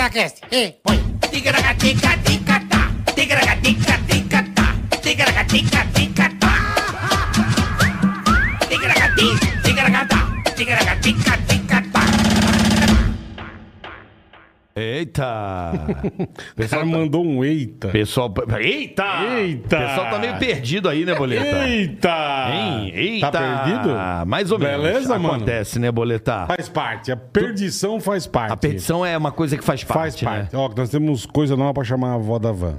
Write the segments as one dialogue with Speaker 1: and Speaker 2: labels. Speaker 1: Tigracast. E põe.
Speaker 2: Tigragatica-ticatá, tigragatica-ticatá, tigragatica-ticatá. Tigragati, tigragatá, tigragatica-ticatá.
Speaker 3: Eita!
Speaker 4: O cara mandou um eita.
Speaker 3: Pessoal. Eita!
Speaker 4: Eita!
Speaker 3: Pessoal tá meio perdido aí, né, Boleta?
Speaker 4: Eita!
Speaker 3: Hein? Eita!
Speaker 4: Tá perdido?
Speaker 3: Mais ou menos.
Speaker 4: Beleza, mano?
Speaker 3: Acontece, né, Boleta?
Speaker 4: Faz parte. A perdição faz parte.
Speaker 3: A petição é uma coisa que faz parte.
Speaker 4: faz parte.
Speaker 3: Né?
Speaker 4: Ó, nós temos coisa nova pra chamar a avó da van.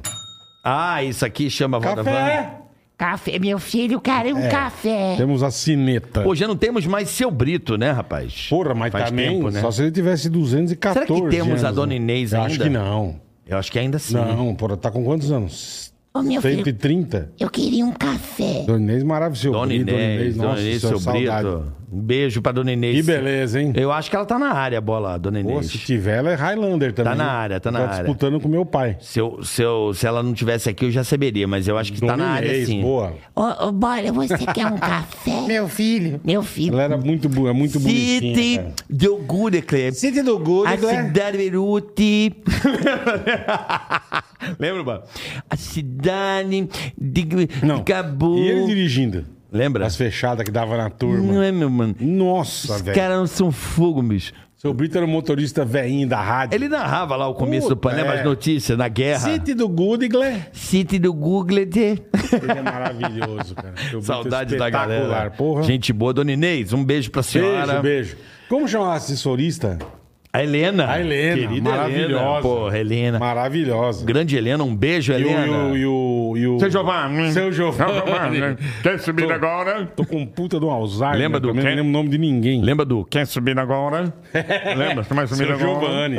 Speaker 3: Ah, isso aqui chama Vodavan.
Speaker 4: Café!
Speaker 1: Café, meu filho, cara, é um café.
Speaker 4: Temos a cineta.
Speaker 3: Pô, já não temos mais seu Brito, né, rapaz?
Speaker 4: Porra, mas
Speaker 3: Faz
Speaker 4: também,
Speaker 3: tempo, né?
Speaker 4: só se ele tivesse 214
Speaker 3: Será que temos
Speaker 4: anos,
Speaker 3: a dona
Speaker 4: né?
Speaker 3: Inês
Speaker 4: Eu
Speaker 3: ainda?
Speaker 4: Acho que não.
Speaker 3: Eu acho que ainda sim.
Speaker 4: Não, porra, tá com quantos anos?
Speaker 1: Ô, meu filho,
Speaker 4: 130?
Speaker 1: eu queria um café.
Speaker 4: Dona Inês maravilhoso.
Speaker 3: Dona Inês, Dona Inês, seu Brito. Um beijo pra Dona Inês.
Speaker 4: é Que beleza, hein?
Speaker 3: Eu acho que ela tá na área, bola, Dona
Speaker 4: Pô,
Speaker 3: Inês.
Speaker 4: se tiver, ela é Highlander também.
Speaker 3: Tá na
Speaker 4: né?
Speaker 3: área, tá na
Speaker 4: Tá
Speaker 3: área.
Speaker 4: disputando com meu pai.
Speaker 3: Se, eu, se, eu- se ela não tivesse aqui, eu já saberia, mas eu acho que tá
Speaker 4: Dona
Speaker 3: na área
Speaker 4: Inês,
Speaker 3: sim.
Speaker 4: boa.
Speaker 1: Ô, ô, Bola, você quer um café? Meu filho. Meu filho.
Speaker 4: Ela era muito, bu- é muito
Speaker 3: City
Speaker 4: bonitinha.
Speaker 3: de Gudecle.
Speaker 4: City é? do Good,
Speaker 3: A cidade Beruti. Lembra, mano? A cidade de, de
Speaker 4: Não.
Speaker 3: Cabo.
Speaker 4: E ele dirigindo.
Speaker 3: Lembra?
Speaker 4: As fechadas que dava na
Speaker 3: Não
Speaker 4: turma.
Speaker 3: é, meu mano?
Speaker 4: Nossa,
Speaker 3: Os
Speaker 4: velho.
Speaker 3: caras não são fogo, bicho.
Speaker 4: Seu Brito era um motorista veinho da rádio.
Speaker 3: Ele narrava lá o começo do
Speaker 4: Puta,
Speaker 3: Panema,
Speaker 4: é.
Speaker 3: as notícias, na guerra. City,
Speaker 4: City do Good, Glé.
Speaker 3: do Google. de-
Speaker 4: Ele é maravilhoso, cara. Seu Brito é
Speaker 3: Saudade da galera.
Speaker 4: espetacular, Porra.
Speaker 3: Gente boa, Dona Inês, um beijo pra senhora.
Speaker 4: beijo, beijo. Como chamar a assessorista?
Speaker 3: A Helena.
Speaker 4: A Helena,
Speaker 3: Querida
Speaker 4: maravilhosa.
Speaker 3: Helena. Porra, Helena.
Speaker 4: Maravilhosa.
Speaker 3: Grande Helena, um beijo,
Speaker 4: E
Speaker 3: Helena.
Speaker 4: o, e o, e o, e o...
Speaker 3: Seu Giovanni.
Speaker 4: Seu Giovanni.
Speaker 3: Quer subir
Speaker 4: Tô-
Speaker 3: agora?
Speaker 4: Tô com um puta de um Alzheimer.
Speaker 3: Lembra do
Speaker 4: Eu Não
Speaker 3: quem?
Speaker 4: lembro o nome de ninguém.
Speaker 3: Lembra do Quer subir agora? Lembra? Quer subir
Speaker 4: Seu Giovanni.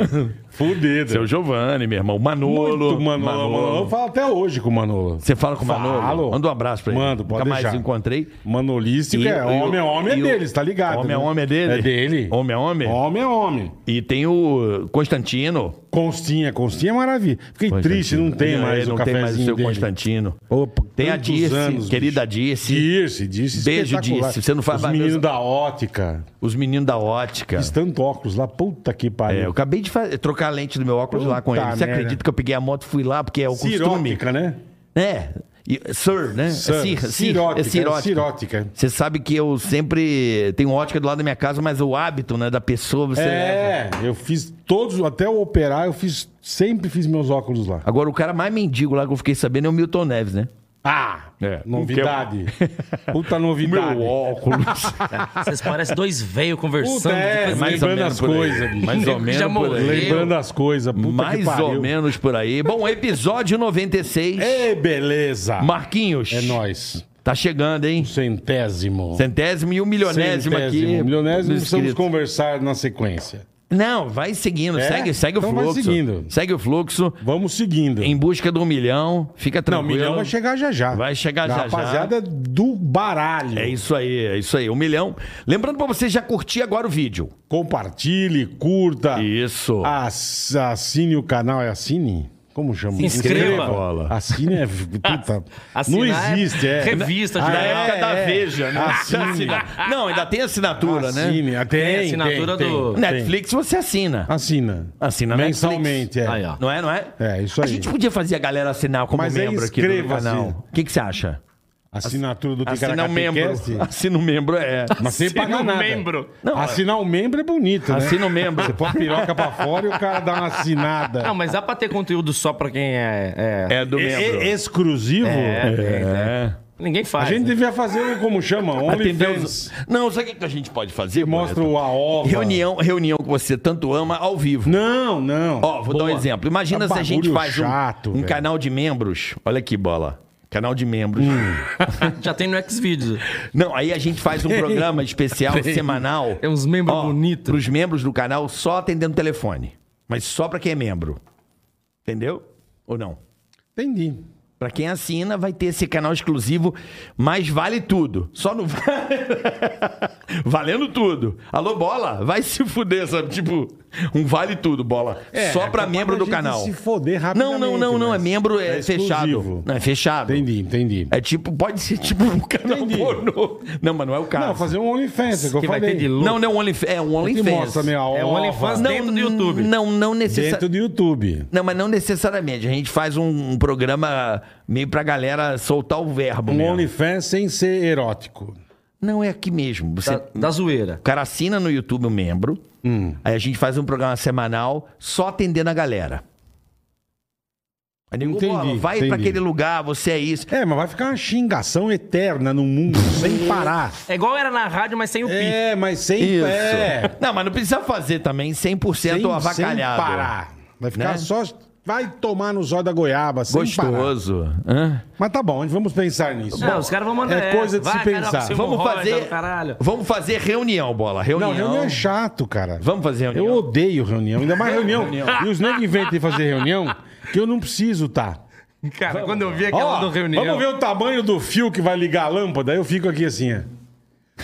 Speaker 4: Fudido.
Speaker 3: Seu Giovanni, meu irmão. Manolo.
Speaker 4: Muito Manolo, Manolo. Eu falo até hoje com o Manolo.
Speaker 3: Você fala com o Manolo?
Speaker 4: Falo.
Speaker 3: Manda um abraço pra ele.
Speaker 4: Mando, pode
Speaker 3: Nunca mais
Speaker 4: deixar.
Speaker 3: encontrei.
Speaker 4: Manolístico
Speaker 3: Tipo, E- e
Speaker 4: é
Speaker 3: o-
Speaker 4: homem, é homem é
Speaker 3: e o-
Speaker 4: deles, tá ligado?
Speaker 3: Homem é
Speaker 4: né?
Speaker 3: homem é dele?
Speaker 4: É dele.
Speaker 3: Homem é homem?
Speaker 4: Homem é homem.
Speaker 3: E tem o Constantino.
Speaker 4: Constinha, Constinha é maravilha. Fiquei triste, não tem
Speaker 3: É,
Speaker 4: mais
Speaker 3: não
Speaker 4: o
Speaker 3: tem
Speaker 4: cafezinho
Speaker 3: mais o seu
Speaker 4: dele.
Speaker 3: Constantino.
Speaker 4: Opa,
Speaker 3: Tem a
Speaker 4: tantos
Speaker 3: Dirce,
Speaker 4: anos,
Speaker 3: querida
Speaker 4: bicho.
Speaker 3: Dirce.
Speaker 4: Dirce, Dirce
Speaker 3: Beijo,
Speaker 4: espetacular.
Speaker 3: Dirce. Você não faz
Speaker 4: Os
Speaker 3: mais
Speaker 4: meninos
Speaker 3: mesmo.
Speaker 4: da ótica.
Speaker 3: Os meninos da ótica.
Speaker 4: Fiz tanto óculos lá, puta que pariu.
Speaker 3: É, eu acabei de fa- trocar a lente do meu óculos lá com
Speaker 4: Puta
Speaker 3: ele. Você
Speaker 4: merda.
Speaker 3: acredita que eu peguei a moto e fui lá, porque é o costume.
Speaker 4: Cirótica, né?
Speaker 3: É. E- Sir, né?
Speaker 4: Sir.
Speaker 3: É Sir, Sir,
Speaker 4: Cirótica,
Speaker 3: É cirótica.
Speaker 4: é cirótica.
Speaker 3: Você sabe que eu sempre tenho ótica do lado da minha casa, mas o hábito, né, da pessoa você leva.
Speaker 4: É, eu fiz todos, até eu operar, eu fiz, sempre fiz meus óculos lá.
Speaker 3: Agora, o cara mais mendigo lá que eu fiquei sabendo é o Milton Neves, né?
Speaker 4: Ah,
Speaker 3: É.
Speaker 4: novidade. Puta
Speaker 3: O
Speaker 4: novidade.
Speaker 3: Meu óculos.
Speaker 5: Vocês parecem dois velhos
Speaker 4: Puta,
Speaker 5: conversando.
Speaker 4: é,
Speaker 5: depois-
Speaker 3: mais ou
Speaker 4: lembrando
Speaker 3: menos
Speaker 4: as
Speaker 3: por aí.
Speaker 4: coisas, bicho.
Speaker 3: Mais ou menos
Speaker 5: Já
Speaker 3: por aí.
Speaker 5: morreu.
Speaker 4: Lembrando as coisas, puta que
Speaker 3: Mais
Speaker 4: pariu.
Speaker 3: ou menos por aí. Bom, episódio 96.
Speaker 4: Ei, beleza.
Speaker 3: Marquinhos.
Speaker 4: É nóis.
Speaker 3: Tá chegando, hein?
Speaker 4: Centésimo.
Speaker 3: Centésimo e o milionésimo aqui.
Speaker 4: um Milionésimo,
Speaker 3: Meus
Speaker 4: precisamos
Speaker 3: queridos.
Speaker 4: conversar na sequência.
Speaker 3: Não, vai seguindo.
Speaker 4: É?
Speaker 3: Segue, segue
Speaker 4: Então
Speaker 3: o
Speaker 4: vai
Speaker 3: fluxo.
Speaker 4: seguindo.
Speaker 3: Segue o fluxo.
Speaker 4: Vamos seguindo.
Speaker 3: Em busca do um milhão. Fica
Speaker 4: Não, um
Speaker 3: tranquilo.
Speaker 4: milhão vai chegar já já.
Speaker 3: Vai chegar já já.
Speaker 4: Rapaziada do baralho.
Speaker 3: É isso aí, é isso aí. Um milhão. Lembrando pra você já curtir agora o vídeo.
Speaker 4: Compartilhe, curta.
Speaker 3: Isso.
Speaker 4: Ah, Ass- Assine o canal, é assine? Como chama?
Speaker 5: Se inscreva.
Speaker 3: Bola.
Speaker 4: Assine é. Puta, não
Speaker 5: Assinar é
Speaker 4: existe, é.
Speaker 5: revista de
Speaker 3: Na
Speaker 5: é,
Speaker 3: época da Veja, né?
Speaker 4: Assine.
Speaker 3: Não, ainda tem assinatura, né?
Speaker 4: Assine. Tem, tem,
Speaker 5: assinatura
Speaker 4: tem.
Speaker 5: do-
Speaker 3: Netflix você assina.
Speaker 4: Assina.
Speaker 3: Assina
Speaker 4: Mensalmente, é.
Speaker 5: Aí, ó.
Speaker 3: Não é, não é?
Speaker 4: É, isso
Speaker 3: A
Speaker 4: aí.
Speaker 3: gente podia fazer a galera assinar como
Speaker 4: Mas aí
Speaker 3: membro aqui do
Speaker 4: inscreva-se.
Speaker 3: canal. O que, que você acha?
Speaker 4: Assinatura do
Speaker 3: Assinar um membro.
Speaker 4: Ticaracatecast.
Speaker 3: Assina um membro, é.
Speaker 4: Mas sem
Speaker 5: Assina
Speaker 4: pagar
Speaker 5: um
Speaker 4: nada.
Speaker 5: membro.
Speaker 3: Não,
Speaker 4: Assinar um membro é bonito, né?
Speaker 3: Assina um membro.
Speaker 4: Você põe a piroca pra fora e o cara dá uma assinada.
Speaker 5: Não, mas dá pra ter conteúdo só pra quem é. é-
Speaker 3: É do
Speaker 4: E-
Speaker 3: membro.
Speaker 4: e- exclusivo?
Speaker 3: É.
Speaker 5: Ninguém
Speaker 4: A
Speaker 5: faz.
Speaker 4: gente
Speaker 5: né?
Speaker 4: devia fazer um, como chama?
Speaker 3: Atender
Speaker 4: OnlyFans.
Speaker 3: os... Não, sabe o que que a gente pode fazer?
Speaker 4: Mostra
Speaker 3: Boleto?
Speaker 4: o a ova.
Speaker 3: Reunião, reunião que você tanto ama ao vivo.
Speaker 4: Não, não.
Speaker 3: Ó, vou dar um exemplo. Imagina
Speaker 4: É
Speaker 3: se a gente
Speaker 4: bagulho
Speaker 3: faz um,
Speaker 4: chato,
Speaker 3: um
Speaker 4: velho.
Speaker 3: canal de membros. Olha aqui, bola. Canal de membros.
Speaker 4: Hum.
Speaker 5: Já tem no Xvideos.
Speaker 3: Não, aí a gente faz um programa especial, semanal.
Speaker 4: um
Speaker 5: É uns membros
Speaker 3: Ó,
Speaker 5: bonitos.
Speaker 3: Pros membros do canal, só atendendo telefone. Mas só pra quem é membro. Entendeu? Ou não?
Speaker 4: Entendi.
Speaker 3: Pra quem assina, vai ter esse canal exclusivo, mas vale tudo. Só não vale. Valendo tudo. Alô, bola, vai se fuder, sabe? Tipo, um vale tudo, bola. Só pra
Speaker 4: é
Speaker 3: membro do
Speaker 4: pra gente
Speaker 3: canal.
Speaker 4: se foder
Speaker 3: Não, não, não, não. É
Speaker 4: rapidamente,
Speaker 3: membro, é,
Speaker 4: é
Speaker 3: fechado.
Speaker 4: exclusivo.
Speaker 3: Não, é fechado.
Speaker 4: Entendi, entendi.
Speaker 3: É tipo, pode ser tipo um canal
Speaker 4: Entendi.
Speaker 3: pornô. Não, mas não é o caso.
Speaker 4: Não, fazer um OnlyFans, é que eu
Speaker 5: que vai
Speaker 4: falei.
Speaker 5: ter de lu-
Speaker 3: Não, não é um OnlyFans. É um
Speaker 4: Que
Speaker 3: OnlyFans.
Speaker 4: mostra minha
Speaker 5: É um
Speaker 4: ova
Speaker 5: OnlyFans dentro do YouTube.
Speaker 3: Não, não
Speaker 4: dentro
Speaker 3: necessariamente.
Speaker 4: do YouTube.
Speaker 3: Não, mas não necessariamente. A gente faz um, um programa meio pra galera soltar o verbo.
Speaker 4: Um
Speaker 3: mesmo.
Speaker 4: OnlyFans sem ser erótico.
Speaker 3: Não é aqui mesmo. Você,
Speaker 5: Da, da zoeira.
Speaker 3: O cara assina no YouTube um membro. Aí a gente faz um programa semanal só atendendo a galera. Aí nego,
Speaker 4: Entendi,
Speaker 3: "Bola, vai pra
Speaker 4: entendi.
Speaker 3: aquele lugar, você é isso.
Speaker 4: É, mas vai ficar uma xingação eterna no mundo, sem parar.
Speaker 5: É igual era na rádio, mas sem o pi.
Speaker 4: É, mas sem
Speaker 3: Isso.
Speaker 4: É,
Speaker 3: Não, mas não precisa fazer também 100%
Speaker 4: sem, sem
Speaker 3: avacalhado.
Speaker 4: parar. Vai ficar
Speaker 3: Né?
Speaker 4: só. Vai tomar no zóio da goiaba, sem parar.
Speaker 3: Gostoso. Hã?
Speaker 4: Mas tá bom, vamos pensar nisso.
Speaker 5: Não, os caras vão mandar
Speaker 4: É
Speaker 5: essa.
Speaker 4: coisa de
Speaker 5: Vai,
Speaker 4: se
Speaker 5: cara,
Speaker 4: pensar.
Speaker 5: você-
Speaker 3: Vamos
Speaker 5: Hemorroida
Speaker 3: fazer.
Speaker 5: do caralho.
Speaker 3: Vamos fazer reunião, bola.
Speaker 4: Não,
Speaker 3: Reunião.
Speaker 4: reunião é chato, cara.
Speaker 3: Vamos fazer reunião.
Speaker 4: Eu odeio reunião, ainda mais reunião. E os negros inventam de fazer reunião que eu não preciso tá.
Speaker 5: Cara, quando eu vi aquela
Speaker 4: Ó,
Speaker 5: do reunião.
Speaker 4: Vamos ver o tamanho do fio que vai ligar a lâmpada. Aí Eu fico aqui assim, ó.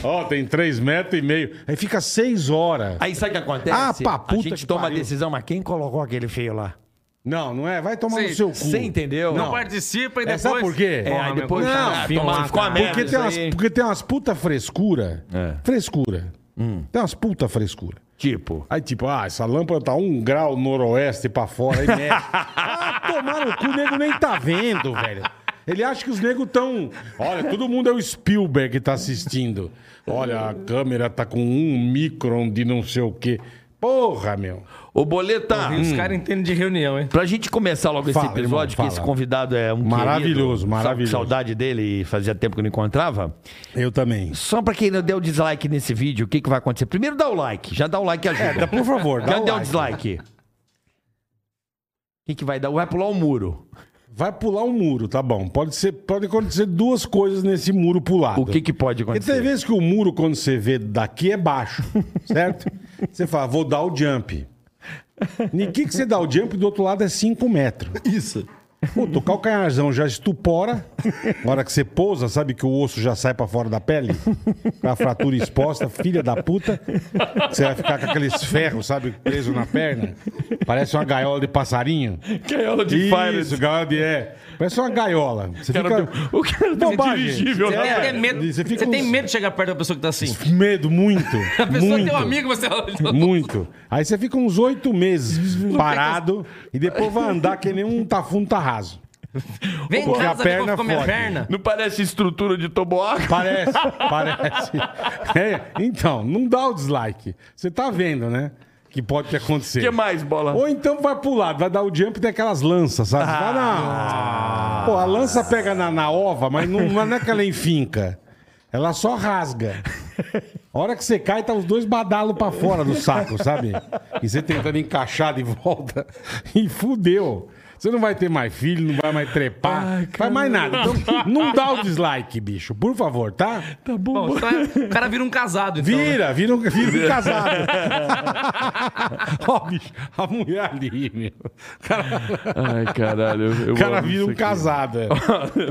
Speaker 4: Ó, tem 3 metros e meio. Aí fica 6 horas.
Speaker 3: Aí sabe o que acontece?
Speaker 4: Ah, pra
Speaker 3: a
Speaker 4: puta
Speaker 3: gente
Speaker 4: que
Speaker 3: toma a
Speaker 4: pariu.
Speaker 3: decisão, mas quem colocou aquele feio lá?
Speaker 4: Não, não é? Vai tomar
Speaker 5: Sim.
Speaker 4: no seu cu.
Speaker 3: Você entendeu?
Speaker 5: Não participa e
Speaker 4: É,
Speaker 5: depois.
Speaker 4: sabe por quê?
Speaker 3: É,
Speaker 5: Porra,
Speaker 3: aí
Speaker 5: meu,
Speaker 3: depois
Speaker 5: puta,
Speaker 4: não,
Speaker 5: cara,
Speaker 3: toma-
Speaker 5: filma,
Speaker 3: ficou uma
Speaker 5: cara.
Speaker 3: merda.
Speaker 4: Porque tem,
Speaker 3: isso
Speaker 4: umas,
Speaker 3: aí.
Speaker 4: porque tem umas puta frescura.
Speaker 3: É.
Speaker 4: Frescura.
Speaker 5: Hum.
Speaker 4: Tem umas puta frescura.
Speaker 3: Tipo.
Speaker 4: Aí tipo, ah, essa lâmpada tá um grau noroeste pra fora, aí mexe. ah, tomar no cu, o nego nem tá vendo, velho. Ele acha que os negros tão... Olha, todo mundo é o Spielberg que tá assistindo. Olha, a câmera tá com um micron de não sei o quê. Porra, meu.
Speaker 3: Ô, Boleta,
Speaker 5: Hum.
Speaker 4: Hum.
Speaker 5: Os caras entendem de reunião, hein?
Speaker 3: pra gente começar logo esse
Speaker 4: Fala,
Speaker 3: episódio,
Speaker 4: irmão,
Speaker 3: que
Speaker 4: fala.
Speaker 3: esse convidado é um
Speaker 4: Maravilhoso,
Speaker 3: querido,
Speaker 4: maravilhoso.
Speaker 3: sa- Saudade dele e fazia tempo que eu não encontrava.
Speaker 4: Eu também.
Speaker 3: Só pra quem não deu dislike nesse vídeo, o que, que vai acontecer? Primeiro dá o like. Já dá o like ajuda.
Speaker 4: É, dá- por favor, dá
Speaker 3: Já
Speaker 4: o
Speaker 3: deu
Speaker 4: like.
Speaker 3: dislike. Quem que vai dar? Vai pular o muro.
Speaker 4: Vai pular um muro, tá bom. Pode, ser, pode acontecer duas coisas nesse muro pulado.
Speaker 3: O que, que pode
Speaker 4: Porque
Speaker 3: acontecer?
Speaker 4: tem vezes que o muro, quando você vê daqui, é baixo, certo? você fala, vou dar o jump. Em que, que você dá o jump do outro lado é 5 metros.
Speaker 5: Isso.
Speaker 4: Puta, o calcanharzão já estupora. Na hora que você pousa, sabe que o osso já sai pra fora da pele? Com a fratura exposta, filha da puta. Você vai ficar com aqueles ferros, sabe, preso na perna. Parece uma gaiola de passarinho.
Speaker 3: Gaiola
Speaker 4: Isso, gaiola de é. Parece uma gaiola. Você
Speaker 3: cara
Speaker 4: fica...
Speaker 5: um-
Speaker 3: tem- o cara tem
Speaker 4: Bobagem.
Speaker 3: dirigível,
Speaker 4: Você
Speaker 3: né,
Speaker 5: É,
Speaker 4: fica-
Speaker 5: é medo.
Speaker 4: Você
Speaker 5: Você,
Speaker 4: fica
Speaker 5: tem
Speaker 4: uns-
Speaker 5: medo de chegar perto da pessoa que tá assim.
Speaker 4: Medo, muito.
Speaker 5: A pessoa
Speaker 4: muito.
Speaker 5: é teu amigo, você olha.
Speaker 4: Muito. Aí você fica uns oito meses parado e depois vai andar que nem um tafunta raso.
Speaker 5: Vem em
Speaker 4: Porque a
Speaker 5: casa, vê
Speaker 4: perna
Speaker 5: como ficou minha
Speaker 4: fode.
Speaker 5: perna.
Speaker 3: Não parece estrutura de toboágua?
Speaker 4: Parece, parece. É, então, não dá o dislike. Você tá vendo, né? Que pode te
Speaker 3: O que é
Speaker 4: acontecer.
Speaker 3: mais, bola?
Speaker 4: Ou então vai pro lado, vai dar o jump e tem aquelas lanças, sabe? Vai na... Pô, a lança pega na, na ova, mas não, não é que ela enfinca. Ela só rasga. A hora que você cai, tá os dois badalos pra fora do saco, sabe? E você tentando encaixar de volta. E fudeu. Você não vai ter mais filho, não vai mais trepar, não vai mais nada. Então, não dá o dislike, bicho, por favor, tá?
Speaker 5: Bom, só é- o cara vira um casado, então. né?
Speaker 4: Vira, vira um, vira um casado. Ó, bicho, a mulher ali, meu. O cara,
Speaker 3: Ai, caralho. eu- eu
Speaker 4: o cara
Speaker 3: amo
Speaker 4: vira
Speaker 3: isso
Speaker 4: um
Speaker 3: aqui.
Speaker 4: casado. é.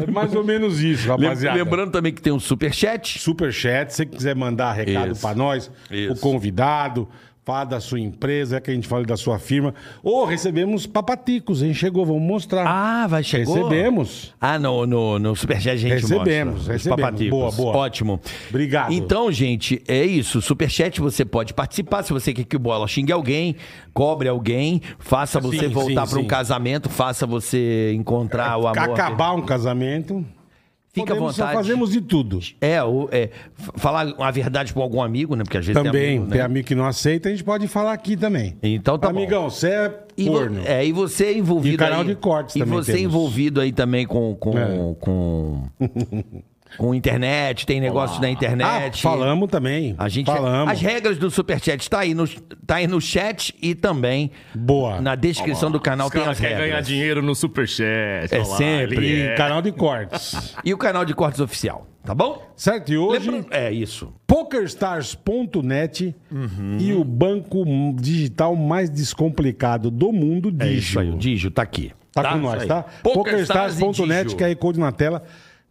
Speaker 4: É mais ou menos isso,
Speaker 3: Lem-
Speaker 4: rapaziada.
Speaker 3: Lembrando também que tem um superchat.
Speaker 4: Superchat, se você quiser mandar recado
Speaker 3: Isso.
Speaker 4: pra nós,
Speaker 3: Isso.
Speaker 4: o convidado, fala da sua empresa, é que a gente fala da sua firma. Ou recebemos papaticos, hein? Chegou, vamos mostrar.
Speaker 3: Ah, vai chegou?
Speaker 4: Recebemos.
Speaker 3: Ah, no, no, no Superchat a gente
Speaker 4: Recebemos,
Speaker 3: mostra. Os
Speaker 4: recebemos.
Speaker 3: papaticos.
Speaker 4: Boa, boa.
Speaker 3: Ótimo.
Speaker 4: Obrigado.
Speaker 3: Então, gente, é isso. Superchat você pode participar. Se você quer que o Bola xingue alguém, cobre alguém, faça você
Speaker 4: Sim,
Speaker 3: voltar
Speaker 4: sim,
Speaker 3: para um
Speaker 4: sim. É,
Speaker 3: casamento, faça você encontrar o amor.
Speaker 4: Acabar um casamento.
Speaker 3: Ah, Fica à
Speaker 4: Podemos-
Speaker 3: vontade.
Speaker 4: Fazemos de tudo.
Speaker 3: É, o- é, f- falar a verdade pra algum amigo, né? Porque às vezes
Speaker 4: Também,
Speaker 3: tem
Speaker 4: tem
Speaker 3: amigo,
Speaker 4: amigo,
Speaker 3: né?
Speaker 4: que não aceita, a gente pode falar aqui também.
Speaker 3: Então tá bom.
Speaker 4: Amigão, você é
Speaker 3: E, vo-
Speaker 4: corno.
Speaker 3: é, e você envolvido
Speaker 4: E canal
Speaker 3: aí,
Speaker 4: de cortes
Speaker 3: E
Speaker 4: também
Speaker 3: você
Speaker 4: temos.
Speaker 3: envolvido aí também com com,
Speaker 4: É.
Speaker 3: com com internet, tem negócio na
Speaker 4: Ah,
Speaker 3: internet.
Speaker 4: falamos também.
Speaker 3: A gente é-
Speaker 4: falamos.
Speaker 3: As regras do Superchat tá aí no tá aí no chat e também
Speaker 4: Boa.
Speaker 3: na descrição do canal
Speaker 5: Os
Speaker 3: tem
Speaker 5: caras
Speaker 3: as
Speaker 5: querem ganhar
Speaker 3: regras.
Speaker 5: dinheiro no superchat.
Speaker 3: É
Speaker 5: olha lá,
Speaker 3: sempre.
Speaker 5: ali,
Speaker 4: E
Speaker 5: é.
Speaker 4: canal de cortes.
Speaker 3: E o canal de cortes oficial, tá bom?
Speaker 4: certo? E hoje,
Speaker 3: Lembra- É isso.
Speaker 4: pokerstars.net e o banco digital mais descomplicado do mundo,
Speaker 3: É isso aí,
Speaker 4: Digio.
Speaker 3: o Digio tá aqui.
Speaker 4: tá,
Speaker 3: Isso
Speaker 4: com nós,
Speaker 3: aí.
Speaker 4: tá?
Speaker 3: PokerStars e
Speaker 4: Pokerstars.net,
Speaker 3: Digio.
Speaker 4: QR Code na tela.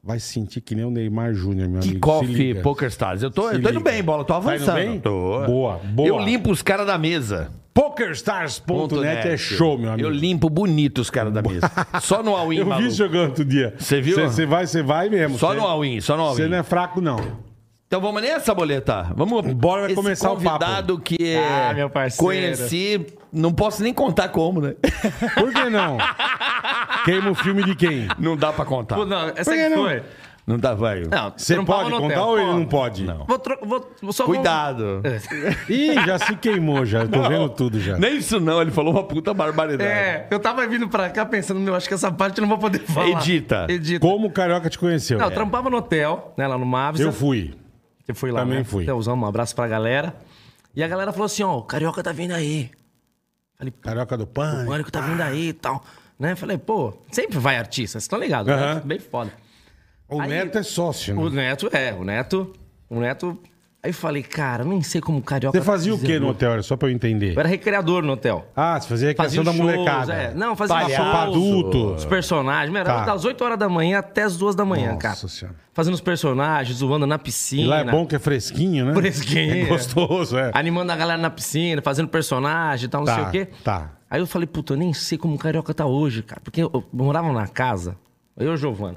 Speaker 4: Vai sentir que nem o Neymar Júnior, meu
Speaker 3: Que
Speaker 4: amigo. Se
Speaker 3: coffee,
Speaker 4: liga.
Speaker 3: Poker Stars. Eu tô,
Speaker 4: Se
Speaker 3: eu tô indo
Speaker 4: liga.
Speaker 3: bem, bola. Tô
Speaker 4: Tá indo
Speaker 3: avançando.
Speaker 4: bem?
Speaker 3: Tô.
Speaker 4: Boa, boa.
Speaker 3: Eu limpo os caras da mesa.
Speaker 4: Pokerstars.net é show, meu amigo.
Speaker 3: Eu limpo bonito os caras da mesa. Só no all-in,
Speaker 4: Eu vi
Speaker 3: maluco.
Speaker 4: jogando outro dia.
Speaker 3: Você viu?
Speaker 4: Você vai, você vai mesmo.
Speaker 3: Só
Speaker 4: Cê-
Speaker 3: no all-in, só no all-in.
Speaker 4: Você não é fraco, não.
Speaker 3: Então vamos nessa, boleta. Vamos
Speaker 4: Bora, vai
Speaker 3: Esse
Speaker 4: começar o papo.
Speaker 3: convidado que é
Speaker 5: Ah, meu parceiro.
Speaker 3: conheci, não posso nem contar como, né?
Speaker 4: Por que não? Queima o filme de quem?
Speaker 3: Não dá pra contar.
Speaker 5: Pô, não, essa
Speaker 4: Por que
Speaker 5: aqui
Speaker 4: não?
Speaker 5: foi.
Speaker 3: Não dá, velho.
Speaker 5: Não,
Speaker 4: Você
Speaker 5: trampava
Speaker 4: pode
Speaker 5: no hotel,
Speaker 4: contar ou ele
Speaker 5: pô.
Speaker 4: não pode? Não.
Speaker 5: Vou, tro- vou- só vou-
Speaker 3: Cuidado.
Speaker 5: É.
Speaker 4: Ih, já se queimou já. Tô vendo tudo já.
Speaker 3: Nem isso não, ele falou uma puta barbaridade.
Speaker 5: É, eu tava vindo pra cá pensando, meu, acho que essa parte eu não vou poder falar.
Speaker 3: Edita.
Speaker 5: Edita.
Speaker 4: Como o Carioca te conheceu?
Speaker 5: Não, eu trampava no hotel, né, lá no Mavis.
Speaker 4: É. Eu fui.
Speaker 5: Você foi lá,
Speaker 4: Também
Speaker 5: né?
Speaker 4: fui.
Speaker 5: Então, usamos um abraço pra galera. E a galera falou assim, ó, o Carioca tá vindo aí. Falei, pô,
Speaker 4: Carioca do
Speaker 5: o
Speaker 4: Pan.
Speaker 5: Pânico tá vindo aí e tal. Né? Falei, pô, sempre vai artista, vocês estão ligados, né?
Speaker 4: Aham.
Speaker 5: Bem foda.
Speaker 4: O
Speaker 5: Aí-
Speaker 4: Neto é sócio,
Speaker 5: O
Speaker 4: né?
Speaker 5: Neto, é, o Neto, o Neto... Aí eu falei, cara, nem sei como o Carioca...
Speaker 4: Você fazia o
Speaker 5: tá
Speaker 4: quê no
Speaker 5: desenvolvendo.
Speaker 4: hotel? Era Só pra eu entender.
Speaker 5: Eu era recreador no hotel.
Speaker 4: Ah, você fazia a
Speaker 5: Fazia
Speaker 4: criação da
Speaker 5: os shows,
Speaker 4: molecada.
Speaker 5: é. Não, fazia
Speaker 4: Palhaço
Speaker 5: shows.
Speaker 4: pra adulto.
Speaker 5: Os personagens, mano,
Speaker 4: Tá.
Speaker 5: era das 8 horas da manhã até as 2 da manhã,
Speaker 4: Nossa
Speaker 5: cara.
Speaker 4: Senhora.
Speaker 5: Fazendo os personagens, zoando na
Speaker 4: E
Speaker 5: piscina.
Speaker 4: lá é bom que é fresquinho, né?
Speaker 5: Fresquinho.
Speaker 4: É gostoso, é.
Speaker 5: Animando a galera na piscina, fazendo personagem e tal, não
Speaker 4: Tá,
Speaker 5: sei o quê.
Speaker 4: tá.
Speaker 5: Aí eu falei, puta, eu nem sei como o carioca tá hoje, cara. Porque eu, eu morava na casa, eu e a Giovana.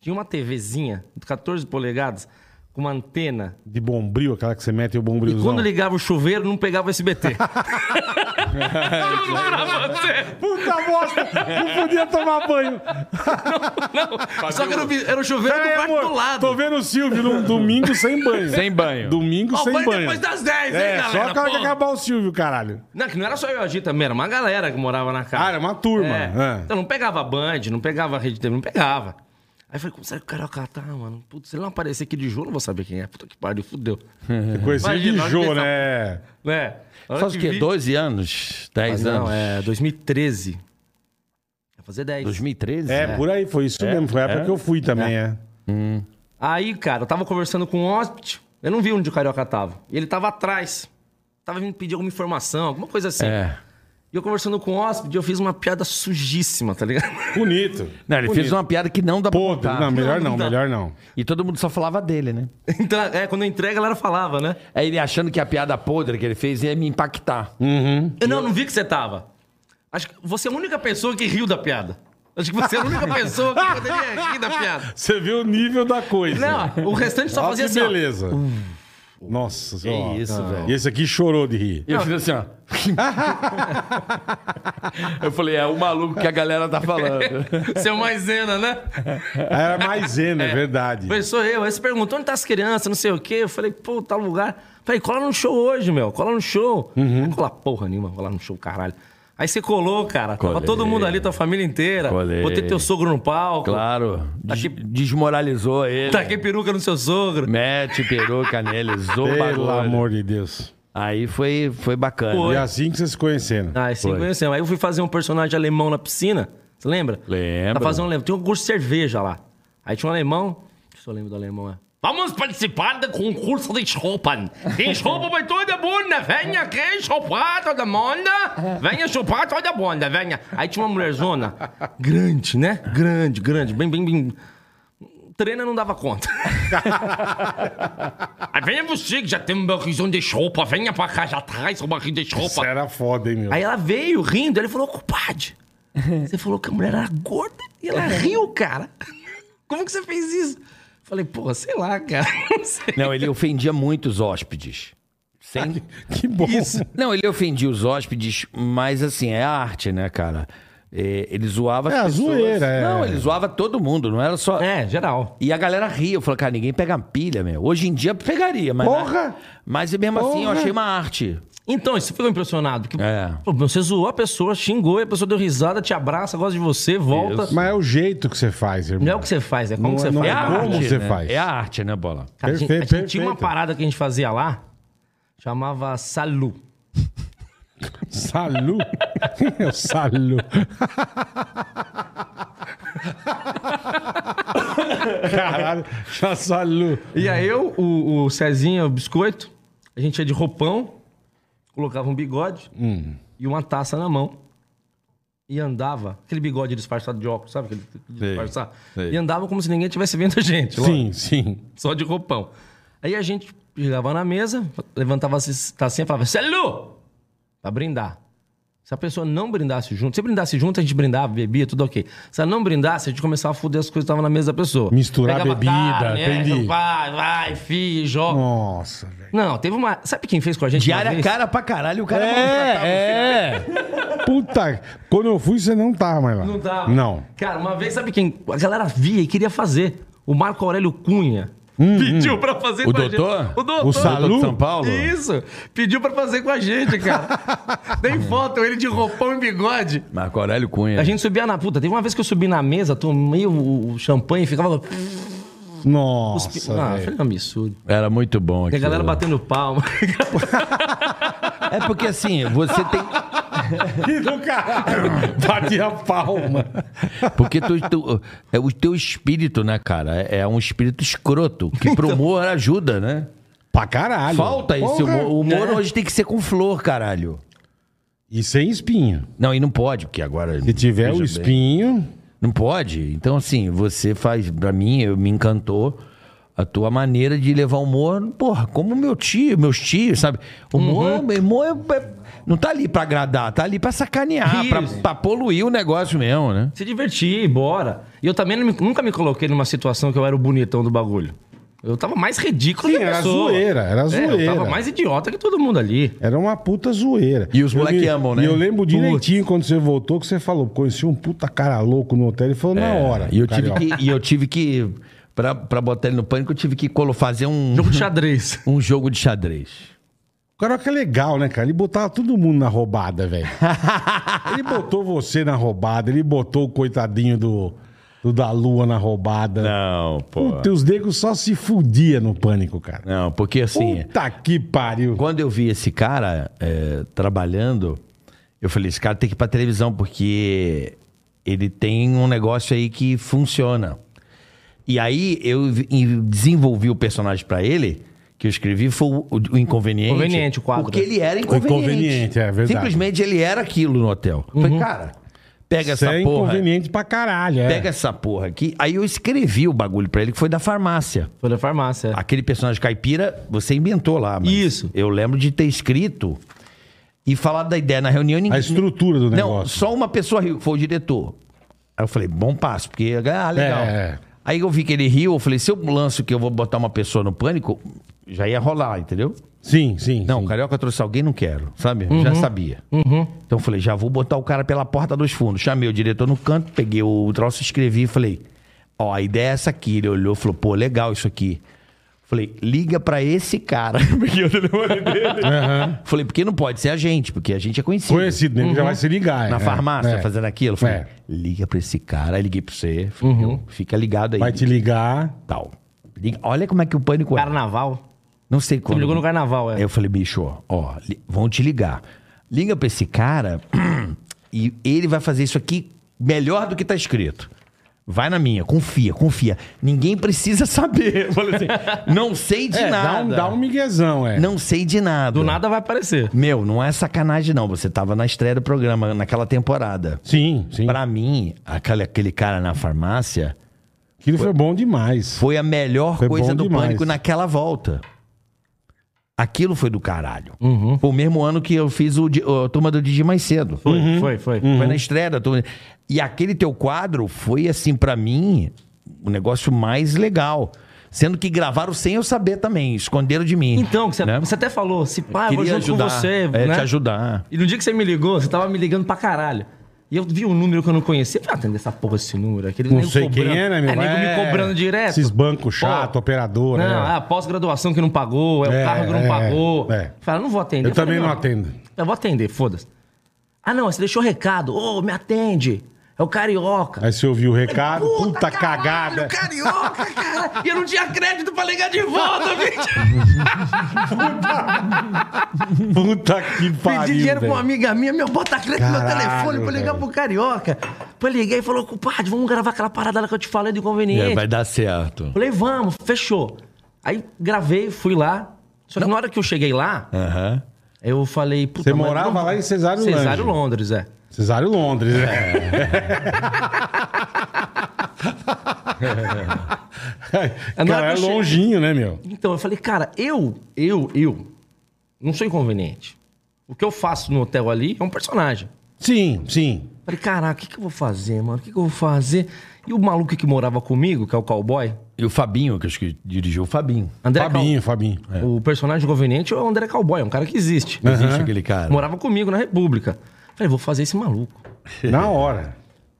Speaker 5: Tinha uma TVzinha de 14 polegadas com uma antena.
Speaker 4: De bombril, aquela que você mete o
Speaker 5: E
Speaker 4: bombrilzão.
Speaker 5: quando ligava o chuveiro, não pegava o SBT.
Speaker 4: Puta bosta! Não podia tomar banho.
Speaker 5: Só que era o, era o chuveiro
Speaker 4: Pera
Speaker 5: do
Speaker 4: aí,
Speaker 5: quarto
Speaker 4: É, amor,
Speaker 5: do lado.
Speaker 4: Tô vendo o Silvio num domingo sem banho.
Speaker 3: Sem banho.
Speaker 4: Domingo
Speaker 5: Ó,
Speaker 4: sem
Speaker 5: banho
Speaker 4: banho.
Speaker 5: depois das 10, hein,
Speaker 4: é,
Speaker 5: galera?
Speaker 4: só o cara que
Speaker 5: Pô.
Speaker 4: acabar o Silvio, caralho.
Speaker 5: Não, que não era só eu e a Gi também, era uma galera que morava na casa.
Speaker 4: Ah, era uma turma, é.
Speaker 5: Então não pegava Band, não pegava Rede TV, não pegava. Aí eu falei, como será que o Carioca tá, mano? Putz, se ele não aparecer aqui de jogo, eu não vou saber quem é. Puta que pariu, fudeu.
Speaker 4: Você conheceu de
Speaker 5: Então, Imagina,
Speaker 4: Jô,
Speaker 5: olha que
Speaker 4: né?
Speaker 5: né? A hora
Speaker 3: Faz o
Speaker 5: que
Speaker 3: quê?
Speaker 5: vi-
Speaker 3: 12 anos? 10
Speaker 5: Não,
Speaker 3: anos?
Speaker 5: é 2013. Vai fazer 10.
Speaker 3: 2013?
Speaker 4: É, por aí, foi isso mesmo. Foi a época que eu fui também, é.
Speaker 5: Aí, cara, eu tava conversando com o hóspede, eu não vi onde o Carioca tava. E ele tava atrás. Tava vindo pedir alguma informação, alguma coisa assim.
Speaker 3: É.
Speaker 5: E eu conversando com o hóspede, eu fiz uma piada sujíssima, tá ligado?
Speaker 4: Bonito.
Speaker 3: Não, ele fez uma piada que Tá. não dá pra
Speaker 4: é. Podre.
Speaker 3: contar.
Speaker 4: Não, melhor não,
Speaker 5: não dá.
Speaker 4: melhor não.
Speaker 3: E todo mundo só falava dele, né?
Speaker 5: Então, é, quando eu entrei, a galera falava, né?
Speaker 3: Aí É ele achando que a piada podre que ele fez ia me impactar.
Speaker 5: Eu não, não vi que você tava. Acho que você é a única pessoa que riu da piada. Acho que você é a única pessoa que poderia rir da piada.
Speaker 4: Você vê o nível da coisa.
Speaker 5: Não, o restante só
Speaker 4: Olha
Speaker 5: fazia
Speaker 4: que
Speaker 5: assim. ó.
Speaker 4: beleza. Nossa senhora. Ah.
Speaker 3: isso, velho.
Speaker 4: E esse aqui chorou de rir.
Speaker 3: E eu fiz assim, ó. eu falei, é o maluco que a galera tá falando.
Speaker 5: Seu maisena, né?
Speaker 4: Era maisena, é verdade.
Speaker 5: Falei, sou eu. Aí você perguntou onde tá as crianças, não sei o quê. Eu falei, pô, tal lugar. Falei, cola no show hoje, meu. Cola no show.
Speaker 3: Uhum.
Speaker 5: Não cola porra nenhuma, cola no show, caralho. Aí você colou, cara. Tava
Speaker 3: Colei.
Speaker 5: todo mundo ali, tua família inteira.
Speaker 3: Colei.
Speaker 5: Botei teu sogro no palco.
Speaker 3: Claro.
Speaker 4: Tá
Speaker 3: des- Desmoralizou ele.
Speaker 5: Taquei peruca no seu sogro.
Speaker 3: Mete peruca nele, zoou o
Speaker 4: Pelo
Speaker 3: bagulho.
Speaker 4: amor de Deus.
Speaker 3: Aí foi, foi bacana.
Speaker 5: Foi.
Speaker 4: E assim que vocês se conheceram.
Speaker 5: Ah, sim,
Speaker 3: Foi.
Speaker 5: conhecemos. Aí eu fui fazer um personagem alemão na piscina. Você lembra?
Speaker 3: Lembro.
Speaker 5: Tá fazendo um alemão. Tinha um curso de cerveja lá. Aí tinha um alemão. Deixa eu lembro do alemão, é. Vamos participar do concurso de Chopin. Quem chupa vai toda bunda. Venha aqui chupar toda bunda. Venha chupar toda bunda, venha. Aí tinha uma mulherzona. Grande, né? Grande, grande. Bem, bem, bem. Treina não dava conta. Aí venha você que já tem um barrizão de chopa. Venha pra cá, já traz o barril de
Speaker 4: Isso
Speaker 5: chopa.
Speaker 4: era foda, hein, meu?
Speaker 5: Aí ela veio rindo, ele falou, compadre, você falou que a mulher era gorda e ela riu, cara. Como que você fez isso? Falei, pô, sei lá, cara, não sei.
Speaker 3: Não, ele ofendia muito os hóspedes. Sem...
Speaker 4: Que bom.
Speaker 3: Não, ele ofendia os hóspedes, mas assim, é arte, né, cara? É, ele zoava
Speaker 4: É, a zoeira, é.
Speaker 3: Não, ele zoava todo mundo, não era só...
Speaker 5: É, geral.
Speaker 3: E a galera ria. Eu falei, cara, ninguém pega pilha, meu. Hoje em dia pegaria, mas. né?
Speaker 4: Porra!
Speaker 3: Mas mesmo assim, eu
Speaker 4: Porra!
Speaker 3: achei uma arte.
Speaker 5: Então, isso ficou impressionado. Porque,
Speaker 3: É.
Speaker 5: pô, você zoou a pessoa, xingou, e a pessoa deu risada, te abraça, gosta de você, volta.
Speaker 4: Mas é o jeito que você faz, irmão.
Speaker 5: Não é o que você faz, é como
Speaker 4: Não-
Speaker 5: você
Speaker 4: não
Speaker 5: faz.
Speaker 3: É a
Speaker 4: Como
Speaker 3: arte.
Speaker 4: você
Speaker 3: né?
Speaker 4: faz?
Speaker 3: É a arte, né, bola?
Speaker 5: Cara, a gente- a gente,
Speaker 4: Perfeito,
Speaker 5: tinha uma
Speaker 4: perfeito.
Speaker 5: parada que a gente fazia lá, chamava Salu.
Speaker 4: Salu. É o salu. Caralho, já salu.
Speaker 5: E aí eu, o, o Cezinha, o Biscoito, a gente ia de roupão, colocava um bigode e uma taça na mão. e andava, aquele bigode disfarçado de óculos, sabe? Aquele de
Speaker 4: Sei,
Speaker 5: disfarçar.
Speaker 4: sei.
Speaker 5: E andava como se ninguém tivesse vendo a gente. lógico.
Speaker 4: Sim, sim.
Speaker 5: Só de roupão. Aí a gente chegava na mesa, levantava a tacinha e falava, Celu! Pra brindar. Se a pessoa não brindasse junto, se brindasse junto, a gente brindava, bebia, tudo ok. Se ela não brindasse, a gente começava a foder as coisas que estavam na mesa da pessoa.
Speaker 4: Misturar bebida,
Speaker 5: é,
Speaker 4: entendi.
Speaker 5: Vai, vai, fio, joga.
Speaker 4: Nossa, velho.
Speaker 5: Não, teve uma. Sabe quem fez com a gente? uma
Speaker 3: Diária
Speaker 5: vez?
Speaker 3: cara pra caralho, o cara tá, maltratava É, o
Speaker 4: É, é. Puta, quando eu fui, você não tava mais lá.
Speaker 5: Não dá.
Speaker 4: Não.
Speaker 5: Cara, uma vez, sabe quem? A galera via e queria fazer. O Marco Aurélio Cunha. pediu pra fazer
Speaker 3: O
Speaker 5: com a
Speaker 3: doutor?
Speaker 5: gente. O doutor?
Speaker 4: O Salu?
Speaker 3: Doutor de São Paulo?
Speaker 5: Isso. Pediu pra fazer com a gente, cara. Tem foto, ele de roupão e bigode.
Speaker 3: Marco Aurélio Cunha.
Speaker 5: A gente subia na puta. Teve uma vez que eu subi na mesa, tomei o, o champanhe e ficava.
Speaker 4: Nossa,
Speaker 5: ah,
Speaker 4: velho.
Speaker 5: foi um absurdo.
Speaker 3: Era muito bom
Speaker 5: E a
Speaker 3: aqui.
Speaker 5: galera batendo palma.
Speaker 3: É porque assim, você tem.
Speaker 4: Que Ah, do caralho. Bati a palma.
Speaker 3: Porque tu, tu- é o teu espírito, né, cara? É é um espírito escroto. Que pro humor ajuda, né?
Speaker 4: Pra caralho.
Speaker 3: Falta isso. O
Speaker 4: Porra.
Speaker 3: humor, o humor hoje tem que ser com flor, caralho.
Speaker 4: E sem espinho.
Speaker 3: Não, e não pode, porque agora.
Speaker 4: é Se tiver
Speaker 3: veja
Speaker 4: o
Speaker 3: bem.
Speaker 4: espinho.
Speaker 3: Não pode. Então, assim, você faz. Pra mim, eu, me encantou a tua maneira de levar o humor. Porra, como meu tio, meus tios, sabe? O
Speaker 4: Uhum.
Speaker 3: humor, meu humor é- é- não tá ali pra agradar, tá ali pra sacanear, pra,
Speaker 5: Isso.
Speaker 3: pra poluir o negócio mesmo, né?
Speaker 5: se divertir, bora. E eu também não me- nunca me coloquei numa situação que eu era o bonitão do bagulho. Eu tava mais ridículo
Speaker 4: Sim,
Speaker 5: que a
Speaker 4: era
Speaker 5: pessoa.
Speaker 4: zoeira, era
Speaker 5: É, eu
Speaker 4: zoeira.
Speaker 5: tava mais idiota que todo mundo ali.
Speaker 4: Era uma puta zoeira.
Speaker 3: E os
Speaker 4: Eu
Speaker 3: moleque
Speaker 4: me-
Speaker 3: amam, né?
Speaker 4: E eu lembro direitinho quando você voltou que você falou, conheci um puta cara louco no hotel e falou na hora.
Speaker 3: É, E eu tive
Speaker 4: carioca.
Speaker 3: que. E eu tive que pra, pra botar ele no pânico, eu tive que colo- fazer um,
Speaker 5: Jogo de xadrez.
Speaker 3: um jogo de xadrez.
Speaker 4: O Carioca é legal, né, cara? Ele botava todo mundo na roubada, velho. ele botou você na roubada, ele botou o coitadinho do, do da lua na roubada.
Speaker 3: Não, pô.
Speaker 4: Puta, os negros só se fudia no pânico, cara.
Speaker 3: Não, porque assim.
Speaker 4: Puta que pariu.
Speaker 3: Quando eu vi esse cara é, trabalhando, eu falei, esse cara tem que ir pra televisão, porque ele tem um negócio aí que funciona. E aí eu vi- e desenvolvi o personagem pra ele, que eu escrevi, foi o, o inconveniente.
Speaker 5: Inconveniente, o quadro.
Speaker 3: Porque ele era inconveniente.
Speaker 4: inconveniente, é verdade.
Speaker 3: Simplesmente ele era aquilo no hotel. Eu Falei, cara, pega
Speaker 4: Isso
Speaker 3: essa
Speaker 4: é
Speaker 3: porra.
Speaker 4: inconveniente pra caralho, é.
Speaker 3: Pega essa porra aqui. Aí eu escrevi o bagulho pra ele, que foi da farmácia.
Speaker 5: Foi na farmácia.
Speaker 3: Aquele personagem caipira, você inventou lá. mas
Speaker 5: É. Isso.
Speaker 3: Eu lembro de ter escrito e falado da ideia na reunião. Ninguém,
Speaker 4: A estrutura do
Speaker 3: Não,
Speaker 4: negócio.
Speaker 3: só uma pessoa riu, que foi o diretor. Aí eu falei, bom passo, porque... Ah, legal.
Speaker 4: É.
Speaker 3: Aí eu vi que ele riu, eu falei, se eu lanço que eu vou botar uma pessoa no pânico, já ia rolar, entendeu?
Speaker 4: Sim, sim.
Speaker 3: Não,
Speaker 4: sim. Uhum.
Speaker 3: o Carioca trouxe alguém, não quero, sabe? Já sabia. Então eu falei, já vou botar o cara pela porta dos fundos. Chamei o diretor no canto, peguei o troço, escrevi e falei, ó, a ideia é essa aqui. Ele olhou e falou, pô, legal isso aqui. Falei, liga pra esse cara. Peguei o telefone dele. Falei, porque não pode ser a gente, porque a gente é conhecido.
Speaker 4: Conhecido, nego já vai se ligar.
Speaker 3: Na
Speaker 4: é,
Speaker 3: farmácia,
Speaker 4: é.
Speaker 3: fazendo aquilo. Falei,
Speaker 4: É. Uhum.
Speaker 3: liga pra esse cara. Aí liguei pra você. Falei, Fica ligado aí.
Speaker 4: Vai te ligar.
Speaker 3: Tal. Liga- Olha como é que o pânico é.
Speaker 5: Carnaval.
Speaker 3: Não sei
Speaker 5: Você
Speaker 3: quando.
Speaker 5: me ligou no carnaval,
Speaker 3: Aí
Speaker 5: é.
Speaker 3: eu falei, bicho, ó, ó, li- vão te ligar. Liga pra esse cara e ele vai fazer isso aqui melhor do que tá escrito. Vai na minha, confia, confia. Ninguém precisa saber. Eu falei assim, não sei de
Speaker 4: É, Dá um,
Speaker 3: nada.
Speaker 4: dá um miguezão, é.
Speaker 3: Não sei de nada.
Speaker 5: Do nada vai aparecer.
Speaker 3: Meu, não é sacanagem, não. Você tava na estreia do programa, naquela temporada.
Speaker 4: Sim, sim.
Speaker 3: Pra mim, aquele, aquele cara na farmácia
Speaker 4: Aquilo foi bom demais.
Speaker 3: foi a melhor
Speaker 4: Foi
Speaker 3: coisa
Speaker 4: bom
Speaker 3: do
Speaker 4: demais.
Speaker 3: pânico naquela volta. Aquilo foi do caralho.
Speaker 5: Uhum.
Speaker 3: Foi o mesmo ano que eu fiz o, Di- a turma do Didi mais cedo.
Speaker 5: Foi,
Speaker 4: Uhum.
Speaker 5: foi, foi.
Speaker 3: Foi na estreia da turma. E aquele teu quadro foi, assim, pra mim, o negócio mais legal. Sendo que gravaram sem eu saber também, esconderam de mim.
Speaker 5: Então, que você,
Speaker 3: né?
Speaker 5: você até falou, se pá, eu vou
Speaker 3: queria
Speaker 5: junto
Speaker 3: ajudar,
Speaker 5: com você,
Speaker 3: é,
Speaker 5: né?
Speaker 3: te ajudar.
Speaker 5: E no dia que você me ligou, você tava me ligigando pra caralho. E eu vi um número que eu não conhecia. Falei, ah, atender essa porra esse número. Aquele
Speaker 4: Não
Speaker 5: nego
Speaker 4: sei quem é, né, meu?
Speaker 5: É, nego
Speaker 4: É,
Speaker 5: me cobrando direto.
Speaker 4: Esses bancos chato,
Speaker 5: Pô,
Speaker 4: operador, né?
Speaker 5: Não, é a pós-graduação que não pagou, é o
Speaker 4: É,
Speaker 5: carro que não
Speaker 4: é,
Speaker 5: pagou.
Speaker 4: é.
Speaker 5: Fala, não vou atender.
Speaker 4: Eu
Speaker 5: falei,
Speaker 4: também não atendo.
Speaker 5: Eu vou atender, foda-se. Ah, não, você deixou recado. Ô, me atende. É o carioca.
Speaker 4: Aí você ouviu o recado, puta,
Speaker 5: caralho,
Speaker 4: cagada.
Speaker 5: Carioca, cara. E eu não tinha crédito pra ligar de volta, bicho.
Speaker 4: Puta que pariu.
Speaker 5: Pedi dinheiro pra
Speaker 4: velho.
Speaker 5: uma amiga minha, meu, bota crédito no meu
Speaker 4: Caralho,
Speaker 5: telefone pra ligar
Speaker 4: velho.
Speaker 5: pro carioca. Pra ligar e falou, compadre, vamos gravar aquela parada lá que eu te falei do
Speaker 3: É,
Speaker 5: inconveniente.
Speaker 3: vai dar certo.
Speaker 5: Falei, vamos, fechou. Aí gravei, fui lá. Só que na hora que eu cheguei lá,
Speaker 3: Aham.
Speaker 5: eu falei... puta,
Speaker 4: Você
Speaker 5: mas
Speaker 4: morava
Speaker 5: não-
Speaker 4: lá em Cesário
Speaker 5: Cesário
Speaker 4: Lange.
Speaker 5: Londres, é.
Speaker 4: Você Cesário Londres, né?
Speaker 5: É, na hora
Speaker 4: Cara, é
Speaker 5: que eu che-
Speaker 4: longinho, né, meu?
Speaker 5: Então, eu falei, cara, eu, eu, eu não sou inconveniente. O que eu faço no hotel ali é um personagem.
Speaker 4: Sim, sim.
Speaker 5: Falei, caraca, o que, que eu vou fazer, mano? O que, que eu vou fazer? E o maluco que morava comigo, que é o cowboy,
Speaker 3: E o Fabinho, que acho que dirigiu o Fabinho.
Speaker 5: André Cal-
Speaker 4: Fabinho, Fabinho. É.
Speaker 5: O personagem conveniente é o André Cowboy, é um cara que existe.
Speaker 3: Existe aquele cara.
Speaker 5: Morava comigo na República. Falei, vou fazer esse maluco.
Speaker 4: Na hora.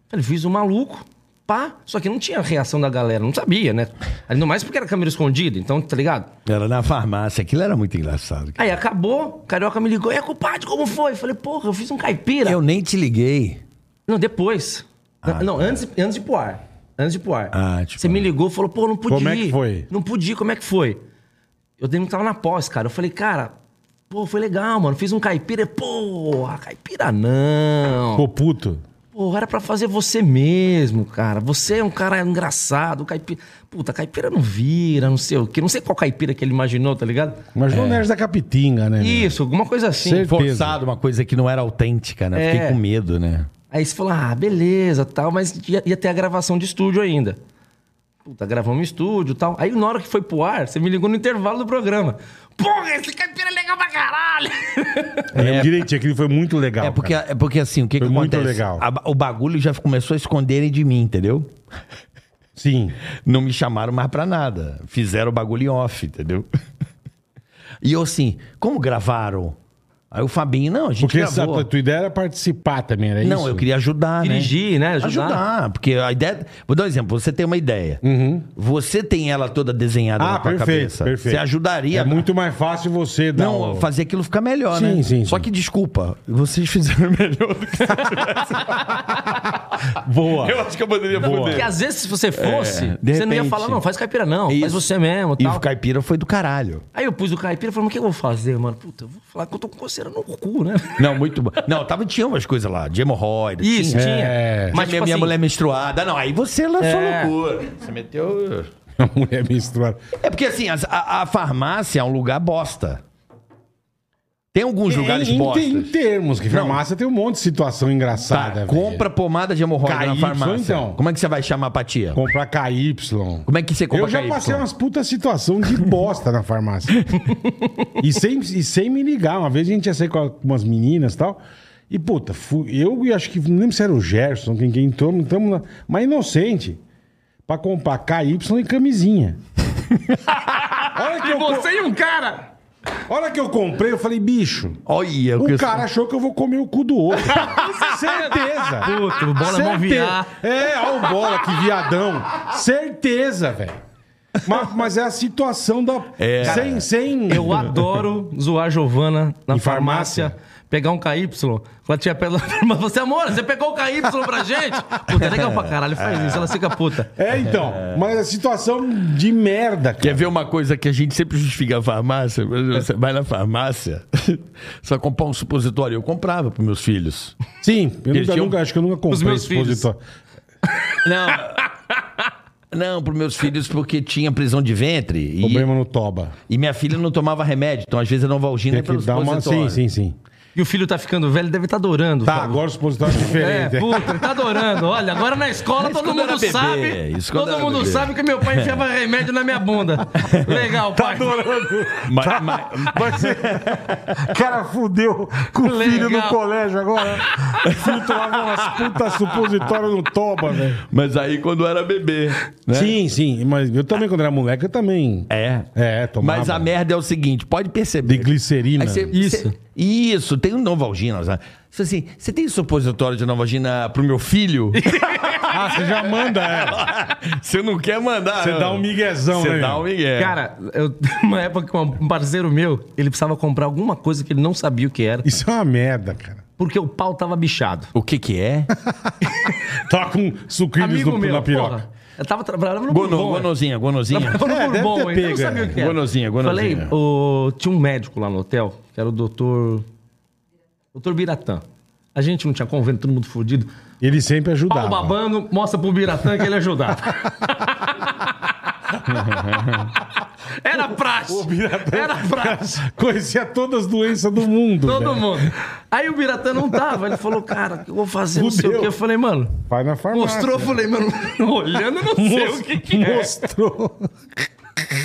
Speaker 5: Falei, fiz o maluco, pá. Só que não tinha reação da galera, não sabia, né? Ainda mais porque era câmera escondida, então, tá ligado?
Speaker 3: Era na farmácia. Aquilo era muito engraçado. cara.
Speaker 5: Aí acabou, o Carioca me ligou, e aí, compadre, como foi? Falei, porra, eu fiz um caipira.
Speaker 3: Eu nem te liguei.
Speaker 5: Não, depois.
Speaker 3: Ah,
Speaker 4: tá.
Speaker 5: não, antes, antes de ir pro ar. Antes de ir pro ar.
Speaker 3: Ah, tipo-
Speaker 5: Você me ligou e falou, pô, não podia.
Speaker 4: Como é que
Speaker 5: ir.
Speaker 4: foi?
Speaker 5: Não podia, como é que foi? Eu dei um tava na pós, cara. Eu falei, cara, pô, foi legal, mano. Fiz um caipira. Porra, caipira não.
Speaker 4: Ficou puto.
Speaker 5: Porra, era pra fazer você mesmo, cara. Você é um cara engraçado, caipira. Puta, caipira não vira, não sei o quê. Não sei qual caipira que ele imaginou, tá ligado?
Speaker 4: Imaginou o Nerd da Capitinga, né? meu?
Speaker 5: Isso, alguma coisa assim.
Speaker 4: Certeza.
Speaker 3: Forçado, uma coisa que não era autêntica, né?
Speaker 5: É.
Speaker 3: Fiquei com medo, né?
Speaker 5: Aí você falou, ah, beleza, tal, mas ia, ia ter a gravação de estúdio ainda. Puta, gravamos no estúdio tal. Aí na hora que foi pro ar, você me ligou no intervalo do programa. Porra, esse caipira é legal pra caralho!
Speaker 4: Eu
Speaker 5: é.
Speaker 4: lembro direitinho, aquilo foi muito legal.
Speaker 3: É porque,
Speaker 4: cara.
Speaker 3: é porque assim, o que, que
Speaker 4: Foi muito
Speaker 3: acontece?
Speaker 4: legal.
Speaker 3: A ba- o bagulho já começou a esconderem de mim, entendeu?
Speaker 4: Sim.
Speaker 3: Não me chamaram mais pra nada. Fizeram o bagulho em off, entendeu? E eu assim, como gravaram? Aí o Fabinho, não, a gente
Speaker 4: Porque essa,
Speaker 3: gravou.
Speaker 4: a tua ideia era participar também, era isso?
Speaker 3: Não, eu queria ajudar,
Speaker 5: Dirigir, né?
Speaker 3: né?
Speaker 5: Ajudar.
Speaker 3: porque a ideia... Vou dar um exemplo, você tem uma ideia.
Speaker 5: Uhum.
Speaker 3: Você tem ela toda desenhada
Speaker 4: Ah,
Speaker 3: na tua
Speaker 4: perfeito,
Speaker 3: cabeça.
Speaker 4: perfeito.
Speaker 3: Você ajudaria
Speaker 4: É muito mais fácil você dar. um
Speaker 3: Não,
Speaker 4: o-
Speaker 3: fazer aquilo ficar melhor,
Speaker 4: Sim,
Speaker 3: né?
Speaker 4: sim,
Speaker 3: Só
Speaker 4: sim.
Speaker 3: que, desculpa, vocês fizeram melhor do que se eu tivesse.
Speaker 4: Boa.
Speaker 3: acho que eu poderia
Speaker 4: Boa.
Speaker 5: Porque às vezes se você fosse,
Speaker 3: É, de
Speaker 5: você não ia
Speaker 3: repente.
Speaker 5: falar, não, faz caipira não, faz você mesmo
Speaker 3: E
Speaker 5: tal.
Speaker 3: o caipira foi do caralho.
Speaker 5: Aí eu pus o caipira e falei, mas o que eu vou fazer, mano? Puta, eu vou falar que eu tô com coceira no cu, né?
Speaker 3: Não, muito bom. Não, tava, tinha umas coisas lá, de hemorroida.
Speaker 5: Isso,
Speaker 3: tinha.
Speaker 5: tinha.
Speaker 4: É.
Speaker 5: Mas,
Speaker 3: Mas
Speaker 5: tipo
Speaker 3: minha
Speaker 5: assim,
Speaker 3: mulher menstruada. Não, aí você lançou
Speaker 5: É.
Speaker 3: loucura. Você meteu.
Speaker 4: A mulher misturada.
Speaker 3: É porque assim, as- a, a farmácia é um lugar bosta. Tem
Speaker 4: É,
Speaker 3: alguns lugares
Speaker 4: em,
Speaker 3: bosta.
Speaker 4: em termos, que
Speaker 3: Não.
Speaker 4: farmácia tem um monte de situação
Speaker 3: Tá,
Speaker 4: engraçada. velho.
Speaker 3: compra pomada de hemorroida na
Speaker 4: KY,
Speaker 3: farmácia.
Speaker 4: então.
Speaker 3: Como é que você vai chamar apatia?
Speaker 4: Comprar KY.
Speaker 3: Como é que você compra
Speaker 4: Eu já
Speaker 3: KY?
Speaker 4: passei umas putas situação de bosta na farmácia. e, sem, e sem me ligar. Uma vez a gente ia sair com a- com umas meninas e tal. E, puta, fui- eu e acho que não lembro se era o Gerson, quem, quem entrou, não tamo na, mas inocente. Pra comprar KY e camisinha. Olha que, eu, co-
Speaker 5: Você e um cara!
Speaker 4: hora que eu comprei, eu falei, bicho,
Speaker 3: Olha,
Speaker 4: o
Speaker 3: É que eu-
Speaker 4: cara achou que eu vou comer o cu do outro. Certeza.
Speaker 5: Puta, o bola é mó
Speaker 4: Certe-
Speaker 5: viar.
Speaker 4: É, ó o bola, que viadão. Certeza, velho. Mas, mas é a situação da.
Speaker 3: É.
Speaker 4: Sem. sem...
Speaker 5: Eu adoro zoar a Giovana na
Speaker 4: Em
Speaker 5: farmácia.
Speaker 4: farmácia.
Speaker 5: Pegar um KY, ela tinha pedra. Mas você, é amor, você pegou o KY pra gente? Puta, é legal pra caralho, faz isso, ela fica puta.
Speaker 4: É, então. Mas a situação de merda, cara.
Speaker 3: Quer ver uma coisa que a gente sempre justifica a farmácia? Você vai na farmácia, só comprar um supositório. Eu comprava para meus filhos.
Speaker 4: Sim, eu
Speaker 3: Eles
Speaker 4: nunca,
Speaker 3: tinham-
Speaker 4: nunca- acho que eu nunca
Speaker 5: Os
Speaker 4: comprei
Speaker 5: meus
Speaker 4: esse expositor.
Speaker 3: Não. Não, para meus filhos, porque tinha prisão de ventre. E,
Speaker 4: Problema no toba.
Speaker 3: e minha filha não tomava remédio. Então, às vezes, eu não valgina
Speaker 4: Tem
Speaker 3: é
Speaker 4: que
Speaker 3: pelo
Speaker 4: dar uma. Sim,
Speaker 3: supositório.
Speaker 4: sim, sim.
Speaker 5: E o filho tá ficando velho, deve estar tá adorando.
Speaker 4: Tá,
Speaker 5: Fábio.
Speaker 4: agora o expositório é diferente.
Speaker 5: É, puta, ele tá adorando. Olha, agora na escola
Speaker 3: É Isso
Speaker 5: todo
Speaker 3: quando
Speaker 5: mundo
Speaker 3: era bebê, é
Speaker 5: sabe.
Speaker 3: isso quando
Speaker 5: Todo
Speaker 3: era
Speaker 5: mundo
Speaker 3: bebê.
Speaker 5: sabe que meu pai enfiava remédio na minha bunda. Legal,
Speaker 3: Tá
Speaker 5: pai.
Speaker 3: Mas- mas-
Speaker 4: O cara fudeu com o filho no
Speaker 5: Legal.
Speaker 4: colégio agora. O filho tomava umas putas supositórias no toba, velho.
Speaker 3: mas aí, quando era bebê. né?
Speaker 4: Sim, sim. Mas eu
Speaker 5: Ah.
Speaker 4: também, quando era moleque, eu também.
Speaker 3: É.
Speaker 4: É, tomava.
Speaker 3: Mas a merda é o seguinte, pode perceber.
Speaker 4: De glicerina.
Speaker 3: Aí cê-
Speaker 5: Isso.
Speaker 3: cê- isso, tem um Novalgina. sabe? Você assim, você tem supositório de Novalgina pro meu filho?
Speaker 4: Ah, você já manda, é.
Speaker 3: Você não quer mandar.
Speaker 4: Você
Speaker 3: né?
Speaker 4: dá um miguezão,
Speaker 3: Você
Speaker 4: né,
Speaker 3: dá
Speaker 4: meu?
Speaker 3: um migué.
Speaker 5: Cara, eu, uma época que um parceiro meu, ele precisava comprar alguma coisa que ele não sabia o que era,
Speaker 4: Isso é uma merda, cara.
Speaker 5: porque o pau tava bichado.
Speaker 3: o que que é?
Speaker 4: Tá com sucrilhos
Speaker 5: Amigo
Speaker 4: no,
Speaker 5: meu,
Speaker 4: na piroca.
Speaker 5: porra. Eu tava trabalhando no
Speaker 3: Gono,
Speaker 5: Bourbon,
Speaker 3: gonozinha, gonozinha.
Speaker 5: Tava no
Speaker 4: É, deve
Speaker 5: Bourbon
Speaker 4: ter
Speaker 5: ainda, eu não
Speaker 4: pego,
Speaker 5: sabia
Speaker 4: é.
Speaker 5: o que era.
Speaker 3: Gonozinha, gonozinha.
Speaker 5: Falei, o- tinha um médico lá no hotel, que era o doutor... Doutor Biratã. A gente não tinha convênio, todo mundo fudido.
Speaker 4: Ele sempre
Speaker 5: Pau
Speaker 4: ajudava.
Speaker 5: babando, mostra pro Biratã que ele ajudava. Era praxe.
Speaker 4: O Biratã
Speaker 5: Era praxe.
Speaker 4: conhecia todas as doenças do mundo.
Speaker 5: Todo
Speaker 4: velho.
Speaker 5: mundo. Aí o Biratã não tava. Ele falou, cara, o que eu vou fazer? Não sei
Speaker 4: Fudeu.
Speaker 5: o que. Eu falei, mano.
Speaker 4: Vai na farmácia.
Speaker 5: Mostrou, eu falei, mano, olhando, eu não sei o que, que é.
Speaker 4: Mostrou.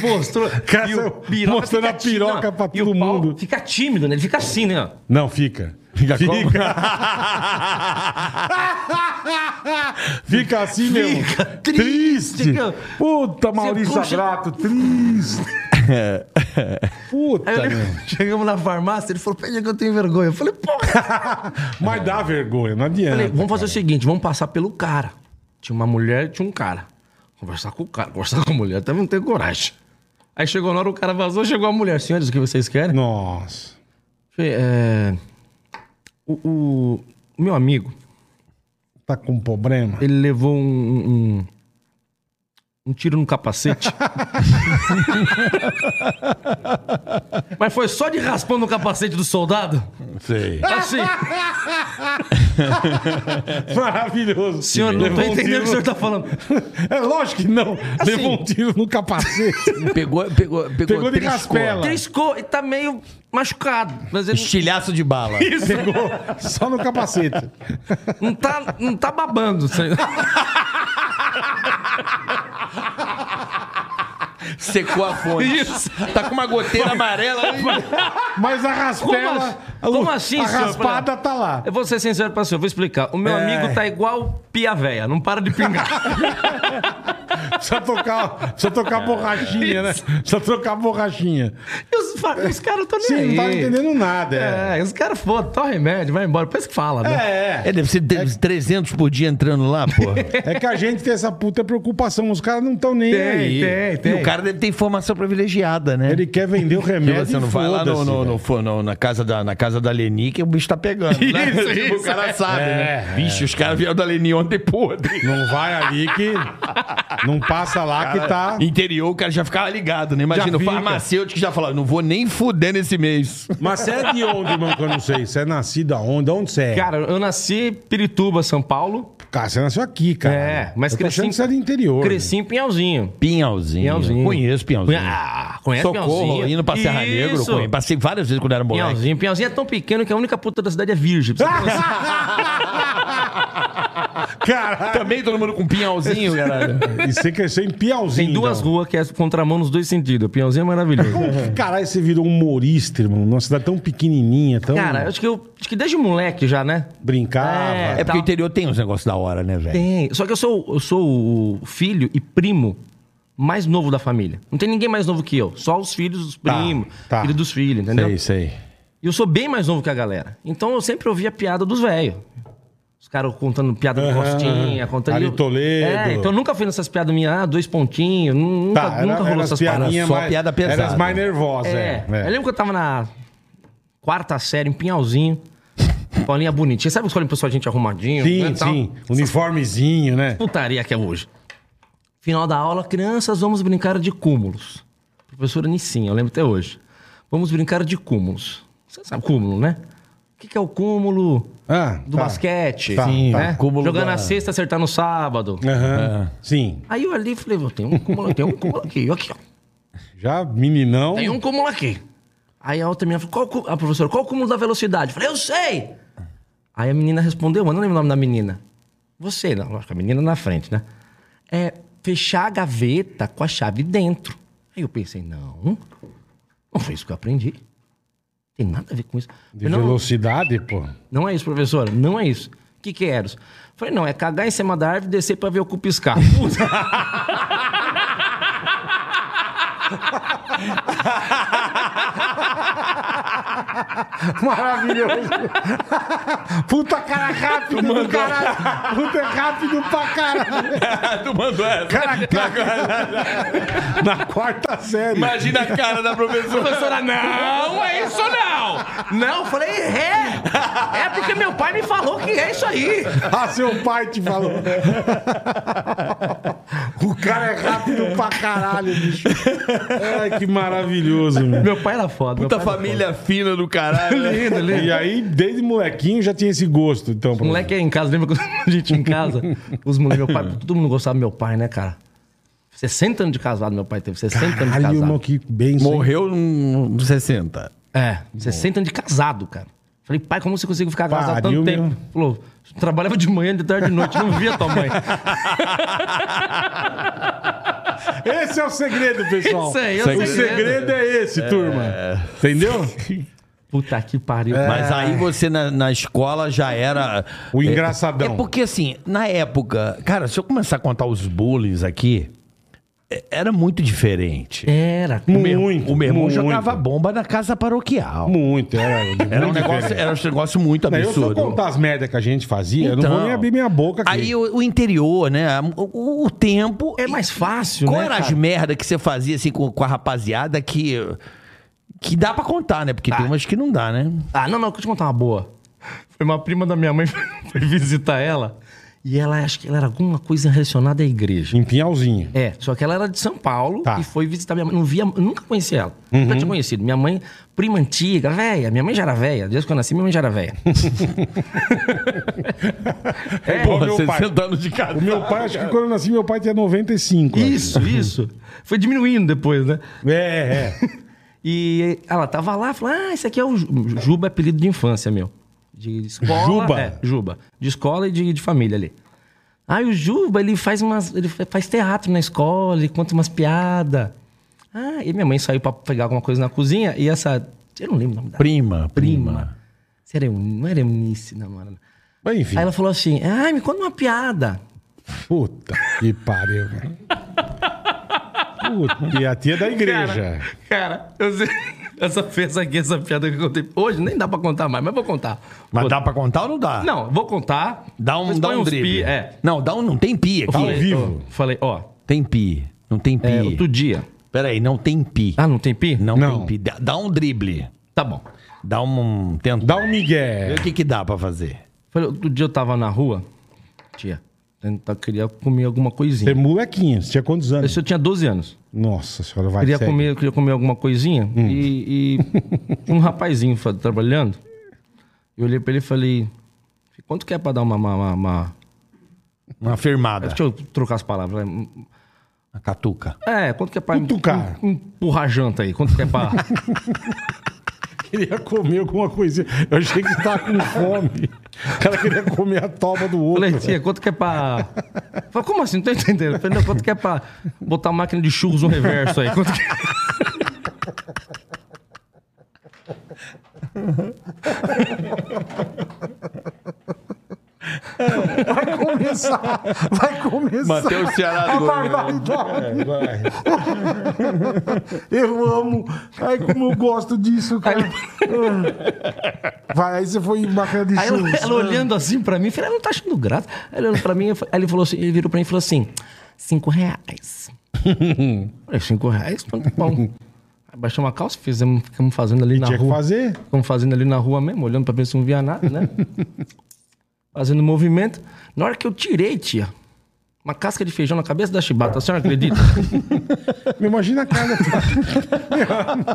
Speaker 5: Mostrou.
Speaker 4: Cara,
Speaker 5: piroca
Speaker 4: mostrando
Speaker 5: fica
Speaker 4: a piroca
Speaker 5: tímido,
Speaker 4: pra
Speaker 5: e o
Speaker 4: todo
Speaker 5: pau
Speaker 4: mundo.
Speaker 5: Fica tímido, né? Ele fica assim, né? ó.
Speaker 4: Não, fica. Fica Fica, fica assim, meu.
Speaker 5: Fica
Speaker 4: triste.
Speaker 5: triste, cara.
Speaker 4: Puta, Maurício
Speaker 5: puxa-
Speaker 4: Grato, triste. Puta,
Speaker 5: Aí eu lembro-
Speaker 4: meu.
Speaker 5: chegamos na farmácia, ele falou, pede que eu tenho vergonha. Eu falei, porra.
Speaker 4: Mas dá vergonha, não
Speaker 5: Eu
Speaker 4: adianta.
Speaker 5: falei, vamos fazer o seguinte, vamos passar pelo cara. Tinha uma mulher e tinha um cara. Conversar com o cara, conversar com a mulher, até não ter coragem. Aí chegou na hora, o cara vazou, chegou a mulher. Senhores, o que vocês querem?
Speaker 4: Nossa.
Speaker 5: Eu falei, é... O, o- o meu amigo,
Speaker 4: Tá com problema?
Speaker 5: ele levou um... um- um- um tiro no capacete. Mas foi só de raspão no capacete do soldado?
Speaker 3: Sei.
Speaker 5: Assim.
Speaker 4: Maravilhoso.
Speaker 5: Senhor, não tô
Speaker 4: Levou um
Speaker 5: entendendo o que o senhor
Speaker 4: tiro
Speaker 5: Assim, tá falando.
Speaker 4: no- É lógico que não. Levou um tiro no capacete.
Speaker 3: Pegou, pegou, pegou,
Speaker 4: Pegou de
Speaker 3: triscou.
Speaker 4: raspela.
Speaker 5: Triscou e tá meio machucado. Mas ele
Speaker 3: Estilhaço de bala.
Speaker 4: Pegou
Speaker 5: assim?
Speaker 4: só no capacete.
Speaker 5: não tá, não tá babando. senhor.
Speaker 3: Secou a fonte.
Speaker 5: Isso.
Speaker 3: Tá com uma goteira amarela.
Speaker 4: Mas a raspela.
Speaker 5: Como,
Speaker 4: a-
Speaker 5: assim,
Speaker 4: A
Speaker 5: senhor?
Speaker 4: raspada tá lá.
Speaker 5: Eu vou ser sincero pra senhor, vou explicar. O meu
Speaker 4: É.
Speaker 5: amigo tá igual pia véia, não para de pingar.
Speaker 4: Precisa tocar, precisa tocar a borrachinha, né? Precisa trocar a borrachinha.
Speaker 5: E os, fa- os caras não tão nem
Speaker 4: Sim, não tá
Speaker 5: aí.
Speaker 4: entendendo nada. É,
Speaker 5: É, os caras foda, toma remédio, vai embora. Depois que fala,
Speaker 4: é.
Speaker 5: né?
Speaker 4: é.
Speaker 3: É, deve ser de- 300 por dia entrando lá, porra.
Speaker 4: É que a gente tem essa puta preocupação. Os caras não estão nem aí.
Speaker 3: E o cara deve ter informação privilegiada, né?
Speaker 4: Ele quer vender o
Speaker 3: Que
Speaker 4: remédio.
Speaker 3: você não
Speaker 4: e
Speaker 3: vai lá no,
Speaker 4: foda-se,
Speaker 3: no-
Speaker 4: velho.
Speaker 3: no fo- no- na, casa da, na casa da Leni que o bicho tá pegando. né?
Speaker 5: Isso, isso,
Speaker 3: Tipo, o cara
Speaker 5: é.
Speaker 3: sabe, né? Bicho, os caras vieram da Leni ontem podre.
Speaker 4: Não vai ali que. Não passa lá que tá.
Speaker 3: Interior, o cara já ficava ligado, né? Imagina, o
Speaker 4: fica.
Speaker 3: farmacêutico que já falou, não vou nem fuder nesse mês.
Speaker 4: Mas você é de onde, irmão? Que eu não sei. Você é nascido aonde? Onde você é?
Speaker 5: Cara, eu nasci em Pirituba, São Paulo.
Speaker 4: Cara, você nasceu aqui, cara.
Speaker 5: É, mas
Speaker 4: eu tô
Speaker 5: cresci
Speaker 4: achando
Speaker 5: em-
Speaker 4: que você é do interior.
Speaker 5: Cresci em Pinhalzinho.
Speaker 3: Pinhalzinho.
Speaker 5: Pinhalzinho.
Speaker 3: Conheço Pinhalzinho.
Speaker 5: Ah, conhece
Speaker 3: Socorro,
Speaker 5: Pinhalzinho?
Speaker 3: indo pra Serra Negra, eu
Speaker 5: Isso.
Speaker 3: conhe- passei várias vezes quando era moleque.
Speaker 5: Pinhalzinho. Pinhalzinho é tão pequeno que a única puta da cidade é virgem. pra você ter noção.
Speaker 4: Caralho.
Speaker 3: Também todo mundo com Pinhalzinho, caralho.
Speaker 4: E você cresceu em Piauzinho.
Speaker 5: Tem duas
Speaker 4: então. Uhum.
Speaker 5: ruas que é contramão nos dois sentidos. Pinhalzinho é maravilhoso.
Speaker 3: Então,
Speaker 4: Caralho, você virou um humorista, irmão. Numa cidade tão pequenininha, tão.
Speaker 5: Cara, acho que eu acho que desde moleque já, né?
Speaker 4: Brincava.
Speaker 5: É.
Speaker 3: É porque o interior tem uns negócios da hora, né, velho?
Speaker 5: Tem. Só que eu sou, eu sou o filho e primo mais novo da família. Não tem ninguém mais novo que eu. Só os filhos dos
Speaker 4: Tá,
Speaker 5: primos,
Speaker 4: tá.
Speaker 5: filho dos filhos, entendeu?
Speaker 3: Sei, sei.
Speaker 5: E eu sou bem mais novo que a galera. Então eu sempre ouvia a piada dos velhos. Os caras contando piada do
Speaker 4: Aham,
Speaker 5: Costinha, contando.
Speaker 4: Ali Toledo.
Speaker 5: É, então eu nunca fui nessas piadas minhas, ah, dois pontinhos. nu- Nunca,
Speaker 4: Tá, era,
Speaker 5: nunca rolou
Speaker 4: era
Speaker 5: essas
Speaker 4: as
Speaker 5: paradas.
Speaker 4: piadinhas
Speaker 3: Só
Speaker 4: mais...
Speaker 3: piada pesada.
Speaker 4: Era as mais nervosas,
Speaker 5: É.
Speaker 4: é.
Speaker 5: Eu lembro que eu tava na quarta série, em Pinhalzinho. Paulinha bonitinha. Sabe escolhendo o pessoal, gente arrumadinho? né,
Speaker 4: Sim,
Speaker 5: tal?
Speaker 4: sim. Uniformezinho, né?
Speaker 5: Putaria que é hoje. Final da aula, crianças, vamos brincar de cúmulos. Professora Nissinha, eu lembro até hoje. Vamos brincar de cúmulos. Você sabe cúmulo, né? O que que é o cúmulo
Speaker 4: Ah,
Speaker 5: do
Speaker 4: tá.
Speaker 5: basquete?
Speaker 4: Tá,
Speaker 5: Sim, né?
Speaker 4: tá.
Speaker 3: Cúmulo
Speaker 5: Jogar
Speaker 3: da-
Speaker 5: na sexta, acertar no sábado.
Speaker 4: Aham.
Speaker 3: É.
Speaker 4: Sim.
Speaker 5: Aí eu ali falei, "Vô, tem um cúmulo, tem um cúmulo aqui, aqui, ó.
Speaker 4: Já meninão.
Speaker 5: Tem um cúmulo aqui. Aí a outra menina falou, qual, cu- a professora, qual o cúmulo da velocidade? Eu falei, eu sei! Aí a menina respondeu, eu não lembro o nome da menina. Você, não, lógico, a menina na frente, né? É fechar a gaveta com a chave dentro. Aí eu pensei, não, não foi isso que eu aprendi. Tem nada a ver com isso.
Speaker 4: De
Speaker 5: Eu falei, não,
Speaker 4: velocidade, pô.
Speaker 5: não é isso, professora, não é isso. O que que era? isso? Eu Falei, não, é cagar em cima da árvore e descer pra ver o cu piscar. Puta.
Speaker 4: Maravilhoso. Puta cara rápido do caralho. Puta é rápido pra caralho.
Speaker 3: tu mandou essa.
Speaker 4: Cara, Na quarta série.
Speaker 3: Imagina a cara da professora.
Speaker 5: professora, não, é isso não! Não, eu falei, é! É porque meu pai me falou que é isso aí!
Speaker 4: Ah, seu pai te falou. o cara é rápido pra caralho, bicho. Ai, que maravilhoso, meu.
Speaker 5: Meu pai era foda. meu
Speaker 3: Puta
Speaker 5: pai era
Speaker 3: família fina do caralho.
Speaker 5: foda.
Speaker 3: né?
Speaker 5: Lindo, lindo. é
Speaker 4: E aí, desde molequinho já tinha esse gosto, então. pra-
Speaker 5: Os moleque aí em casa, lembra quando a gente tinha em casa? Os moleques, meu pai, todo mundo gostava do meu pai, né, cara? 60 anos de casado, meu pai teve. 60 anos de
Speaker 4: Caralho,
Speaker 5: casado.
Speaker 4: irmão, que benção. hein?
Speaker 3: Morreu nos 60.
Speaker 5: É, 60 anos de casado, cara. Falei, pai, como você conseguiu ficar casado
Speaker 4: Pariu,
Speaker 5: tanto tempo?
Speaker 4: meu.
Speaker 5: Falou, trabalhava de manhã, de tarde, de noite, não via tua mãe.
Speaker 4: Esse é o segredo, pessoal.
Speaker 5: Isso aí, é o
Speaker 4: o segredo.
Speaker 5: segredo É.
Speaker 4: é esse, turma. Entendeu?
Speaker 5: Puta que pariu.
Speaker 4: É.
Speaker 3: Mas aí você na, na escola já era.
Speaker 4: O
Speaker 3: É-
Speaker 4: engraçadão.
Speaker 3: É porque assim, na época. Cara, se eu começar a contar os bullies aqui, é- era muito diferente.
Speaker 5: Era.
Speaker 3: O meu,
Speaker 4: Muito,
Speaker 3: o meu irmão
Speaker 4: muito.
Speaker 3: jogava bomba na casa paroquial.
Speaker 4: Muito,
Speaker 3: Era
Speaker 4: era.
Speaker 3: um,
Speaker 4: muito
Speaker 3: negócio,
Speaker 4: diferente.
Speaker 3: era um negócio muito
Speaker 4: Não, eu se eu
Speaker 3: absurdo.
Speaker 4: contar as merdas que a gente fazia, eu não vou
Speaker 3: Então,
Speaker 4: nem abrir minha boca aqui.
Speaker 3: Aí o, o interior, né? O, o- o tempo.
Speaker 5: É mais fácil,
Speaker 3: Qual
Speaker 5: né?
Speaker 3: era as
Speaker 5: cara?
Speaker 3: merda que você fazia assim com, com a rapaziada que. Que dá pra contar, né? Porque tem umas que não dá, né?
Speaker 5: Ah, não, não, deixa eu te contar uma boa. Foi uma prima da minha mãe, foi visitar ela. E ela, acho que ela era alguma coisa relacionada à igreja.
Speaker 4: Em Pinhalzinho.
Speaker 5: É, só que ela era de São Paulo
Speaker 4: Tá. Uhum.
Speaker 5: e foi visitar minha mãe. Não via, nunca conheci ela. Nunca tinha conhecido. Minha mãe, prima antiga, velha. Minha mãe já era velha. Desde que eu nasci, minha mãe já era velha.
Speaker 4: É,
Speaker 3: Pô,
Speaker 4: igual meu pai.
Speaker 3: anos de casa.
Speaker 4: O meu pai, acho que quando eu nasci, meu pai tinha 95. acho.
Speaker 5: Isso, isso. Foi diminuindo depois, né?
Speaker 4: É, é.
Speaker 5: E ela tava lá, falou: Ah, esse aqui é o Ju- Juba, é apelido de infância, meu. De escola.
Speaker 4: Juba?
Speaker 5: É, Juba. De escola e de, de família ali. Aí o Juba, ele faz umas. Ele fa- faz teatro na escola, ele conta umas piadas. Ah, e minha mãe saiu pra pegar alguma coisa na cozinha e essa. Eu não lembro o nome da
Speaker 3: Prima, prima.
Speaker 5: Se era Eu- não era Eunice, não, mano.
Speaker 4: Mas enfim.
Speaker 5: Aí ela falou assim: Ai, me conta uma piada.
Speaker 4: Puta que pariu, velho. Puta, e a tia da igreja.
Speaker 5: Cara, eu sei. Essa fez aqui, essa piada que eu contei. Hoje nem dá pra contar mais, mas vou contar.
Speaker 3: Mas
Speaker 5: Vou-
Speaker 3: dá pra contar ou não dá?
Speaker 5: Não, vou contar.
Speaker 3: Dá um,
Speaker 5: Mas
Speaker 3: dá
Speaker 5: põe
Speaker 3: um
Speaker 5: uns
Speaker 3: drible.
Speaker 5: pi, é.
Speaker 3: Não, dá um, não tem pi aqui.
Speaker 5: Eu falei,
Speaker 4: vivo.
Speaker 5: ó, falei, ó,
Speaker 3: Tem pi. Não tem pi.
Speaker 5: é, outro dia.
Speaker 3: Peraí, não tem pi.
Speaker 5: Ah, não tem pi?
Speaker 3: Não,
Speaker 4: Não.
Speaker 3: tem pi. Dá, dá um drible.
Speaker 5: Tá bom.
Speaker 3: Dá um... Tenta.
Speaker 4: Dá um migué.
Speaker 3: Vê o que que dá pra fazer.
Speaker 5: Falei, outro dia eu tava na rua, tia, tentar, queria comer alguma
Speaker 4: Você é
Speaker 5: coisinha.
Speaker 4: molequinho, você tinha quantos anos?
Speaker 5: Esse eu tinha 12 anos.
Speaker 4: Nossa senhora, vai
Speaker 5: Queria
Speaker 4: segue.
Speaker 5: comer, queria comer alguma coisinha e, e um rapazinho fa- trabalhando. Eu olhei pra ele e falei, quanto que é pra dar uma... uma, uma, uma...
Speaker 3: Uma afirmada.
Speaker 5: Deixa eu trocar as palavras.
Speaker 3: A catuca.
Speaker 5: É, quanto que é pra...
Speaker 4: Cutucar.
Speaker 5: em- em- Empurrar a janta aí, quanto que é pra...
Speaker 4: Queria comer alguma coisinha. Eu achei que você tava com fome. O cara queria comer a toba do outro.
Speaker 5: Falei, tia, quanto que é pra. Falei, como assim? Não tô entendendo. Falei, não, quanto que é pra botar a máquina de churros no reverso aí? Quanto que...
Speaker 4: Vai começar. Vai começar.
Speaker 3: Mateus Ceará do Goiânia.
Speaker 4: É, barbaridade. Eu amo. Ai, como eu gosto disso, cara. Vai, aí você foi em máquina de
Speaker 5: Aí ela,
Speaker 4: churros.
Speaker 5: ela olhando assim pra mim, falei, ela não tá achando graça. Aí Ela olhando pra mim, eu fa- aí ele falou assim, ele virou pra mim e falou assim: cinco reais. Falei, cinco reais? Então tá bom. Aí baixamos a calça, fizemos, ficamos fazendo ali na
Speaker 4: Tinha que
Speaker 5: rua.
Speaker 4: fazer.
Speaker 5: Ficamos fazendo ali na rua mesmo, olhando pra ver se não via nada, né? fazendo movimento. Na hora que eu tirei, tia, uma casca de feijão na cabeça da chibata, a senhora acredita?
Speaker 4: Imagina a cara.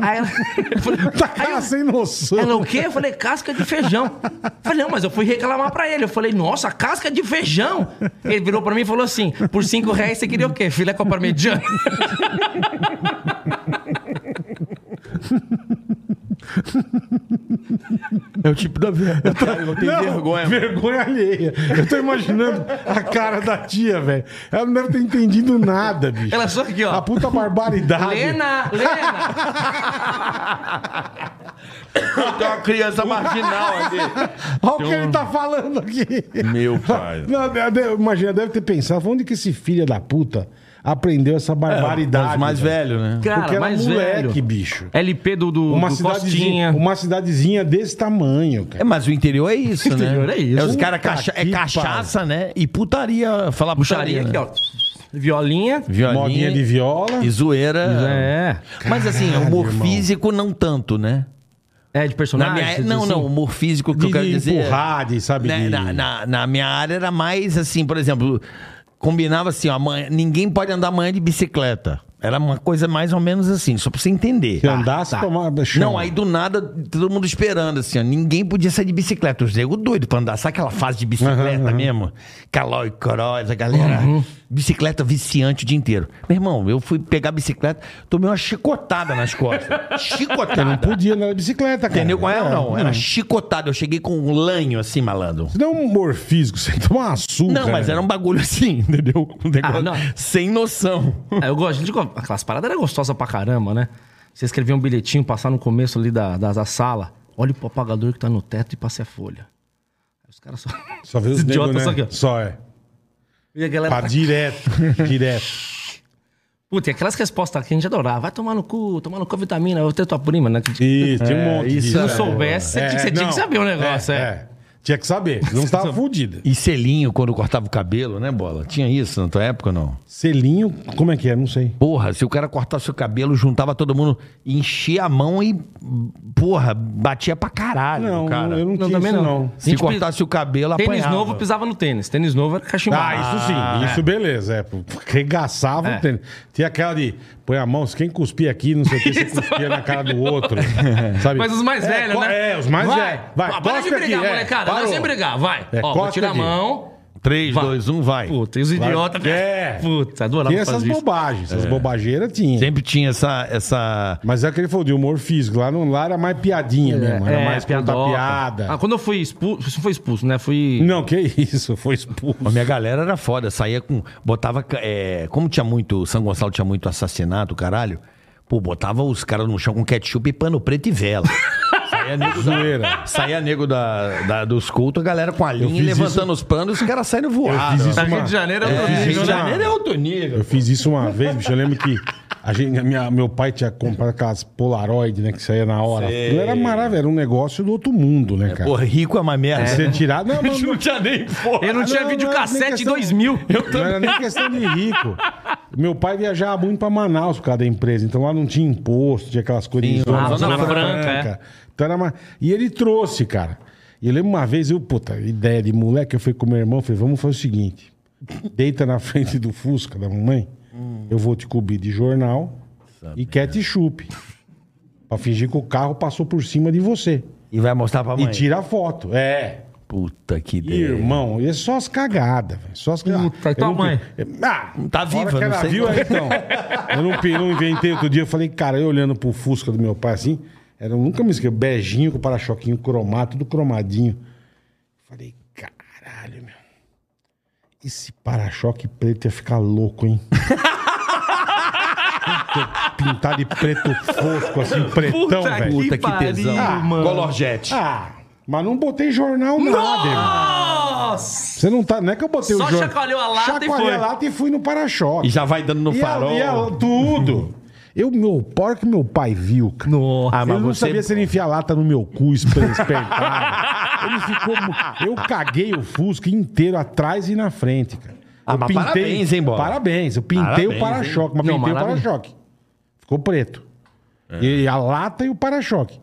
Speaker 5: Aí ela, eu falei,
Speaker 4: Tá cara sem noção.
Speaker 5: ela, o quê? Eu falei, casca de feijão. Eu falei, não, mas eu fui reclamar pra ele. Eu falei, nossa, casca de feijão. Ele virou pra mim e falou assim, por cinco reais você queria o quê? Filé com a parmegiana?
Speaker 3: É o tipo da vergonha. Eu tenho
Speaker 4: Não,
Speaker 3: vergonha.
Speaker 4: Vergonha alheia. Eu tô imaginando a cara da tia, velho. Ela não deve ter entendido nada, bicho.
Speaker 5: Ela só aqui,
Speaker 4: A
Speaker 5: ó.
Speaker 4: puta barbaridade.
Speaker 5: Lena, Lena.
Speaker 3: Tem uma criança marginal ali.
Speaker 4: Olha o que
Speaker 5: um
Speaker 4: ele tá falando aqui.
Speaker 3: Meu pai.
Speaker 4: Não, de- de- imagina, deve ter pensado, onde que esse filho da puta aprendeu essa barbaridade?
Speaker 3: Os É, mais
Speaker 4: velho?
Speaker 3: velho, né?
Speaker 4: Porque
Speaker 5: Cara,
Speaker 4: era
Speaker 5: mais
Speaker 4: moleque,
Speaker 5: velho.
Speaker 4: bicho.
Speaker 5: LP do, do,
Speaker 4: Uma,
Speaker 5: do
Speaker 4: cidadezinha,
Speaker 5: Costinha.
Speaker 4: uma cidadezinha desse tamanho,
Speaker 3: É,
Speaker 4: cara.
Speaker 3: mas o interior é isso, né?
Speaker 5: interior é isso.
Speaker 3: os caras
Speaker 4: Puta
Speaker 3: cacha... é
Speaker 4: que
Speaker 3: cachaça, né? E putaria, falar
Speaker 5: Puxaria
Speaker 3: putaria.
Speaker 5: aqui,
Speaker 3: né?
Speaker 5: ó. Violinha.
Speaker 3: Violinha
Speaker 4: Modinha de viola.
Speaker 3: e zoeira.
Speaker 5: É.
Speaker 3: Mas assim, humor
Speaker 4: irmão. Ah,
Speaker 3: físico não tanto, né?
Speaker 5: É de
Speaker 3: Na
Speaker 5: personagem?
Speaker 3: minha...
Speaker 5: você diz
Speaker 3: Não,
Speaker 5: assim?
Speaker 3: não, humor físico que eu
Speaker 4: De,
Speaker 3: quero
Speaker 4: de
Speaker 3: dizer. é-
Speaker 4: empurrar, de, sabe?
Speaker 3: né,
Speaker 4: de-
Speaker 3: na, na- na minha área era mais assim, por exemplo, combinava assim, ó, amanhã- ninguém pode andar amanhã de bicicleta. Era uma coisa mais ou menos assim, só pra você entender. Ah, tá.
Speaker 4: Se andasse, tomava chama.
Speaker 3: Não, aí do nada, todo mundo esperando, assim, ó. Ninguém podia sair de bicicleta. Os nego doido pra andar. Sabe aquela fase de bicicleta mesmo? Calói, corói, a galera.
Speaker 4: Uhum.
Speaker 3: Bicicleta viciante o dia inteiro. Meu irmão, eu fui pegar a bicicleta, tomei uma chicotada nas costas. chicotada.
Speaker 4: Não podia andar de bicicleta, cara. É,
Speaker 3: Entendeu qual era? Não, era
Speaker 4: Não.
Speaker 3: chicotada. Eu cheguei com um lanho assim, malandro.
Speaker 4: Se não um morfisco, você toma um açúcar.
Speaker 3: Não, mas era um bagulho assim, entendeu? Um negócio
Speaker 5: Ah, não.
Speaker 3: sem noção.
Speaker 5: Ah, eu gosto. de- Aquelas paradas eram gostosas pra caramba, né? Você escrevia um bilhetinho, passar no começo ali da, da, da sala. Olha o apagador que tá no teto e passe a folha. Aí Os caras só.
Speaker 4: Só vê os
Speaker 5: Esse
Speaker 4: negros,
Speaker 5: idiota
Speaker 4: né?
Speaker 5: só aqui, ó.
Speaker 4: Só é.
Speaker 5: E a galera.
Speaker 4: Pra direto, direto.
Speaker 5: Puta, e aquelas respostas que a gente adorava. Vai tomar no cu, tomar no cu a vitamina, eu tenho tua prima, né? Que-
Speaker 4: Ih, tem um monte
Speaker 3: isso
Speaker 4: disso.
Speaker 3: é-
Speaker 5: Se não soubesse, você tinha- você tinha que saber o negócio, é.
Speaker 4: Tinha que saber, senão você tava fodido.
Speaker 3: E selinho quando cortava o cabelo, né, Bola? Tinha isso na tua época ou não?
Speaker 4: Selinho, como é que é? Não sei.
Speaker 3: Porra, se o cara cortasse o cabelo, juntava todo mundo, enchia a mão e, porra, batia pra caralho,
Speaker 4: Não,
Speaker 3: não, cara.
Speaker 4: eu não, tinha
Speaker 5: também
Speaker 4: isso,
Speaker 5: não.
Speaker 4: não.
Speaker 3: Se
Speaker 5: Gente,
Speaker 3: cortasse o cabelo,
Speaker 5: Tênis
Speaker 3: apanhava.
Speaker 5: novo pisava no tênis. Tênis novo era
Speaker 4: Ah,
Speaker 5: cachimbado.
Speaker 4: isso sim. Isso beleza. É, pô, regaçava
Speaker 5: É.
Speaker 4: o tênis. Tinha aquela de põe a mão, se quem cuspir aqui, não sei o que, você cuspia na cara do outro. sabe?
Speaker 5: Mas os mais
Speaker 4: É,
Speaker 5: velhos,
Speaker 4: co-
Speaker 5: né?
Speaker 4: É, os mais
Speaker 5: vai.
Speaker 4: velhos. Vai,
Speaker 5: Ah, para de
Speaker 4: cospe
Speaker 5: brigar,
Speaker 4: aqui, é,
Speaker 5: molecada. Para
Speaker 4: parou.
Speaker 5: de brigar, vai.
Speaker 4: É,
Speaker 5: Ó, vou
Speaker 4: cospe
Speaker 5: tirar a
Speaker 4: aqui.
Speaker 5: mão.
Speaker 3: 3,
Speaker 5: Vai.
Speaker 3: 2, 1, vai.
Speaker 5: Puta, e os idiotas.
Speaker 4: É.
Speaker 5: Puta, adorava
Speaker 4: Tinha essas
Speaker 5: fazer isso. É.
Speaker 4: bobagens. Essas bobageiras tinha.
Speaker 3: Sempre tinha essa, essa...
Speaker 4: Mas é aquele foi de humor físico. Lá, não, lá era mais piadinha mesmo. Era mais contar
Speaker 5: É, piadoca.
Speaker 4: piada.
Speaker 5: Ah, quando eu fui expulso, isso foi expulso, né? Fui.
Speaker 4: Não, que isso. Foi expulso.
Speaker 3: A minha galera era foda, saía com... Botava... ca- é, como tinha muito... São Gonçalo tinha muito assassinato, caralho. Pô, botava os caras no chão com ketchup e pano preto e vela. saía nego da-
Speaker 4: Zoeira.
Speaker 3: Saía nego da, da- dos cultos, a galera com a linha e
Speaker 4: fiz
Speaker 3: levantando os panos e os caras saindo voados.
Speaker 4: isso
Speaker 5: Tá, Rio
Speaker 4: uma-
Speaker 5: de Janeiro é,
Speaker 4: eu
Speaker 5: outro
Speaker 4: fiz
Speaker 5: nível,
Speaker 4: isso
Speaker 5: né?
Speaker 4: na-
Speaker 3: outro nível.
Speaker 4: Eu fiz isso uma vez, bicho. Eu lembro que a gente, a minha- meu pai tinha comprado aquelas Polaroid, né? Que saía na hora. Aquilo Era maravilhoso. Era um negócio do outro mundo, né, cara?
Speaker 3: Pô, rico é uma merda.
Speaker 4: Você tirar... Não, mas não,
Speaker 3: tinha nem porra.
Speaker 5: Eu não tinha
Speaker 4: não, não é
Speaker 5: videocassete em
Speaker 4: questão-
Speaker 5: 2000.
Speaker 4: não era nem questão de rico. Meu pai viajava muito pra Manaus por causa da empresa. Então lá não tinha imposto, tinha aquelas coisas.
Speaker 3: Sim,
Speaker 4: em
Speaker 5: lá, Zona Franca,
Speaker 4: Então era uma... E ele trouxe, cara. E eu lembro uma vez, eu, puta, ideia de moleque, eu fui com meu irmão, eu falei, vamos fazer o seguinte. Deita na frente do Fusca da mamãe, eu vou te cobrir de jornal e ketchup. Pra fingir que o carro passou por cima de você.
Speaker 3: E vai mostrar pra mãe.
Speaker 4: E tira a foto. É.
Speaker 3: Puta que
Speaker 4: Ih,
Speaker 3: Deus.
Speaker 4: Irmão, e é só as cagadas, velho. Só as cagadas.
Speaker 5: Puta, e tua mãe?
Speaker 4: Ah,
Speaker 3: Tá
Speaker 4: a hora
Speaker 3: viva,
Speaker 4: que
Speaker 3: não
Speaker 4: ela
Speaker 3: sei
Speaker 4: viu,
Speaker 3: como.
Speaker 4: é, então. Eu não, pe- não inventei outro dia, eu falei, cara, eu olhando pro Fusca do meu pai assim, era, eu nunca me esqueci, beijinho com para-choquinho cromado, tudo cromadinho. Falei, caralho, meu. Esse para-choque preto ia ficar louco, hein? Puta, Pintar de preto fosco, assim, pretão,
Speaker 5: Puta
Speaker 4: velho.
Speaker 3: Puta
Speaker 5: Que
Speaker 3: que, tesão.
Speaker 5: pariu, mano.
Speaker 3: Colorjete.
Speaker 4: Ah, mas não botei jornal nada, irmão.
Speaker 5: Nossa!
Speaker 4: Você não tá. Não é que eu botei
Speaker 5: Só
Speaker 4: o jornal.
Speaker 5: chacoalhou a lata e
Speaker 4: Chacoalhei
Speaker 5: foi.
Speaker 4: a lata e fui no para-choque.
Speaker 3: E já vai dando no
Speaker 4: E a-
Speaker 3: farol.
Speaker 4: e a- tudo. Eu, meu, por que meu pai viu, cara.
Speaker 5: Nossa.
Speaker 3: Ah,
Speaker 4: ele
Speaker 3: mas
Speaker 4: não
Speaker 3: você-
Speaker 4: sabia se ele enfia a lata no meu cu, espe- espetado. ele ficou. mu- Eu caguei o Fusca inteiro atrás e na frente, cara.
Speaker 3: Ah,
Speaker 4: Eu
Speaker 3: mas parabéns, hein, Bola?
Speaker 4: Parabéns. Eu pintei
Speaker 3: Parabéns,
Speaker 4: o para-choque, mas
Speaker 5: hein? Não,
Speaker 4: pintei o
Speaker 5: maravilha.
Speaker 4: para-choque. Ficou preto. E a lata e o para-choque.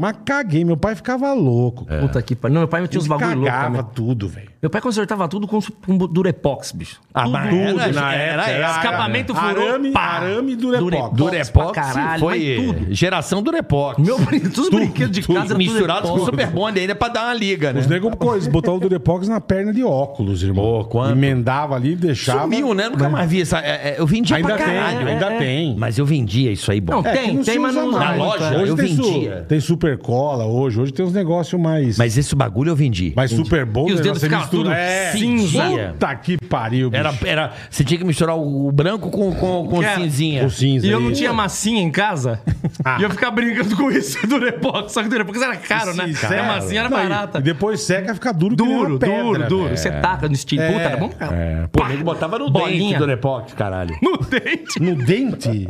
Speaker 4: Mas caguei, meu pai ficava louco.
Speaker 3: É.
Speaker 4: cara.
Speaker 5: Puta que pariu. Não, meu pai tinha uns
Speaker 4: Ele
Speaker 5: bagulho louco
Speaker 4: cagava
Speaker 5: também.
Speaker 3: né?
Speaker 4: tudo, velho.
Speaker 5: Meu pai consertava tudo com, su- com durepox, bicho.
Speaker 3: Ah, mas era- era- era-
Speaker 5: Escapamento furou.
Speaker 4: Arame,
Speaker 5: pá.
Speaker 4: arame e durepox.
Speaker 5: pra
Speaker 3: Durepox
Speaker 5: caralho,
Speaker 3: foi
Speaker 5: mas tudo.
Speaker 3: geração Durepox.
Speaker 5: Meu, todos os brinquedos de casa é eram
Speaker 3: Misturados com
Speaker 5: durepox.
Speaker 3: Super Bond ainda pra dar uma liga, né?
Speaker 4: Os nego coisa, botavam o Durepox na perna de óculos, irmão.
Speaker 3: Pô, quanto?
Speaker 4: Emendava ali e deixava.
Speaker 3: Sumiu, né? Nunca mais vi essa. é, é, eu vendia pra
Speaker 4: Ainda tem,
Speaker 3: caralho. É,
Speaker 4: ainda tem.
Speaker 3: Mas eu vendia isso aí, bom.
Speaker 5: Não, tem,
Speaker 4: É,
Speaker 5: tem,
Speaker 4: que se
Speaker 5: mas
Speaker 4: usa
Speaker 5: não
Speaker 4: mais. né?
Speaker 3: Na loja,
Speaker 4: hoje
Speaker 3: eu
Speaker 4: tem
Speaker 3: vendia.
Speaker 4: tem super cola hoje, hoje tem uns negócios mais.
Speaker 3: Mas esse bagulho eu vendi.
Speaker 4: mais super bom,
Speaker 5: E os
Speaker 4: né?
Speaker 5: dedos
Speaker 4: Você
Speaker 5: ficavam
Speaker 4: mistura-
Speaker 5: tudo
Speaker 4: é,
Speaker 5: cinza.
Speaker 4: Puta que pariu, bicho.
Speaker 3: Era, era, você tinha que misturar o, o branco com, com, com
Speaker 5: Cara,
Speaker 3: cinzinha.
Speaker 4: o cinza.
Speaker 5: E eu não
Speaker 4: aí.
Speaker 5: tinha massinha em casa.
Speaker 4: Ah.
Speaker 5: E eu ficava brincando com isso do Durepox. Só que o Durepox era caro, né?
Speaker 4: Sim,
Speaker 5: E a
Speaker 4: sério.
Speaker 5: massinha era
Speaker 4: Não, e-
Speaker 5: barata.
Speaker 4: E depois seca, fica duro que nem uma
Speaker 5: Duro,
Speaker 4: pedra,
Speaker 5: duro, duro.
Speaker 4: velho. É.
Speaker 5: Você taca no estilo. Puta, era bom, cara.
Speaker 3: Pô, nego botava no
Speaker 5: Bolinha.
Speaker 3: dente do Epox, caralho.
Speaker 5: No dente.
Speaker 4: No dente?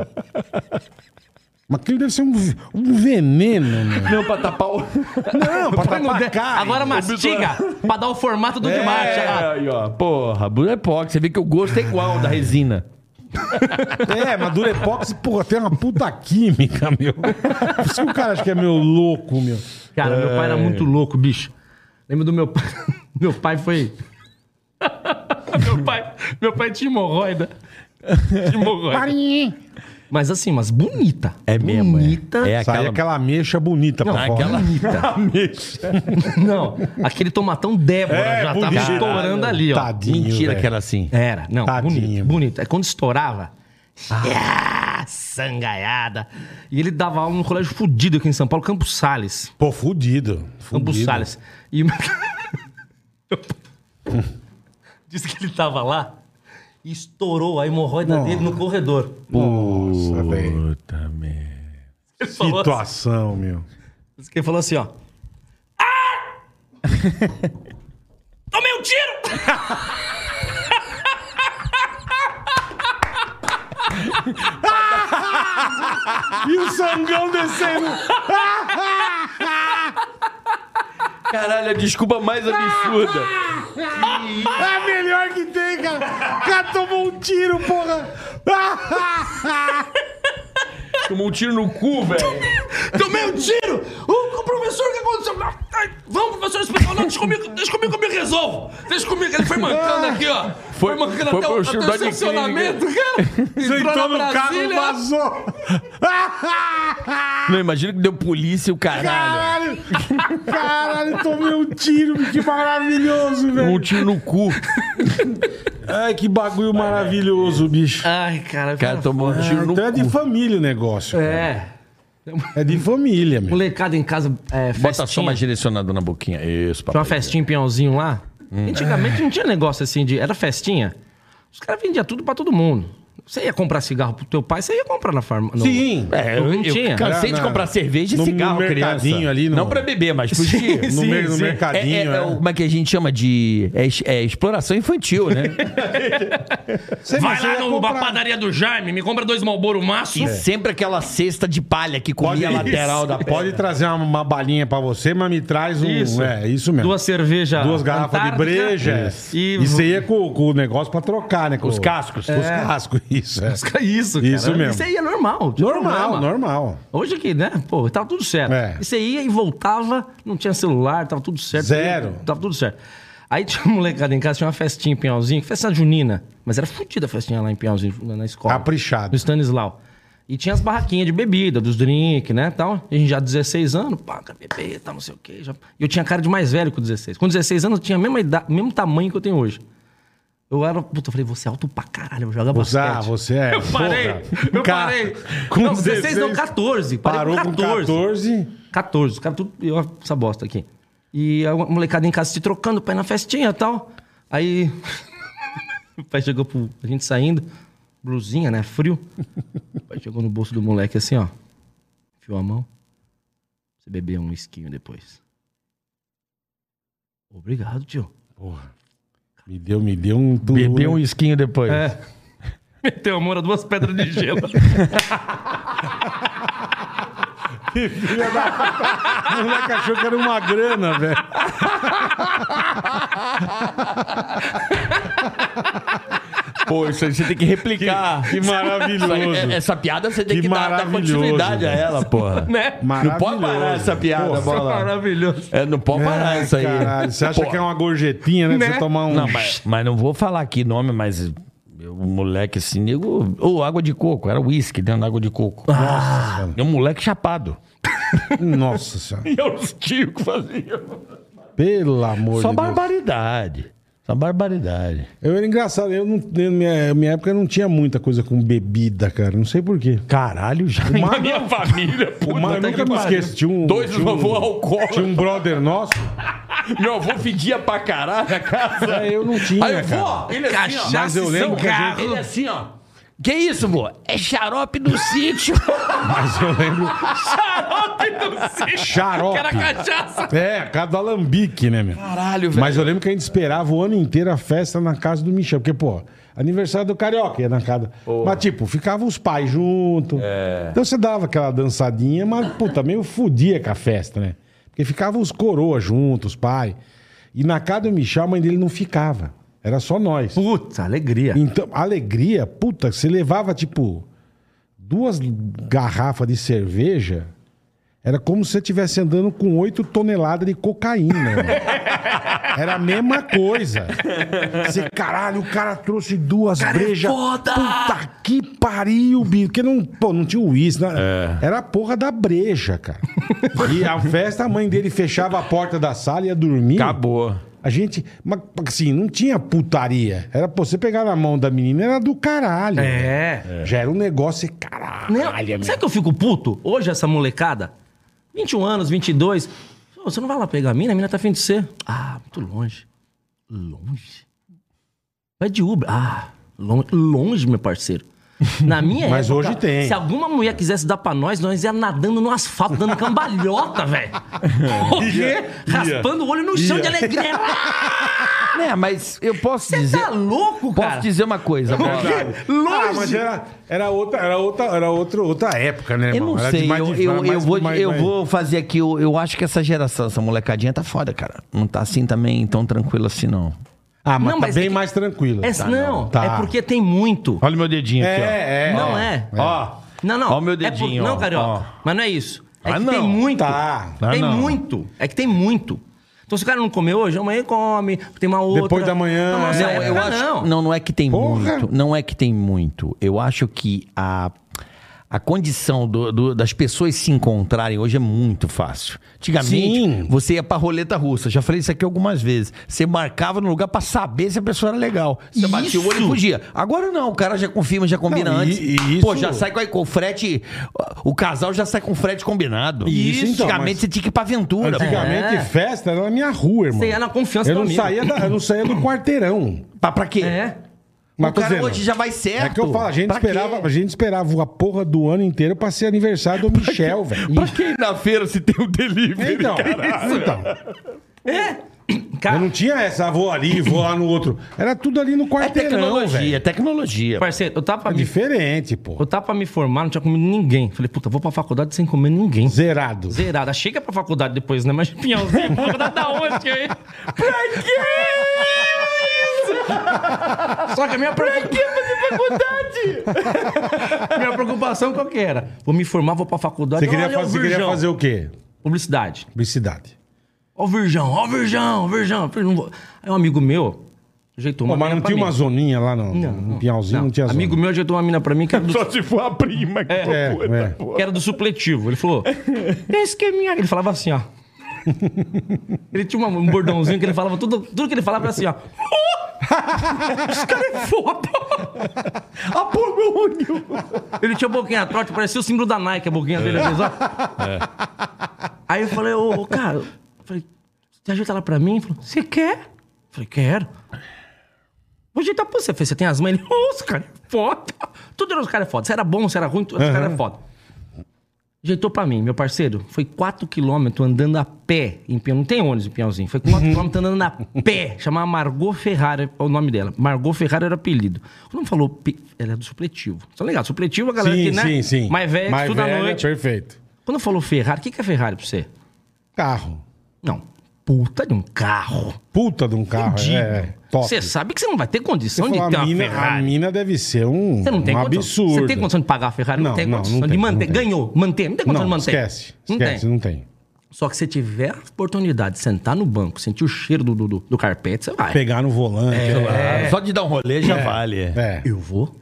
Speaker 4: Mas aquilo deve ser um, v- um veneno, né?
Speaker 3: Não, pra tapar o...
Speaker 4: Não, pra
Speaker 5: Põe no
Speaker 4: tapar a
Speaker 5: dente.
Speaker 4: cara.
Speaker 5: Agora mastiga pra dar o formato do de baixo. Ah,
Speaker 3: É, aí, ó. Porra, do Epox. Você vê que o gosto é igual da resina.
Speaker 4: É, mas Durepox, porra, tem uma puta química, meu. Por isso que o cara acha que é meu louco, meu.
Speaker 5: Cara, meu pai era muito louco, bicho. Lembro do meu pai. Meu pai foi. meu, pai, meu pai tinha hemorroida. Hemorroida.
Speaker 1: Parinhim.
Speaker 5: Mas assim, mas bonita.
Speaker 3: É mesmo, é.
Speaker 5: Bonita.
Speaker 3: É
Speaker 4: Sai
Speaker 3: aquela-
Speaker 4: aquela mecha bonita pra fora.
Speaker 3: aquela-
Speaker 5: Bonita. Não, aquele tomatão Débora
Speaker 4: É,
Speaker 5: já
Speaker 4: bonita.
Speaker 5: tava estourando ali, ó.
Speaker 4: Tadinho,
Speaker 3: Mentira
Speaker 4: velho.
Speaker 3: que era assim.
Speaker 5: Era, não,
Speaker 4: Tadinho.
Speaker 5: bonito, bonito. É quando estourava, ah, sangaiada. E ele dava aula num colégio fudido aqui em São Paulo, Campos Salles.
Speaker 4: Pô, fudido.
Speaker 5: Campos
Speaker 4: fudido.
Speaker 5: Salles. E... Diz que ele tava lá e estourou a hemorroida dele no corredor.
Speaker 4: Nossa, velho.
Speaker 3: Puta merda.
Speaker 5: Ele falou, assim,
Speaker 4: Situação, meu.
Speaker 5: diz que ele falou assim, ó. Ah! Tomei um tiro!
Speaker 4: E o sangão descendo.
Speaker 3: Caralho, a desculpa mais absurda.
Speaker 4: É a melhor que tem, cara. O cara tomou um tiro, porra.
Speaker 3: Tomou um tiro no cu, velho.
Speaker 5: Tomei um tiro! O, o professor, o que aconteceu? Ah, Ai, vamos, professor, explicar. Não, deixa comigo, deixa comigo que eu me resolvo. Deixa comigo. Ele foi mancando aqui, ó. Foi, mancando
Speaker 3: Ah! foi
Speaker 5: até, o,
Speaker 3: pro
Speaker 5: até o
Speaker 3: Cidade
Speaker 5: estacionamento, cara.
Speaker 4: Sentou no carro e
Speaker 5: Brasília.
Speaker 4: vazou.
Speaker 3: Não, imagina que deu polícia e o caralho.
Speaker 4: Caralho. Caralho, tomei um tiro. Que maravilhoso,
Speaker 3: Tomou um
Speaker 4: velho.
Speaker 3: tiro no cu.
Speaker 4: Ai, que bagulho maravilhoso, bicho.
Speaker 5: Ai, cara.
Speaker 3: O cara tomou um tiro no
Speaker 4: Então é de
Speaker 3: cu.
Speaker 4: família o negócio.
Speaker 5: É.
Speaker 4: É de família, meu.
Speaker 5: Molecada em casa, é, festinha.
Speaker 3: Bota só mais direcionado na boquinha. Isso,
Speaker 5: Tinha
Speaker 3: papai.
Speaker 5: uma festinha em Pinhãozinho lá. Antigamente não tinha negócio assim de... Era festinha. Os caras vendiam tudo pra todo mundo. Você ia comprar cigarro pro teu pai, você ia comprar na farmácia.
Speaker 4: Sim.
Speaker 3: É, eu,
Speaker 5: Não tinha.
Speaker 3: eu cansei de
Speaker 4: Não,
Speaker 3: comprar
Speaker 4: não.
Speaker 3: cerveja e
Speaker 4: No- no
Speaker 3: cigarro, criança.
Speaker 4: mercadinho ali, no-
Speaker 3: Não pra beber, mas pro tio.
Speaker 4: No, mer- no mercadinho,
Speaker 3: É, é, é o- como é que a gente chama de. É, es- é exploração infantil, né?
Speaker 4: Você
Speaker 5: Vai
Speaker 4: você
Speaker 5: lá
Speaker 4: ia
Speaker 5: no, na
Speaker 4: comprar- É.
Speaker 5: padaria do Jaime, me compra dois Malboro Maço.
Speaker 3: E sempre aquela cesta de palha que comia a lateral da pedra.
Speaker 4: Pode trazer uma, uma balinha pra você, mas me traz um.
Speaker 5: Isso.
Speaker 4: É, isso mesmo.
Speaker 5: Duas cervejas.
Speaker 4: Duas garrafas
Speaker 5: Antártica.
Speaker 4: de breja. é.
Speaker 5: E,
Speaker 4: E, você ia com, com o negócio pra trocar, né? Com
Speaker 3: Os cascos.
Speaker 4: Os cascos, isso. É.
Speaker 5: Isso, cara.
Speaker 4: Isso mesmo.
Speaker 5: Isso aí é normal. tinha
Speaker 4: Normal,
Speaker 5: problema.
Speaker 4: normal.
Speaker 5: Hoje que, né? Pô, tava tudo certo.
Speaker 4: É.
Speaker 5: E você ia e voltava, não tinha celular, tava tudo certo.
Speaker 4: Zero.
Speaker 5: Tava tudo certo. Aí tinha uma molecada em casa, tinha uma festinha em Pinhalzinho, festa junina. Mas era fodida a festinha lá em Pinhalzinho, na na escola.
Speaker 4: Caprichado.
Speaker 5: No Stanislau. E tinha as barraquinhas de bebida, dos drinks, né, tal. E a gente já 16 anos, pá, quer beber, tal, não sei o quê. já- E eu tinha cara de mais velho com 16. Com 16 anos eu tinha a mesma idade, o mesmo tamanho que eu tenho hoje. Eu era, puta, eu falei, você é alto pra caralho, eu jogo
Speaker 4: Você,
Speaker 5: basquete.
Speaker 4: ah, você é.
Speaker 5: Eu parei,
Speaker 4: porra.
Speaker 5: eu
Speaker 4: Ca-
Speaker 5: parei.
Speaker 4: Com
Speaker 5: não, 16, não,
Speaker 4: 14.
Speaker 5: 14. Parei
Speaker 4: Parou
Speaker 5: com 14.
Speaker 4: com 14.
Speaker 5: 14, os caras tudo. Eu, essa bosta aqui. E a molecada em casa se trocando, o pai na festinha e tal. Aí. o pai chegou pro. A gente saindo, blusinha, né? Frio. O pai chegou no bolso do moleque assim, ó. Enfiou a mão. Você bebeu um esquinho depois. Obrigado, tio.
Speaker 4: Me deu, me deu um. tu-
Speaker 3: Bebeu um esquinho depois.
Speaker 4: É.
Speaker 5: Meteu a mora duas pedras de gelo.
Speaker 4: O moleque achou que era uma grana, velho.
Speaker 3: Pô, isso aí você tem que replicar.
Speaker 4: Que maravilhoso.
Speaker 3: É- Essa piada você tem
Speaker 4: Que
Speaker 3: que, dar, dar
Speaker 4: maravilhoso.
Speaker 3: continuidade a ela, porra.
Speaker 5: né?
Speaker 3: Não pode parar essa piada, bola.
Speaker 5: Maravilhoso.
Speaker 3: É, não pode parar
Speaker 4: Ai,
Speaker 3: isso aí.
Speaker 4: caralho, você acha
Speaker 3: Pô,
Speaker 4: que é uma gorjetinha, né? Pra
Speaker 5: Né?
Speaker 4: Você tomar um.
Speaker 3: Não, mas, mas não vou falar aqui nome, mas eu, um moleque assim, nego. Ô, água de coco, era uísque dentro da água de coco.
Speaker 4: Ah.
Speaker 3: Nossa. É um moleque chapado.
Speaker 4: Nossa senhora.
Speaker 3: E os tios que faziam.
Speaker 4: Pelo amor
Speaker 3: Só
Speaker 4: de Deus.
Speaker 3: barbaridade. Só barbaridade.
Speaker 4: Eu era engraçado. Eu não, eu- minha, minha época não tinha muita coisa com bebida, cara. Não sei porquê.
Speaker 3: Caralho, já.
Speaker 4: Mas-
Speaker 3: Na minha família, pô.
Speaker 4: Mas eu nunca me esqueço. Tinha um,
Speaker 3: Dois
Speaker 4: tinha um,
Speaker 3: vovô alcoólatra.
Speaker 4: Tinha um brother nosso.
Speaker 3: Meu avô fedia pra caralho a casa.
Speaker 4: Aí É, eu não tinha,
Speaker 3: Aí eu,
Speaker 4: cara.
Speaker 3: vó, ele assim, ó.
Speaker 5: Cachaça
Speaker 4: Mas eu lembro
Speaker 5: e
Speaker 4: que a gente-
Speaker 5: cigarro.
Speaker 3: Ele assim, ó. Que isso, vô? É xarope do sítio.
Speaker 4: Mas eu lembro.
Speaker 5: Xarope do sítio.
Speaker 4: Xarope.
Speaker 5: Que era cachaça.
Speaker 4: É, a casa do Alambique, né, meu?
Speaker 3: Caralho, velho.
Speaker 4: Mas eu lembro que a gente esperava o ano inteiro a festa na casa do Michel. Porque, pô, aniversário do Carioca ia na casa. Mas, tipo, ficavam os pais junto.
Speaker 5: É.
Speaker 4: Então você dava aquela dançadinha, mas, pô, também eu fudia com a festa, né? Porque ficavam os coroas juntos, os pais. E na casa do Michel, a mãe dele não ficava. Era só nós.
Speaker 5: Puta, alegria.
Speaker 4: Então, alegria, puta, você levava, tipo, duas garrafas de cerveja Era como se você estivesse andando com 8 toneladas de cocaína. irmão. Era a mesma coisa. Você, caralho, o cara trouxe duas brejas.
Speaker 5: foda!
Speaker 4: Puta que pariu, bicho. Porque não, pô, não tinha uísque. não- Era a porra da breja, cara. E a festa, a mãe dele fechava a porta da sala e ia dormir.
Speaker 3: Acabou.
Speaker 4: A gente, mas assim, não tinha putaria. Era, pô, você pegar na mão da menina, era do caralho.
Speaker 5: É.
Speaker 4: É. Já era um negócio, e caralho.
Speaker 5: Não, sabe Né? que eu fico puto? Hoje, essa molecada, 21 anos, 22. Ô, Você não vai lá pegar a mina? A mina tá afim de você. Ah, muito longe. Longe? Vai de Uber. Ah, longe, longe meu parceiro. Na minha
Speaker 4: Mas
Speaker 5: época,
Speaker 4: hoje tem.
Speaker 5: Se alguma mulher quisesse dar pra nós, nós ia nadando no asfalto, dando cambalhota, velho. O quê? Raspando o olho no chão de alegria.
Speaker 3: Né, mas eu posso
Speaker 5: Você
Speaker 3: dizer.
Speaker 5: tá louco,
Speaker 3: Posso
Speaker 5: cara?
Speaker 3: dizer uma coisa, Bola?
Speaker 4: Ah, mas era, era, outra, era, outra, era outra, outra época, né,
Speaker 3: Eu
Speaker 4: irmão?
Speaker 3: não
Speaker 4: Era
Speaker 3: sei,
Speaker 4: demais
Speaker 3: eu,
Speaker 4: de-
Speaker 3: eu,
Speaker 4: mais-
Speaker 3: eu, vou,
Speaker 4: mais-
Speaker 3: eu
Speaker 4: mais-
Speaker 3: vou fazer aqui. Eu, eu acho que essa geração, essa molecadinha tá foda, cara. Não tá assim também tão tranquilo assim, não.
Speaker 4: Ah, mas
Speaker 5: Não,
Speaker 4: tá
Speaker 5: mas é
Speaker 4: bem
Speaker 5: que-
Speaker 4: mais tranquilo.
Speaker 5: É, não,
Speaker 4: Tá.
Speaker 5: é porque tem muito.
Speaker 3: Olha o meu dedinho aqui,
Speaker 4: É, é.
Speaker 5: Não é.
Speaker 3: ó. Ó.
Speaker 5: Não, não.
Speaker 3: Ó o meu
Speaker 5: É por-
Speaker 3: dedinho, ó.
Speaker 5: Não,
Speaker 3: Ó.
Speaker 5: Carioca. Mas não é isso. É
Speaker 3: Ah,
Speaker 5: que tem
Speaker 3: não.
Speaker 5: muito.
Speaker 4: Tá.
Speaker 3: Ah,
Speaker 5: tem
Speaker 3: não.
Speaker 5: muito. É que tem muito. Então, se o cara não comer hoje, amanhã ele come. Tem uma outra.
Speaker 4: Depois da manhã,
Speaker 5: Não, mas
Speaker 4: é.
Speaker 5: na
Speaker 3: Não, eu
Speaker 5: época,
Speaker 3: acho.
Speaker 5: não.
Speaker 3: Não. não, é que tem
Speaker 4: Porra.
Speaker 3: muito. Não é que tem muito. Eu acho que a, a condição do- do- das pessoas se encontrarem hoje é muito fácil. Antigamente,
Speaker 4: Sim.
Speaker 3: você ia pra roleta russa. Já falei isso aqui algumas vezes. Você marcava no lugar pra saber se a pessoa era legal. Você batia o olho e fugia. Agora não, o cara já confirma, já combina
Speaker 4: Não, e-
Speaker 3: antes.
Speaker 4: e
Speaker 3: Pô,
Speaker 4: isso-
Speaker 3: já sai com, com o frete. O casal já sai com o frete combinado.
Speaker 4: Isso, então,
Speaker 3: Antigamente
Speaker 4: mas-
Speaker 3: você tinha que ir pra aventura. pô.
Speaker 4: Antigamente,
Speaker 5: É.
Speaker 4: festa era na minha rua, irmão.
Speaker 5: Você ia na confiança
Speaker 4: eu
Speaker 5: do
Speaker 4: não
Speaker 5: amigo.
Speaker 4: saía da, Eu não saía do quarteirão.
Speaker 3: Pra, pra quê?
Speaker 5: É.
Speaker 4: Mas
Speaker 3: o
Speaker 4: tô
Speaker 3: cara
Speaker 4: dizendo,
Speaker 3: hoje já vai certo.
Speaker 4: É que eu falo, a gente,
Speaker 3: Pra quê?
Speaker 4: esperava, a gente esperava a porra do ano inteiro pra ser aniversário do Michel, velho.
Speaker 3: Pra quem na feira se tem um delivery?
Speaker 4: Então, então,
Speaker 5: É.
Speaker 4: eu
Speaker 5: Cara,
Speaker 4: não tinha essa, ah, vou ali, vou lá no outro. Era tudo ali no
Speaker 3: É
Speaker 4: quarteirão,
Speaker 3: tecnologia,
Speaker 4: velho.
Speaker 3: é tecnologia.
Speaker 5: parceiro, eu tava, pra
Speaker 4: É
Speaker 5: me,
Speaker 4: diferente, pô.
Speaker 5: eu tava pra me formar, não tinha comido ninguém. Falei, puta, vou pra faculdade sem comer ninguém.
Speaker 4: Zerado.
Speaker 5: Zerada. Chega pra faculdade depois, né? Mas pinhãozinho, faculdade da onde aí? Pra que isso? Só que a minha preocupação... Pra que fazer faculdade? minha preocupação qual que era? Vou me formar, vou pra faculdade.
Speaker 4: Você queria,
Speaker 5: Olha o
Speaker 4: fazer, você queria
Speaker 5: virgão.
Speaker 4: fazer o quê?
Speaker 5: Publicidade.
Speaker 4: Publicidade.
Speaker 5: Ó o virjão, ó o virjão, ó o virjão. Eu falei, não vou. Aí um amigo meu ajeitou uma
Speaker 4: Pô, mas
Speaker 5: mina
Speaker 4: não
Speaker 5: pra
Speaker 4: tinha
Speaker 5: mim.
Speaker 4: uma zoninha lá no, no Pinhalzinho? Não, tinha zona.
Speaker 5: Amigo meu ajeitou uma mina pra mim que era do
Speaker 3: Só se for a prima. que
Speaker 5: É.
Speaker 4: É,
Speaker 3: loucura.
Speaker 4: é.
Speaker 5: que era do supletivo. Ele falou, esse que é minha... Ele falava assim, ó. Ele tinha uma- um bordãozinho que ele falava, tudo, tudo que ele falava era assim, ó. Esse cara é foda.
Speaker 3: Ah, pô, meu olho.
Speaker 5: Ele tinha a boquinha trote, parecia o símbolo da Nike, a boquinha dele. assim, ó. Aí eu falei, ô, ô, cara, eu falei, você ajeita ela pra mim? Ele falou, você quer? Eu falei, quero. Vou ajeitar pra você. Eu falei, você tem as mães? Ele, ô, esse cara é foda. Tudo era os caras é foda. Se era bom, se era ruim, tudo os caras é foda. Ajeitou pra mim, meu parceiro. Foi 4km andando a pé em Pinhão. Não tem ônibus em Pinhãozinho. Foi
Speaker 4: Uhum.
Speaker 5: 4km andando a pé. Chamava Margot Ferrari, é o nome dela. Margot Ferrari era o apelido. Quando falou, pe- ela é do supletivo. Tá ligado? Supletivo, a galera
Speaker 4: Sim,
Speaker 5: que, né?
Speaker 4: sim, sim.
Speaker 5: Mais velha,
Speaker 4: Mais
Speaker 5: estuda à
Speaker 4: velha,
Speaker 5: noite.
Speaker 4: Perfeito.
Speaker 5: Quando falou Ferrari, o que, que é Ferrari pra você?
Speaker 4: Carro.
Speaker 5: Não. Puta de um carro.
Speaker 4: Puta de um carro. É, é. top.
Speaker 5: Você sabe que você não vai ter condição
Speaker 4: Você
Speaker 5: de
Speaker 4: falou,
Speaker 5: ter
Speaker 4: a,
Speaker 5: uma
Speaker 4: mina, a
Speaker 5: Ferrari.
Speaker 4: mina deve ser um,
Speaker 5: Você não tem
Speaker 4: um
Speaker 5: condição.
Speaker 4: absurdo.
Speaker 5: Você tem condição de pagar a Ferrari? Não,
Speaker 4: Não,
Speaker 5: tem
Speaker 4: não,
Speaker 5: condição
Speaker 4: não
Speaker 5: de
Speaker 4: tem,
Speaker 5: manter.
Speaker 4: não tem.
Speaker 5: Ganhou, manter. Não tem condição
Speaker 4: Não,
Speaker 5: de manter.
Speaker 4: esquece.
Speaker 5: Não
Speaker 4: esquece,
Speaker 5: tem.
Speaker 4: não tem.
Speaker 5: Só que se tiver a oportunidade de sentar no banco, sentir o cheiro do, do, do- do carpete, você vai.
Speaker 4: Pegar no volante.
Speaker 5: É,
Speaker 4: sei lá.
Speaker 6: É.
Speaker 3: Só de dar um rolê já vale.
Speaker 4: É.
Speaker 5: Eu vou.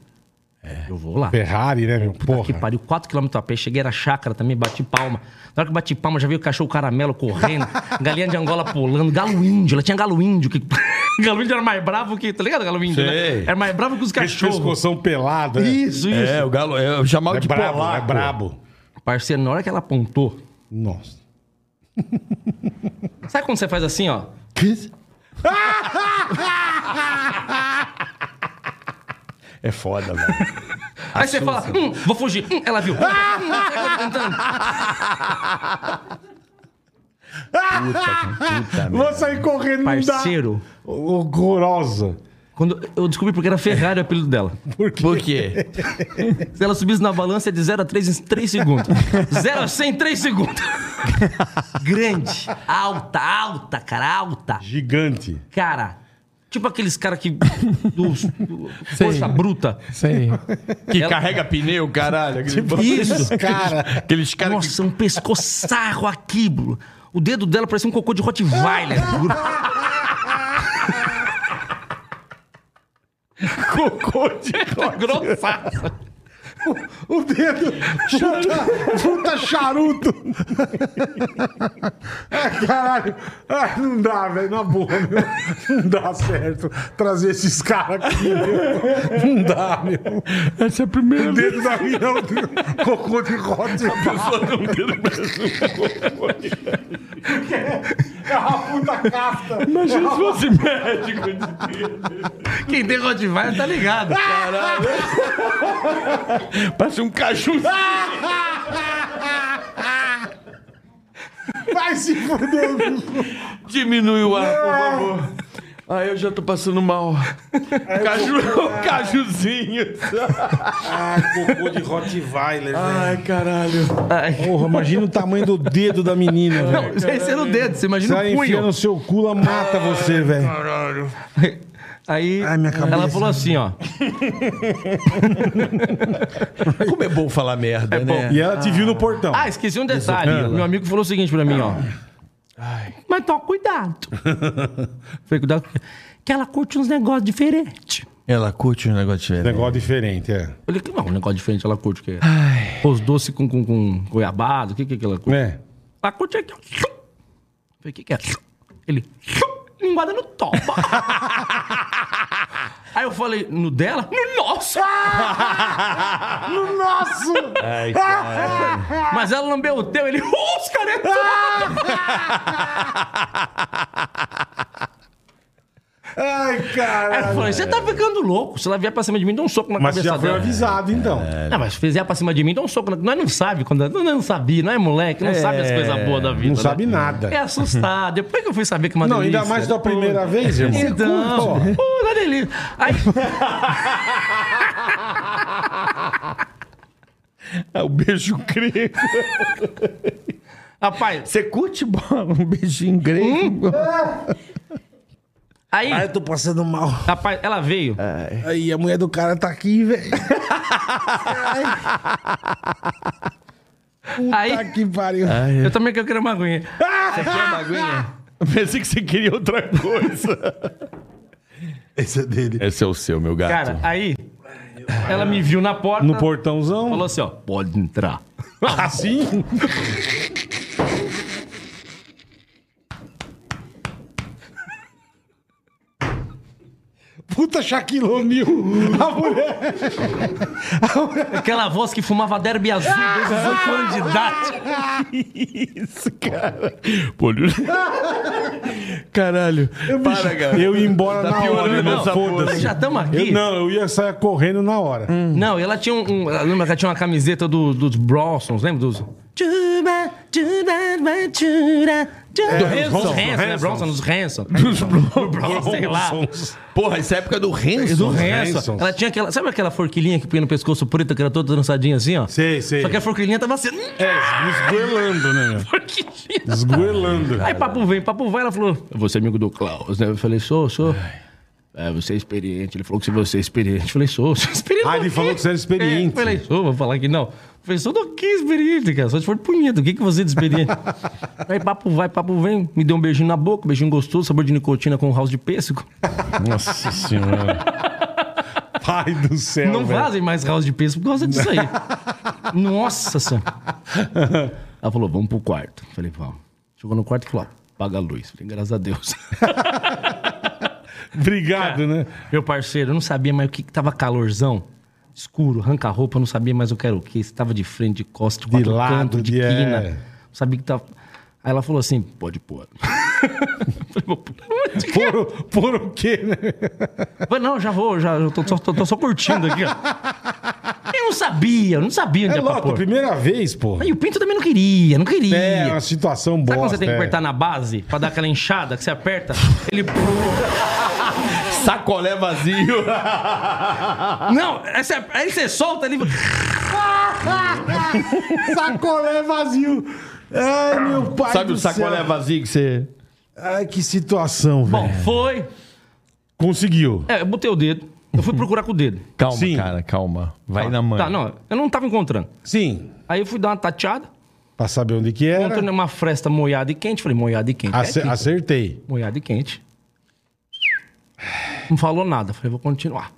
Speaker 5: Eu vou lá.
Speaker 4: Ferrari, né, meu?
Speaker 5: Puta que
Speaker 3: É.
Speaker 4: Porra.
Speaker 5: pariu, 4km a pé, cheguei na chácara também, bati palma. Na hora que eu bati palma, já veio o cachorro caramelo correndo, galinha de Angola pulando, galo índio, ela tinha galo índio. Que... galo índio era mais bravo que. Tá ligado, galo índio? Né?
Speaker 3: Sei.
Speaker 5: Era mais bravo que os cachorros.
Speaker 4: Pescoção pelado. né?
Speaker 5: Isso, isso.
Speaker 3: É, o galo, é, eu chamava
Speaker 4: É
Speaker 3: de
Speaker 4: brabo,
Speaker 3: polaco.
Speaker 4: é brabo.
Speaker 5: Parceiro, na hora que ela apontou.
Speaker 4: Nossa.
Speaker 5: Sabe quando você faz assim, ó?
Speaker 3: É foda, velho.
Speaker 5: Aí você fala, hum, vou fugir. Hum, ela viu. Hum, ela tá tentando.
Speaker 4: Vou sair correndo não dá.
Speaker 5: Parceiro,
Speaker 4: Horrorosa.
Speaker 5: quando eu descobri porque era Ferrari o apelido dela.
Speaker 3: Por quê?
Speaker 5: Se ela subisse na balança é de 0 a 3 em 3 segundos. 0 a 100 em 3 segundos. Grande. Alta, alta, cara, alta.
Speaker 4: Gigante.
Speaker 5: Cara, Tipo aqueles caras que. Dos, do- força bruta.
Speaker 6: Sei.
Speaker 3: Que
Speaker 5: Ela-
Speaker 3: carrega pneu, caralho. Aquele-
Speaker 5: Isso.
Speaker 4: Cara,
Speaker 3: Aqueles caras que
Speaker 5: Nossa, um pescoçarro aqui, Bruno. O dedo dela parecia um cocô de Rottweiler. Bruno.
Speaker 3: cocô de
Speaker 5: Grossaço.
Speaker 4: o dedo chuta, chuta charuto. Ah, caralho. Ah, não dá, velho. Na boa, meu. Não dá certo trazer esses caras aqui, meu. Não dá, meu.
Speaker 6: Essa é a primeira
Speaker 4: O
Speaker 6: vez.
Speaker 4: dedo da minha é o dedo- cocô de rote. É uma puta casta.
Speaker 6: Imagina se fosse médico.
Speaker 5: Quem tem Rottweiler tá ligado.
Speaker 4: Ah!
Speaker 3: Parece um caju.
Speaker 4: Vai se fuder, bicho.
Speaker 3: Diminui o ar, por favor. Ah, eu já tô passando mal. Caju, cajuzinho.
Speaker 4: Ah, cocô de Rottweiler, velho.
Speaker 3: Ai, caralho.
Speaker 5: Ai.
Speaker 4: Porra, imagina o tamanho do dedo da menina,
Speaker 5: Não,
Speaker 4: velho.
Speaker 5: isso aí é no dedo, você
Speaker 4: Se
Speaker 5: imagina
Speaker 4: ela
Speaker 5: o punho.
Speaker 4: enfia no seu cu, ela mata você, velho.
Speaker 5: Aí
Speaker 4: Ai, minha cabeça.
Speaker 5: ela falou assim, ó.
Speaker 3: Como é bom falar merda, né?
Speaker 4: E ela te viu no portão.
Speaker 5: Ah, esqueci um detalhe. Meu amigo falou o seguinte pra mim, ó. Mas toma cuidado. Falei, cuidado. Que ela curte uns negócios diferentes.
Speaker 3: Ela curte um negócio diferente.
Speaker 4: Negócio diferente, é.
Speaker 5: Eu falei, não, um negócio diferente ela curte o quê? Os doces com, com, com goiabado, o que, que que ela curte?
Speaker 4: É.
Speaker 5: Ela curte aqui, ó. Falei, o que que é? Ele, linguada no toba. Aí eu falei, no dela? No nosso!
Speaker 4: Nossa!
Speaker 3: Ai, cara.
Speaker 5: Mas ela lambeu o teu, ele, "Uh, os caretas!
Speaker 4: Ai,
Speaker 5: Aí eu
Speaker 4: cara.
Speaker 5: falei, você tá ficando louco. Se ela vier pra cima de mim, dá um soco na
Speaker 4: Mas você
Speaker 5: cabeça
Speaker 4: já foi
Speaker 5: dela.
Speaker 4: avisado, então.
Speaker 5: É. Não, mas se fizer pra cima de mim, dá um soco na... Nós não sabe quando... Nós não sabia, não é moleque, não sabe as coisas boas da vida.
Speaker 4: Não
Speaker 5: né?
Speaker 4: sabe nada.
Speaker 5: É assustado. Depois que eu fui saber que é uma
Speaker 4: Não,
Speaker 5: delícia.
Speaker 4: ainda mais da primeira vez, irmão.
Speaker 5: Então,
Speaker 4: Pô,
Speaker 5: pô, da delícia. Aí,
Speaker 3: Ah, o beijo grego.
Speaker 5: rapaz,
Speaker 3: Você curte bola? Um beijinho
Speaker 4: Hum?
Speaker 3: grego?
Speaker 5: aí,
Speaker 4: Ai, Ah, eu tô passando mal. É.
Speaker 5: rapaz, ela veio.
Speaker 4: Aí, a mulher do cara tá aqui, velho. Tá
Speaker 5: aí,
Speaker 4: aqui, pariu.
Speaker 5: eu também quero querer uma aguinha.
Speaker 3: Eu Pensei que você queria outra coisa.
Speaker 4: Esse é dele.
Speaker 3: Esse é o seu, meu gato.
Speaker 5: Cara, aí, ela me viu na porta.
Speaker 4: No portãozão?
Speaker 5: Falou assim, ó, pode entrar.
Speaker 4: Assim? Puta Shaquille O'Neal. A mulher.
Speaker 5: Aquela voz que fumava derby azul desde os 8 anos de idade.
Speaker 3: Isso, cara. Pô, olha- Caralho. Para, cara.
Speaker 4: Eu ia embora
Speaker 3: Tá
Speaker 4: na hora,
Speaker 3: piorando
Speaker 4: irmão.
Speaker 3: essa porra.
Speaker 4: Foda-se.
Speaker 5: Já estamos aqui.
Speaker 4: Eu, não, eu ia sair correndo na hora.
Speaker 5: Não, e ela tinha um. um- ela lembra que ela tinha uma camiseta do- dos Bronsons, lembra? Dos. Tchuba, tchuba, ba, tchura, tchuba.
Speaker 4: É, os
Speaker 5: Dos
Speaker 4: Hanson,
Speaker 5: Hanson, né?
Speaker 4: Hanson.
Speaker 5: Bronson, dos Hanson. Dos Bronson, sei lá.
Speaker 3: Porra, essa é época do
Speaker 5: Do
Speaker 3: Renzo.
Speaker 5: Hanson. Ela tinha aquela. Sabe aquela forquilhinha que punha no pescoço preto, que era toda trançadinha assim, ó?
Speaker 4: Sei, sei.
Speaker 5: Só que a forquilhinha tava assim.
Speaker 4: É, esgoelando, né? meu?
Speaker 5: Forquilhinha.
Speaker 4: Esgoelando.
Speaker 5: Aí papo vem, papo vai, ela falou, eu vou ser amigo do Klaus, né? Eu falei, sou, sou. É, você é experiente. Ele falou que você é experiente. Eu falei, sou, sou experiente.
Speaker 4: Ah,
Speaker 5: do
Speaker 4: ele
Speaker 5: quê?
Speaker 4: falou que você era experiente.
Speaker 5: É, eu falei, sou, vou falar que não. Eu falei, sou do que experiente, cara? Só se for de punheta, o que, que você é de experiente? Aí papo vai, papo vem, me deu um beijinho na boca, um beijinho gostoso, sabor de nicotina com house de pêssego.
Speaker 3: Nossa senhora.
Speaker 4: Pai do céu.
Speaker 5: não
Speaker 4: É velho.
Speaker 5: fazem mais house de pêssego por causa disso aí. Nossa senhora. Ela falou, vamos pro quarto. Eu falei, vamos. Chegou no quarto e falou, ó, apaga a luz. Eu falei, graças a Deus.
Speaker 4: Obrigado, né?
Speaker 5: Meu parceiro, eu não sabia mais o que, que tava calorzão. Escuro, arranca a roupa, eu não sabia mais o que era o que. Se tava de frente, de costa, de, quatro
Speaker 4: lado,
Speaker 5: cantos, de
Speaker 4: de-
Speaker 5: quina.
Speaker 4: é.
Speaker 5: Não sabia que tava. Aí ela falou assim: pode pôr. Falei, vou pôr. Onde que é?
Speaker 4: Por, o- por o quê, né?
Speaker 5: Falei, não, já vou, já eu tô, só- tô- tô só curtindo aqui, ó. Eu não sabia, eu não sabia onde
Speaker 4: É
Speaker 5: é pra
Speaker 4: lógico,
Speaker 5: pôr.
Speaker 4: primeira vez, pô.
Speaker 5: E o Pinto também não queria, não queria.
Speaker 4: É, uma situação é. boa.
Speaker 5: Sabe quando você tem que apertar na base pra dar aquela enxada que você aperta? Ele.
Speaker 3: Sacolé vazio.
Speaker 5: Não, aí você, aí você solta ele.
Speaker 4: Sacolé vazio. Ai, meu pai
Speaker 3: Sabe
Speaker 4: do
Speaker 3: o sacolé
Speaker 4: céu.
Speaker 3: vazio que você.
Speaker 4: Ai, que situação,
Speaker 5: Bom,
Speaker 4: velho.
Speaker 5: foi.
Speaker 4: Conseguiu.
Speaker 5: É, eu botei o dedo. Eu fui procurar com o dedo.
Speaker 3: Calma,
Speaker 4: Sim.
Speaker 3: cara, calma. Vai na mãe.
Speaker 5: Tá, não, eu não tava encontrando.
Speaker 4: Sim.
Speaker 5: Aí eu fui dar uma tateada,
Speaker 4: Pra saber onde que
Speaker 5: encontrei
Speaker 4: era.
Speaker 5: numa fresta moiada e quente. Falei, moiada e quente.
Speaker 3: Ah,
Speaker 5: é
Speaker 4: Ace-
Speaker 5: aqui, pô.
Speaker 4: acertei.
Speaker 5: Moiada e quente. Não falou nada. Falei, vou continuar.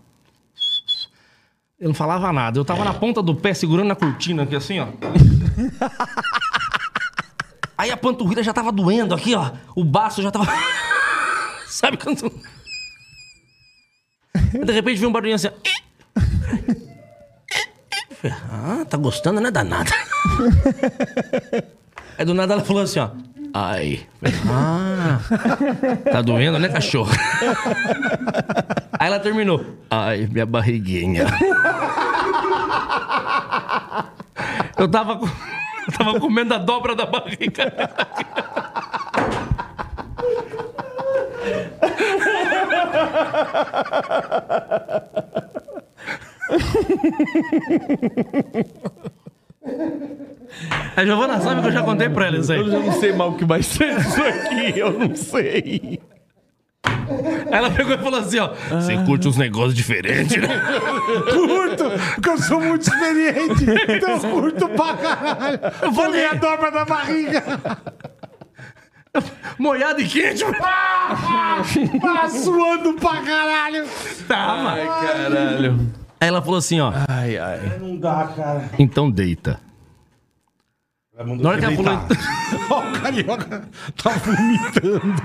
Speaker 5: Ele não falava nada. Eu tava na ponta do pé segurando na cortina aqui, assim, ó. Aí a panturrilha já tava doendo aqui, ó. O baço já tava. Sabe quando. De repente veio um barulhinho assim, ó. Falei, Ah, tá gostando, né? Danada. Aí do nada ela falou assim, ó. Ai. Tá doendo, né, cachorro? Aí ela terminou. Ai, minha barriguinha. Eu tava, com- eu tava comendo a dobra da barriga. A Giovana sabe que eu já contei pra ela isso aí.
Speaker 3: Eu não sei mal o que vai ser isso aqui, eu não sei.
Speaker 5: Ela pegou e falou assim, ó. Você curte uns negócios diferentes, né?
Speaker 4: Curto, porque eu sou muito experiente. Então eu curto pra caralho. Eu
Speaker 5: falei.
Speaker 4: a dobra da barriga.
Speaker 5: Molhado e quente.
Speaker 4: Tá suando pra caralho.
Speaker 5: Tava. Ai, Tá, caralho. Aí ela falou assim, ó.
Speaker 3: Ai, ai.
Speaker 4: Não dá, cara.
Speaker 5: Então deita. Na hora que ela falou, então-
Speaker 4: Ó, o carioca tá vomitando.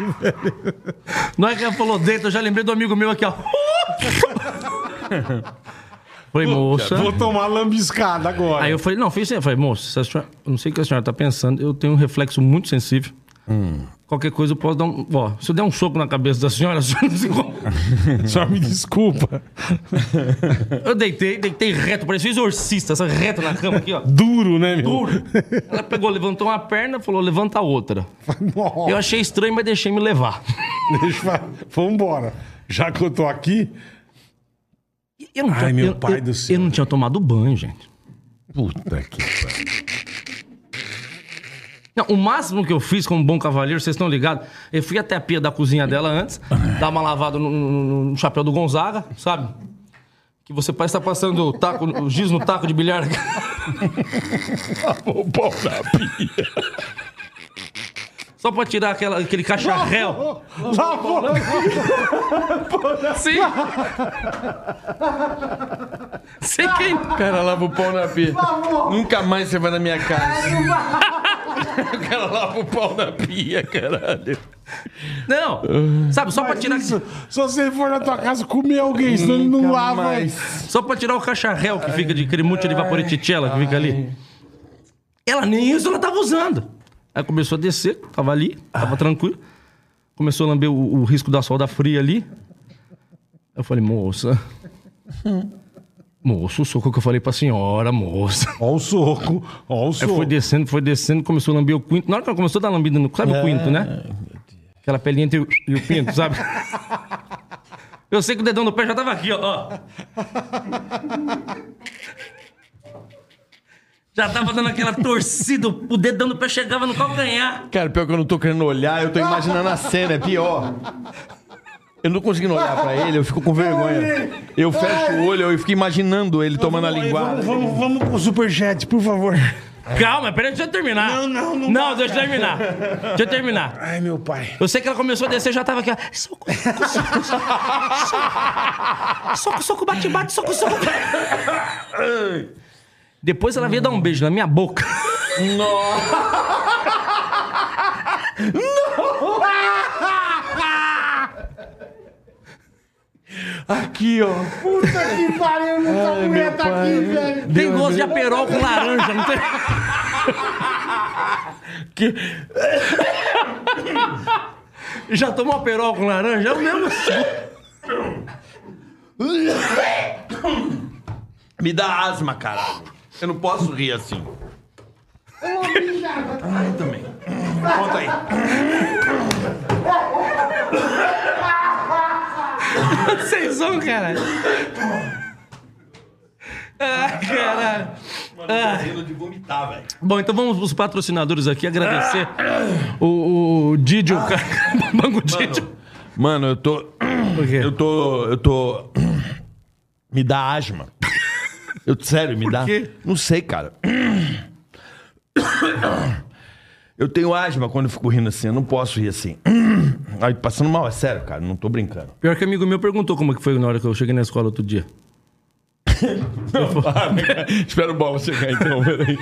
Speaker 5: na hora é que ela falou deita, eu já lembrei do amigo meu aqui, ó. Falei, moça.
Speaker 4: Vou tomar lambiscada agora.
Speaker 5: Aí eu falei, não, fiz assim. Eu falei, moça, se a senhora- eu não sei o que a senhora tá pensando, eu tenho um reflexo muito sensível. Qualquer coisa eu posso dar um. Ó, se eu der um soco na cabeça da senhora, a senhora não se incomoda.
Speaker 4: Só me desculpa.
Speaker 5: Eu deitei, deitei reto, parecia um exorcista, essa reta na cama aqui, ó.
Speaker 4: Duro, né, meu?
Speaker 5: Duro. Ela pegou, levantou uma perna, falou, levanta a outra.
Speaker 4: Nossa.
Speaker 5: Eu achei estranho, mas deixei me levar.
Speaker 4: Deixa eu falar. Vambora. Já que eu tô aqui,
Speaker 5: Eu não
Speaker 4: Ai, meu pai do céu.
Speaker 5: Eu não tinha tomado banho, gente.
Speaker 3: Puta que pariu.
Speaker 5: Não, o máximo que eu fiz como bom cavaleiro, vocês estão ligados? Eu fui até a pia da cozinha dela antes,
Speaker 4: É.
Speaker 5: dar uma lavada no, no- no chapéu do Gonzaga, sabe? Que você parece estar passando o, taco, o giz no taco de bilhar.
Speaker 6: O pau da pia.
Speaker 5: Só pra tirar aquela- aquele cacharréu.
Speaker 4: Lavou.
Speaker 5: Sim. Sei quem.
Speaker 3: O cara lava o pau na pia. Nunca mais você vai na minha casa. o cara lava o pau na pia, caralho.
Speaker 5: Não. Sabe, só pra tirar,
Speaker 4: Isso, só se ele for na tua casa comer alguém, senão ele não lava.
Speaker 5: só pra tirar o cacharréu que fica de cremute de vaporeticella que fica ali. Ela nem isso ela tava usando. Aí começou a descer, tava ali, tava tranquilo. Começou a lamber o, o risco da solda fria ali. Eu falei, moça. Moço, o soco que eu falei pra senhora, moça.
Speaker 4: Ó o soco, ó o
Speaker 5: Aí
Speaker 4: soco.
Speaker 5: foi descendo, foi descendo, começou a lamber o quinto. Na hora que ela começou a dar lambida no.
Speaker 4: É,
Speaker 5: Sabe o quinto, né? Aquela pelinha entre o, e o pinto, sabe? Eu sei que o dedão do pé já tava aqui, ó, ó. Já tava dando aquela torcida, o dedão do pé chegava no calcanhar.
Speaker 3: Cara, pior que eu não tô querendo olhar, eu tô imaginando a cena, é pior. Eu não tô conseguindo olhar pra ele, eu fico com vergonha. Eu fecho o olho, eu fico imaginando ele tomando a linguada.
Speaker 4: Vamos, vamos com o superchat, por favor.
Speaker 5: Calma, peraí, deixa eu terminar.
Speaker 4: É. Não, não, não
Speaker 5: Não, deixa eu terminar. Deixa eu terminar.
Speaker 4: Ai, meu pai.
Speaker 5: Eu sei que ela começou a descer, já tava aqui, ó. Soco, soco, soco, soco. Soco, soco, bate, bate, soco, soco. Depois ela veio dar um beijo na minha boca.
Speaker 3: Aqui, ó.
Speaker 4: Puta que pariu, eu não tô com medo aqui, velho.
Speaker 5: Tem gosto de aperol com laranja, não tem? Que... Já tomou aperol com laranja? Eu mesmo.
Speaker 3: Me dá asma, caralho. Eu não posso rir assim. Ai, também. Conta aí.
Speaker 5: Vocês são, caralho. Ah, caralho.
Speaker 3: Rindo de vomitar, velho.
Speaker 5: Bom, então vamos os patrocinadores aqui agradecer o, o Didio, Ca- Banco Didio.
Speaker 3: Mano, eu tô. Eu tô. Eu tô. Me dá asma. Eu, sério, me dá.
Speaker 5: quê?
Speaker 3: Não sei, cara. Eu tenho asma quando eu fico rindo assim. Eu não posso rir assim. Aí passando mal, é sério, cara. Não tô brincando.
Speaker 5: Pior que amigo meu perguntou como é que foi na hora que eu cheguei na escola outro dia.
Speaker 3: Espero Ah, o bola chegar então, peraí.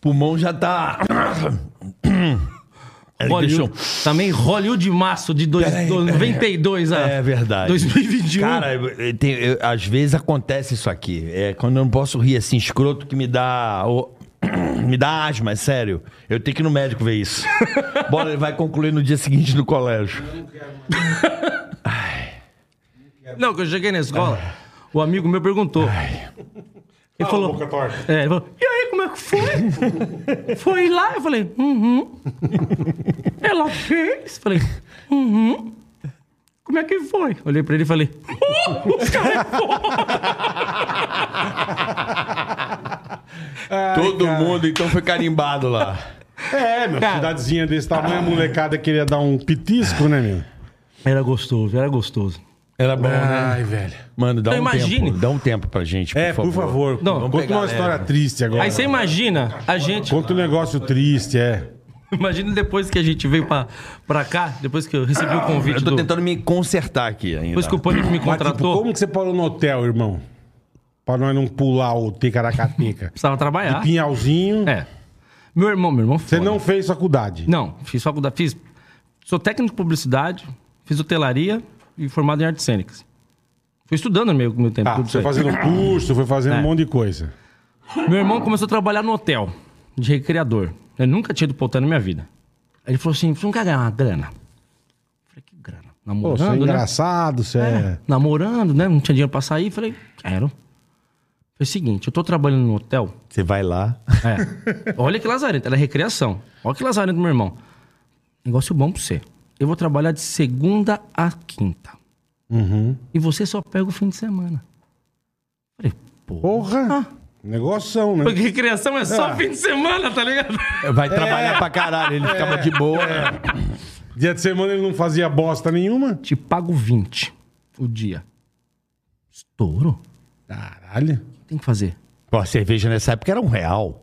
Speaker 3: Pulmão já tá. Ele deixa eu-
Speaker 5: Hollywood, também Hollywood de março de dois,
Speaker 3: Peraí,
Speaker 5: do-
Speaker 3: peraí.
Speaker 5: 92 a
Speaker 3: É verdade.
Speaker 5: 2021.
Speaker 3: Cara, eu- eu tenho- eu- às vezes acontece isso aqui. É quando eu não posso rir assim, escroto, que me dá. o- me dá asma, é sério. Eu tenho que ir no médico ver isso. Bora, ele vai concluir no dia seguinte no colégio.
Speaker 5: Não, que eu cheguei na escola, o amigo meu perguntou. Ele falou,
Speaker 4: boca torta.
Speaker 5: é, ele falou, e aí, como é que foi? foi lá? Eu falei, uhum. Ela fez? Falei, uhum. Como é que foi? Olhei pra ele e falei, "Uh, os caras é foda."
Speaker 3: Todo mundo então foi carimbado lá.
Speaker 4: É, meu,
Speaker 5: Cara.
Speaker 4: cidadezinha desse tamanho, a molecada queria dar um pitisco, né, meu?
Speaker 5: Era gostoso, era gostoso.
Speaker 3: Era bom, né?
Speaker 4: Ai, velho.
Speaker 3: Mano, dá
Speaker 5: Então,
Speaker 3: um
Speaker 5: imagine.
Speaker 3: tempo. Dá um tempo pra gente, por
Speaker 4: Ah. É,
Speaker 3: favor.
Speaker 4: por favor.
Speaker 5: Não, né?
Speaker 4: conta
Speaker 3: pegar
Speaker 4: uma
Speaker 3: leve.
Speaker 4: história triste agora.
Speaker 5: Aí você imagina, a gente.
Speaker 4: Conta um negócio triste, é.
Speaker 5: Imagina depois que a gente veio pra, pra cá, depois que eu recebi o convite
Speaker 3: Eu tô
Speaker 5: do-
Speaker 3: tentando me consertar aqui ainda.
Speaker 5: Depois que o Pânico me
Speaker 4: Mas, tipo,
Speaker 5: contratou,
Speaker 4: como que você parou no hotel, irmão? Pra nós não pular o ticaracateca.
Speaker 5: precisava trabalhar.
Speaker 4: Pinhalzinho.
Speaker 5: Ah. É. Meu irmão, meu irmão
Speaker 4: Você
Speaker 5: foda.
Speaker 4: não fez faculdade.
Speaker 5: Não, fiz faculdade, fiz... Sou técnico de publicidade, fiz hotelaria e formado em artes cênicas. Fui estudando no meu, meu tempo.
Speaker 4: Tá,
Speaker 5: tudo isso
Speaker 4: foi
Speaker 5: aí.
Speaker 4: fazendo curso, foi fazendo
Speaker 5: É.
Speaker 4: um monte de coisa.
Speaker 5: Meu irmão começou a trabalhar no hotel, de recreador. Eu nunca tinha ido pro hotel na minha vida. Aí Ele falou assim, você não quer ganhar uma grana? Eu falei, que grana?
Speaker 4: Pô, você é
Speaker 5: Namorando, né?
Speaker 4: engraçado, você é.
Speaker 5: namorando, né? Não tinha dinheiro pra sair. Falei, quero. Foi o seguinte, eu tô trabalhando no hotel.
Speaker 3: Você vai lá.
Speaker 5: É. Olha que lazarento, era recreação. Olha que lazarento, meu irmão. Negócio bom pra você. Eu vou trabalhar de segunda a quinta. E você só pega o fim de semana. Falei, pô.
Speaker 4: Porra! Negoção, né?
Speaker 5: Ah. Porque recreação é só fim de semana, tá ligado?
Speaker 3: Vai trabalhar pra caralho. Ele ficava de boa.
Speaker 4: Dia de semana ele não fazia bosta nenhuma.
Speaker 5: Te pago 20 o dia. Estouro?
Speaker 4: Caralho.
Speaker 5: O que tem que fazer?
Speaker 3: Pô, a cerveja nessa época era um real.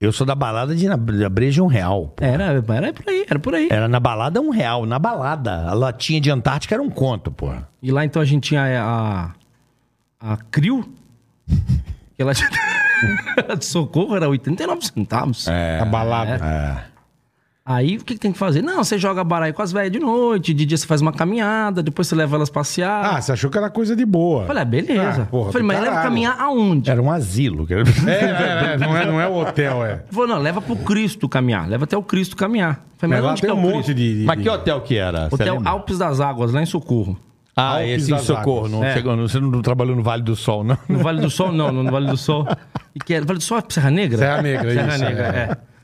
Speaker 3: Eu sou da balada de na, da breja um real. pô.
Speaker 5: Era, era por aí, era por aí.
Speaker 3: Era na balada um real, na balada. A latinha de Antártica era um conto, porra.
Speaker 5: E lá então a gente tinha a. A, a Crio. Que ela tinha. a de socorro era 89 centavos.
Speaker 4: A
Speaker 5: É.
Speaker 4: balada.
Speaker 3: É.
Speaker 5: Aí o que, que tem que fazer? Não, você joga baralho com as velhas de noite, de dia você faz uma caminhada, depois você leva elas passear.
Speaker 4: Ah, você achou que era coisa de boa.
Speaker 5: Eu Falei, ah, beleza.
Speaker 4: Ah, porra,
Speaker 5: Eu Falei,
Speaker 4: do
Speaker 5: mas leva
Speaker 4: caralho.
Speaker 5: caminhar aonde?
Speaker 3: Era um asilo. que era-
Speaker 4: É, é, é, não é, não é o hotel, é.
Speaker 5: Ele Falou, não, leva pro Cristo caminhar, leva até o Cristo caminhar. Eu Falei,
Speaker 4: Mas
Speaker 5: mas,
Speaker 4: lá
Speaker 5: onde
Speaker 4: tem
Speaker 5: que é
Speaker 4: um
Speaker 5: o
Speaker 4: monte
Speaker 5: Cristo?
Speaker 4: de. de-
Speaker 3: Mas
Speaker 4: de-
Speaker 3: que hotel que era? Você
Speaker 5: Hotel
Speaker 3: lembra?
Speaker 5: Alpes das Águas, lá em Socorro.
Speaker 3: Ah,
Speaker 4: Alpes
Speaker 3: esse em
Speaker 4: das
Speaker 3: Socorro. Não
Speaker 5: Águas. É.
Speaker 3: chegou, não- você não trabalhou no Vale do Sol, não?
Speaker 5: No Vale do Sol, não, no Vale do Sol. E que era, Vale do Sol é Serra Negra?
Speaker 4: Serra Negra,
Speaker 5: Serra
Speaker 4: isso,
Speaker 5: Negra,
Speaker 4: é.
Speaker 5: é.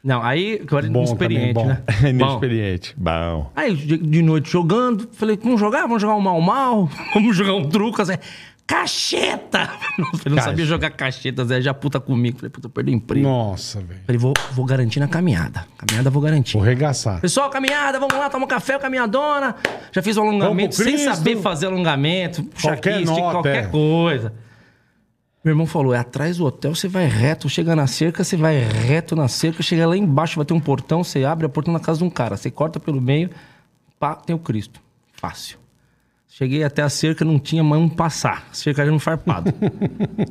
Speaker 5: Não, aí que eu era
Speaker 4: Bom
Speaker 5: inexperiente,
Speaker 4: também, bom.
Speaker 5: né? Bom.
Speaker 3: É Inexperiente. Bom.
Speaker 5: Aí de, de noite jogando, falei, vamos jogar? Vamos jogar um mal-mal? Vamos jogar um truco? Zé? Cacheta! Não, eu não sabia jogar cacheta, Zé, já puta comigo. Falei, puta, eu perdi o emprego.
Speaker 4: Nossa, velho.
Speaker 5: Falei, vou, vou garantir na caminhada. Caminhada eu vou garantir.
Speaker 4: Vou regaçar.
Speaker 5: Pessoal, caminhada, vamos lá, toma um café, caminhadona. Já fiz o alongamento
Speaker 4: Vamos pro
Speaker 5: sem
Speaker 4: Cristo.
Speaker 5: saber fazer alongamento. puxar
Speaker 4: Qualquer
Speaker 5: aqui, estica
Speaker 4: nota,
Speaker 5: qualquer
Speaker 4: é.
Speaker 5: coisa. Meu irmão falou, é atrás do hotel, você vai reto, chega na cerca, você vai reto na cerca, chega lá embaixo, vai ter um portão, você abre a porta na casa de um cara, você corta pelo meio, pá, tem o Cristo. Fácil. Cheguei até a cerca, não tinha mais um passar. A cerca era um farpado.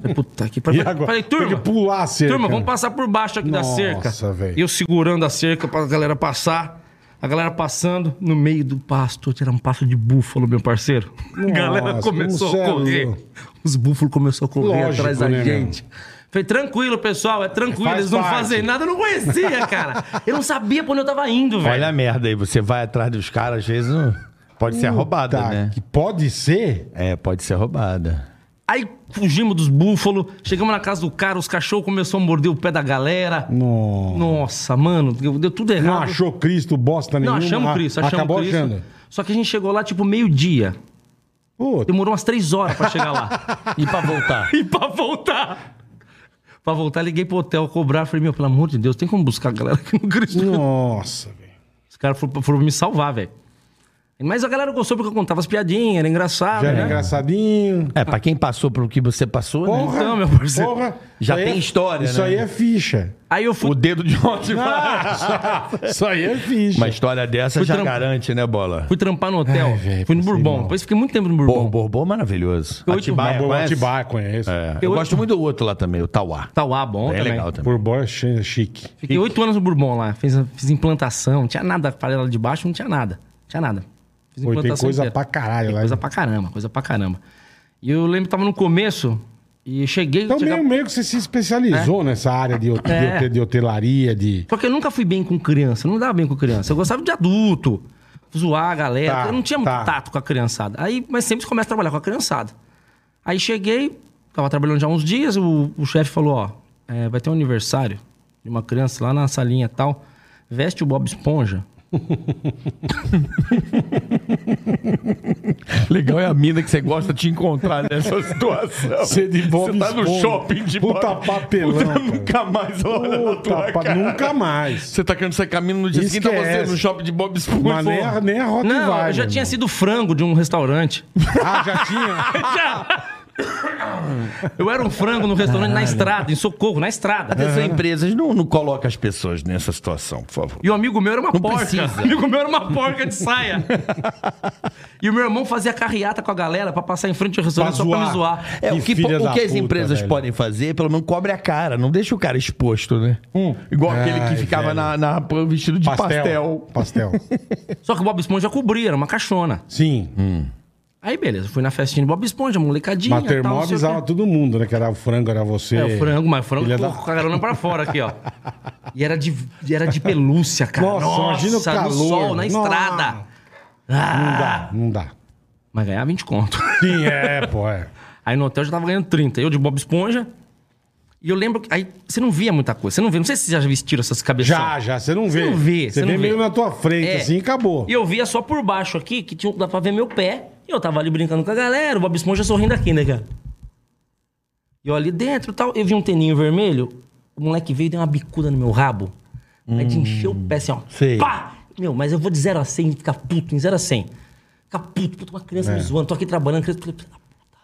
Speaker 5: Falei, Puta que
Speaker 4: E
Speaker 5: pariu.
Speaker 4: agora?
Speaker 5: Falei, turma,
Speaker 4: Tem que pular a cerca.
Speaker 5: Turma, vamos passar por baixo aqui
Speaker 4: Nossa,
Speaker 5: da cerca.
Speaker 4: velho.
Speaker 5: E eu segurando a cerca pra galera passar. A galera passando no meio do pasto. Era um pasto de búfalo, meu parceiro. a galera
Speaker 4: Nossa,
Speaker 5: começou
Speaker 4: como
Speaker 5: a
Speaker 4: cê é
Speaker 5: correr.
Speaker 4: louco.
Speaker 5: Os búfalos começaram a correr
Speaker 4: Lógico,
Speaker 5: atrás da
Speaker 4: né, meu?
Speaker 5: gente. Falei, tranquilo, pessoal, é tranquilo.
Speaker 4: Faz
Speaker 5: Eles não
Speaker 4: parte.
Speaker 5: fazem nada, eu não conhecia, cara. Eu não sabia pra onde eu tava indo, velho.
Speaker 3: Olha a merda aí. Você vai atrás dos caras, às vezes não- pode
Speaker 5: é
Speaker 3: ser roubada,
Speaker 4: Tá,
Speaker 3: né?
Speaker 4: Que pode ser?
Speaker 3: É, pode ser roubada.
Speaker 5: Aí fugimos dos búfalos, chegamos na casa do cara, os cachorros começaram a morder o pé da galera.
Speaker 4: Não.
Speaker 5: Nossa, mano, deu deu tudo errado.
Speaker 4: Não achou Cristo bosta
Speaker 5: Não,
Speaker 4: nenhuma.
Speaker 5: achamos o
Speaker 4: a-
Speaker 5: Cristo, achamos
Speaker 4: Acabou
Speaker 5: o Cristo.
Speaker 4: achando.
Speaker 5: Só que a gente chegou lá tipo meio-dia.
Speaker 4: Pô,
Speaker 5: Demorou umas três horas pra chegar lá.
Speaker 3: E pra voltar?
Speaker 5: e pra voltar. Pra
Speaker 4: Hum.
Speaker 5: voltar, liguei pro hotel cobrar. Falei, meu, pelo amor de Deus, tem como buscar a galera aqui no Cristo?
Speaker 4: nossa, velho.
Speaker 5: Os Os caras foram, foram me salvar, velho. Mas a galera gostou porque eu contava as piadinhas, era engraçado.
Speaker 4: Já era
Speaker 5: né?
Speaker 4: engraçadinho.
Speaker 3: É, pra quem passou pelo que você passou, né?
Speaker 4: Porra,
Speaker 5: Então, meu parceiro.
Speaker 4: porra.
Speaker 3: Já
Speaker 4: Isso aí
Speaker 3: tem
Speaker 4: é-
Speaker 3: história,
Speaker 4: Isso
Speaker 3: né?
Speaker 4: aí é ficha.
Speaker 5: Aí eu fui.
Speaker 3: O dedo de onde vai.
Speaker 4: Isso aí é
Speaker 3: Ah.
Speaker 4: ficha.
Speaker 3: Uma história dessa
Speaker 5: Fui
Speaker 3: já
Speaker 5: trampo.
Speaker 3: garante, né, Bola?
Speaker 5: Fui trampar no hotel.
Speaker 4: Ai, velho,
Speaker 5: fui no
Speaker 4: passei
Speaker 5: Bourbon.
Speaker 4: mal.
Speaker 5: Depois fiquei muito tempo no
Speaker 3: Pô, o
Speaker 5: Bourbon.
Speaker 3: Bourbon é maravilhoso.
Speaker 5: Eu-
Speaker 3: Atibaia,
Speaker 4: Bourbon
Speaker 3: conhece?
Speaker 4: Atibaia, conheço.
Speaker 3: É, Eu,
Speaker 5: Eu-
Speaker 3: gosto muito do outro lá também, o Tauá.
Speaker 5: Tauá, bom
Speaker 3: É
Speaker 5: também.
Speaker 3: legal também.
Speaker 4: Bourbon é chi- chique.
Speaker 5: Fiquei oito anos no Bourbon lá. Fiz, fiz implantação. Não tinha nada. Falei lá de baixo, não tinha nada. Não tinha nada. Fiz
Speaker 4: Pô, tem coisa
Speaker 5: inteira.
Speaker 4: pra caralho né?
Speaker 5: Tem
Speaker 4: lá.
Speaker 5: coisa pra caramba, coisa pra caramba. E eu lembro que tava no começo e cheguei...
Speaker 4: Então,
Speaker 5: chegava-
Speaker 4: meio, meio que você se especializou nessa área de, hotel, de,
Speaker 5: É.
Speaker 4: hotel- de hotelaria, de.
Speaker 5: Só que eu nunca fui bem com criança. Eu não dava bem com criança. Eu gostava de adulto. Zoar a galera.
Speaker 4: Tá,
Speaker 5: eu não tinha muito
Speaker 4: tá.
Speaker 5: tato com a criançada. Aí, mas sempre começa a trabalhar com a criançada. Aí cheguei, tava trabalhando já uns dias, o, o chefe falou, ó, é, vai ter um aniversário de uma criança lá na salinha e tal. Veste o Bob Esponja.
Speaker 3: Legal é a mina que você gosta de encontrar nessa situação.
Speaker 4: Você de Bob
Speaker 3: Você tá no
Speaker 4: Esponja.
Speaker 3: shopping de
Speaker 4: Puta
Speaker 3: Bob-
Speaker 4: papelão,
Speaker 3: Puta,
Speaker 4: cara.
Speaker 3: Nunca mais olha na tua
Speaker 4: Puta, pa-
Speaker 3: cara.
Speaker 4: nunca mais. é
Speaker 3: Você tá querendo sair caminho no dia seguinte, tá você
Speaker 4: Esquece.
Speaker 3: no shopping de Bob
Speaker 4: Mas
Speaker 3: Esponja.
Speaker 4: nem a, nem a Rottweiler,
Speaker 5: Não, eu já tinha
Speaker 4: irmão.
Speaker 5: sido frango de um restaurante.
Speaker 4: Ah, já tinha?
Speaker 5: Eu era um frango no restaurante na estrada, em Socorro, na estrada.
Speaker 3: Essas empresas não, não colocam as pessoas nessa situação, por favor.
Speaker 5: E o amigo meu era uma
Speaker 3: Não
Speaker 5: porca.
Speaker 3: precisa.
Speaker 5: O amigo meu era uma porca de saia. e o meu irmão fazia carreata com a galera pra passar em frente ao restaurante
Speaker 4: Pra
Speaker 5: só pra me
Speaker 4: zoar.
Speaker 5: zoar.
Speaker 3: É,
Speaker 4: Que
Speaker 3: o que,
Speaker 4: filha
Speaker 3: o
Speaker 4: da
Speaker 3: que as
Speaker 4: puta,
Speaker 3: empresas
Speaker 4: velho.
Speaker 3: podem fazer, pelo menos cobre a cara, não deixa o cara exposto, né? Igual aquele
Speaker 4: Hum. Ai,
Speaker 3: que ficava
Speaker 4: velho.
Speaker 3: na, na rampa vestido de pastel.
Speaker 4: Pastel. Pastel.
Speaker 5: Só que o Bob Esponja cobria, era uma caixona.
Speaker 4: Sim.
Speaker 5: Aí, beleza, fui na festinha de Bob Esponja, molecadinha.
Speaker 4: Mas teu irmão
Speaker 5: tá, não sei o
Speaker 4: avisava
Speaker 5: quê.
Speaker 4: todo mundo, né? Que era o frango, era você.
Speaker 5: É, o frango, mas o frango
Speaker 4: Filha
Speaker 5: pô,
Speaker 4: da-
Speaker 5: com a carona pra fora aqui, ó. E era de, e era de pelúcia, cara.
Speaker 4: Nossa,
Speaker 5: Nossa,
Speaker 4: imagina o calor.
Speaker 5: no sol, na
Speaker 4: Nossa.
Speaker 5: estrada. Ah,
Speaker 4: Não dá, não dá.
Speaker 5: mas ganhar 20 conto.
Speaker 4: Sim, é, pô, é.
Speaker 5: Aí no hotel eu já tava ganhando 30. Eu de Bob Esponja. E eu lembro que. Aí você não via muita coisa. Você não vê. Não sei se vocês já vestiram essas cabeças.
Speaker 4: Já, já, você não vê.
Speaker 5: não vê,
Speaker 4: Você
Speaker 5: você
Speaker 4: vê
Speaker 5: não vê.
Speaker 4: meio na tua frente,
Speaker 5: É.
Speaker 4: assim, e acabou.
Speaker 5: E eu via só por baixo aqui, que tinha, dá pra ver meu pé. E eu tava ali brincando com a galera, o Bob Esponja sorrindo aqui, né, cara? E eu ali dentro e tal. Eu vi um teninho vermelho. O moleque veio e deu uma bicuda no meu rabo. Aí
Speaker 4: Hum.
Speaker 5: de encheu o pé assim, ó.
Speaker 3: Sei.
Speaker 5: Pá! Meu, mas eu vou de 0 a 100 e ficar puto, em 0 a 100. Ficar puto, puto, uma criança
Speaker 4: É.
Speaker 5: me zoando. Tô aqui trabalhando, criança. Filho da puta.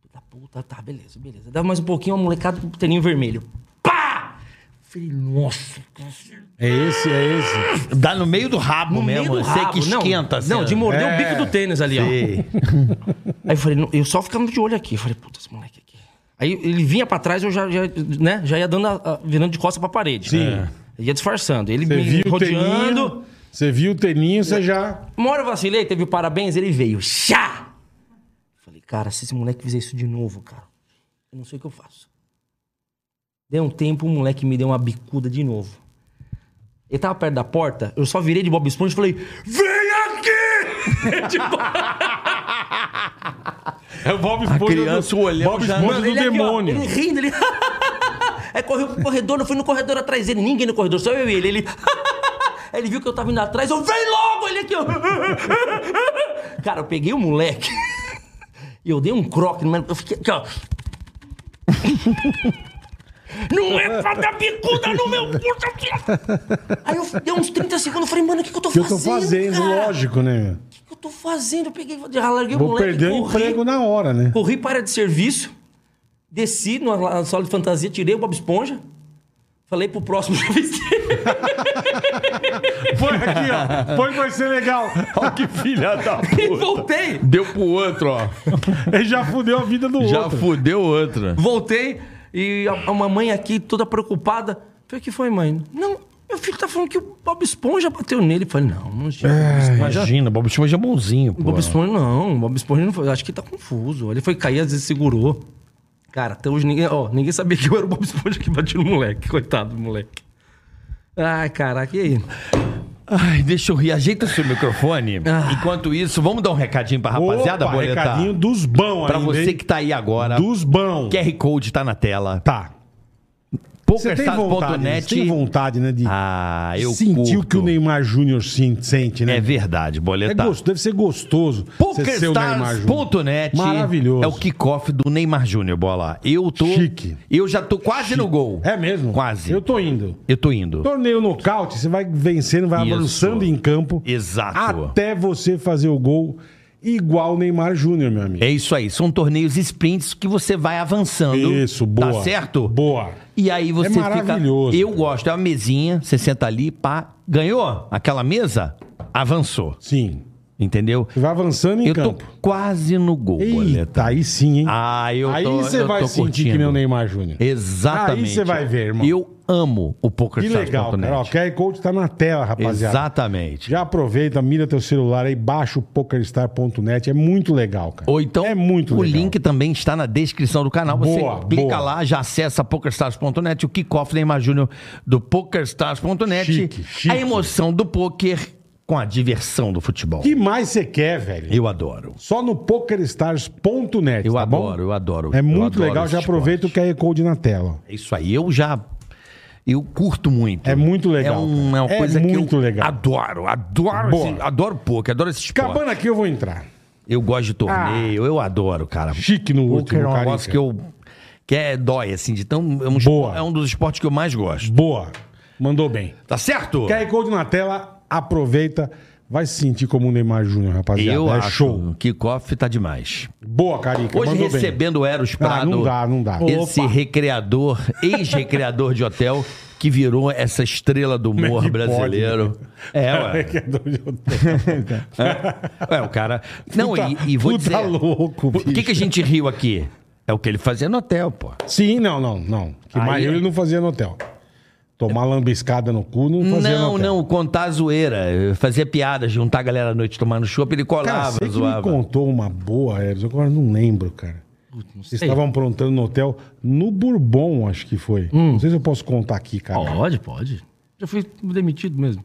Speaker 5: Filho da puta, tá, beleza, beleza. Dava mais um pouquinho, uma molecada com o teninho vermelho. Pá! Falei, nossa, cara.
Speaker 4: É esse, é esse.
Speaker 3: Dá no meio do rabo
Speaker 5: No meio
Speaker 3: mesmo,
Speaker 5: do
Speaker 3: você
Speaker 5: rabo.
Speaker 3: que esquenta.
Speaker 5: não,
Speaker 3: assim,
Speaker 5: Não, de
Speaker 3: ó.
Speaker 5: morder
Speaker 4: É.
Speaker 5: o bico do tênis ali, ó.
Speaker 3: Sei.
Speaker 5: Aí eu falei, não, eu só ficava de olho aqui. Eu falei, puta, esse moleque aqui. Aí ele vinha pra trás, eu já, já, né, já ia dando, a- a- virando de costa pra parede.
Speaker 4: Sim.
Speaker 5: É. Ia disfarçando. Ele
Speaker 4: Você
Speaker 5: me
Speaker 4: viu o
Speaker 5: rodeando. É.
Speaker 4: teninho. Você viu o teninho, você já.
Speaker 5: Uma hora eu vacilei, teve o parabéns, ele veio. Chá! Falei, cara, se esse moleque fizer isso de novo, cara, eu não sei o que eu faço. Deu um tempo, o moleque me deu uma bicuda de novo. Ele tava perto da porta, eu só virei de Bob Esponja e falei, vem aqui! tipo,
Speaker 4: É o Bob
Speaker 3: A criança, o olhão
Speaker 4: Bob
Speaker 3: já-
Speaker 4: Esponja
Speaker 5: Mano,
Speaker 4: do
Speaker 5: ele aqui, ó,
Speaker 4: demônio.
Speaker 5: ele rindo, ele. Aí correu pro corredor, eu fui no corredor atrás dele, ninguém no corredor, só eu e ele. Ele, Aí ele viu que eu tava indo atrás, eu vem logo! Ele aqui, ó. Cara, eu peguei o moleque e eu dei um croque, mas eu fiquei aqui, ó. Não é pra dar bicuda no meu puta filha! Aí eu dei uns 30 segundos, eu falei, mano, o que, que eu tô
Speaker 4: que eu
Speaker 5: fazendo?
Speaker 4: tô fazendo,
Speaker 5: Assim, cara?
Speaker 4: lógico, né?
Speaker 5: O que, que eu tô fazendo? Eu peguei, larguei o
Speaker 4: Vou
Speaker 5: moleque.
Speaker 4: perder o
Speaker 5: corri.
Speaker 4: emprego na hora, né?
Speaker 5: Corri para de serviço, desci na na sala de fantasia, tirei o Bob Esponja, falei pro próximo já vesti.
Speaker 4: Foi aqui, ó. Foi que vai ser legal.
Speaker 3: Ó, que filha da
Speaker 5: e
Speaker 3: puta.
Speaker 5: voltei.
Speaker 3: Deu pro outro, ó.
Speaker 4: Ele já fudeu a vida do
Speaker 3: Já
Speaker 4: outro.
Speaker 3: fudeu outra.
Speaker 5: Voltei e a, a mamãe aqui toda preocupada. Falei, o que foi, mãe? Não, meu filho tá falando que o Bob Esponja bateu nele. Falei, não, não tinha.
Speaker 3: Imagina, Bob Esponja é bonzinho, pô.
Speaker 5: Bob Esponja não, Bob Esponja não foi. Acho que tá confuso. Ele foi cair, às vezes segurou. Cara, até hoje ninguém, ó, ninguém sabia que eu era o Bob Esponja que batia no moleque. Coitado do moleque. Ai, caraca, e aí?
Speaker 3: Ai, deixa eu rir. Ajeita seu microfone.
Speaker 5: Ah.
Speaker 3: Enquanto isso, vamos dar um recadinho pra rapaziada,
Speaker 4: Opa,
Speaker 3: boletar.
Speaker 4: recadinho dos bão
Speaker 3: Pra
Speaker 4: ainda,
Speaker 3: você tá-
Speaker 4: hein?
Speaker 3: que tá aí agora.
Speaker 4: Dos bão.
Speaker 3: QR Code tá na tela.
Speaker 4: Tá. Você tem vontade, né? Você tem vontade, né? De
Speaker 3: Ah, eu
Speaker 4: sentir o
Speaker 3: curto.
Speaker 4: que o Neymar Júnior sin- sente, né?
Speaker 3: É verdade,
Speaker 4: É
Speaker 3: boletar.
Speaker 4: gosto, deve ser gostoso. você ser o é Neymar Júnior.
Speaker 3: PokerStars.net
Speaker 4: Maravilhoso.
Speaker 3: é o kickoff do Neymar Júnior, bola. Eu tô.
Speaker 4: Chique.
Speaker 3: Eu já tô quase no gol.
Speaker 4: É mesmo?
Speaker 3: Quase.
Speaker 4: Eu tô indo.
Speaker 3: Eu tô indo.
Speaker 4: Torneio nocaute, você vai vencendo, vai
Speaker 3: Isso.
Speaker 4: avançando em campo.
Speaker 3: Exato.
Speaker 4: Até você fazer o gol igual o Neymar Júnior, meu amigo.
Speaker 3: É isso aí. São torneios sprints que você vai avançando.
Speaker 4: Isso, boa.
Speaker 3: Tá certo?
Speaker 4: Boa. É
Speaker 3: E aí você fica.
Speaker 4: maravilhoso,
Speaker 3: Eu
Speaker 4: cara.
Speaker 3: gosto. É uma mesinha, você senta ali, pá. Ganhou aquela mesa? Avançou.
Speaker 4: Sim.
Speaker 3: Entendeu?
Speaker 4: Vai avançando em
Speaker 3: Eu tô
Speaker 4: campo.
Speaker 3: quase no gol, boletar.
Speaker 4: Eita, aí sim, hein?
Speaker 3: Ah, eu
Speaker 4: aí
Speaker 3: tô-
Speaker 4: você
Speaker 3: eu
Speaker 4: vai
Speaker 3: tô
Speaker 4: sentir
Speaker 3: curtindo.
Speaker 4: que nem o Neymar Júnior.
Speaker 3: Exatamente.
Speaker 4: Aí você vai ver, irmão.
Speaker 3: Eu amo o
Speaker 4: Que legal, cara. Ó, O
Speaker 3: PokerStars.net.
Speaker 4: QR Code tá na tela, rapaziada.
Speaker 3: Exatamente.
Speaker 4: Já aproveita, mira teu celular aí, baixa o pokerstar.net. É muito legal, cara.
Speaker 3: Ou então,
Speaker 4: é muito
Speaker 3: o
Speaker 4: legal.
Speaker 3: link também está na descrição do canal. Você
Speaker 4: Boa,
Speaker 3: clica
Speaker 4: boa.
Speaker 3: lá, já acessa pokerstars.net, o kickoff Neymar Júnior do pokerstars.net.
Speaker 4: Chique, chique.
Speaker 3: A emoção do poker com a diversão do futebol.
Speaker 4: que mais você quer, velho?
Speaker 3: Eu adoro.
Speaker 4: Só no pokerstars.net,
Speaker 3: Eu
Speaker 4: tá bom?
Speaker 3: adoro, eu adoro.
Speaker 4: É
Speaker 3: Eu
Speaker 4: muito
Speaker 3: adoro
Speaker 4: legal,
Speaker 3: esse
Speaker 4: já
Speaker 3: esporte.
Speaker 4: aproveita o QR Code na tela. ó.
Speaker 3: É isso aí. Eu já. Eu curto muito.
Speaker 4: É muito legal,
Speaker 3: É, um- é uma
Speaker 4: cara. É
Speaker 3: coisa que
Speaker 4: muito
Speaker 3: eu
Speaker 4: legal.
Speaker 3: adoro. Adoro,
Speaker 4: Boa.
Speaker 3: esse, adoro poker, adoro esse esporte.
Speaker 4: Acabando aqui, eu vou entrar.
Speaker 3: Eu gosto de torneio, eu adoro, cara.
Speaker 4: Chique no
Speaker 3: Poker
Speaker 4: último,
Speaker 3: é um
Speaker 4: Carica.
Speaker 3: negócio que eu. Que é dói, assim, de tão. É um, espo-
Speaker 4: Boa.
Speaker 3: é um dos esportes que eu mais gosto.
Speaker 4: Boa. Mandou bem.
Speaker 3: Tá certo?
Speaker 4: QR Code na tela, aproveita. Vai se sentir como o Neymar Júnior, rapaziada.
Speaker 3: eu
Speaker 4: é
Speaker 3: acho
Speaker 4: show.
Speaker 3: que Kickoff tá demais.
Speaker 4: Boa, Carica.
Speaker 3: Hoje
Speaker 4: mandou bem. Ah,
Speaker 3: recebendo o Eros Prado.
Speaker 4: não dá, não dá.
Speaker 3: Esse
Speaker 4: Opa.
Speaker 3: recreador, ex-recreador de hotel, que virou essa estrela do humor
Speaker 4: que pode,
Speaker 3: brasileiro. É,
Speaker 4: É
Speaker 3: ué.
Speaker 4: que é doido.
Speaker 3: É, o cara. Não,
Speaker 4: Puta-
Speaker 3: e, e vou
Speaker 4: puta
Speaker 3: dizer.
Speaker 4: louco,
Speaker 3: Por que,
Speaker 4: bicho.
Speaker 3: que a gente riu aqui? É o que ele fazia no hotel, pô.
Speaker 4: Sim, não, não, não. Que
Speaker 3: Aí- é.
Speaker 4: mais eu ele não fazia no hotel. Tomar lambiscada no cu não fazia no
Speaker 3: Não,
Speaker 4: hotel.
Speaker 3: não, contar a zoeira, fazer piada, juntar a galera à noite tomando chopp, ele
Speaker 4: Cara,
Speaker 3: colava,
Speaker 4: você que me
Speaker 3: zoava.
Speaker 4: contou uma boa, Eros, agora não lembro, cara. Vocês estavam aprontando no hotel no Bourbon, acho que foi.
Speaker 5: Hum.
Speaker 4: Não sei se eu posso contar aqui, cara.
Speaker 5: Pode, pode. Já fui demitido mesmo.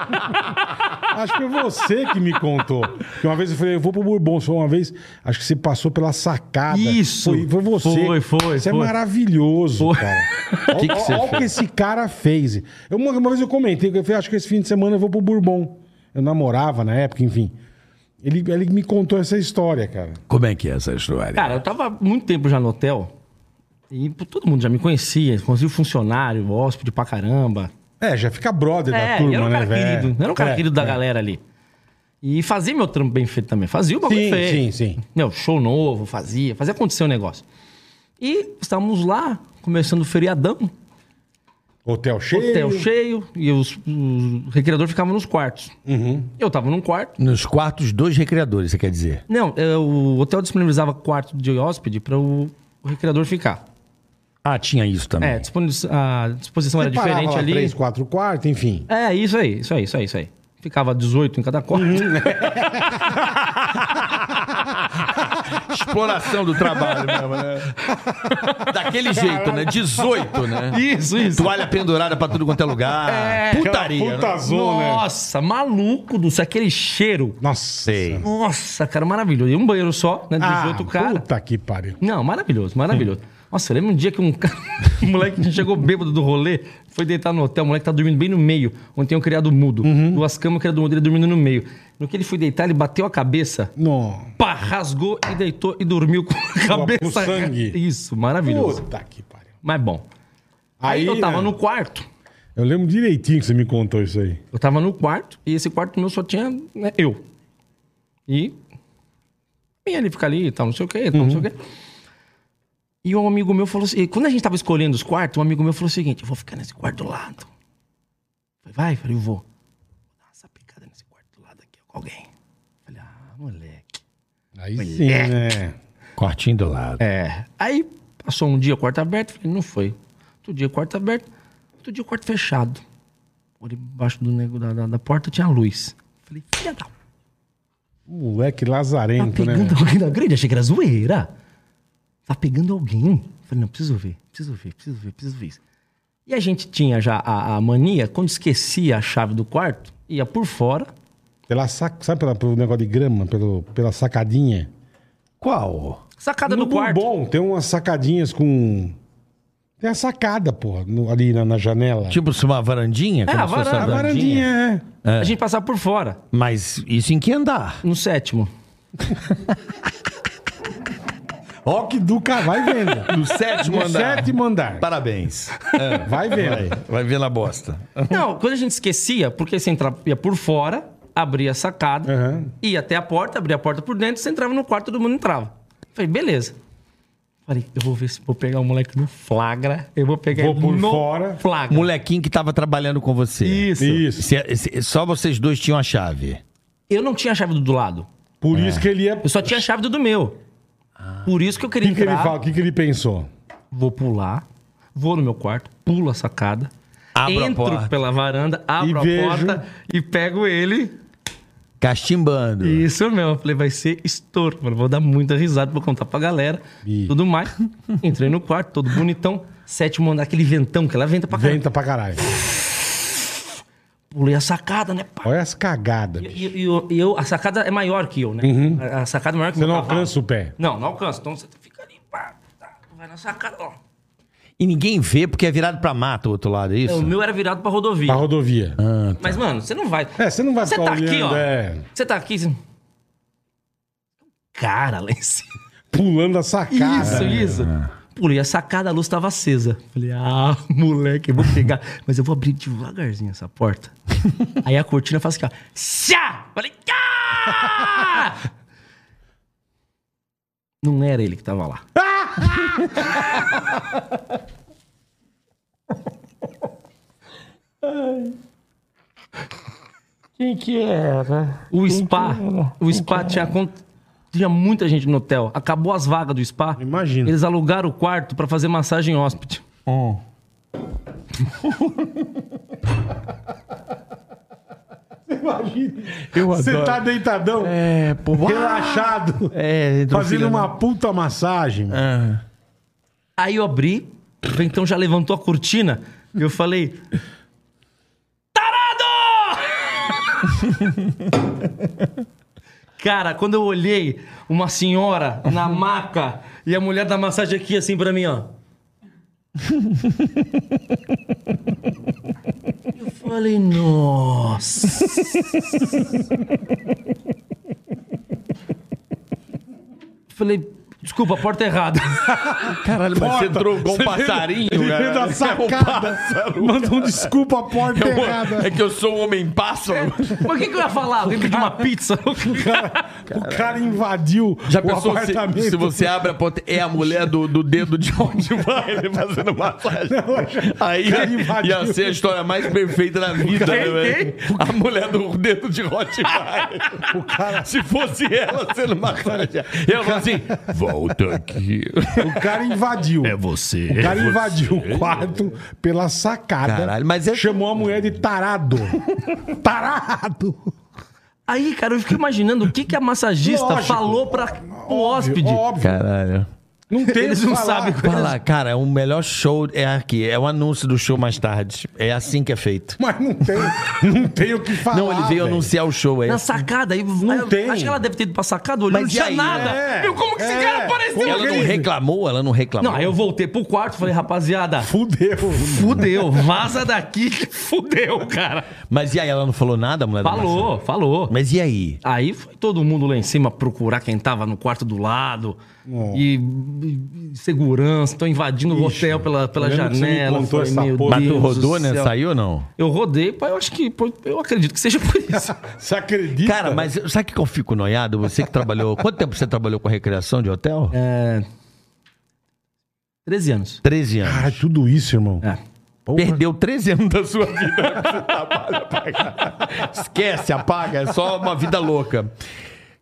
Speaker 4: Acho que foi você que me contou. Que uma vez eu falei, eu vou pro Bourbon. Só uma vez, acho que você passou pela sacada.
Speaker 5: Isso.
Speaker 4: Foi, foi você.
Speaker 5: Foi, foi,
Speaker 4: Isso é
Speaker 5: foi.
Speaker 4: maravilhoso, cara. Olha
Speaker 3: que você
Speaker 4: o que esse cara fez. Eu, uma, uma vez eu comentei, eu falei, acho que esse fim de semana eu vou pro Bourbon. Eu namorava na época, enfim. Ele, ele me contou essa história, cara.
Speaker 3: Como é que é essa história?
Speaker 5: Cara, eu tava há muito tempo já no hotel. E pô, todo mundo já me conhecia. Conhecia o funcionário, o hóspede pra caramba.
Speaker 4: É, já fica brother da
Speaker 5: É,
Speaker 4: turma,
Speaker 5: eu era um cara
Speaker 4: né, velho?
Speaker 5: querido. Eu era um cara
Speaker 4: É,
Speaker 5: querido da
Speaker 4: é.
Speaker 5: galera ali. E fazia meu trampo bem feito também. Fazia o bagulho
Speaker 4: Sim,
Speaker 5: feito.
Speaker 4: sim, sim.
Speaker 5: Meu, show novo, fazia. Fazia acontecer o negócio. E estávamos lá, começando o feriadão.
Speaker 4: Hotel cheio.
Speaker 5: Hotel cheio. E os, os recreadores ficavam nos quartos.
Speaker 4: Uhum.
Speaker 5: Eu tava num quarto.
Speaker 3: Nos quartos, dois recreadores, você quer dizer?
Speaker 5: Não, é, o hotel disponibilizava quarto de hóspede para o, o recreador ficar.
Speaker 3: Ah, tinha isso
Speaker 4: Tá
Speaker 3: também.
Speaker 5: É, disponibiliz- a disposição
Speaker 4: Você
Speaker 5: era diferente ali.
Speaker 4: Três, quatro quartos, enfim.
Speaker 5: É, isso aí, isso aí, isso aí, isso aí. Ficava 18 em cada quarto.
Speaker 4: Uhum.
Speaker 3: Exploração do trabalho mesmo, né? Daquele jeito, né? 18, né?
Speaker 5: Isso, isso.
Speaker 3: Toalha pendurada pra tudo quanto é lugar. Putaria.
Speaker 4: Puta
Speaker 3: né?
Speaker 4: zona.
Speaker 5: Nossa, maluco do céu, aquele cheiro.
Speaker 4: Nossa.
Speaker 3: Sei.
Speaker 5: Nossa, cara, maravilhoso. E um banheiro só, né? 18
Speaker 4: Ah,
Speaker 5: cara.
Speaker 4: puta que pariu.
Speaker 5: Não, maravilhoso, maravilhoso. Nossa, eu lembro um dia que um, cara, um moleque chegou bêbado do rolê, foi deitar no hotel, o moleque tá dormindo bem no meio, onde tem um criado mudo. Duas camas, o criado mudo, ele dormindo no meio. No que ele foi deitar, ele bateu a cabeça,
Speaker 4: Não.
Speaker 5: pá, rasgou e deitou e dormiu com a cabeça.
Speaker 4: pro sangue.
Speaker 5: Isso, maravilhoso.
Speaker 4: Puta que pariu. né?
Speaker 5: Mas bom. Aí, né? eu tava no quarto.
Speaker 4: Eu lembro direitinho que você me contou isso aí.
Speaker 5: Eu tava no quarto e esse quarto meu só tinha né, eu. E. E ele fica ali e tal, não sei o quê, tal, não sei o quê. E um amigo meu falou assim: e quando a gente tava escolhendo os quartos, um amigo meu falou o seguinte: eu vou ficar nesse quarto do lado. Eu Falei, vai, eu falei, eu vou. Vou dar uma sapicada nesse quarto do lado aqui, ó, com alguém. Eu Falei, ah, moleque.
Speaker 4: Aí sim, né?
Speaker 3: Quartinho do lado.
Speaker 5: É. Aí passou um dia quarto aberto, falei, não foi. Outro dia quarto aberto, outro dia quarto fechado. Olhei embaixo do nego da, da, da porta, tinha luz. Falei, filha da
Speaker 4: Moleque
Speaker 5: Tá
Speaker 4: lazarento, né?
Speaker 5: pegando
Speaker 4: velho?
Speaker 5: alguém da grande? Achei que era zoeira. Tá pegando alguém. Falei, não, preciso ver, preciso ver, preciso ver, preciso ver isso. E a gente tinha já a, a mania, quando esquecia a chave do quarto, ia por fora.
Speaker 4: Pela sac... Sabe pela, pelo negócio de grama? Pelo, pela sacadinha?
Speaker 3: Qual?
Speaker 5: Sacada
Speaker 4: No
Speaker 5: do quarto.
Speaker 4: Bom, tem umas sacadinhas com. Tem a sacada, porra, no- ali na, na janela.
Speaker 3: Tipo se uma varandinha?
Speaker 5: a
Speaker 3: se fosse
Speaker 5: varanda.
Speaker 4: É, a
Speaker 3: uma
Speaker 4: varandinha, é.
Speaker 5: A gente passava por fora,
Speaker 3: Mas isso em que andar?
Speaker 5: no sétimo.
Speaker 4: Ó que do ca- vai vendo.
Speaker 3: No sétimo
Speaker 4: No sétimo andar.
Speaker 3: Parabéns. Vai,
Speaker 4: Vai vendo.
Speaker 3: vai ver na bosta.
Speaker 5: Não, quando a gente esquecia, porque você entrava, ia por fora, abria a sacada,
Speaker 4: Aham.
Speaker 5: ia até a porta, abria a porta por dentro, você entrava no quarto, todo mundo entrava. Falei, beleza. Falei, eu vou ver se vou pegar o moleque no flagra, eu vou pegar
Speaker 4: Vou
Speaker 5: ele
Speaker 4: por
Speaker 5: no
Speaker 4: fora.
Speaker 5: flagra.
Speaker 3: Molequinho que tava trabalhando com você.
Speaker 5: Isso.
Speaker 4: Isso.
Speaker 3: Se- se- só vocês dois tinham a chave.
Speaker 5: Eu não tinha a chave do do lado,
Speaker 4: Por isso que ele ia.
Speaker 5: eu
Speaker 4: O
Speaker 5: só tinha a chave do do meu. Por isso que eu queria
Speaker 4: que, que ele
Speaker 5: entrar,
Speaker 4: fala? O que, que ele pensou?
Speaker 5: vou pular, vou no meu quarto, pulo a sacada,
Speaker 3: Abro a
Speaker 5: entro
Speaker 3: porta.
Speaker 5: pela varanda, abro a
Speaker 4: vejo.
Speaker 5: porta e pego ele
Speaker 3: Castimbando.
Speaker 5: Isso mesmo, eu falei, vai ser estouro, mano. Vou dar muita risada, vou contar pra galera, tudo mais. Entrei no quarto, todo bonitão. Sétimo andar, aquele ventão que ela venta pra caralho.
Speaker 4: Venta pra caralho.
Speaker 5: Pulei a sacada, né? pá.
Speaker 4: Olha as cagadas. bicho.
Speaker 5: E, e- e eu, e eu- a sacada é maior que eu, né? A, a sacada é maior que
Speaker 4: Uhum. Você
Speaker 5: eu.
Speaker 4: não
Speaker 5: Tá, tá.
Speaker 4: alcança o pé.
Speaker 5: Não, não alcança. Então você fica ali, pá, tá, vai na sacada, ó.
Speaker 3: E ninguém vê porque é virado pra mata o outro lado, é isso?
Speaker 5: O meu era virado pra rodovia.
Speaker 4: Na rodovia.
Speaker 5: Mas, mano, você não vai.
Speaker 4: É, você não vai
Speaker 5: Você
Speaker 4: ficar
Speaker 5: tá
Speaker 4: olhando.
Speaker 5: aqui, ó.
Speaker 4: é,
Speaker 5: Você tá aqui. Você... Cara, lá em cima.
Speaker 4: pulando a sacada.
Speaker 5: Isso, isso.
Speaker 4: né?
Speaker 5: Pulei a sacada, a luz tava acesa. Falei, ah, moleque, eu vou pegar. Mas eu vou abrir devagarzinho essa porta. Aí a cortina faz assim, ó. Xá! Falei, ah! Não era ele que tava lá.
Speaker 1: Quem que era?
Speaker 5: O spa, o spa tinha, con- tinha muita gente no hotel. Acabou as vagas do spa.
Speaker 4: Imagino.
Speaker 5: Eles alugaram o quarto pra fazer massagem hóspede.
Speaker 3: Eu
Speaker 4: Você tá deitadão,
Speaker 3: É, pô,
Speaker 4: relaxado,
Speaker 3: é,
Speaker 4: fazendo
Speaker 3: filho,
Speaker 4: uma puta massagem.
Speaker 3: Ah.
Speaker 5: Aí eu abri, o Ventão já levantou a cortina e eu falei. Tarado! Cara, quando eu olhei uma senhora na maca e a mulher da massagem aqui assim pra mim, ó. Eu falei, nossa. Falei, desculpa, a porta é errada.
Speaker 3: Caralho, mas você
Speaker 4: Porta.
Speaker 3: drogou um
Speaker 4: Você
Speaker 3: passarinho,
Speaker 4: veio-
Speaker 3: cara. É um
Speaker 4: veio da sacada. Manda um desculpa a porta errada.
Speaker 3: É que eu sou um homem pássaro.
Speaker 5: Mas o que, que eu ia falar? Alguém pediu uma pizza?
Speaker 4: O cara invadiu
Speaker 3: Já
Speaker 4: o
Speaker 3: pensou se,
Speaker 4: apartamento.
Speaker 3: se você abre a porta, é a mulher do, do dedo de onde vai ele fazendo massagem? Aí
Speaker 4: cara invadiu.
Speaker 3: ia ser a história mais perfeita da vida, né,
Speaker 5: Quem,
Speaker 3: velho? A mulher do dedo de Rottweiler. Se fosse ela sendo massagem. E ela falou assim, volta aqui.
Speaker 4: O cara invadiu.
Speaker 3: É você.
Speaker 4: O cara
Speaker 3: é você.
Speaker 4: invadiu o quarto pela sacada.
Speaker 3: Caralho, mas é-
Speaker 4: Chamou a mulher de tarado. tarado.
Speaker 5: Aí, cara, eu fiquei imaginando o que, que a massagista
Speaker 4: Lógico.
Speaker 5: falou pra o hóspede.
Speaker 4: Óbvio.
Speaker 3: Caralho.
Speaker 4: Não tem
Speaker 5: Eles
Speaker 4: o que
Speaker 5: não é.
Speaker 4: falar.
Speaker 5: sabem.
Speaker 3: Fala, cara, o melhor show é aqui. É o anúncio do show mais tarde. É assim que é feito.
Speaker 4: Mas não tem, não tem o que falar.
Speaker 3: Não, ele veio
Speaker 4: velho.
Speaker 3: anunciar o show é. aí.
Speaker 5: é. Na sacada. Aí, aí eu-
Speaker 4: tem.
Speaker 5: Acho que ela deve ter ido pra sacada, olhou,
Speaker 3: Mas
Speaker 5: não
Speaker 3: e
Speaker 5: tinha
Speaker 3: aí?
Speaker 5: nada.
Speaker 4: É.
Speaker 5: Eu, como que esse
Speaker 4: É.
Speaker 5: cara apareceu
Speaker 4: Como
Speaker 3: Ela
Speaker 5: aqui?
Speaker 3: não reclamou? Ela não reclamou?
Speaker 5: Não, aí eu voltei pro quarto e falei, rapaziada,
Speaker 4: Fudeu. né?
Speaker 5: fudeu, vaza daqui que fudeu, cara.
Speaker 3: Mas e aí, ela não falou nada, mulher? da maçã?
Speaker 5: Falou, falou.
Speaker 3: Mas e aí?
Speaker 5: Aí foi todo mundo lá em cima procurar quem tava no quarto do lado.
Speaker 4: É.
Speaker 5: E, e- e segurança, estão invadindo o hotel pela, pela
Speaker 4: lembro tá que você me
Speaker 5: janela.
Speaker 4: contou
Speaker 5: Falei,
Speaker 4: essa
Speaker 5: meu
Speaker 4: porra.
Speaker 3: Mas tu
Speaker 5: Deus
Speaker 3: rodou,
Speaker 5: do
Speaker 3: né?
Speaker 5: céu.
Speaker 3: Saiu ou não?
Speaker 5: Eu rodei, pá, eu acho que. pô, Eu acredito que seja por isso.
Speaker 4: Você acredita?
Speaker 3: Cara, mas eu- sabe o que eu fico noiado? Você que trabalhou. Quanto tempo você trabalhou com recreação de hotel?
Speaker 5: é... 13 anos.
Speaker 3: 13 anos.
Speaker 4: Cara, tudo isso, irmão.
Speaker 5: É.
Speaker 3: Perdeu 13 anos da sua vida. Você trabalha, apaga. Esquece, apaga. É só uma vida louca.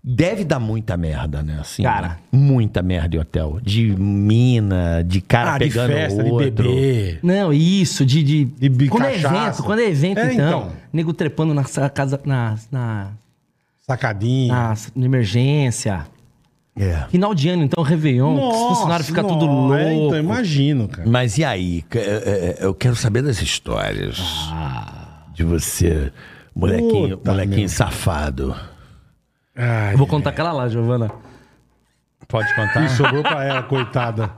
Speaker 3: Deve dar muita merda, né? Assim,
Speaker 5: Cara.
Speaker 3: Muita merda em hotel. De mina, de cara
Speaker 4: Ah, de
Speaker 3: pegando
Speaker 4: festa, de
Speaker 3: outro.
Speaker 4: bebê.
Speaker 5: Não, isso, de. de...
Speaker 4: bi-
Speaker 5: quando
Speaker 4: cachaça.
Speaker 5: é evento, quando é evento,
Speaker 4: É,
Speaker 5: então.
Speaker 4: então.
Speaker 5: Nego trepando na sa- casa. Na, na,
Speaker 4: Sacadinha.
Speaker 5: na, na emergência.
Speaker 3: É.
Speaker 5: Final de ano, então,
Speaker 3: Ah,
Speaker 5: Réveillon. que os funcionários ficam tudo
Speaker 4: nossa, é,
Speaker 5: louco.
Speaker 4: Então, imagino, cara.
Speaker 3: Mas e aí? C- é, é, Eu quero saber das histórias de você, molequinho,
Speaker 4: Puta
Speaker 3: molequinho
Speaker 4: merda.
Speaker 3: safado.
Speaker 4: Ai,
Speaker 5: Eu vou contar aquela lá, Giovana.
Speaker 3: Pode contar?
Speaker 4: Sobrou pra ela, coitada.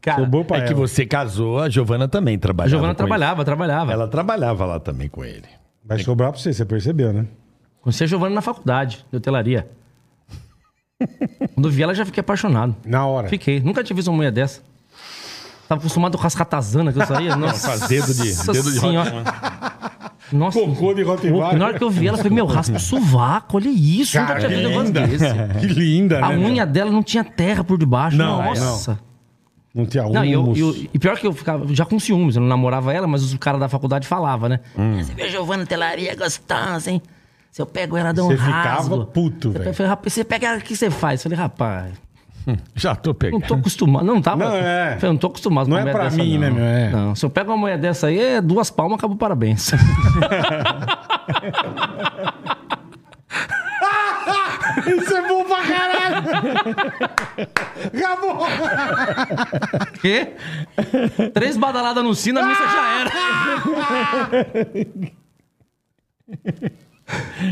Speaker 5: Cara,
Speaker 4: Sou bom pra
Speaker 3: É que
Speaker 4: ela.
Speaker 3: você casou, a Giovana também
Speaker 5: a
Speaker 3: trabalhava.
Speaker 5: Giovana
Speaker 3: com ele.
Speaker 5: trabalhava, trabalhava.
Speaker 3: Ela trabalhava lá também com ele.
Speaker 4: Vai sobrar pra você, você percebeu, né?
Speaker 5: Conheci a é Giovana na faculdade de hotelaria. Quando eu vi ela, já fiquei apaixonado.
Speaker 4: Na hora.
Speaker 5: Fiquei. Nunca tinha visto uma mulher dessa. Tava acostumado com as ratazanas que eu saía. Nossa,
Speaker 3: Faz dedo de- dedo de né?
Speaker 5: senhora. Nossa.
Speaker 4: Cocô de Rottweiler.
Speaker 5: Na hora que eu vi ela, eu falei, meu, raspa o sovaco, olha isso. Nunca tinha visto um negócio desse.
Speaker 4: Que linda, né?
Speaker 5: A
Speaker 4: meu?
Speaker 5: unha dela não tinha terra por debaixo.
Speaker 4: Não,
Speaker 5: Nossa.
Speaker 4: Não tinha
Speaker 5: Não, e, eu,
Speaker 4: humus.
Speaker 5: e eu- e pior que eu ficava já com ciúmes, eu não namorava ela, mas os caras da faculdade falavam, né?
Speaker 4: Hum.
Speaker 5: "Ah, Você viu a Giovana Telaria gostosa, hein? Se eu pego ela, dá um
Speaker 4: Você ficava
Speaker 5: rasgo.
Speaker 4: puto,
Speaker 5: Eu
Speaker 4: velho.
Speaker 5: falei, rapaz, você pega ela, o que você faz? Eu falei, rapaz,
Speaker 3: Já tô
Speaker 5: não
Speaker 3: pegando.
Speaker 5: tô acostumado. Não, tava.
Speaker 4: Não, é.
Speaker 5: Eu falei, não tô acostumado
Speaker 4: Não é
Speaker 5: mulher
Speaker 4: pra mim,
Speaker 5: não.
Speaker 4: né, meu? É.
Speaker 5: Não, se eu pego uma mulher dessa aí, é duas palmas, acabou parabéns.
Speaker 4: Isso é bom pra caralho! Acabou!
Speaker 5: Quê? Três badaladas no sino, a missa já era.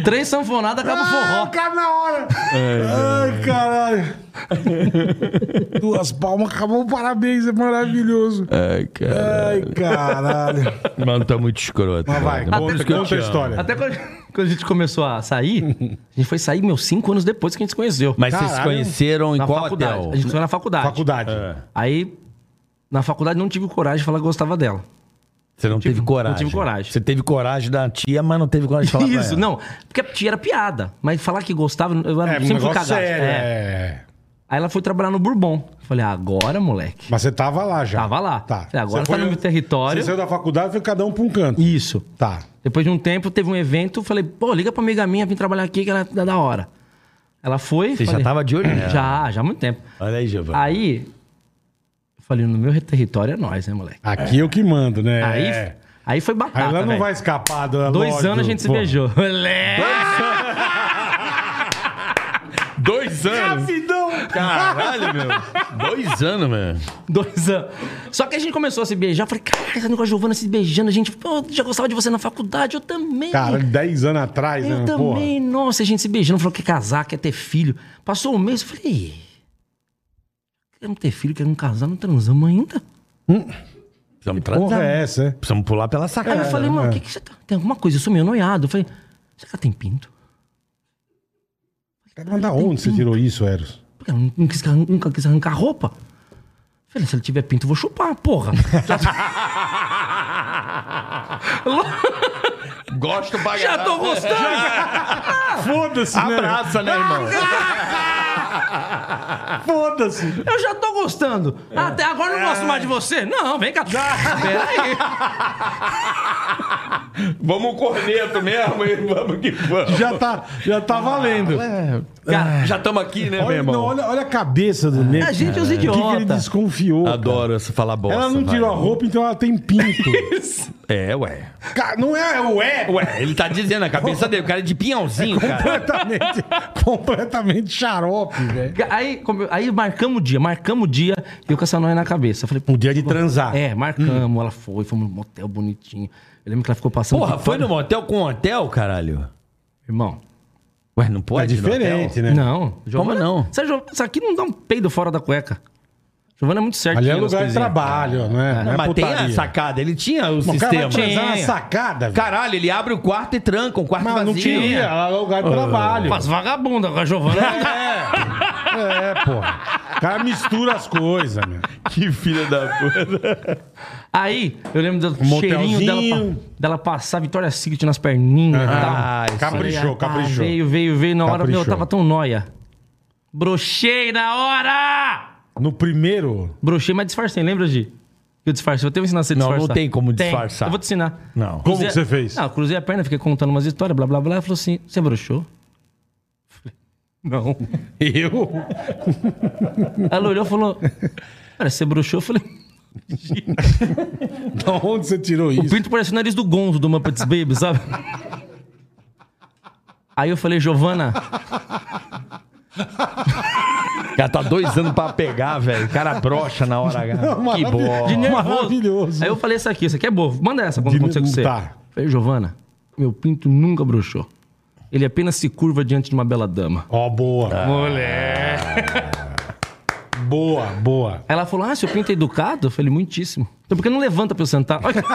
Speaker 5: Três sanfonadas, acaba o
Speaker 4: Ah,
Speaker 5: forró.
Speaker 4: o cara na hora! Ai, caralho! Duas palmas, acabou, parabéns, é maravilhoso!
Speaker 3: Ai, cara.
Speaker 4: Ai, caralho!
Speaker 3: Mano, tá muito escroto.
Speaker 4: Mas vai,
Speaker 3: mano. Por
Speaker 4: conta,
Speaker 3: isso que eu
Speaker 4: conta
Speaker 3: te
Speaker 4: a
Speaker 3: amo.
Speaker 4: história.
Speaker 5: Até quando, quando a gente começou a sair, a gente foi sair, meu, cinco anos depois que a gente se conheceu.
Speaker 3: Mas vocês se
Speaker 4: Caralho.
Speaker 3: conheceram em
Speaker 5: na
Speaker 3: qual
Speaker 5: faculdade.
Speaker 3: hotel?
Speaker 5: A gente foi na faculdade.
Speaker 3: É.
Speaker 4: Faculdade. É, um
Speaker 5: Aí, na faculdade, não tive coragem de falar que gostava dela.
Speaker 3: Você não teve coragem.
Speaker 5: tive coragem.
Speaker 3: Você teve coragem da tia, mas não teve coragem de falar pra
Speaker 5: Isso,
Speaker 3: ela.
Speaker 5: não. Porque a tia era piada. Mas falar que gostava, eu era,
Speaker 4: É,
Speaker 5: sempre
Speaker 4: um
Speaker 5: fui
Speaker 4: negócio
Speaker 5: cagado.
Speaker 4: sério.
Speaker 5: É.
Speaker 4: é.
Speaker 5: Aí ela foi trabalhar no Bourbon. Falei, agora, moleque.
Speaker 4: Mas você tava lá já.
Speaker 5: Tava lá.
Speaker 4: Tá.
Speaker 5: Falei, agora
Speaker 4: Você
Speaker 5: tá no meu território.
Speaker 4: Você saiu da faculdade e foi cada um pra um canto.
Speaker 5: Isso.
Speaker 4: Tá.
Speaker 5: Depois de um tempo, teve um evento, falei, pô, liga pra amiga minha, vim trabalhar aqui, que ela é da hora. Ela foi.
Speaker 3: Você já
Speaker 5: falei, "É,
Speaker 3: tava de olho nela.
Speaker 5: Já, já há muito tempo.
Speaker 3: Olha aí, Giovana.
Speaker 5: Aí, eu falei, no meu território é nós, né, moleque?
Speaker 4: Aqui eu que mando, né?
Speaker 5: Aí,
Speaker 4: É.
Speaker 5: aí foi
Speaker 4: Aí
Speaker 5: batata,
Speaker 4: ela não
Speaker 5: velho.
Speaker 4: vai escapar do
Speaker 5: Tá, Dois
Speaker 4: lógico,
Speaker 5: anos a gente se
Speaker 4: pô.
Speaker 5: beijou. Moleque!
Speaker 3: Dois anos.
Speaker 4: Rapidão!
Speaker 3: Caralho, meu. Dois anos, mano.
Speaker 5: Dois anos. Só que a gente começou a se beijar. Eu Falei, caraca, esse negócio da Giovana se beijando. A gente, pô, já gostava de você na faculdade, eu também.
Speaker 4: Cara, 10 anos atrás,
Speaker 5: eu
Speaker 4: né? porra?
Speaker 5: também. Nossa, a gente se beijando. Falou que quer casar, quer ter filho. Passou um mês, eu falei, "Ih, queremos ter filho, queremos casar, não transamos ainda.
Speaker 3: Precisamos
Speaker 4: Porra,
Speaker 3: transar.
Speaker 4: é essa, é?
Speaker 3: Precisamos pular pela
Speaker 5: Aí
Speaker 3: sacada.
Speaker 5: eu falei, mano, o que, que você tá. Tem alguma coisa, eu sou meio noiado. Eu falei, será que ela tem pinto?
Speaker 4: Cara, Mas da onde você tirou isso, Eros?
Speaker 5: Porque ela não quis, arran- nunca quis arrancar a roupa. Eu Falei, se ele tiver pinto, eu vou chupar, porra.
Speaker 3: Gosto pra
Speaker 5: Já tô gostando.
Speaker 4: Foda-se,
Speaker 3: Abraça, né, irmão?
Speaker 4: Foda-se!
Speaker 5: Eu já tô gostando.
Speaker 4: É.
Speaker 5: Até agora eu não gosto mais de você. Não, vem cá. Peraí.
Speaker 6: Vamos o
Speaker 4: um
Speaker 6: corneto mesmo e vamos que vamos.
Speaker 4: Já tá, já tá valendo.
Speaker 5: Cara,
Speaker 6: Já estamos aqui, né, meu
Speaker 4: Olha, não,
Speaker 6: irmão?
Speaker 4: olha, olha a cabeça do nego.
Speaker 5: a gente é os
Speaker 4: O que, que ele
Speaker 5: idiotas.
Speaker 4: desconfiou? cara?
Speaker 3: Adoro essa falar bosta.
Speaker 4: Ela não tirou a
Speaker 3: vai.
Speaker 4: roupa, então ela tem pinto.
Speaker 3: É, ué.
Speaker 4: Cara, não é o é,
Speaker 3: Ué, ele tá dizendo a cabeça dele. O cara é de pinhãozinho, cara.
Speaker 4: completamente, completamente xarope, velho.
Speaker 5: Aí, como eu- aí marcamos o dia, marcamos o dia e eu com essa noia na cabeça. Eu falei, pô,
Speaker 4: O Um dia de transar. Hum.
Speaker 5: é, marcamos. Ela foi, fomos num motel bonitinho. Eu lembro que ela ficou passando.
Speaker 3: Porra,
Speaker 5: por
Speaker 3: foi
Speaker 5: fora.
Speaker 3: no motel com hotel, caralho?
Speaker 5: Irmão.
Speaker 3: Ué, não
Speaker 4: É
Speaker 3: pode? no
Speaker 4: diferente,
Speaker 3: hotel?
Speaker 4: né?
Speaker 5: Não, Giovana
Speaker 3: não?
Speaker 5: Essa, Giov- essa aqui não dá um peido fora da cueca. Giovana é muito certinha.
Speaker 4: Ali é
Speaker 5: nas
Speaker 4: lugar de
Speaker 5: coisinhas.
Speaker 4: trabalho, não é? Não
Speaker 3: Ah,
Speaker 4: é
Speaker 3: Mas tem a
Speaker 4: putaria.
Speaker 3: sacada, ele tinha o
Speaker 4: O cara vai
Speaker 3: sistema.
Speaker 4: transar na
Speaker 5: Tinha.
Speaker 4: sacada, velho.
Speaker 3: Caralho, ele abre o quarto e tranca, um quarto
Speaker 4: Mas não
Speaker 3: vazio.
Speaker 4: queria, ela é lugar de trabalho.
Speaker 5: Faz vagabunda com a Giovana.
Speaker 4: É, porra. O cara mistura as coisas, meu.
Speaker 3: Que filha da puta.
Speaker 5: Aí, eu lembro do
Speaker 4: Um
Speaker 5: cheirinho dela,
Speaker 4: motelzinho.
Speaker 5: pa- dela passar Vitória Secret nas perninhas e tal.
Speaker 3: Ah,
Speaker 4: Caprichou,
Speaker 5: Ah,
Speaker 4: caprichou.
Speaker 5: veio, veio, veio. Na hora, meu, eu
Speaker 4: Caprichou.
Speaker 5: tava tão nóia. Brochei na hora!
Speaker 4: No primeiro.
Speaker 5: Brochei, mas disfarcei. Lembra, Gi? Eu disfarcei. Eu tenho que ensinar você a
Speaker 3: Não,
Speaker 5: disfarçar.
Speaker 3: não tem como disfarçar.
Speaker 5: Eu vou te ensinar.
Speaker 3: Não.
Speaker 4: Como que você fez?
Speaker 5: Não, eu cruzei a perna, fiquei contando umas histórias, blá, blá, blá. Ela falou assim, você brochou? Não.
Speaker 4: Eu?
Speaker 5: Ela olhou e falou, cara, você brochou? Eu falei,
Speaker 4: Da onde você tirou
Speaker 5: o
Speaker 4: isso?
Speaker 5: pinto parece o nariz do Gonzo, do Muppets Baby, sabe? Aí eu falei, Giovana,
Speaker 3: Cara, tá dois anos pra pegar, velho. O cara brocha na hora H. que
Speaker 4: maravilha.
Speaker 5: de
Speaker 3: bom.
Speaker 5: nervoso.
Speaker 4: Maravilhoso.
Speaker 5: Aí eu falei essa aqui, essa aqui é boa. Manda essa quando
Speaker 4: De
Speaker 5: acontecer com
Speaker 4: ne-
Speaker 5: você.
Speaker 4: tá.
Speaker 5: Falei, Giovana, meu pinto nunca brochou. Ele apenas se curva diante de uma bela dama.
Speaker 4: Ó, boa.
Speaker 5: Moleque.
Speaker 4: Ah. Boa, boa.
Speaker 5: Aí ela falou, ah, seu pinto é educado? Eu falei, muitíssimo. Então por que não levanta pra eu sentar? Olha que-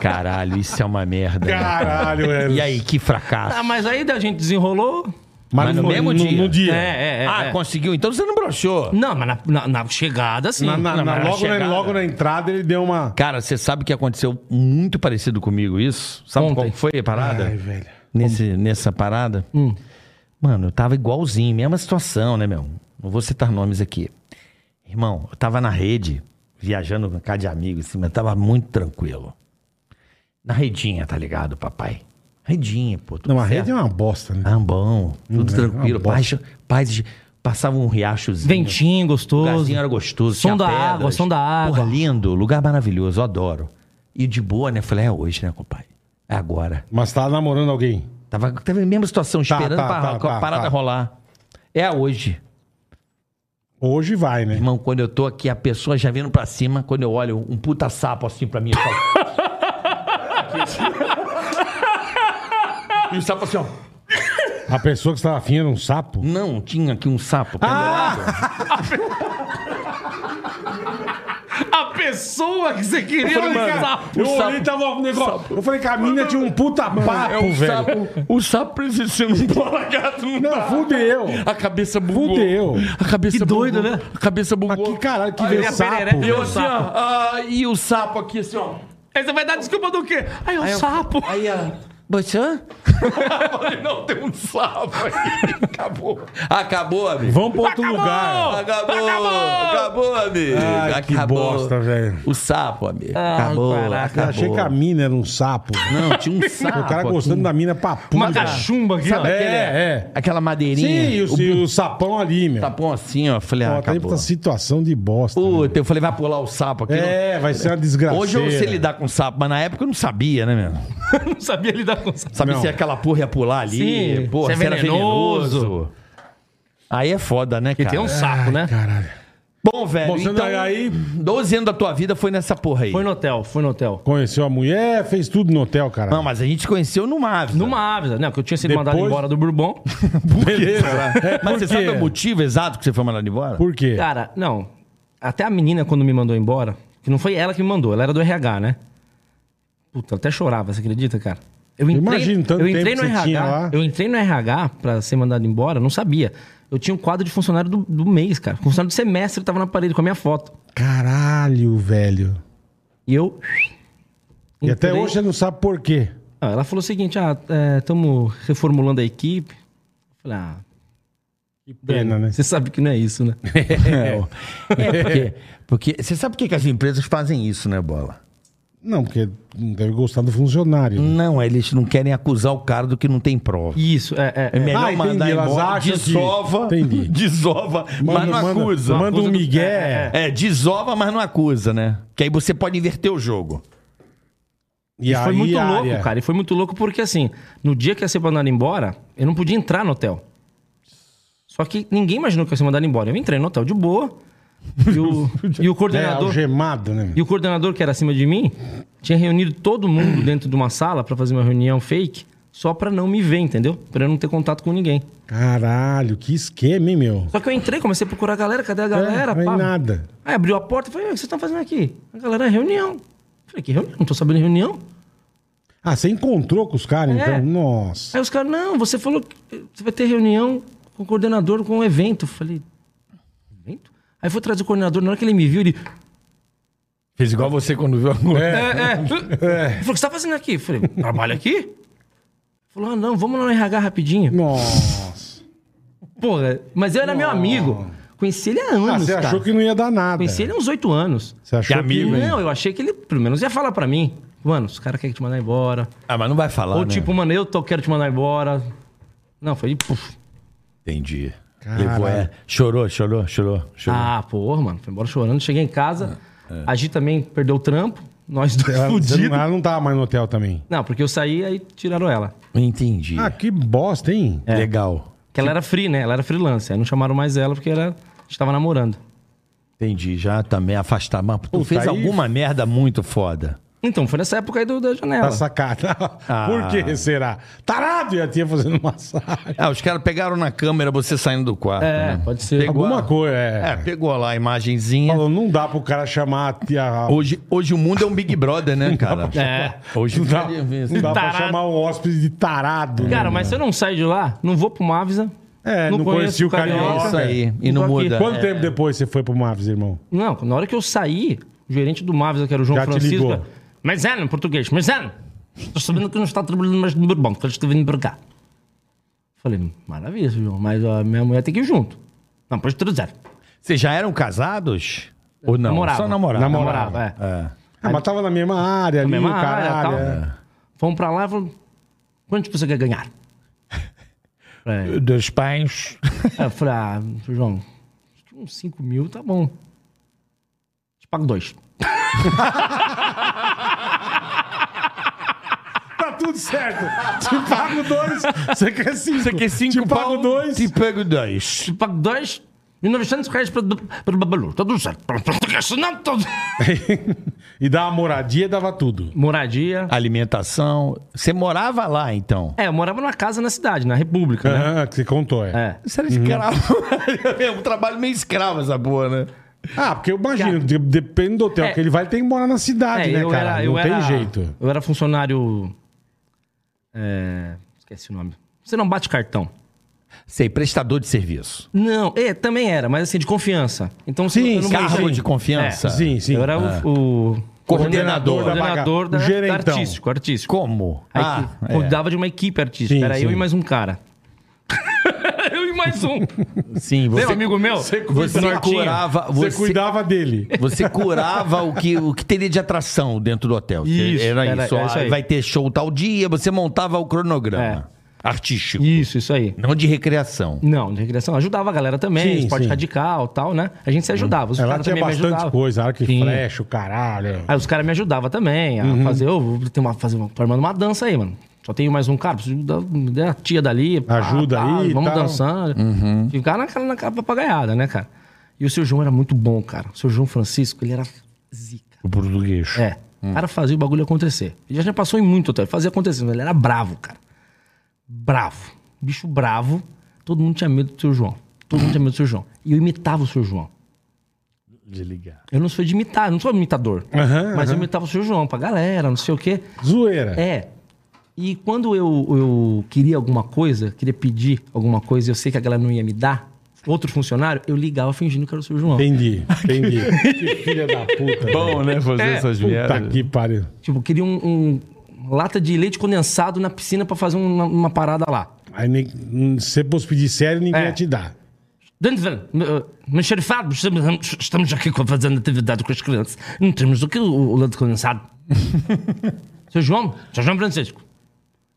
Speaker 3: Caralho, isso é uma merda. né?
Speaker 4: Caralho, velho.
Speaker 3: E aí, que fracasso.
Speaker 5: ah, mas aí a gente desenrolou.
Speaker 4: Mas,
Speaker 3: Mas no
Speaker 4: no,
Speaker 3: mesmo
Speaker 4: no-
Speaker 3: dia.
Speaker 4: no dia.
Speaker 5: É, é, é.
Speaker 3: ah,
Speaker 5: é.
Speaker 3: conseguiu? Então você não broxou.
Speaker 5: Não, mas na, na- na chegada, sim.
Speaker 4: Na- na-
Speaker 3: Não,
Speaker 4: na-
Speaker 3: mas na
Speaker 4: logo, na,
Speaker 3: chegada.
Speaker 4: logo na entrada ele deu uma.
Speaker 3: Cara, você sabe que aconteceu muito parecido comigo isso? Sabe
Speaker 5: Ontem.
Speaker 3: qual foi a parada?
Speaker 4: Ai, velho. Hum.
Speaker 3: Nesse, nessa parada? Mano, eu tava igualzinho, mesma situação, né, meu? Não vou citar nomes aqui. Irmão, eu tava na rede, viajando com casa de amigo, assim, mas tava muito tranquilo. Na redinha, tá ligado, papai? Redinha, pô. tudo
Speaker 4: Não, a
Speaker 3: certo.
Speaker 4: rede é uma bosta, né?
Speaker 3: Ah, bom. Tudo
Speaker 4: Hum,
Speaker 3: tranquilo.
Speaker 4: é uma
Speaker 3: Paz, paz, passava um riachozinho.
Speaker 5: Ventinho
Speaker 3: O
Speaker 5: gostoso.
Speaker 3: lugarzinho era gostoso.
Speaker 5: Som
Speaker 3: tinha
Speaker 5: da
Speaker 3: pedras.
Speaker 5: água, som da água.
Speaker 3: Porra, lindo. Lugar maravilhoso. eu Adoro. E de boa, né? Falei, é hoje, né, compadre? É agora.
Speaker 4: Mas tava namorando alguém.
Speaker 3: Tava, tava a mesma situação, esperando
Speaker 4: tá,
Speaker 3: pra,
Speaker 4: tá,
Speaker 3: pra
Speaker 4: tá,
Speaker 3: parada
Speaker 4: tá.
Speaker 3: rolar. É hoje.
Speaker 4: Hoje vai, né?
Speaker 3: Irmão, quando eu tô aqui, a pessoa já vindo pra cima. Quando eu olho um puta sapo assim pra mim, eu falo... e o sapo assim, ó...
Speaker 4: A pessoa que você tava afim era um sapo.
Speaker 3: Não, tinha aqui um
Speaker 4: Ah!
Speaker 3: sapo pendurado.
Speaker 5: A pessoa que você queria
Speaker 4: falei, cara,
Speaker 5: lançar.
Speaker 4: eu
Speaker 3: o
Speaker 4: olhei
Speaker 3: sapo.
Speaker 4: tava um negócio. Eu falei que a mina tinha um puta papo,
Speaker 3: é o
Speaker 4: velho.
Speaker 3: sapo. O sapo presenciando um bola gato. não
Speaker 4: Não,
Speaker 3: dá.
Speaker 4: fudeu.
Speaker 3: A cabeça bugou.
Speaker 4: Fudeu.
Speaker 3: A cabeça
Speaker 5: Que doido,
Speaker 3: bugou.
Speaker 5: né?
Speaker 3: A cabeça
Speaker 4: Mas
Speaker 3: bugou.
Speaker 4: que caralho, que
Speaker 5: Aí
Speaker 4: veio
Speaker 5: a
Speaker 4: sapo.
Speaker 5: perereca-
Speaker 4: velho.
Speaker 3: Eu assim, ó. ah, e o sapo aqui, assim, ó.
Speaker 5: Aí você vai dar desculpa do quê? Aí é um sapo.
Speaker 3: Aí, a... Bochã? não, tem um sapo aí. Acabou. Acabou, amigo.
Speaker 4: Vamos pra outro
Speaker 5: Acabou!
Speaker 4: lugar.
Speaker 3: Acabou.
Speaker 5: Acabou!
Speaker 3: Acabou, amigo.
Speaker 4: Ai, que
Speaker 3: Acabou.
Speaker 4: bosta, velho.
Speaker 3: O sapo, amigo.
Speaker 5: Ah,
Speaker 3: acabou.
Speaker 5: caraca.
Speaker 4: Eu
Speaker 3: acabou.
Speaker 4: achei que a mina era um sapo.
Speaker 3: Não, tinha um sapo.
Speaker 4: O cara
Speaker 3: aqui.
Speaker 4: gostando da mina papuda.
Speaker 5: Uma cachumba aqui, ó.
Speaker 4: É,
Speaker 3: Aquele-
Speaker 4: é.
Speaker 3: Aquela madeirinha.
Speaker 4: Sim, o, o sapão ali, meu.
Speaker 3: Sapão assim, ó. Falei, ah,
Speaker 4: Ó, tá aí
Speaker 3: acabou.
Speaker 4: pra situação de bosta. né?
Speaker 3: Puta, eu falei, vai pular o sapo aqui.
Speaker 4: É, vai ser uma desgraça.
Speaker 3: Hoje eu sei lidar com sapo, mas na época eu não sabia, né, meu?
Speaker 5: Não sabia lidar com sapo.
Speaker 3: Sabe
Speaker 4: Não.
Speaker 3: se aquela porra ia pular ali?
Speaker 5: Sim,
Speaker 3: porra,
Speaker 5: se é
Speaker 3: se era
Speaker 5: venenoso.
Speaker 3: venenoso. Aí é foda, né, cara?
Speaker 5: Tem um sapo, né?
Speaker 4: Caralho.
Speaker 3: Bom, velho,
Speaker 4: Bom, você
Speaker 3: então,
Speaker 4: não- é aí-
Speaker 3: 12 anos da tua vida foi nessa porra aí.
Speaker 5: Foi no hotel, foi no hotel.
Speaker 4: Conheceu a mulher, fez tudo no hotel, cara.
Speaker 3: Não, mas a gente conheceu no Mavis.
Speaker 5: Numa ave, né? Porque eu tinha sido mandado
Speaker 4: Tá. Depois-
Speaker 5: embora do Bourbon.
Speaker 4: Beleza. É,
Speaker 3: Mas
Speaker 4: por
Speaker 3: você
Speaker 4: quê?
Speaker 3: sabe o motivo exato que você foi mandado embora?
Speaker 4: Por quê?
Speaker 5: Cara, não. Até a menina, quando me mandou embora, que não foi ela que me mandou, ela era do RH, né? Puta, eu até chorava, você acredita, cara? Eu
Speaker 4: Imagina, tanto
Speaker 5: eu entrei no
Speaker 4: tempo que você
Speaker 5: RH,
Speaker 4: tinha lá.
Speaker 5: Eu entrei no RH pra ser mandado embora, não sabia. Eu tinha um quadro de funcionário do, do mês, cara. Funcionário do semestre tava na parede com a minha foto.
Speaker 4: Caralho, velho.
Speaker 5: E eu.
Speaker 4: E até
Speaker 5: entrei-
Speaker 4: hoje você não sabe por quê.
Speaker 5: Ah, Ela falou o seguinte: ah, estamos reformulando a equipe. Eu falei, ah,
Speaker 4: Que pena, né?
Speaker 5: você sabe que não é isso, né?
Speaker 3: É, porque, porque você sabe por que que as empresas fazem isso, né, Bola?
Speaker 4: Não, porque não deve gostar do funcionário.
Speaker 5: Hum.
Speaker 4: né?
Speaker 3: Não, eles não querem acusar o cara do que não tem prova.
Speaker 5: Isso, é. é,
Speaker 3: É
Speaker 5: é.
Speaker 3: melhor
Speaker 4: Ah, entendi,
Speaker 3: mandar
Speaker 4: elas
Speaker 3: embora,
Speaker 4: acham que-
Speaker 3: desova,
Speaker 4: Entendi.
Speaker 3: desova, mas não acusa.
Speaker 4: Manda,
Speaker 5: Acusa
Speaker 4: um
Speaker 5: do-
Speaker 4: migué.
Speaker 5: É,
Speaker 3: É, desova, mas não acusa, né? Que aí você pode inverter o jogo.
Speaker 4: E,
Speaker 5: E foi
Speaker 4: aí
Speaker 5: muito
Speaker 4: a
Speaker 5: louco,
Speaker 4: área-
Speaker 5: cara. E foi muito louco porque, assim, no dia que ia ser mandado embora, eu não podia entrar no hotel. Só que ninguém imaginou que ia ser mandado embora. Eu entrei no hotel de boa. E o, e o
Speaker 4: É,
Speaker 5: coordenador.
Speaker 4: algemado, né?
Speaker 5: E o coordenador que era acima de mim tinha reunido todo mundo dentro de uma sala pra fazer uma reunião fake só pra não me ver, entendeu? Pra eu não ter contato com ninguém.
Speaker 4: Caralho, que esquema, hein, meu?
Speaker 5: Só que eu entrei, comecei a procurar a galera, cadê a galera?
Speaker 4: é, não
Speaker 5: pá?
Speaker 4: é nada.
Speaker 5: Aí abriu a porta e falei, "Ué, o que vocês estão fazendo aqui? A galera, "É reunião. Falei, que reunião? Não tô sabendo de reunião.
Speaker 4: Ah, você encontrou com os caras,
Speaker 5: É.
Speaker 4: então? Nossa.
Speaker 5: Aí os caras, não, você falou que eh, você vai ter reunião com o coordenador com o evento. Eu Falei, evento? Aí foi trazer o coordenador, na hora que ele me viu, ele.
Speaker 3: Fez igual você quando viu a mulher.
Speaker 5: É, é. Ele falou, o que você tá fazendo aqui? Eu Falei, trabalho aqui? Ele Falou, ah, não, vamos lá no RH rapidinho.
Speaker 4: Nossa.
Speaker 5: Porra, mas eu era meu amigo. Conheci ele há
Speaker 4: Ah,
Speaker 5: anos.
Speaker 4: você
Speaker 5: cara.
Speaker 4: achou que não ia dar nada.
Speaker 5: Conheci ele há uns oito anos.
Speaker 4: Você é achou
Speaker 3: Que amigo,
Speaker 4: que...
Speaker 5: Não, eu achei que ele, pelo menos, ia falar pra mim. Mano, os caras querem te mandar embora.
Speaker 3: Ah, mas não vai falar,
Speaker 5: Ou
Speaker 3: né?
Speaker 5: tipo, mano, eu tô, quero te mandar embora. Não, foi. Puf.
Speaker 3: Entendi.
Speaker 4: Caralho.
Speaker 3: Levou, é. Chorou, chorou, chorou, chorou.
Speaker 5: Ah, porra, mano. Foi embora chorando. Cheguei em casa.
Speaker 4: É,
Speaker 5: A Gi também perdeu o trampo. Nós dois
Speaker 4: Ela, você não,
Speaker 5: fudidos.
Speaker 4: ela não tava mais no hotel também.
Speaker 5: Não, porque eu saí aí tiraram ela.
Speaker 3: Entendi. É.
Speaker 4: Ah, que bosta, hein?
Speaker 3: Legal.
Speaker 5: Porque ela era free, né? Ela era freelancer. Aí não chamaram mais ela porque ela estava namorando.
Speaker 3: Entendi. Já também afastar. Mas tu
Speaker 4: Puta,
Speaker 3: fez
Speaker 4: aí-
Speaker 3: alguma merda muito foda.
Speaker 5: Então, foi nessa época aí do, da janela.
Speaker 4: Tá sacada. Por que será? Tarado! E a tia fazendo massagem.
Speaker 3: Ah, os caras pegaram na câmera você saindo do quarto.
Speaker 5: É,
Speaker 3: né?
Speaker 5: pode ser.
Speaker 4: Alguma
Speaker 3: a-
Speaker 4: coisa, é.
Speaker 3: É, pegou lá a imagenzinha.
Speaker 4: Falou, não dá pro cara chamar a tia.
Speaker 3: Hoje, hoje o mundo é um Big Brother, né, cara?
Speaker 5: É.
Speaker 3: Hoje
Speaker 4: Não dá, não dá pra
Speaker 5: Tarado.
Speaker 4: chamar um hóspede de tarado. né?
Speaker 5: Cara, mas se eu não saio de lá, não vou pro Mavisa.
Speaker 4: É, não conheci o
Speaker 5: É
Speaker 4: Carioca.
Speaker 3: isso aí. E
Speaker 5: Tô
Speaker 3: não
Speaker 5: aqui.
Speaker 3: muda.
Speaker 4: Quanto tempo depois você foi pro Mavis, irmão?
Speaker 5: Não, na hora que eu saí, o gerente do Mavisa, que era o João
Speaker 4: Já te
Speaker 5: Francisco.
Speaker 4: ligou.
Speaker 5: Mas é, em português, mas é. Estou sabendo que não está trabalhando mais no Bourbon, que eles estão vindo para cá. Falei, maravilha, seu João, mas a minha mulher tem que ir junto. Não, pode trazer.
Speaker 3: Vocês já eram casados? Ou não?
Speaker 5: Namorava.
Speaker 3: Só namorava.
Speaker 5: Namorava,
Speaker 4: Ah, mas tava na mesma área ali,
Speaker 5: é. Mesma área
Speaker 4: caralho.
Speaker 5: tal.
Speaker 4: é.
Speaker 5: Fomos pra lá e falamos, quanto você quer ganhar? Falei,
Speaker 3: Dos pais.
Speaker 5: eu falei, ah, seu João, acho que uns 5 mil tá bom. Te pago dois.
Speaker 4: Tá tudo certo. Te pago dois, você quer cinco.
Speaker 3: Você quer cinco
Speaker 4: Te pago
Speaker 3: pau,
Speaker 4: dois.
Speaker 3: Tipo, Te pego dois.
Speaker 5: Te pago dois, 1.900 reais pra- pra Babalu. Tá tudo certo. Pra português, não, tá tudo
Speaker 4: E dava moradia, dava tudo.
Speaker 5: moradia.
Speaker 3: Alimentação. Você morava lá, então?
Speaker 5: É, eu morava numa casa na cidade, na República, né?
Speaker 4: Aham, que você contou, é.
Speaker 5: É.
Speaker 3: Você era escravo. é um trabalho meio escravo essa porra, né?
Speaker 4: Ah, porque eu imagino, de- depende do hotel
Speaker 5: É.
Speaker 4: que ele vai, tem que morar na cidade,
Speaker 5: É,
Speaker 4: né, cara? Não tem jeito.
Speaker 5: Eu era funcionário. é, esqueci o nome. Você não bate cartão.
Speaker 3: Sei, prestador de serviço.
Speaker 5: Não, é, também era, mas assim, de confiança. Então, se
Speaker 4: Sim,
Speaker 5: eu não
Speaker 4: sim,
Speaker 5: ganhava-
Speaker 3: Cargo de confiança.
Speaker 5: É.
Speaker 4: Sim, sim.
Speaker 5: Eu era o, o
Speaker 3: Coordenador.
Speaker 5: coordenador da,
Speaker 4: O gerentão. Ah,
Speaker 5: da artístico, artístico.
Speaker 3: Como?
Speaker 5: Aí que
Speaker 3: é.
Speaker 5: cuidava de uma equipe artística.
Speaker 4: Sim,
Speaker 5: era eu
Speaker 4: sim.
Speaker 5: e mais um cara. eu e mais um.
Speaker 3: Sim, você,
Speaker 5: Meu amigo meu?
Speaker 3: você
Speaker 5: Nortinho.
Speaker 3: curava.
Speaker 4: Você,
Speaker 3: Você,
Speaker 4: cuidava dele.
Speaker 3: você curava o que, o que teria de atração dentro do hotel.
Speaker 5: Isso,
Speaker 3: era,
Speaker 5: era-
Speaker 3: isso.
Speaker 5: era isso
Speaker 3: Ah,
Speaker 5: aí.
Speaker 3: Vai ter show tal dia, você montava o cronograma artístico.
Speaker 5: Isso, isso aí.
Speaker 3: Não de recreação.
Speaker 5: Não, de recreação. Ajudava a galera também,
Speaker 4: Sim,
Speaker 5: esporte
Speaker 4: sim. Uhum.
Speaker 5: radical tal, né? A gente se ajudava. Os
Speaker 4: Ela
Speaker 5: caras
Speaker 4: tinha
Speaker 5: também me
Speaker 4: bastante
Speaker 5: ajudavam.
Speaker 4: coisa, arco e
Speaker 5: Sim.
Speaker 4: flecha, Uhum. o caralho.
Speaker 5: Aí os caras me ajudavam também a fazer, ô, vou ter uma, fazer, uma- tô armando uma dança aí, mano. Só tenho mais um cara, preciso da, da tia dali. pá,
Speaker 4: Ajuda
Speaker 5: pá,
Speaker 4: aí e
Speaker 5: Vamos
Speaker 4: tal.
Speaker 5: dançando. Ficar na cara, na cara papagaiada, né, cara? E o seu João era muito bom, cara. O seu João Francisco, ele era zica.
Speaker 4: O português.
Speaker 5: É. O cara fazia o bagulho acontecer. Ele já passou em muito hotel, fazia acontecer, mas ele era bravo, cara. Bravo. Bicho bravo. Todo mundo tinha medo do seu João. Todo mundo tinha medo do seu João. E eu imitava o seu João.
Speaker 3: Desligar.
Speaker 5: Eu não sou de imitar, não sou imitador.
Speaker 4: Aham,
Speaker 5: mas eu
Speaker 4: aham.
Speaker 5: imitava o seu João pra galera, não sei o quê.
Speaker 4: Zoeira.
Speaker 5: É. E quando eu, eu queria alguma coisa, queria pedir alguma coisa, eu sei que a galera não ia me dar, outro funcionário, eu ligava fingindo que era o seu João.
Speaker 4: Entendi, entendi. que filha da puta.
Speaker 6: Bom,
Speaker 3: É.
Speaker 6: né? Fazer essas
Speaker 4: Puta
Speaker 6: viagens.
Speaker 4: que pariu.
Speaker 5: Tipo, eu queria um, um lata de leite condensado na piscina pra fazer um, uma, uma parada lá.
Speaker 4: Aí nem- hum, se você fosse pedir sério, ninguém
Speaker 5: É.
Speaker 4: ia te dar.
Speaker 5: Dantevan, eh, mas xerifado, estamos, estamos aqui com- fazendo atividade com as crianças. Não temos o que o, o leite condensado. seu João, seu João Francisco.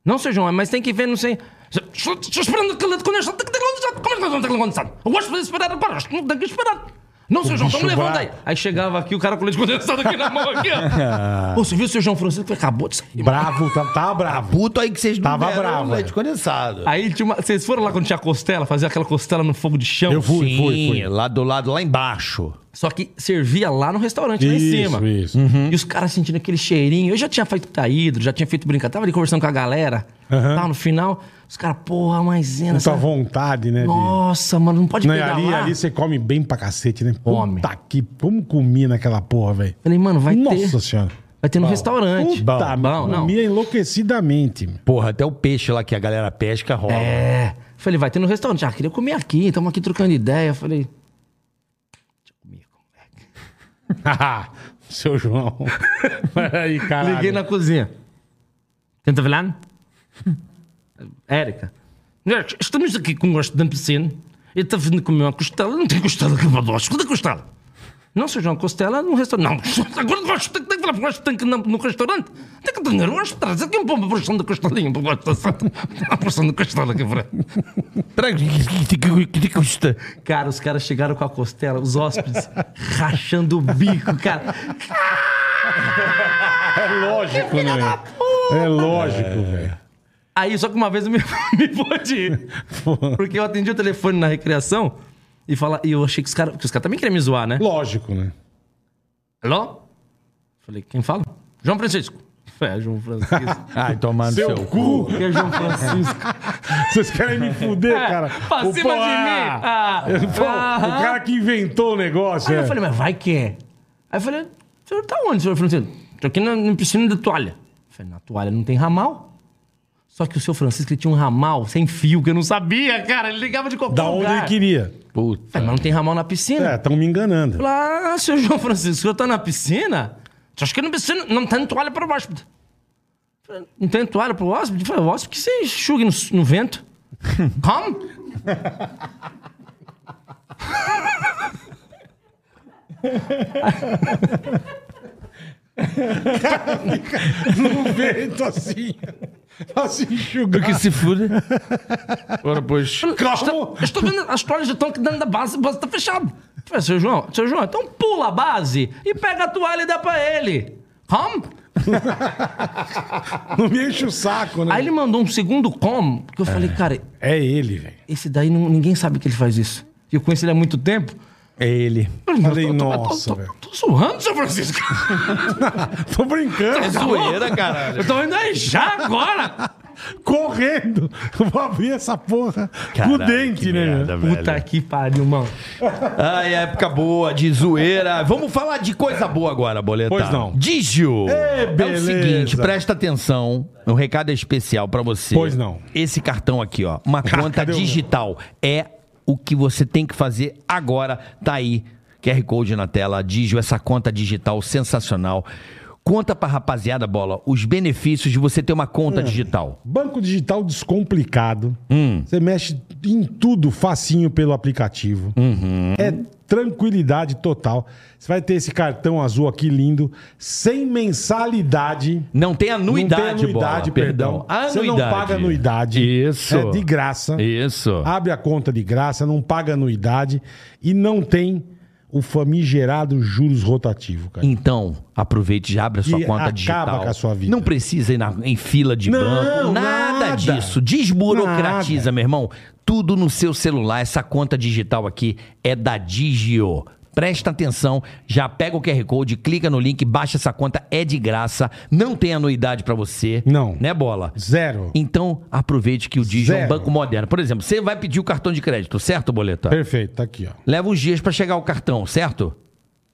Speaker 5: Não, seu João, mas tem que ver, não sei. Estou, estou esperando aquele leite condensado. Tem que ter condensado. Como é que nós vamos ter condensado? Eu gosto de esperar agora, acho que não tem que esperar. Não, seu João, então
Speaker 4: bicho
Speaker 5: levanta aí.
Speaker 4: bravo.
Speaker 5: Aí chegava aqui o cara com leite condensado aqui na mão, aqui, ó. Pô, você viu o seu João Francisco? Acabou de sair.
Speaker 4: Bravo, tá, tá bravo.
Speaker 3: Puto aí que vocês não
Speaker 4: Tava
Speaker 3: deram um
Speaker 4: brava.
Speaker 3: leite condensado.
Speaker 5: Aí tinha uma- vocês foram lá quando tinha costela, fazer aquela costela no fogo de chão?
Speaker 4: Eu fui,
Speaker 3: Sim,
Speaker 4: fui, fui.
Speaker 3: lá do lado, lá embaixo.
Speaker 5: Só que servia lá no restaurante, lá em
Speaker 4: Isso,
Speaker 5: cima. Hum.
Speaker 4: isso.
Speaker 5: E os caras sentindo aquele cheirinho. Eu já tinha feito taídro, já tinha feito brincadeira. Tava ali conversando com a galera. Tá, no final, os caras, porra, maisena.
Speaker 4: Muita
Speaker 5: essa-
Speaker 4: vontade, né? de-
Speaker 5: Nossa, mano, não pode
Speaker 4: tá Não, e
Speaker 5: pegar
Speaker 4: ali,
Speaker 5: lá.
Speaker 4: ali você come bem pra cacete, né?
Speaker 5: Come.
Speaker 4: Puta que... Como comi naquela porra, velho?
Speaker 5: Falei, mano, vai
Speaker 4: Nossa
Speaker 5: ter.
Speaker 4: senhora.
Speaker 5: Vai ter no restaurante. Tá
Speaker 4: Puta,
Speaker 5: bom, não.
Speaker 4: comia enlouquecidamente. meu.
Speaker 3: Porra, até o peixe lá que a galera pesca rola.
Speaker 5: É. Falei, vai ter no restaurante. Ah, queria comer aqui, estamos aqui trocando ideia. Falei. Deixa eu comer, moleque.
Speaker 4: Seu João. Peraí, caralho.
Speaker 5: Liguei na cozinha. Tenta falar? Érica. Nós Estamos aqui com gosto de piscina. Eu estava vindo comer uma costela. Não tem costela aqui para baixo. Cadê a costela? Não, Sr. João, costela no restaurante. Não, agora gosto. Tem que falar para o gosto. Tem que ir no- no restaurante. Tem que ter gosto. Traz aqui um pouco uma porção da costelinha. Para gosto. Uma porção da costela aqui para
Speaker 3: Traga- que te custa?
Speaker 5: Cara, os caras chegaram com a costela. Os hóspedes rachando o bico, cara.
Speaker 4: É lógico, né? É lógico, velho.
Speaker 5: Aí, só que uma vez eu me, me fodi. Porque eu atendi o telefone na recreação e, fala, e eu achei que os né? caras. Porque os caras também queriam me zoar, né?
Speaker 4: Lógico, né?
Speaker 5: Alô? Falei, quem fala? João Francisco. É, João Francisco.
Speaker 3: Ai, tomando
Speaker 4: Seu,
Speaker 3: seu,
Speaker 4: cu.
Speaker 5: Que é João Francisco?
Speaker 4: Vocês querem me fuder,
Speaker 5: É,
Speaker 4: cara?
Speaker 5: pra
Speaker 4: O
Speaker 5: cima
Speaker 4: pô-
Speaker 5: de mim. Ah,
Speaker 4: Eu falo,
Speaker 5: aham.
Speaker 4: O cara que inventou o negócio.
Speaker 5: Aí
Speaker 4: é.
Speaker 5: eu falei, mas vai que é. Aí eu falei, o senhor tá onde, senhor Francisco? Tô aqui na, na piscina da toalha. Eu falei, na toalha não tem ramal? Só que o seu Francisco ele tinha um ramal sem fio, que eu não sabia, cara. Ele ligava de qualquer
Speaker 4: da onde
Speaker 5: lugar.
Speaker 4: ele queria.
Speaker 5: Eu falei, mas não tem ramal na piscina?
Speaker 4: É, estão me enganando.
Speaker 5: Lá, ah, seu João Francisco, o senhor tá na piscina? Você acha que na piscina não tem toalha para o hóspede? Eu falei, Não tem toalha para o hóspede? Eu falei, o hóspede que você enxugue no, no vento? Como?
Speaker 4: Um vento assim. Assim enxugando.
Speaker 3: que se fude. Agora, pois.
Speaker 4: Calma.
Speaker 5: Eu estou vendo as toalhas estão aqui dentro da base, a base tá fechada. Eu Falei, seu João, seu João, então pula a base e pega a toalha e dá pra ele. Como?
Speaker 4: Não me enche o saco, né?
Speaker 5: Aí ele mandou um segundo como, que eu falei, cara,
Speaker 4: É ele, velho.
Speaker 5: esse daí não- ninguém sabe que ele faz isso. E eu conheço ele há muito tempo.
Speaker 3: É ele.
Speaker 5: Eu
Speaker 4: Falei,
Speaker 5: tô- tô- tô-
Speaker 4: nossa,
Speaker 5: tô-
Speaker 4: velho.
Speaker 5: Tô zoando, seu Francisco.
Speaker 4: Tô brincando.
Speaker 3: Zoeira, caralho.
Speaker 5: Eu tô indo aí já agora.
Speaker 4: Correndo. Eu vou abrir essa porra com o dente, né?
Speaker 5: Puta que pariu, mano.
Speaker 3: Ai, época boa, de zoeira. Vamos falar de coisa boa agora, Boletar.
Speaker 4: Pois não.
Speaker 3: Digio. É o
Speaker 4: beleza.
Speaker 3: seguinte, presta atenção. Um recado é especial pra você.
Speaker 4: Pois não. Ah,
Speaker 3: Esse cartão aqui, ó. Uma conta
Speaker 4: cadê o meu?
Speaker 3: digital. É o que você tem que fazer agora. Tá aí. QR Code na tela. Digio, essa conta digital sensacional. Conta pra rapaziada, Bola, os benefícios de você ter uma
Speaker 4: Hum.
Speaker 3: conta digital.
Speaker 4: Banco digital descomplicado.
Speaker 3: Hum.
Speaker 4: Você mexe em tudo facinho pelo aplicativo.
Speaker 3: Uhum.
Speaker 4: É tranquilidade total. Você vai ter esse cartão azul aqui lindo, sem mensalidade.
Speaker 3: Não tem anuidade,
Speaker 4: não tem anuidade,
Speaker 3: Bola.
Speaker 4: perdão.
Speaker 3: Anuidade.
Speaker 4: Você não paga anuidade.
Speaker 3: Isso.
Speaker 4: É de graça. Ah,
Speaker 3: Isso.
Speaker 4: Abre a conta de graça, não paga anuidade e não tem o famigerado juros rotativo, cara.
Speaker 3: Então, aproveite, já abre a sua
Speaker 4: E
Speaker 3: conta
Speaker 4: acaba
Speaker 3: digital.
Speaker 4: com a sua vida.
Speaker 3: Não precisa ir na- em fila de
Speaker 4: Não,
Speaker 3: banco, nada,
Speaker 4: nada.
Speaker 3: disso. Desburocratiza, meu irmão. Tudo no seu celular. Essa conta digital aqui é da Digio. Presta atenção, já pega o QR Code, clica no link, baixa essa conta, é de graça, não tem anuidade pra você.
Speaker 4: Não.
Speaker 3: Né, bola?
Speaker 4: Zero.
Speaker 3: Então, aproveite que o Digio é um
Speaker 4: Zero.
Speaker 3: banco moderno. Por exemplo, você vai pedir o cartão de crédito, certo, boleta?
Speaker 4: Perfeito, tá aqui, ó.
Speaker 3: Leva uns dias pra chegar o cartão, certo?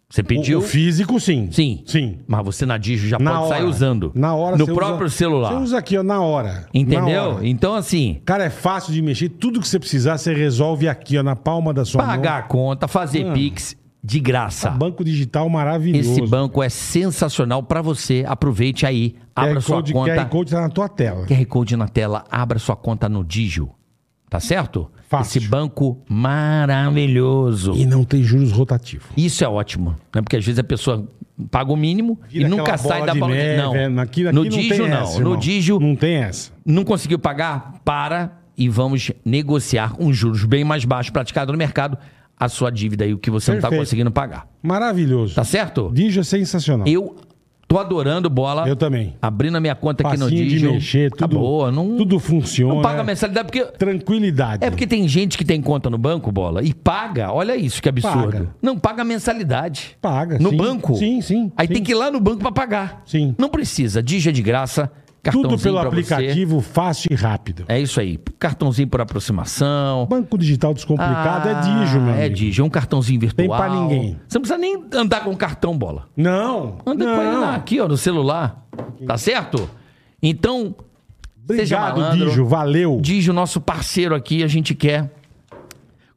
Speaker 3: Você pediu?
Speaker 4: O, o físico, sim.
Speaker 3: Sim.
Speaker 4: Sim.
Speaker 3: Mas você na Digio já pode sair usando.
Speaker 4: Na hora
Speaker 3: No
Speaker 4: você
Speaker 3: próprio
Speaker 4: usa-
Speaker 3: celular.
Speaker 4: Você usa aqui, ó, na hora.
Speaker 3: Entendeu?
Speaker 4: Na hora.
Speaker 3: Então, assim,
Speaker 4: Cara, é fácil de mexer. Tudo que você precisar, você resolve aqui, ó, na palma da sua
Speaker 3: pagar a
Speaker 4: mão.
Speaker 3: conta, fazer Pix de graça.
Speaker 4: Banco digital Tá maravilhoso.
Speaker 3: Esse banco é sensacional pra você. Aproveite aí, abra
Speaker 4: QR
Speaker 3: sua
Speaker 4: Code,
Speaker 3: conta.
Speaker 4: QR Code tá na tua tela.
Speaker 3: QR Code na tela, abra sua conta no Digio. Tá certo?
Speaker 4: Fácil.
Speaker 3: Esse banco maravilhoso.
Speaker 4: E não tem juros rotativos.
Speaker 3: Isso é ótimo, né? Porque às vezes a pessoa paga o mínimo
Speaker 4: Vira
Speaker 3: e nunca
Speaker 4: aquela
Speaker 3: sai
Speaker 4: bola
Speaker 3: da
Speaker 4: de
Speaker 3: bola
Speaker 4: neve,
Speaker 3: de... Não,
Speaker 4: é, naquilo-
Speaker 3: no
Speaker 4: aqui não
Speaker 3: Digio
Speaker 4: tem
Speaker 3: não.
Speaker 4: essa,
Speaker 3: no
Speaker 4: irmão.
Speaker 3: Digio
Speaker 4: Não tem essa.
Speaker 3: Não conseguiu pagar? Para e vamos negociar um juros bem mais baixo praticado no mercado a sua dívida e o que você não está
Speaker 4: Perfeito.
Speaker 3: conseguindo pagar.
Speaker 4: Maravilhoso.
Speaker 3: Tá certo?
Speaker 4: Digio é sensacional.
Speaker 3: Eu tô adorando bola.
Speaker 4: Eu também.
Speaker 3: Abrindo a minha conta aqui no
Speaker 4: Facinho de
Speaker 3: Digio.
Speaker 4: mexer,
Speaker 3: Tá
Speaker 4: tudo-
Speaker 3: boa, não,
Speaker 4: tudo funciona.
Speaker 3: Não paga mensalidade porque
Speaker 4: Tranquilidade.
Speaker 3: é porque tem gente que tem conta no banco, bola, e paga. Olha isso que absurdo.
Speaker 4: Paga.
Speaker 3: Não paga mensalidade.
Speaker 4: Paga,
Speaker 3: No
Speaker 4: sim.
Speaker 3: banco?
Speaker 4: Sim, sim,
Speaker 3: Aí
Speaker 4: sim.
Speaker 3: tem que ir lá no banco pra pagar.
Speaker 4: Sim.
Speaker 3: Não precisa. Digio é de graça. Cartãozinho
Speaker 4: Tudo pelo
Speaker 3: pra você.
Speaker 4: aplicativo, fácil e rápido.
Speaker 3: É isso aí. Cartãozinho por aproximação.
Speaker 4: Banco digital descomplicado é Digio, meu
Speaker 3: É
Speaker 4: amigo.
Speaker 3: Digio, é um cartãozinho virtual.
Speaker 4: Tem pra ninguém.
Speaker 3: Você não precisa nem andar com cartão bola.
Speaker 4: Não.
Speaker 3: Anda com ele
Speaker 4: não.
Speaker 3: lá, aqui, ó, no celular. Tá certo? Então, seja
Speaker 4: Obrigado,
Speaker 3: malandro.
Speaker 4: Digio. Valeu.
Speaker 3: Digio, nosso parceiro aqui, a gente quer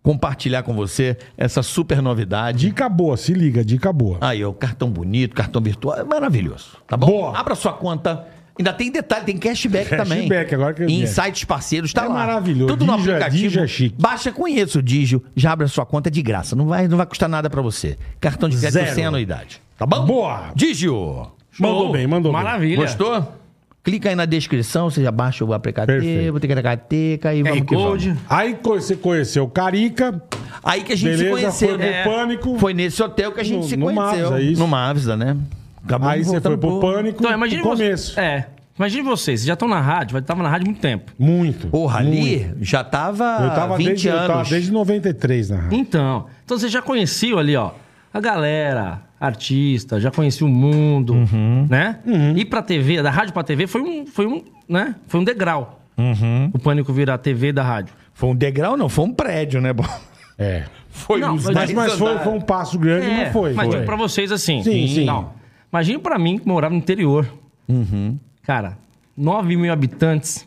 Speaker 3: compartilhar com você essa super novidade.
Speaker 4: Dica boa, se liga, dica boa.
Speaker 3: Aí, ó, cartão bonito, cartão virtual, é maravilhoso, tá bom?
Speaker 4: Boa.
Speaker 3: Abra sua conta. Ainda tem detalhe, tem cashback, também.
Speaker 4: Cashback, agora que eu
Speaker 3: E em
Speaker 4: vi.
Speaker 3: sites parceiros, tá
Speaker 4: É
Speaker 3: lá.
Speaker 4: maravilhoso.
Speaker 3: Tudo no
Speaker 4: Digio é-
Speaker 3: aplicativo.
Speaker 4: Digio é chique.
Speaker 3: Baixa, conheça o Digio, já abre a sua conta de graça. Não vai, não vai custar nada pra você. Cartão de crédito
Speaker 4: Zero.
Speaker 3: sem anuidade, tá bom?
Speaker 4: Boa.
Speaker 3: Digio.
Speaker 4: Mandou bem, mandou bem.
Speaker 5: Maravilha.
Speaker 3: Gostou? Clica aí na descrição, você já baixa o aplicativo,
Speaker 4: Perfeito.
Speaker 3: tem que dar teca e vamos
Speaker 5: QR
Speaker 3: que vamos.
Speaker 5: Code.
Speaker 4: Aí co- você conheceu o Carica,
Speaker 3: Aí que a gente se
Speaker 4: beleza,
Speaker 3: conheceu,
Speaker 4: foi pro
Speaker 3: né?
Speaker 4: Pânico.
Speaker 3: Foi nesse hotel que a gente
Speaker 4: No-
Speaker 3: se
Speaker 4: numa
Speaker 3: conheceu.
Speaker 4: Avisa, isso.
Speaker 3: Numa Avisa, né? Acabou
Speaker 4: Aí você foi
Speaker 3: voltando um
Speaker 4: pro Pânico
Speaker 5: Então, imagine
Speaker 4: no
Speaker 5: você-
Speaker 4: começo.
Speaker 5: É. Imagine vocês, vocês já estão na rádio, já estavam na rádio há muito tempo.
Speaker 4: Muito.
Speaker 3: Porra, ali já tava,
Speaker 4: Eu tava,
Speaker 3: 20
Speaker 4: desde, eu
Speaker 3: anos.
Speaker 4: tava desde 93 na rádio.
Speaker 5: Então, então vocês já conheciam ali, ó, a galera, artista, já conheci o mundo,
Speaker 4: Uhum.
Speaker 5: né? Ir pra TV, da rádio pra TV foi um, foi um, né? Foi um degrau.
Speaker 4: Uhum.
Speaker 5: O Pânico virar TV da rádio.
Speaker 3: Foi um degrau, não, foi um prédio, né, Bola?
Speaker 4: É.
Speaker 6: Foi
Speaker 5: Não,
Speaker 6: uns
Speaker 5: mas-
Speaker 4: Mas,
Speaker 6: 10
Speaker 4: mas foi,
Speaker 6: andares.
Speaker 4: foi um passo grande, não foi?
Speaker 5: É, Mas
Speaker 4: foi.
Speaker 5: digo pra vocês assim.
Speaker 4: Sim, sim. Uhum.
Speaker 5: Não. Imagina pra mim que morava no interior. Cara, 9 mil habitantes,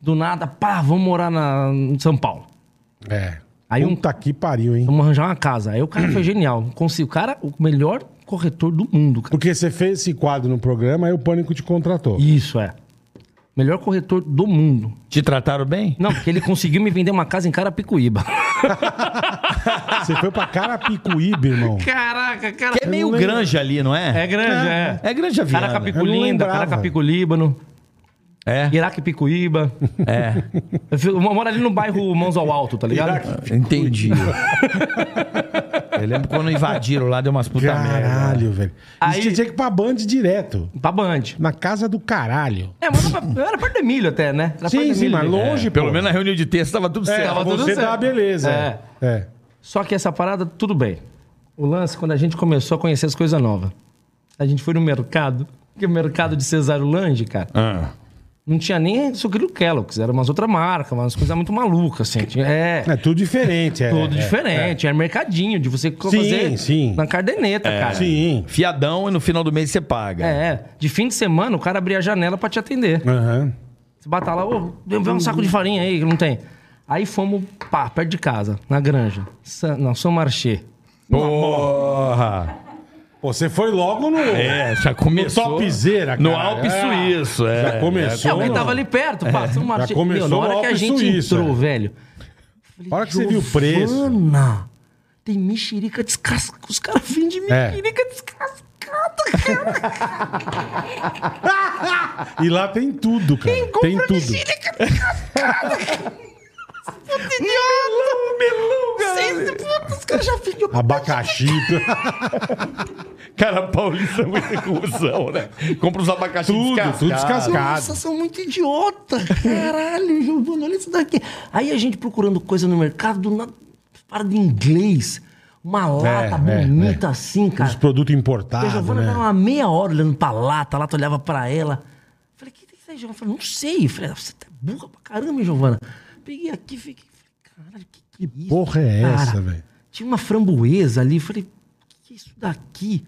Speaker 5: do nada, pá, vamos morar na, em São Paulo.
Speaker 4: É.
Speaker 5: Aí um-
Speaker 4: Puta que pariu, hein?
Speaker 5: Vamos arranjar uma casa. Aí o cara foi genial. Consegui- O cara, o melhor corretor do mundo, cara.
Speaker 4: Porque você fez esse quadro no programa, aí o Pânico te contratou.
Speaker 5: Isso é. Melhor corretor do mundo.
Speaker 3: Te trataram bem?
Speaker 5: Não, porque ele conseguiu me vender uma casa em Carapicuíba.
Speaker 4: Você foi pra Carapicuíba, irmão.
Speaker 5: Caraca, cara.
Speaker 3: Que é meio granja ali, não é?
Speaker 5: É grande, é.
Speaker 3: É grande a Viana.
Speaker 4: Eu não
Speaker 5: Caracapiculinda,
Speaker 4: lembrava.
Speaker 5: Caracapiculíbano,
Speaker 3: É.
Speaker 5: Iraque-Picuíba.
Speaker 3: É.
Speaker 5: Eu fico- eu moro ali no bairro Mãos ao Alto, tá ligado?
Speaker 3: Entendi. Eu lembro quando invadiram lá, deu umas puta merda. né?
Speaker 4: Caralho, velho.
Speaker 5: Aí-
Speaker 4: Isso tinha que ir pra Band direto.
Speaker 5: Pra Band.
Speaker 4: Na casa do caralho.
Speaker 5: É, mas era, pra- era perto do Emílio até, né? Era perto
Speaker 4: Sim,
Speaker 5: do
Speaker 4: sim,
Speaker 5: Emílio
Speaker 4: mas
Speaker 5: ali.
Speaker 4: longe, pô.
Speaker 3: Pelo menos na reunião de terça tava tudo
Speaker 4: Tipo, É,
Speaker 3: certo.
Speaker 5: tava tudo
Speaker 4: você
Speaker 5: certo.
Speaker 4: dá a beleza.
Speaker 5: É.
Speaker 4: é.
Speaker 5: Só que essa parada, tudo bem. O lance, quando a gente começou a conhecer as coisas novas, a gente foi no mercado, porque o mercado de Cesário Lange, cara,
Speaker 3: Ah.
Speaker 5: não tinha nem sucrilho Kellogg's, era umas outras marcas, umas coisas muito malucas, assim. Tinha- É,
Speaker 4: É tudo diferente. É,
Speaker 5: tudo
Speaker 4: é,
Speaker 5: diferente, era mercadinho de você fazer
Speaker 4: sim.
Speaker 5: na cardeneta,
Speaker 4: é.
Speaker 5: cara.
Speaker 4: Sim.
Speaker 3: Fiadão e no final do mês você paga.
Speaker 5: É, de fim de semana o cara abria a janela pra te atender.
Speaker 4: Aham.
Speaker 5: Você bata lá, ô, vê um saco de farinha aí, que não tem. Aí fomos, pá, perto de casa, na granja. San, não, São Marché.
Speaker 3: Porra!
Speaker 4: Pô, você foi logo no.
Speaker 3: É, já começou.
Speaker 4: topzera,
Speaker 3: No
Speaker 4: cara.
Speaker 3: Alpe
Speaker 4: É.
Speaker 3: Suíço, é.
Speaker 4: Já começou.
Speaker 5: Não, mas
Speaker 4: não.
Speaker 5: tava ali perto, pá, São Marché.
Speaker 4: É, começou
Speaker 5: na hora
Speaker 4: o
Speaker 5: que a
Speaker 4: Alpe
Speaker 5: gente
Speaker 4: Suíço,
Speaker 5: entrou,
Speaker 4: é.
Speaker 5: velho.
Speaker 4: A hora que você viu o preço.
Speaker 5: Mano, tem mexerica descascada. Os caras vendem
Speaker 4: É.
Speaker 5: mexerica descascada, cara.
Speaker 4: E lá tem tudo, cara. tem
Speaker 5: Compra
Speaker 4: tudo.
Speaker 5: mexerica descascada. Puta idiota. Melão, Seis putas, os caras já ficam...
Speaker 4: Abacaxi.
Speaker 3: Cara, paulista é muita confusão, né? Compra os abacaxi
Speaker 4: Tudo, tudo descascado.
Speaker 5: Nossa, são muito idiota. Caralho, Giovana, olha isso daqui. Aí a gente procurando coisa no mercado, do nada, para de inglês. Uma lata
Speaker 4: é,
Speaker 5: bonita assim, cara.
Speaker 4: Os produtos
Speaker 5: E a
Speaker 4: importados.
Speaker 5: Giovana
Speaker 4: né?
Speaker 5: tava uma meia hora olhando pra lata, a lata olhava pra ela. Falei, o que tem isso aí, Giovana? Falei, não sei. Falei, você tá burra pra caramba, hein, Giovana. Peguei aqui, fiquei. Falei, caralho, que que é isso?
Speaker 4: porra é
Speaker 5: cara?
Speaker 4: essa, velho?
Speaker 5: Tinha uma framboesa ali. Falei, que que é isso daqui?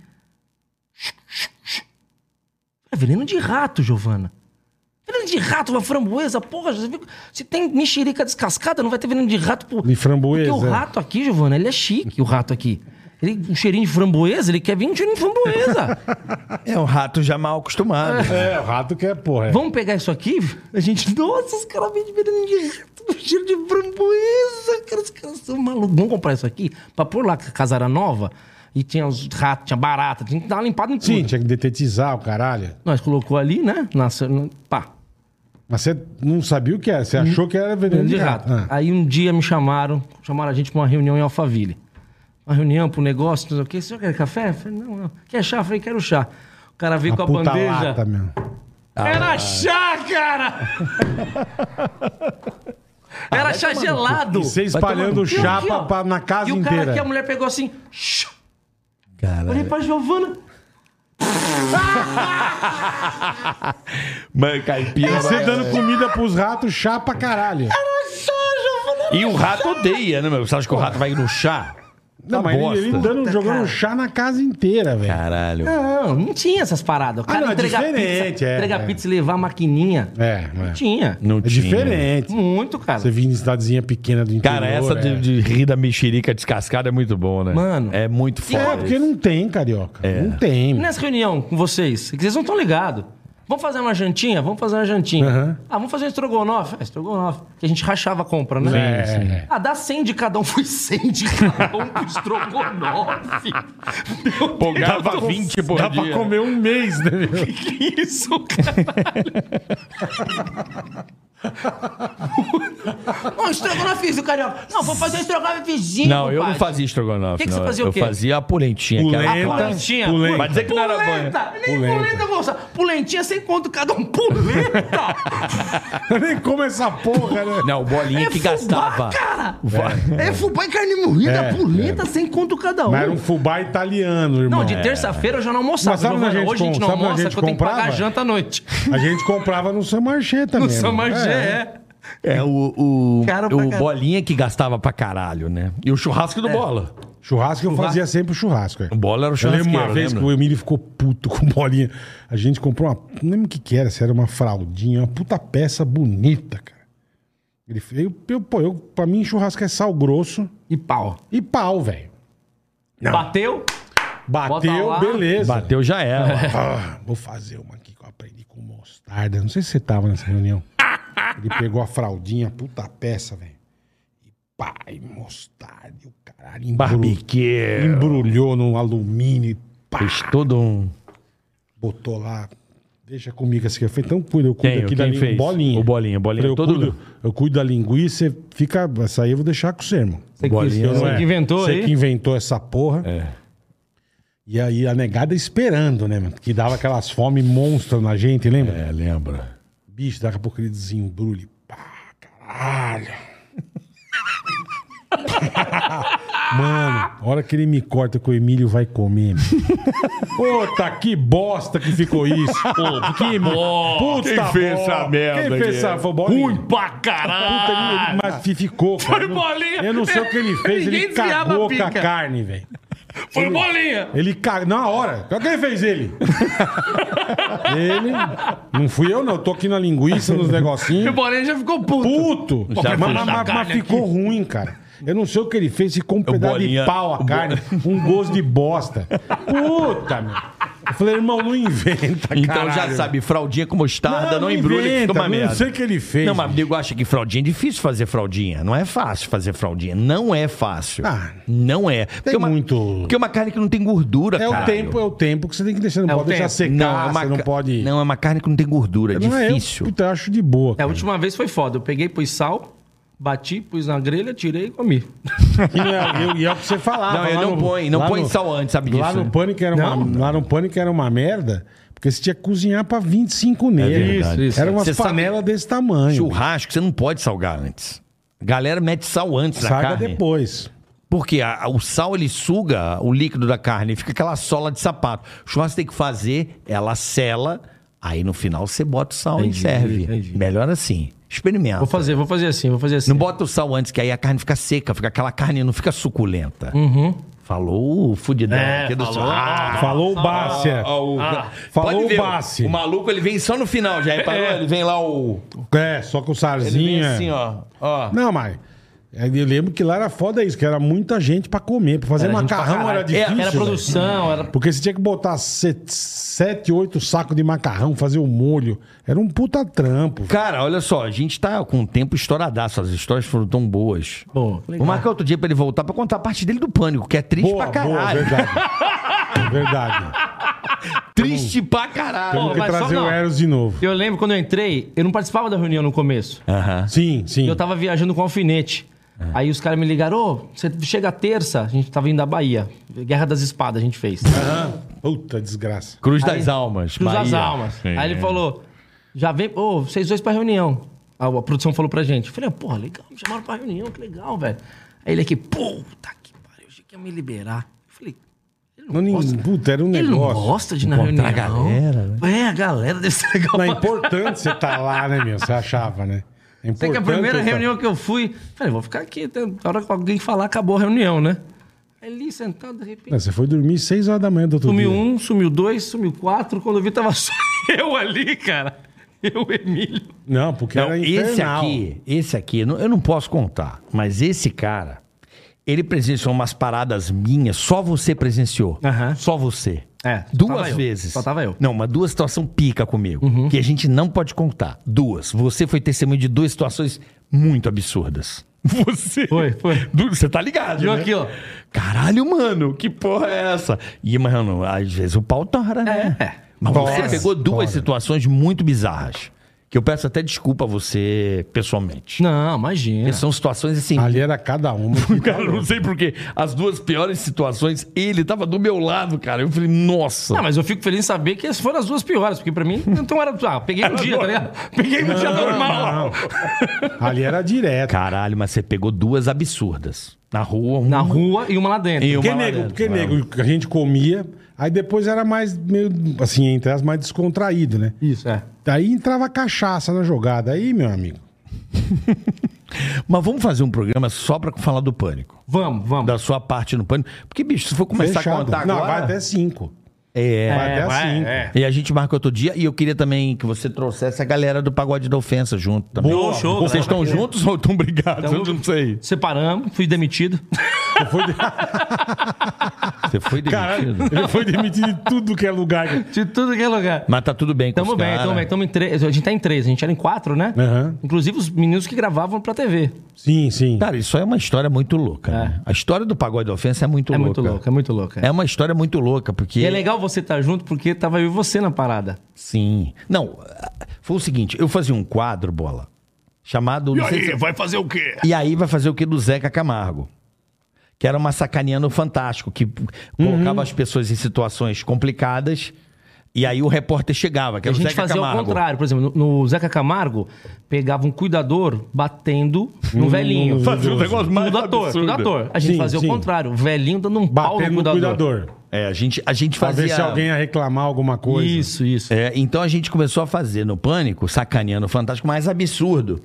Speaker 5: É veneno de rato, Giovana. Veneno de rato, uma framboesa, porra. você viu? Se tem mexerica descascada, não vai ter veneno de rato. Por...
Speaker 4: De framboesa,
Speaker 5: Porque
Speaker 4: é.
Speaker 5: o rato aqui, Giovana, ele é chique, o rato aqui. Ele, um cheirinho de framboesa, ele quer vir um cheirinho de framboesa.
Speaker 3: É um rato já mal acostumado.
Speaker 4: É, o rato que é, porra. É.
Speaker 5: Vamos pegar isso aqui? A gente, nossa, os caras vendem veneno de rato, um cheiro de framboesa. Cara, os caras são malucos. Vamos comprar isso aqui pra pôr lá, que a casa era nova. E tinha os ratos, tinha barata, tinha que dar uma limpada em tudo.
Speaker 4: Sim, tinha que detetizar o caralho.
Speaker 5: Nós colocou ali, né? Nossa, pá,
Speaker 4: Mas você não sabia o que era. Você achou que era veneno
Speaker 5: veneno de rato.
Speaker 4: Ah.
Speaker 5: Aí um dia me chamaram, chamaram a gente pra uma reunião em Alphaville. Uma reunião pro negócio, não sei o quê. O senhor quer café? Eu falei, não, não. Quer chá? Eu falei, quero chá. O cara veio com
Speaker 4: A
Speaker 5: a
Speaker 4: puta
Speaker 5: bandeja.
Speaker 4: lata, meu. Ah.
Speaker 5: Era chá, cara!
Speaker 4: Ah,
Speaker 5: Era chá gelado.
Speaker 4: E você
Speaker 3: tomar
Speaker 4: espalhando
Speaker 3: no
Speaker 5: E aqui,
Speaker 4: chapa
Speaker 5: ó,
Speaker 4: pra, na casa
Speaker 5: E o cara
Speaker 4: inteira.
Speaker 5: aqui, a mulher pegou assim... shh, Olhei
Speaker 4: é.
Speaker 3: Cara,
Speaker 5: pra Giovana.
Speaker 3: mano, caipira.
Speaker 4: Você dando comida pros ratos, chá pra caralho.
Speaker 5: Tá
Speaker 3: E o rato odeia, né, meu? Você acha que o rato vai no chá?
Speaker 4: Não,
Speaker 3: Tá
Speaker 4: mas ele- ele,
Speaker 3: bosta.
Speaker 4: dando, É,
Speaker 5: Puta,
Speaker 4: jogando
Speaker 5: cara.
Speaker 4: chá na casa inteira, velho.
Speaker 3: Caralho.
Speaker 5: Não, não tinha essas paradas. O cara
Speaker 4: não, é
Speaker 5: entrega
Speaker 4: diferente,
Speaker 5: pizza,
Speaker 4: é,
Speaker 5: entrega
Speaker 4: é.
Speaker 5: pizza e levar a maquininha.
Speaker 4: É,
Speaker 5: Não
Speaker 4: é.
Speaker 5: tinha.
Speaker 3: Não
Speaker 4: É
Speaker 3: tinha.
Speaker 4: diferente.
Speaker 5: Muito, cara.
Speaker 4: Você vir em cidadezinha pequena do interior.
Speaker 3: Cara, essa de,
Speaker 4: é.
Speaker 3: de rir da mexerica descascada é muito bom, né?
Speaker 5: Mano.
Speaker 3: É muito foda.
Speaker 4: É, porque não tem, carioca.
Speaker 5: É.
Speaker 4: Não tem.
Speaker 5: E nessa reunião com vocês, que vocês não estão ligados. Vamos fazer uma jantinha? Vamos fazer uma jantinha.
Speaker 4: Aham.
Speaker 5: Ah, vamos fazer um estrogonofe? Ah, estrogonofe. Que a gente rachava a compra, né?
Speaker 4: É, é.
Speaker 5: Ah, dá 100 de cada um. Foi 100 de cada um pro estrogonofe. Meu
Speaker 6: Pô,
Speaker 5: Deus
Speaker 6: gava
Speaker 5: do
Speaker 6: 20 por
Speaker 4: Tipo, Dá
Speaker 6: dia.
Speaker 4: pra comer um mês, né? meu?
Speaker 5: Que isso, cara? Não, estrogonofezinho, carioca. Não, vou fazer estrogonofezinho,
Speaker 3: Não, eu não
Speaker 5: compadre.
Speaker 3: fazia estrogonofe.
Speaker 5: O que que você
Speaker 3: não.
Speaker 5: fazia o
Speaker 3: Eu
Speaker 5: quê?
Speaker 3: fazia a polentinha. que era-
Speaker 5: A
Speaker 4: Polenta.
Speaker 5: Pulentinha.
Speaker 4: Polenta. Vai
Speaker 3: dizer que não era banho.
Speaker 5: Polenta. Nem
Speaker 4: Polenta.
Speaker 5: polenta, Gonçalo. Pulentinha sem conto cada um. Polenta.
Speaker 4: Nem como essa porra, né?
Speaker 3: Não, o
Speaker 5: é
Speaker 3: bolinha que
Speaker 5: fubá,
Speaker 3: gastava.
Speaker 5: cara.
Speaker 3: Va-
Speaker 5: É. fubá e carne moída.
Speaker 4: É,
Speaker 5: polenta sem conto cada um.
Speaker 4: Mas era um fubá italiano, irmão.
Speaker 5: Não, de terça-feira eu já não almoçava.
Speaker 4: Mas sabe onde a
Speaker 5: Giovana.
Speaker 4: gente
Speaker 5: Hoje a gente
Speaker 4: com-
Speaker 5: não
Speaker 4: sabe onde a
Speaker 5: almoça,
Speaker 4: gente
Speaker 5: que eu tenho que pagar
Speaker 4: comprava?
Speaker 5: a janta à noite.
Speaker 4: A gente comprava no San Marché também.
Speaker 5: No São Margé, é.
Speaker 3: É, o, o,
Speaker 5: Caro pra
Speaker 3: o
Speaker 5: caralho.
Speaker 3: bolinha que gastava pra caralho, né? E o churrasco
Speaker 4: É.
Speaker 3: do bola.
Speaker 4: Churrasco, eu fazia sempre o churrasco. é.
Speaker 3: O bola era o
Speaker 4: Eu lembro
Speaker 3: churrasqueiro,
Speaker 4: uma vez
Speaker 3: lembra?
Speaker 4: que o Emílio ficou puto com bolinha. A gente comprou uma. Não lembro o que, que era, se era uma fraldinha, uma puta peça bonita, cara. Ele, eu, eu, pô, eu, pra mim, churrasco é sal grosso
Speaker 5: E pau.
Speaker 4: e pau, velho.
Speaker 5: Bateu. Bota
Speaker 4: Bateu,
Speaker 5: lá.
Speaker 4: beleza.
Speaker 3: Bateu já era.
Speaker 4: Ah, vou fazer uma aqui que eu aprendi com mostarda. Não sei se você tava nessa reunião. Ele pegou a fraldinha, puta peça, velho. E pá, e mostarda, e o caralho. embrulhou-
Speaker 3: Barbecue.
Speaker 4: Embrulhou no alumínio e pá.
Speaker 3: Fez todo um.
Speaker 4: botou lá. Deixa comigo assim. Eu falei, então cuida, eu cuido
Speaker 3: Quem?
Speaker 4: aqui
Speaker 3: Quem
Speaker 4: da lin-
Speaker 3: fez?
Speaker 4: bolinha.
Speaker 3: O bolinha, o bolinha
Speaker 4: Eu,
Speaker 3: é todo-
Speaker 4: cuido, eu cuido da linguiça, você fica. Essa aí eu vou deixar com você, irmão.
Speaker 5: Você que-
Speaker 3: Bolinha, É.
Speaker 5: você
Speaker 4: é-
Speaker 5: que inventou
Speaker 4: Você
Speaker 5: aí.
Speaker 4: que inventou essa porra. E aí a negada esperando, né, mano? Que dava aquelas fome monstro na gente, lembra?
Speaker 3: É, lembra?
Speaker 4: Bicho, daqui a pouco ele desembrulha. e Pá, caralho. Mano, a hora que ele me corta que o Emílio vai comer. meu. Puta, que bosta que ficou isso. Pô, que
Speaker 5: bosta.
Speaker 4: Puta
Speaker 6: Quem fez
Speaker 4: bosta.
Speaker 6: essa merda
Speaker 4: Quem fez
Speaker 6: aqui?
Speaker 4: essa foi o Bolinha.
Speaker 5: Ruim pra
Speaker 4: Puta, ele-
Speaker 5: caralho.
Speaker 4: ele- mas fi- ficou, cara.
Speaker 5: Foi o
Speaker 4: Eu não-
Speaker 5: Bolinha.
Speaker 4: Eu não sei o que ele fez, ele
Speaker 5: Ninguém desviava a
Speaker 4: cagou com a
Speaker 5: pica.
Speaker 4: carne, velho.
Speaker 5: Foi bolinha.
Speaker 4: Ele cagou na hora. Quem fez ele? ele. Não fui eu, não. Eu tô aqui na linguiça, nos
Speaker 5: E o
Speaker 4: negocinhos.
Speaker 5: bolinha já ficou puto.
Speaker 4: Puto!
Speaker 3: Já
Speaker 4: mas mas-
Speaker 3: fez.
Speaker 4: mas- mas ficou ruim, cara. Eu não sei o que ele fez, ficou um pedaço
Speaker 3: bolinha-
Speaker 4: de pau a
Speaker 3: o
Speaker 4: carne, um gosto de bosta. Puta, meu. Eu falei, irmão, não inventa,
Speaker 3: Então já
Speaker 4: caralho.
Speaker 3: sabe, fraldinha com mostarda, não, embrulha que fica uma merda.
Speaker 4: Não sei o que ele fez.
Speaker 3: Não, mas nego acha que fraldinha é difícil fazer fraldinha. Não é fácil fazer fraldinha. Não é fácil.
Speaker 4: Ah.
Speaker 3: não é. Porque é uma,
Speaker 4: muito-
Speaker 3: Porque é uma carne que não tem gordura,
Speaker 4: É o
Speaker 3: caralho.
Speaker 4: tempo, é o tempo que você tem que deixar. Não
Speaker 5: É o
Speaker 4: pode deixar
Speaker 5: tempo.
Speaker 4: secar,
Speaker 3: Não, é uma,
Speaker 4: você não
Speaker 3: ca-
Speaker 4: pode...
Speaker 3: Não, é uma carne que não tem gordura. É
Speaker 4: Não, eu-
Speaker 3: difícil.
Speaker 4: puta, eu acho de
Speaker 5: É,
Speaker 4: boa.
Speaker 5: a
Speaker 4: cara.
Speaker 5: última vez foi foda. Eu peguei, pus sal, bati, pus na grelha, tirei e comi.
Speaker 4: E, não é, eu- e é o que você falava.
Speaker 3: Não, ele
Speaker 4: lá
Speaker 3: não põe- não
Speaker 4: lá
Speaker 3: põe sal antes, sabe
Speaker 4: Lá
Speaker 3: disso,
Speaker 4: no
Speaker 3: né?
Speaker 4: pânico era uma, lá no pânico era uma merda, porque você tinha que cozinhar pra 25
Speaker 3: É
Speaker 4: negros.
Speaker 3: verdade.
Speaker 5: Isso, isso.
Speaker 4: Era umas
Speaker 3: Você sabe-
Speaker 4: panelas desse tamanho.
Speaker 3: Churrasco, você não pode salgar antes. Galera mete sal antes na
Speaker 4: Saga
Speaker 3: carne.
Speaker 4: depois.
Speaker 3: Porque a- a- o sal ele suga o líquido da carne, fica aquela sola de sapato. O churrasco tem que fazer, ela sela, aí no final você bota o sal
Speaker 5: Entendi,
Speaker 3: e serve.
Speaker 5: entendi.
Speaker 3: Melhor assim. Experimenta.
Speaker 5: Vou fazer, vou fazer assim, vou fazer assim.
Speaker 3: Não bota o sal antes, que aí a carne fica seca, fica aquela carne não fica suculenta. Falou o fudidão
Speaker 5: É,
Speaker 3: aqui do
Speaker 5: falou.
Speaker 3: churrasco.
Speaker 4: Falou o Bácia.
Speaker 3: Ah, o-
Speaker 4: É. Falou
Speaker 3: Pode ver,
Speaker 4: o Bassi.
Speaker 3: O maluco ele vem só no final, já reparou? Ele vem lá o.
Speaker 4: É, só com
Speaker 3: Ele vem
Speaker 4: sarzinha.
Speaker 3: assim, ó. ó.
Speaker 4: Não, mas. é, Eu lembro que lá era foda isso, que era muita gente pra comer. Pra fazer
Speaker 5: Era gente pra
Speaker 4: macarrão
Speaker 5: caralho.
Speaker 4: era difícil.
Speaker 5: É,
Speaker 4: né?
Speaker 5: Era, era
Speaker 4: velho.
Speaker 5: produção, era.
Speaker 4: Porque você tinha que botar set- sete, oito sacos de macarrão, fazer o molho. Era um puta trampo.
Speaker 3: Cara, olha só, a gente tá com o tempo estouradaço, as histórias foram tão boas.
Speaker 5: Pô,
Speaker 3: Vou
Speaker 5: legal.
Speaker 3: marcar outro dia pra ele voltar pra contar a parte dele do pânico, que é triste pra caralho.
Speaker 4: verdade. É verdade.
Speaker 3: triste pra
Speaker 4: Temos
Speaker 3: caralho.
Speaker 5: Pô,
Speaker 4: que
Speaker 5: mas só
Speaker 4: trazer
Speaker 5: não.
Speaker 4: o Eros de novo.
Speaker 5: Eu lembro quando eu entrei, eu não participava da reunião no começo.
Speaker 4: É.
Speaker 3: Aham.
Speaker 4: Sim, sim.
Speaker 5: E eu tava viajando com um alfinete.
Speaker 4: É.
Speaker 5: Aí os caras me ligaram, ô, você chega terça, a gente tava indo da Bahia. Guerra das Espadas a gente fez.
Speaker 4: Aham. Puta desgraça.
Speaker 3: Cruz das Almas.
Speaker 5: Cruz das
Speaker 3: Bahia.
Speaker 5: Almas. Aí ele falou: já vem, ô, vocês dois pra reunião. A, a produção falou pra gente. Eu falei, "Ah, porra, legal, me chamaram pra reunião, que legal, velho. Aí ele aqui, puta que pariu, eu achei que ia me liberar. Eu falei, ele não,
Speaker 4: Não, nem-
Speaker 5: gosta.
Speaker 4: puta, era um
Speaker 5: Ele não
Speaker 4: negócio.
Speaker 5: gosta de ir na reunião.
Speaker 3: Encontrar a galera,
Speaker 5: É, a galera deve ser legal.
Speaker 4: né? Não é
Speaker 5: pra
Speaker 4: importante você tá lá, né, meu? Você achava, né? É
Speaker 5: Sei que a
Speaker 4: importante
Speaker 5: primeira
Speaker 4: você tá-
Speaker 5: reunião que eu fui, falei, vou ficar aqui, até a hora que alguém falar, acabou a reunião, né? Aí ali sentado, de repente.
Speaker 4: Não, Você foi dormir seis horas da manhã do outro
Speaker 5: Sumiu
Speaker 4: dia.
Speaker 5: um, sumiu dois, sumiu quatro. Quando eu vi, tava só eu ali, cara. Eu, Emílio.
Speaker 4: Não, porque
Speaker 3: Não,
Speaker 4: era
Speaker 3: esse
Speaker 4: infernal.
Speaker 3: aqui, esse aqui, não- eu não posso contar, mas esse cara, ele presenciou umas paradas minhas, só você presenciou.
Speaker 5: Aham.
Speaker 3: Só você.
Speaker 5: É, só tava
Speaker 3: Duas
Speaker 5: eu,
Speaker 3: vezes.
Speaker 5: só tava eu. Uhum.
Speaker 3: Não, mas duas situações pica comigo, que a gente não pode contar. Duas. Você foi testemunha de duas situações muito absurdas. Você.
Speaker 5: Foi, foi.
Speaker 3: Du- Você tá ligado,
Speaker 5: E eu
Speaker 3: né?
Speaker 5: aqui, ó.
Speaker 3: Caralho, mano, que porra é essa? E, mano, às vezes o pau tora, né?
Speaker 5: É.
Speaker 3: Mas
Speaker 4: Tora,
Speaker 3: você pegou duas
Speaker 4: tora.
Speaker 3: situações muito bizarras. que eu peço até desculpa a você pessoalmente.
Speaker 5: Não, imagina.
Speaker 3: Porque são situações assim.
Speaker 4: Ali era cada uma.
Speaker 3: Cara, eu não sei porquê. As duas piores situações, ele tava do meu lado, cara. Eu falei, nossa.
Speaker 5: Não, mas eu fico feliz em saber que essas foram as duas piores, porque pra mim, então era. Ah, peguei um dia, tá ligado? Peguei um dia normal.
Speaker 4: Ali era direto.
Speaker 3: Caralho, mas você pegou duas absurdas. Na rua, um uma.
Speaker 5: Na rua e uma lá dentro.
Speaker 3: E uma
Speaker 4: Porque
Speaker 3: lá
Speaker 4: nego,
Speaker 3: dentro.
Speaker 4: porque nego, a gente comia, aí depois era mais, meio, assim, entre as mais descontraído, né?
Speaker 5: Isso, é.
Speaker 4: Daí entrava cachaça na jogada. Aí, meu amigo.
Speaker 3: Mas vamos fazer um programa só pra falar do pânico.
Speaker 5: Vamos, vamos.
Speaker 3: Da sua parte no pânico. Porque, bicho, se for começar a
Speaker 4: Fechado.
Speaker 3: contar
Speaker 4: Não,
Speaker 3: agora...
Speaker 4: vai até cinco.
Speaker 3: É,
Speaker 4: vai até
Speaker 5: vai,
Speaker 4: cinco.
Speaker 5: é.
Speaker 3: E a gente marca outro dia. E eu queria também que você trouxesse a galera do Pagode da Ofensa junto também.
Speaker 5: Boa, show,
Speaker 3: Vocês
Speaker 5: galera.
Speaker 3: estão juntos ou estão brigados?
Speaker 5: Tamo
Speaker 3: eu não sei.
Speaker 5: Separamos, fui demitido.
Speaker 3: Você foi demitido.
Speaker 4: Ele foi demitido de tudo que é lugar.
Speaker 5: De tudo que é lugar.
Speaker 3: Mas tá tudo bem com
Speaker 5: Tamo
Speaker 3: os
Speaker 5: bem,
Speaker 3: cara.
Speaker 5: tamo bem. Tamo em três. A gente tá em três, a gente era em quatro, né?
Speaker 4: Aham.
Speaker 5: Inclusive os meninos que gravavam pra TV.
Speaker 4: Sim, sim.
Speaker 3: Cara, isso aí é uma história muito louca. né? A história do Pagode da Ofensa é muito
Speaker 5: é
Speaker 3: louca.
Speaker 5: muito louco, é muito louco. É.
Speaker 3: É uma história muito louca, porque...
Speaker 5: E é legal você estar junto porque tava eu e você na parada.
Speaker 3: Sim. Não, foi o seguinte, eu fazia um quadro, bola, chamado... não sei se-
Speaker 2: vai fazer o quê?
Speaker 3: E aí vai fazer o que do Zeca Camargo. Que era uma sacaneando fantástico, que
Speaker 5: Uhum.
Speaker 3: colocava as pessoas em situações complicadas. E aí o repórter chegava, que
Speaker 5: a
Speaker 3: era o
Speaker 5: gente
Speaker 3: Zeca
Speaker 5: fazia
Speaker 3: Camargo.
Speaker 5: ao contrário. Por exemplo, no, no Zeca Camargo, pegava um cuidador batendo no velhinho.
Speaker 3: Fazia um negócio mais
Speaker 5: Tudo ator,
Speaker 3: absurdo.
Speaker 5: tudo ator. A gente
Speaker 4: Sim,
Speaker 5: fazia
Speaker 4: sim.
Speaker 5: o contrário. O velhinho dando um pau
Speaker 4: Batendo
Speaker 5: no
Speaker 4: no
Speaker 5: cuidador.
Speaker 4: cuidador.
Speaker 3: É, a gente, a gente
Speaker 4: Pra ver
Speaker 3: fazia...
Speaker 4: se alguém ia reclamar alguma coisa.
Speaker 5: Isso, isso.
Speaker 3: É, então a gente começou a fazer no Pânico, sacaneando o Fantástico, mais absurdo.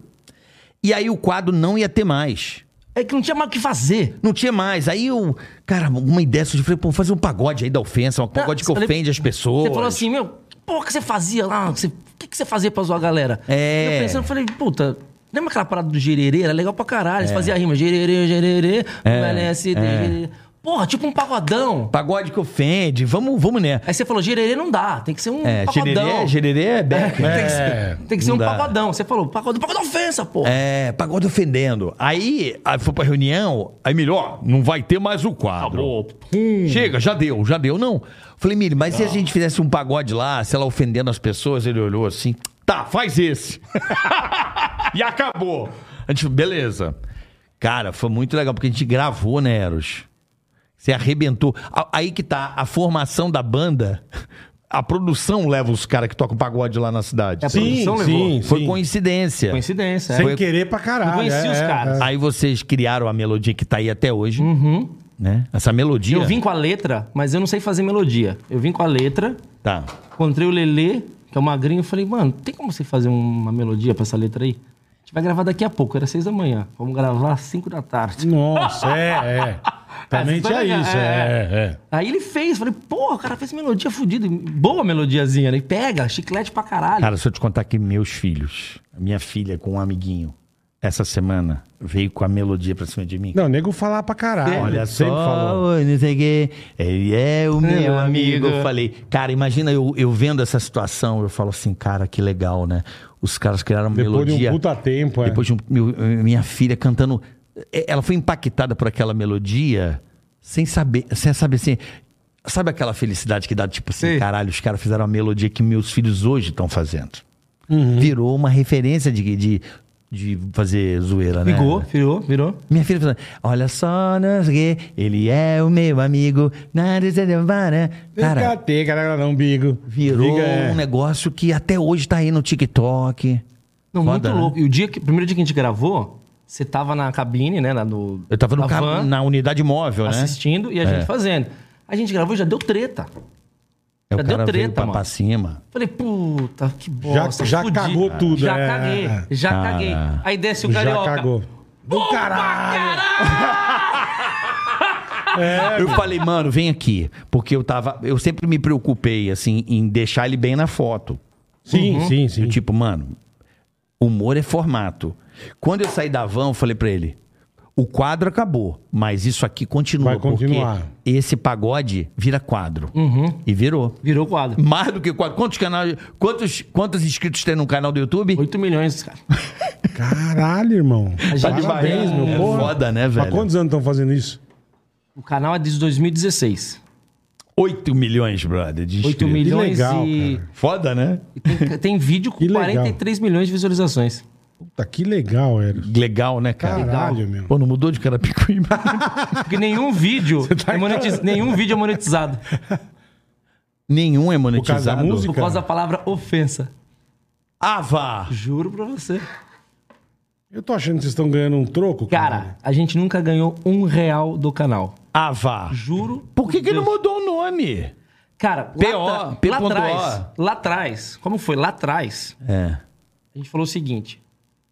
Speaker 3: E aí o quadro não ia ter mais.
Speaker 5: É que não tinha mais o que fazer.
Speaker 3: Não tinha mais. Aí eu, cara, uma ideia surgiu. Falei, pô, fazer um pagode aí da ofensa, um pagode que
Speaker 5: Tá, você-
Speaker 3: ofende as pessoas.
Speaker 5: Você falou assim, meu, porra, o que você fazia lá? O que, você- o que que você fazia pra zoar a galera?
Speaker 3: É.
Speaker 5: E Eu pensando, eu falei, puta, lembra aquela parada do gererê? Era legal pra caralho. Eles faziam rima, gererê, gererê,
Speaker 3: É,
Speaker 5: no LSD,
Speaker 3: é.
Speaker 5: gererê. Porra, tipo um pagodão.
Speaker 3: Pagode que ofende, vamos, vamos né?
Speaker 5: Aí você falou, gererê não dá, tem que ser um
Speaker 3: É,
Speaker 5: pagodão.
Speaker 3: gererê, gererê é Beck.
Speaker 5: Tem que
Speaker 4: É,
Speaker 5: ser, tem que ser
Speaker 3: não
Speaker 5: um
Speaker 3: dá.
Speaker 5: pagodão. Você falou, pagodão, pagodão ofensa, porra.
Speaker 3: É, pagode ofendendo. Aí, aí foi pra reunião, aí melhor, não vai ter mais o quadro. Chega, já deu, já deu, não. Falei, Mili, mas se a gente fizesse um pagode lá, sei lá, ofendendo as pessoas, ele olhou assim, tá, faz esse. e acabou. A gente, beleza. Cara, foi muito legal, porque a gente gravou, né, Eros? Você arrebentou. A- Aí que tá, a formação da banda, a produção leva os caras que tocam pagode lá na cidade.
Speaker 5: É,
Speaker 4: Sim,
Speaker 5: Produção levou.
Speaker 4: sim,
Speaker 3: Foi
Speaker 4: sim.
Speaker 3: coincidência.
Speaker 5: Coincidência, é.
Speaker 4: Sem
Speaker 3: foi-
Speaker 4: querer pra caralho.
Speaker 5: Não conhecia
Speaker 4: é,
Speaker 5: os
Speaker 4: é,
Speaker 5: caras.
Speaker 3: Aí vocês criaram a melodia que tá aí até hoje. Né? Essa melodia.
Speaker 5: Uhum. Eu vim com a letra, mas eu não sei fazer melodia. Eu vim com a letra,
Speaker 3: Tá.
Speaker 5: encontrei o Lelê, que é o magrinho, e falei, mano, tem como você fazer uma melodia pra essa letra aí? A gente vai gravar daqui a pouco, era seis da manhã. Vamos gravar às cinco da
Speaker 4: é.
Speaker 5: tarde.
Speaker 4: Nossa, é, é. Também
Speaker 5: Essa
Speaker 4: tinha
Speaker 5: também é,
Speaker 4: isso, é, é.
Speaker 5: Aí ele fez, falei, porra, o cara fez melodia fudida. Boa melodiazinha, né? E Pega, chiclete pra caralho.
Speaker 3: Cara, se eu te contar que meus filhos, a minha filha com um amiguinho, essa semana veio com a melodia pra cima de mim.
Speaker 4: Não, o nego falar pra caralho.
Speaker 3: Olha
Speaker 4: ele sempre
Speaker 3: é só,
Speaker 4: falou.
Speaker 3: oi, não sei o quê. Ele é o meu amigo. Eu falei, cara, imagina eu, eu vendo essa situação, eu falo assim, cara, que legal, né? Os caras criaram uma
Speaker 4: Depois de um
Speaker 3: melodia.
Speaker 4: puta tempo, é.
Speaker 3: Depois de um, meu- minha filha cantando. eh, Ela foi impactada por aquela melodia sem saber, sem saber assim. Sabe aquela felicidade que dá, tipo assim,
Speaker 5: Sim.
Speaker 3: caralho, os caras fizeram a melodia que meus filhos hoje estão fazendo.
Speaker 5: Uhum.
Speaker 3: Virou uma referência de, de, de fazer zoeira, né?
Speaker 5: Ligou, virou, virou.
Speaker 3: Minha filha falando, olha só, não sei o quê, ele é o meu amigo. nada se separa." né?" Cara,
Speaker 4: Cadê, cara, não, bigo.
Speaker 3: virou
Speaker 4: Bigo é-
Speaker 3: um negócio que até hoje tá aí no TikTok.
Speaker 5: Não,
Speaker 3: Foda, né?
Speaker 5: muito louco. E o dia que, primeiro dia que a gente gravou, você tava na cabine, né? Na, no,
Speaker 3: Eu tava no
Speaker 5: na
Speaker 3: ca-
Speaker 5: van,
Speaker 3: na unidade móvel, né?
Speaker 5: assistindo e a gente fazendo. A gente gravou e já deu treta.
Speaker 3: É o
Speaker 5: Já deu
Speaker 3: cara veio
Speaker 5: treta,
Speaker 3: pra,
Speaker 5: mano.
Speaker 3: pra cima.
Speaker 5: Falei, puta, que bosta.
Speaker 4: já
Speaker 5: fudi.
Speaker 4: cagou tudo,
Speaker 5: Já
Speaker 4: é.
Speaker 5: caguei, já
Speaker 3: Ah.
Speaker 5: caguei. Aí desce o
Speaker 4: Já
Speaker 5: carioca.
Speaker 4: cagou. Do caralho!
Speaker 5: É,
Speaker 3: Eu falei, mano, vem aqui. Porque eu tava. Eu sempre me preocupei, assim, em deixar ele bem na foto.
Speaker 4: Sim, sim, sim.
Speaker 3: Eu, tipo, mano, humor é formato. Quando eu saí da van, eu falei pra ele: o quadro acabou, mas isso aqui continua.
Speaker 4: Vai continuar.
Speaker 3: Porque esse pagode vira quadro.
Speaker 5: Uhum.
Speaker 3: E virou.
Speaker 5: Virou o quadro.
Speaker 3: Mais do que quadro. Quantos, canais, quantos, quantos inscritos tem no canal do YouTube?
Speaker 5: 8 milhões, cara.
Speaker 4: Caralho, irmão.
Speaker 5: gente
Speaker 3: Tá de
Speaker 4: Parabéns,
Speaker 3: barriga.
Speaker 4: meu
Speaker 3: É
Speaker 4: porra.
Speaker 3: foda, né,
Speaker 4: Mas
Speaker 3: velho?
Speaker 4: quantos anos estão fazendo isso?
Speaker 5: O canal é desde 2016.
Speaker 3: 8 milhões, brother, de
Speaker 5: 8
Speaker 3: inscritos.
Speaker 5: milhões
Speaker 4: legal,
Speaker 5: e.
Speaker 3: Foda, né?
Speaker 5: e tem, tem vídeo com
Speaker 4: Que legal.
Speaker 5: 43 milhões de visualizações.
Speaker 4: Puta, que legal, Eros.
Speaker 3: Legal, né, cara?
Speaker 4: Caralho, meu.
Speaker 3: Pô, não mudou de Carapicuí, mas...
Speaker 5: Porque nenhum vídeo,
Speaker 3: tá
Speaker 5: é monetiz... nenhum vídeo é monetizado.
Speaker 3: Nenhum é
Speaker 4: Por causa da
Speaker 3: monetizado.
Speaker 4: música?
Speaker 5: Por causa da palavra ofensa.
Speaker 3: Ava!
Speaker 5: Juro pra você.
Speaker 4: Eu tô achando que vocês estão ganhando um troco, cara.
Speaker 5: Cara, a gente nunca ganhou um real do canal.
Speaker 3: Ava!
Speaker 5: Juro.
Speaker 3: Por que, que ele
Speaker 5: Deus.
Speaker 3: não mudou o nome?
Speaker 5: Cara,
Speaker 3: P.O.,
Speaker 5: lá, tra-
Speaker 3: P.O.
Speaker 5: lá atrás. Lá atrás. Como foi? Lá atrás,
Speaker 3: É.
Speaker 5: a gente falou o seguinte: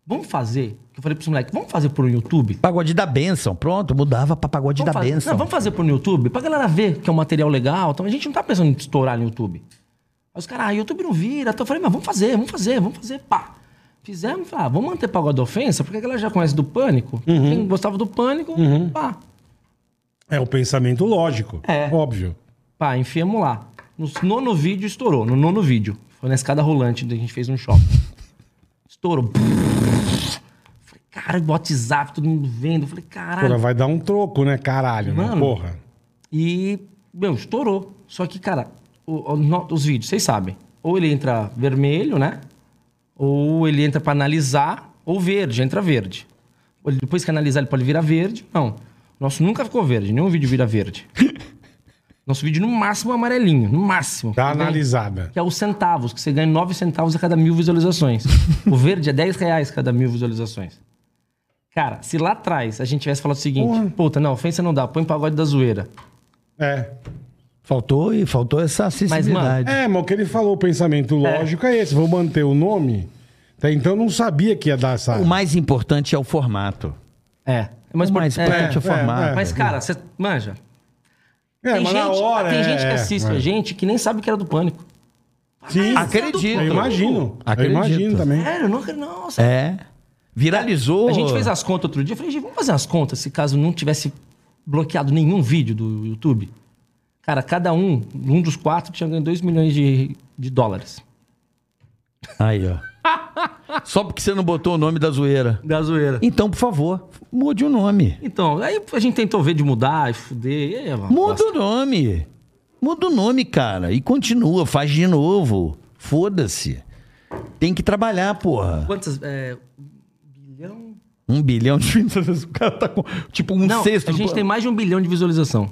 Speaker 5: vamos fazer. que Eu falei pros moleques, vamos fazer pro YouTube?
Speaker 3: Pagode da Benção. Pronto, mudava pra Pagode
Speaker 5: Vamos
Speaker 3: da
Speaker 5: fazer-
Speaker 3: Benção.
Speaker 5: Não, vamos fazer pro YouTube? Pra galera ver que é um material legal. Então, a gente não tá pensando em estourar no YouTube. Aí os caras, ah, YouTube não vira. Então, eu falei, mas vamos fazer, vamos fazer, vamos fazer, pá. Fizemos, falei, ah, vamos manter pagode da ofensa, porque a galera já conhece do pânico. Quem gostava do pânico, pá.
Speaker 4: É o pensamento lógico.
Speaker 5: É.
Speaker 4: Óbvio.
Speaker 5: Pá, enfiamos lá. No nono vídeo estourou, no nono vídeo. Foi na escada rolante que a gente fez um shopping. Estourou. Falei, cara, WhatsApp, todo mundo vendo. Falei,
Speaker 4: Porra,
Speaker 5: caralho.
Speaker 4: vai dar um troco, né, caralho? né?
Speaker 5: Mano.
Speaker 4: Porra.
Speaker 5: E, meu, estourou. Só que, cara, o- o no- os vídeos, vocês sabem. Ou ele entra vermelho, né? Ou ele entra pra analisar, ou verde, entra verde. Ou ele- Depois que analisar, ele pode virar verde. Não. Nosso nunca ficou verde, nenhum vídeo vira verde. Nosso vídeo, no máximo, é amarelinho. No máximo.
Speaker 4: Dá
Speaker 5: Tudo bem?
Speaker 4: analisada.
Speaker 5: que é os centavos, que você ganha 9 centavos a cada mil visualizações. o verde é 10 reais cada mil visualizações. Cara, se lá atrás a gente tivesse falado o seguinte, puta, não, ofensa não dá, põe pagode da zoeira.
Speaker 4: É.
Speaker 3: Faltou, e faltou essa acessibilidade.
Speaker 4: É, mas o que ele falou, o pensamento lógico é, esse. Vou manter o nome. Até então não sabia que ia dar essa.
Speaker 3: O mais importante é o formato.
Speaker 5: É. Mas,
Speaker 3: o mais importante é, o
Speaker 4: é,
Speaker 3: formato.
Speaker 4: é.
Speaker 5: mas cara, você manja.
Speaker 4: É,
Speaker 5: tem
Speaker 4: mas
Speaker 5: gente,
Speaker 4: na hora.
Speaker 5: tem
Speaker 4: é,
Speaker 5: gente que
Speaker 4: é,
Speaker 5: assiste
Speaker 4: é.
Speaker 5: a gente que nem sabe que era do pânico.
Speaker 4: Sim,
Speaker 3: Acredito.
Speaker 4: eu imagino. Eu
Speaker 3: Acredito.
Speaker 4: imagino também.
Speaker 5: Sério, não, nossa.
Speaker 3: É. Viralizou.
Speaker 5: A gente fez as contas outro dia, eu falei, gente, vamos fazer as contas se caso não tivesse bloqueado nenhum vídeo do YouTube. Cara, cada um, um dos quatro tinha ganho 2 milhões de, de dólares.
Speaker 3: Aí, ó. Só porque você não botou o nome da zoeira.
Speaker 5: Da zoeira.
Speaker 3: Então, por favor, mude o nome.
Speaker 5: Então, aí a gente tentou ver de mudar e fuder. E aí, é uma
Speaker 3: Muda
Speaker 5: bosta.
Speaker 3: o nome. Muda o nome, cara. E continua, faz de novo. Foda-se. Tem que trabalhar, porra.
Speaker 5: Quantas. É, bilhão?
Speaker 3: Um bilhão de visualizações. O cara tá com. Tipo, um
Speaker 5: Não,
Speaker 3: sexto.
Speaker 5: a
Speaker 3: do-
Speaker 5: gente tem mais de um bilhão de visualização.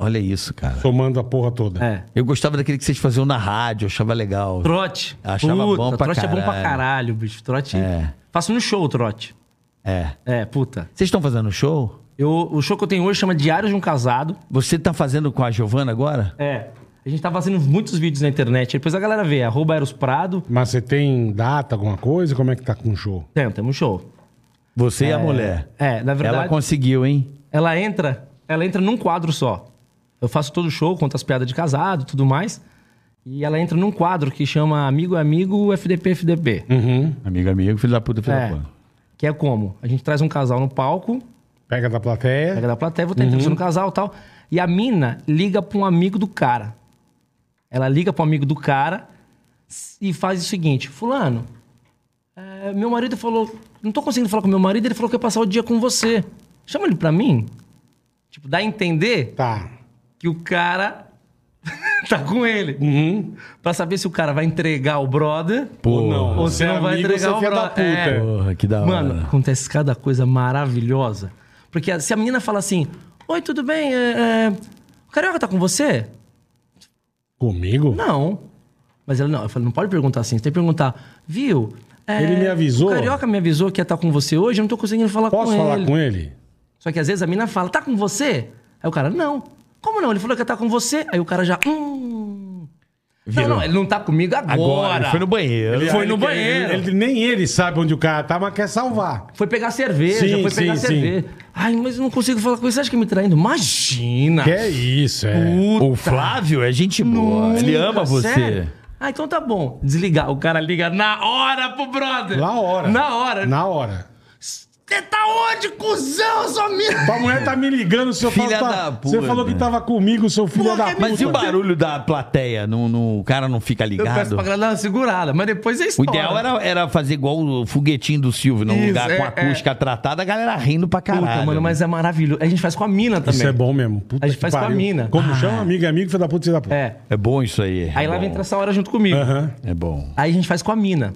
Speaker 3: Olha isso, cara.
Speaker 4: Somando a porra toda.
Speaker 5: É.
Speaker 3: Eu gostava daquele que vocês faziam na rádio, eu achava legal.
Speaker 5: Trote.
Speaker 3: Achava bom pra
Speaker 5: trote é bom pra
Speaker 3: caralho.
Speaker 5: caralho, bicho. Trote.
Speaker 3: É.
Speaker 5: Faço no show, trote.
Speaker 3: É.
Speaker 5: É, puta.
Speaker 3: Vocês estão fazendo show?
Speaker 5: Eu, o show que eu tenho hoje chama Diário de um Casado.
Speaker 3: Você tá fazendo com a Giovana agora?
Speaker 5: É. A gente tá fazendo muitos vídeos na internet. Depois a galera vê. Arroba Eros Prado.
Speaker 4: Mas você tem data, alguma coisa? Como é que tá com o show?
Speaker 5: Tem, temos um show.
Speaker 3: Você e a mulher.
Speaker 5: É, na verdade.
Speaker 3: Ela conseguiu, hein?
Speaker 5: Ela entra, ela entra num quadro só. Eu faço todo o show, conto as piadas de casado e tudo mais. E ela entra num quadro que chama Amigo é Amigo FDP FDP.
Speaker 3: Hum. Amigo, amigo, filho da puta, filho
Speaker 5: É.
Speaker 3: da puta.
Speaker 5: Que é como? A gente traz um casal no palco,
Speaker 4: Pega da plateia.
Speaker 5: pega da plateia, vou estar
Speaker 4: Uhum.
Speaker 5: entrevistando o casal e tal. E a mina liga pra um amigo do cara. Ela liga pra um amigo do cara e faz o seguinte: Fulano, é, meu marido falou. Não tô conseguindo falar com meu marido, ele falou que ia passar o dia com você. Chama ele pra mim. Tipo, dá a entender
Speaker 4: Tá.
Speaker 5: que o cara tá com ele.
Speaker 4: Uhum.
Speaker 5: Pra saber se o cara vai entregar o brother
Speaker 4: Ou não.
Speaker 5: ou se
Speaker 4: Você é
Speaker 5: não vai
Speaker 4: amigo, você
Speaker 5: entregar o
Speaker 4: é filho da
Speaker 5: brother. É.
Speaker 4: puta.
Speaker 3: Porra, que da hora.
Speaker 5: Mano, acontece cada coisa maravilhosa. Porque a- se a menina fala assim: Oi, tudo bem? É, é, O carioca tá com você?
Speaker 4: Comigo?
Speaker 5: Não. Mas ela não, eu falei, não pode perguntar assim, você tem que perguntar, viu? é,
Speaker 4: Ele me avisou?
Speaker 5: O carioca me avisou que ia estar com você hoje, eu não tô conseguindo falar
Speaker 4: Posso
Speaker 5: com ele.
Speaker 4: falar com ele?
Speaker 5: Só que às vezes a mina fala, tá com você? Aí o cara, não. Como não? Ele falou que tá com você. Aí o cara já, hum. Não, não, ele não tá comigo agora.
Speaker 3: Agora, foi no banheiro.
Speaker 5: Foi no
Speaker 4: Ele-
Speaker 5: banheiro.
Speaker 4: ele- nem ele sabe onde o cara tá, mas quer salvar.
Speaker 5: Foi pegar cerveja,
Speaker 4: Sim,
Speaker 5: foi pegar
Speaker 4: sim,
Speaker 5: cerveja. Ai, mas eu não consigo falar com ele. Você acha que é me traindo? Imagina!
Speaker 4: Que é isso, é.
Speaker 3: O Flávio é gente boa. Ele ama você.
Speaker 5: Sério? tá Ah, então tá bom. Desligar. O cara liga na hora pro brother.
Speaker 4: Na hora.
Speaker 5: Na hora.
Speaker 4: Na hora.
Speaker 7: Você tá onde, cuzão, seu mina?
Speaker 4: Tua mulher tá me ligando, seu
Speaker 3: Filha
Speaker 4: falou, tá-
Speaker 3: da puta.
Speaker 4: Você falou que tava comigo, seu filho da puta.
Speaker 3: Mas e o barulho da plateia? Não, não- o cara não fica
Speaker 5: Eu peço
Speaker 3: ligado?
Speaker 5: pra galera dar uma segurada, mas depois é
Speaker 3: O
Speaker 5: história.
Speaker 3: ideal era, era fazer igual o foguetinho do Silvio, num
Speaker 5: Isso,
Speaker 3: lugar com
Speaker 5: é,
Speaker 3: acústica tratada, a galera rindo pra
Speaker 5: Puta,
Speaker 3: caralho.
Speaker 5: mano, mas é maravilhoso. A gente faz com a mina também.
Speaker 4: Isso é bom mesmo. Puta
Speaker 5: A gente
Speaker 4: que
Speaker 5: faz com a
Speaker 4: pariu.
Speaker 5: mina.
Speaker 3: Ah,
Speaker 4: Como chama? Amigo, é amigo, filho da puta, filho da puta.
Speaker 5: É.
Speaker 3: É bom isso aí.
Speaker 5: Aí
Speaker 3: é
Speaker 5: lá
Speaker 3: bom.
Speaker 5: vem essa hora junto comigo.
Speaker 4: Aham.
Speaker 3: É bom.
Speaker 5: Aí a gente faz com a mina.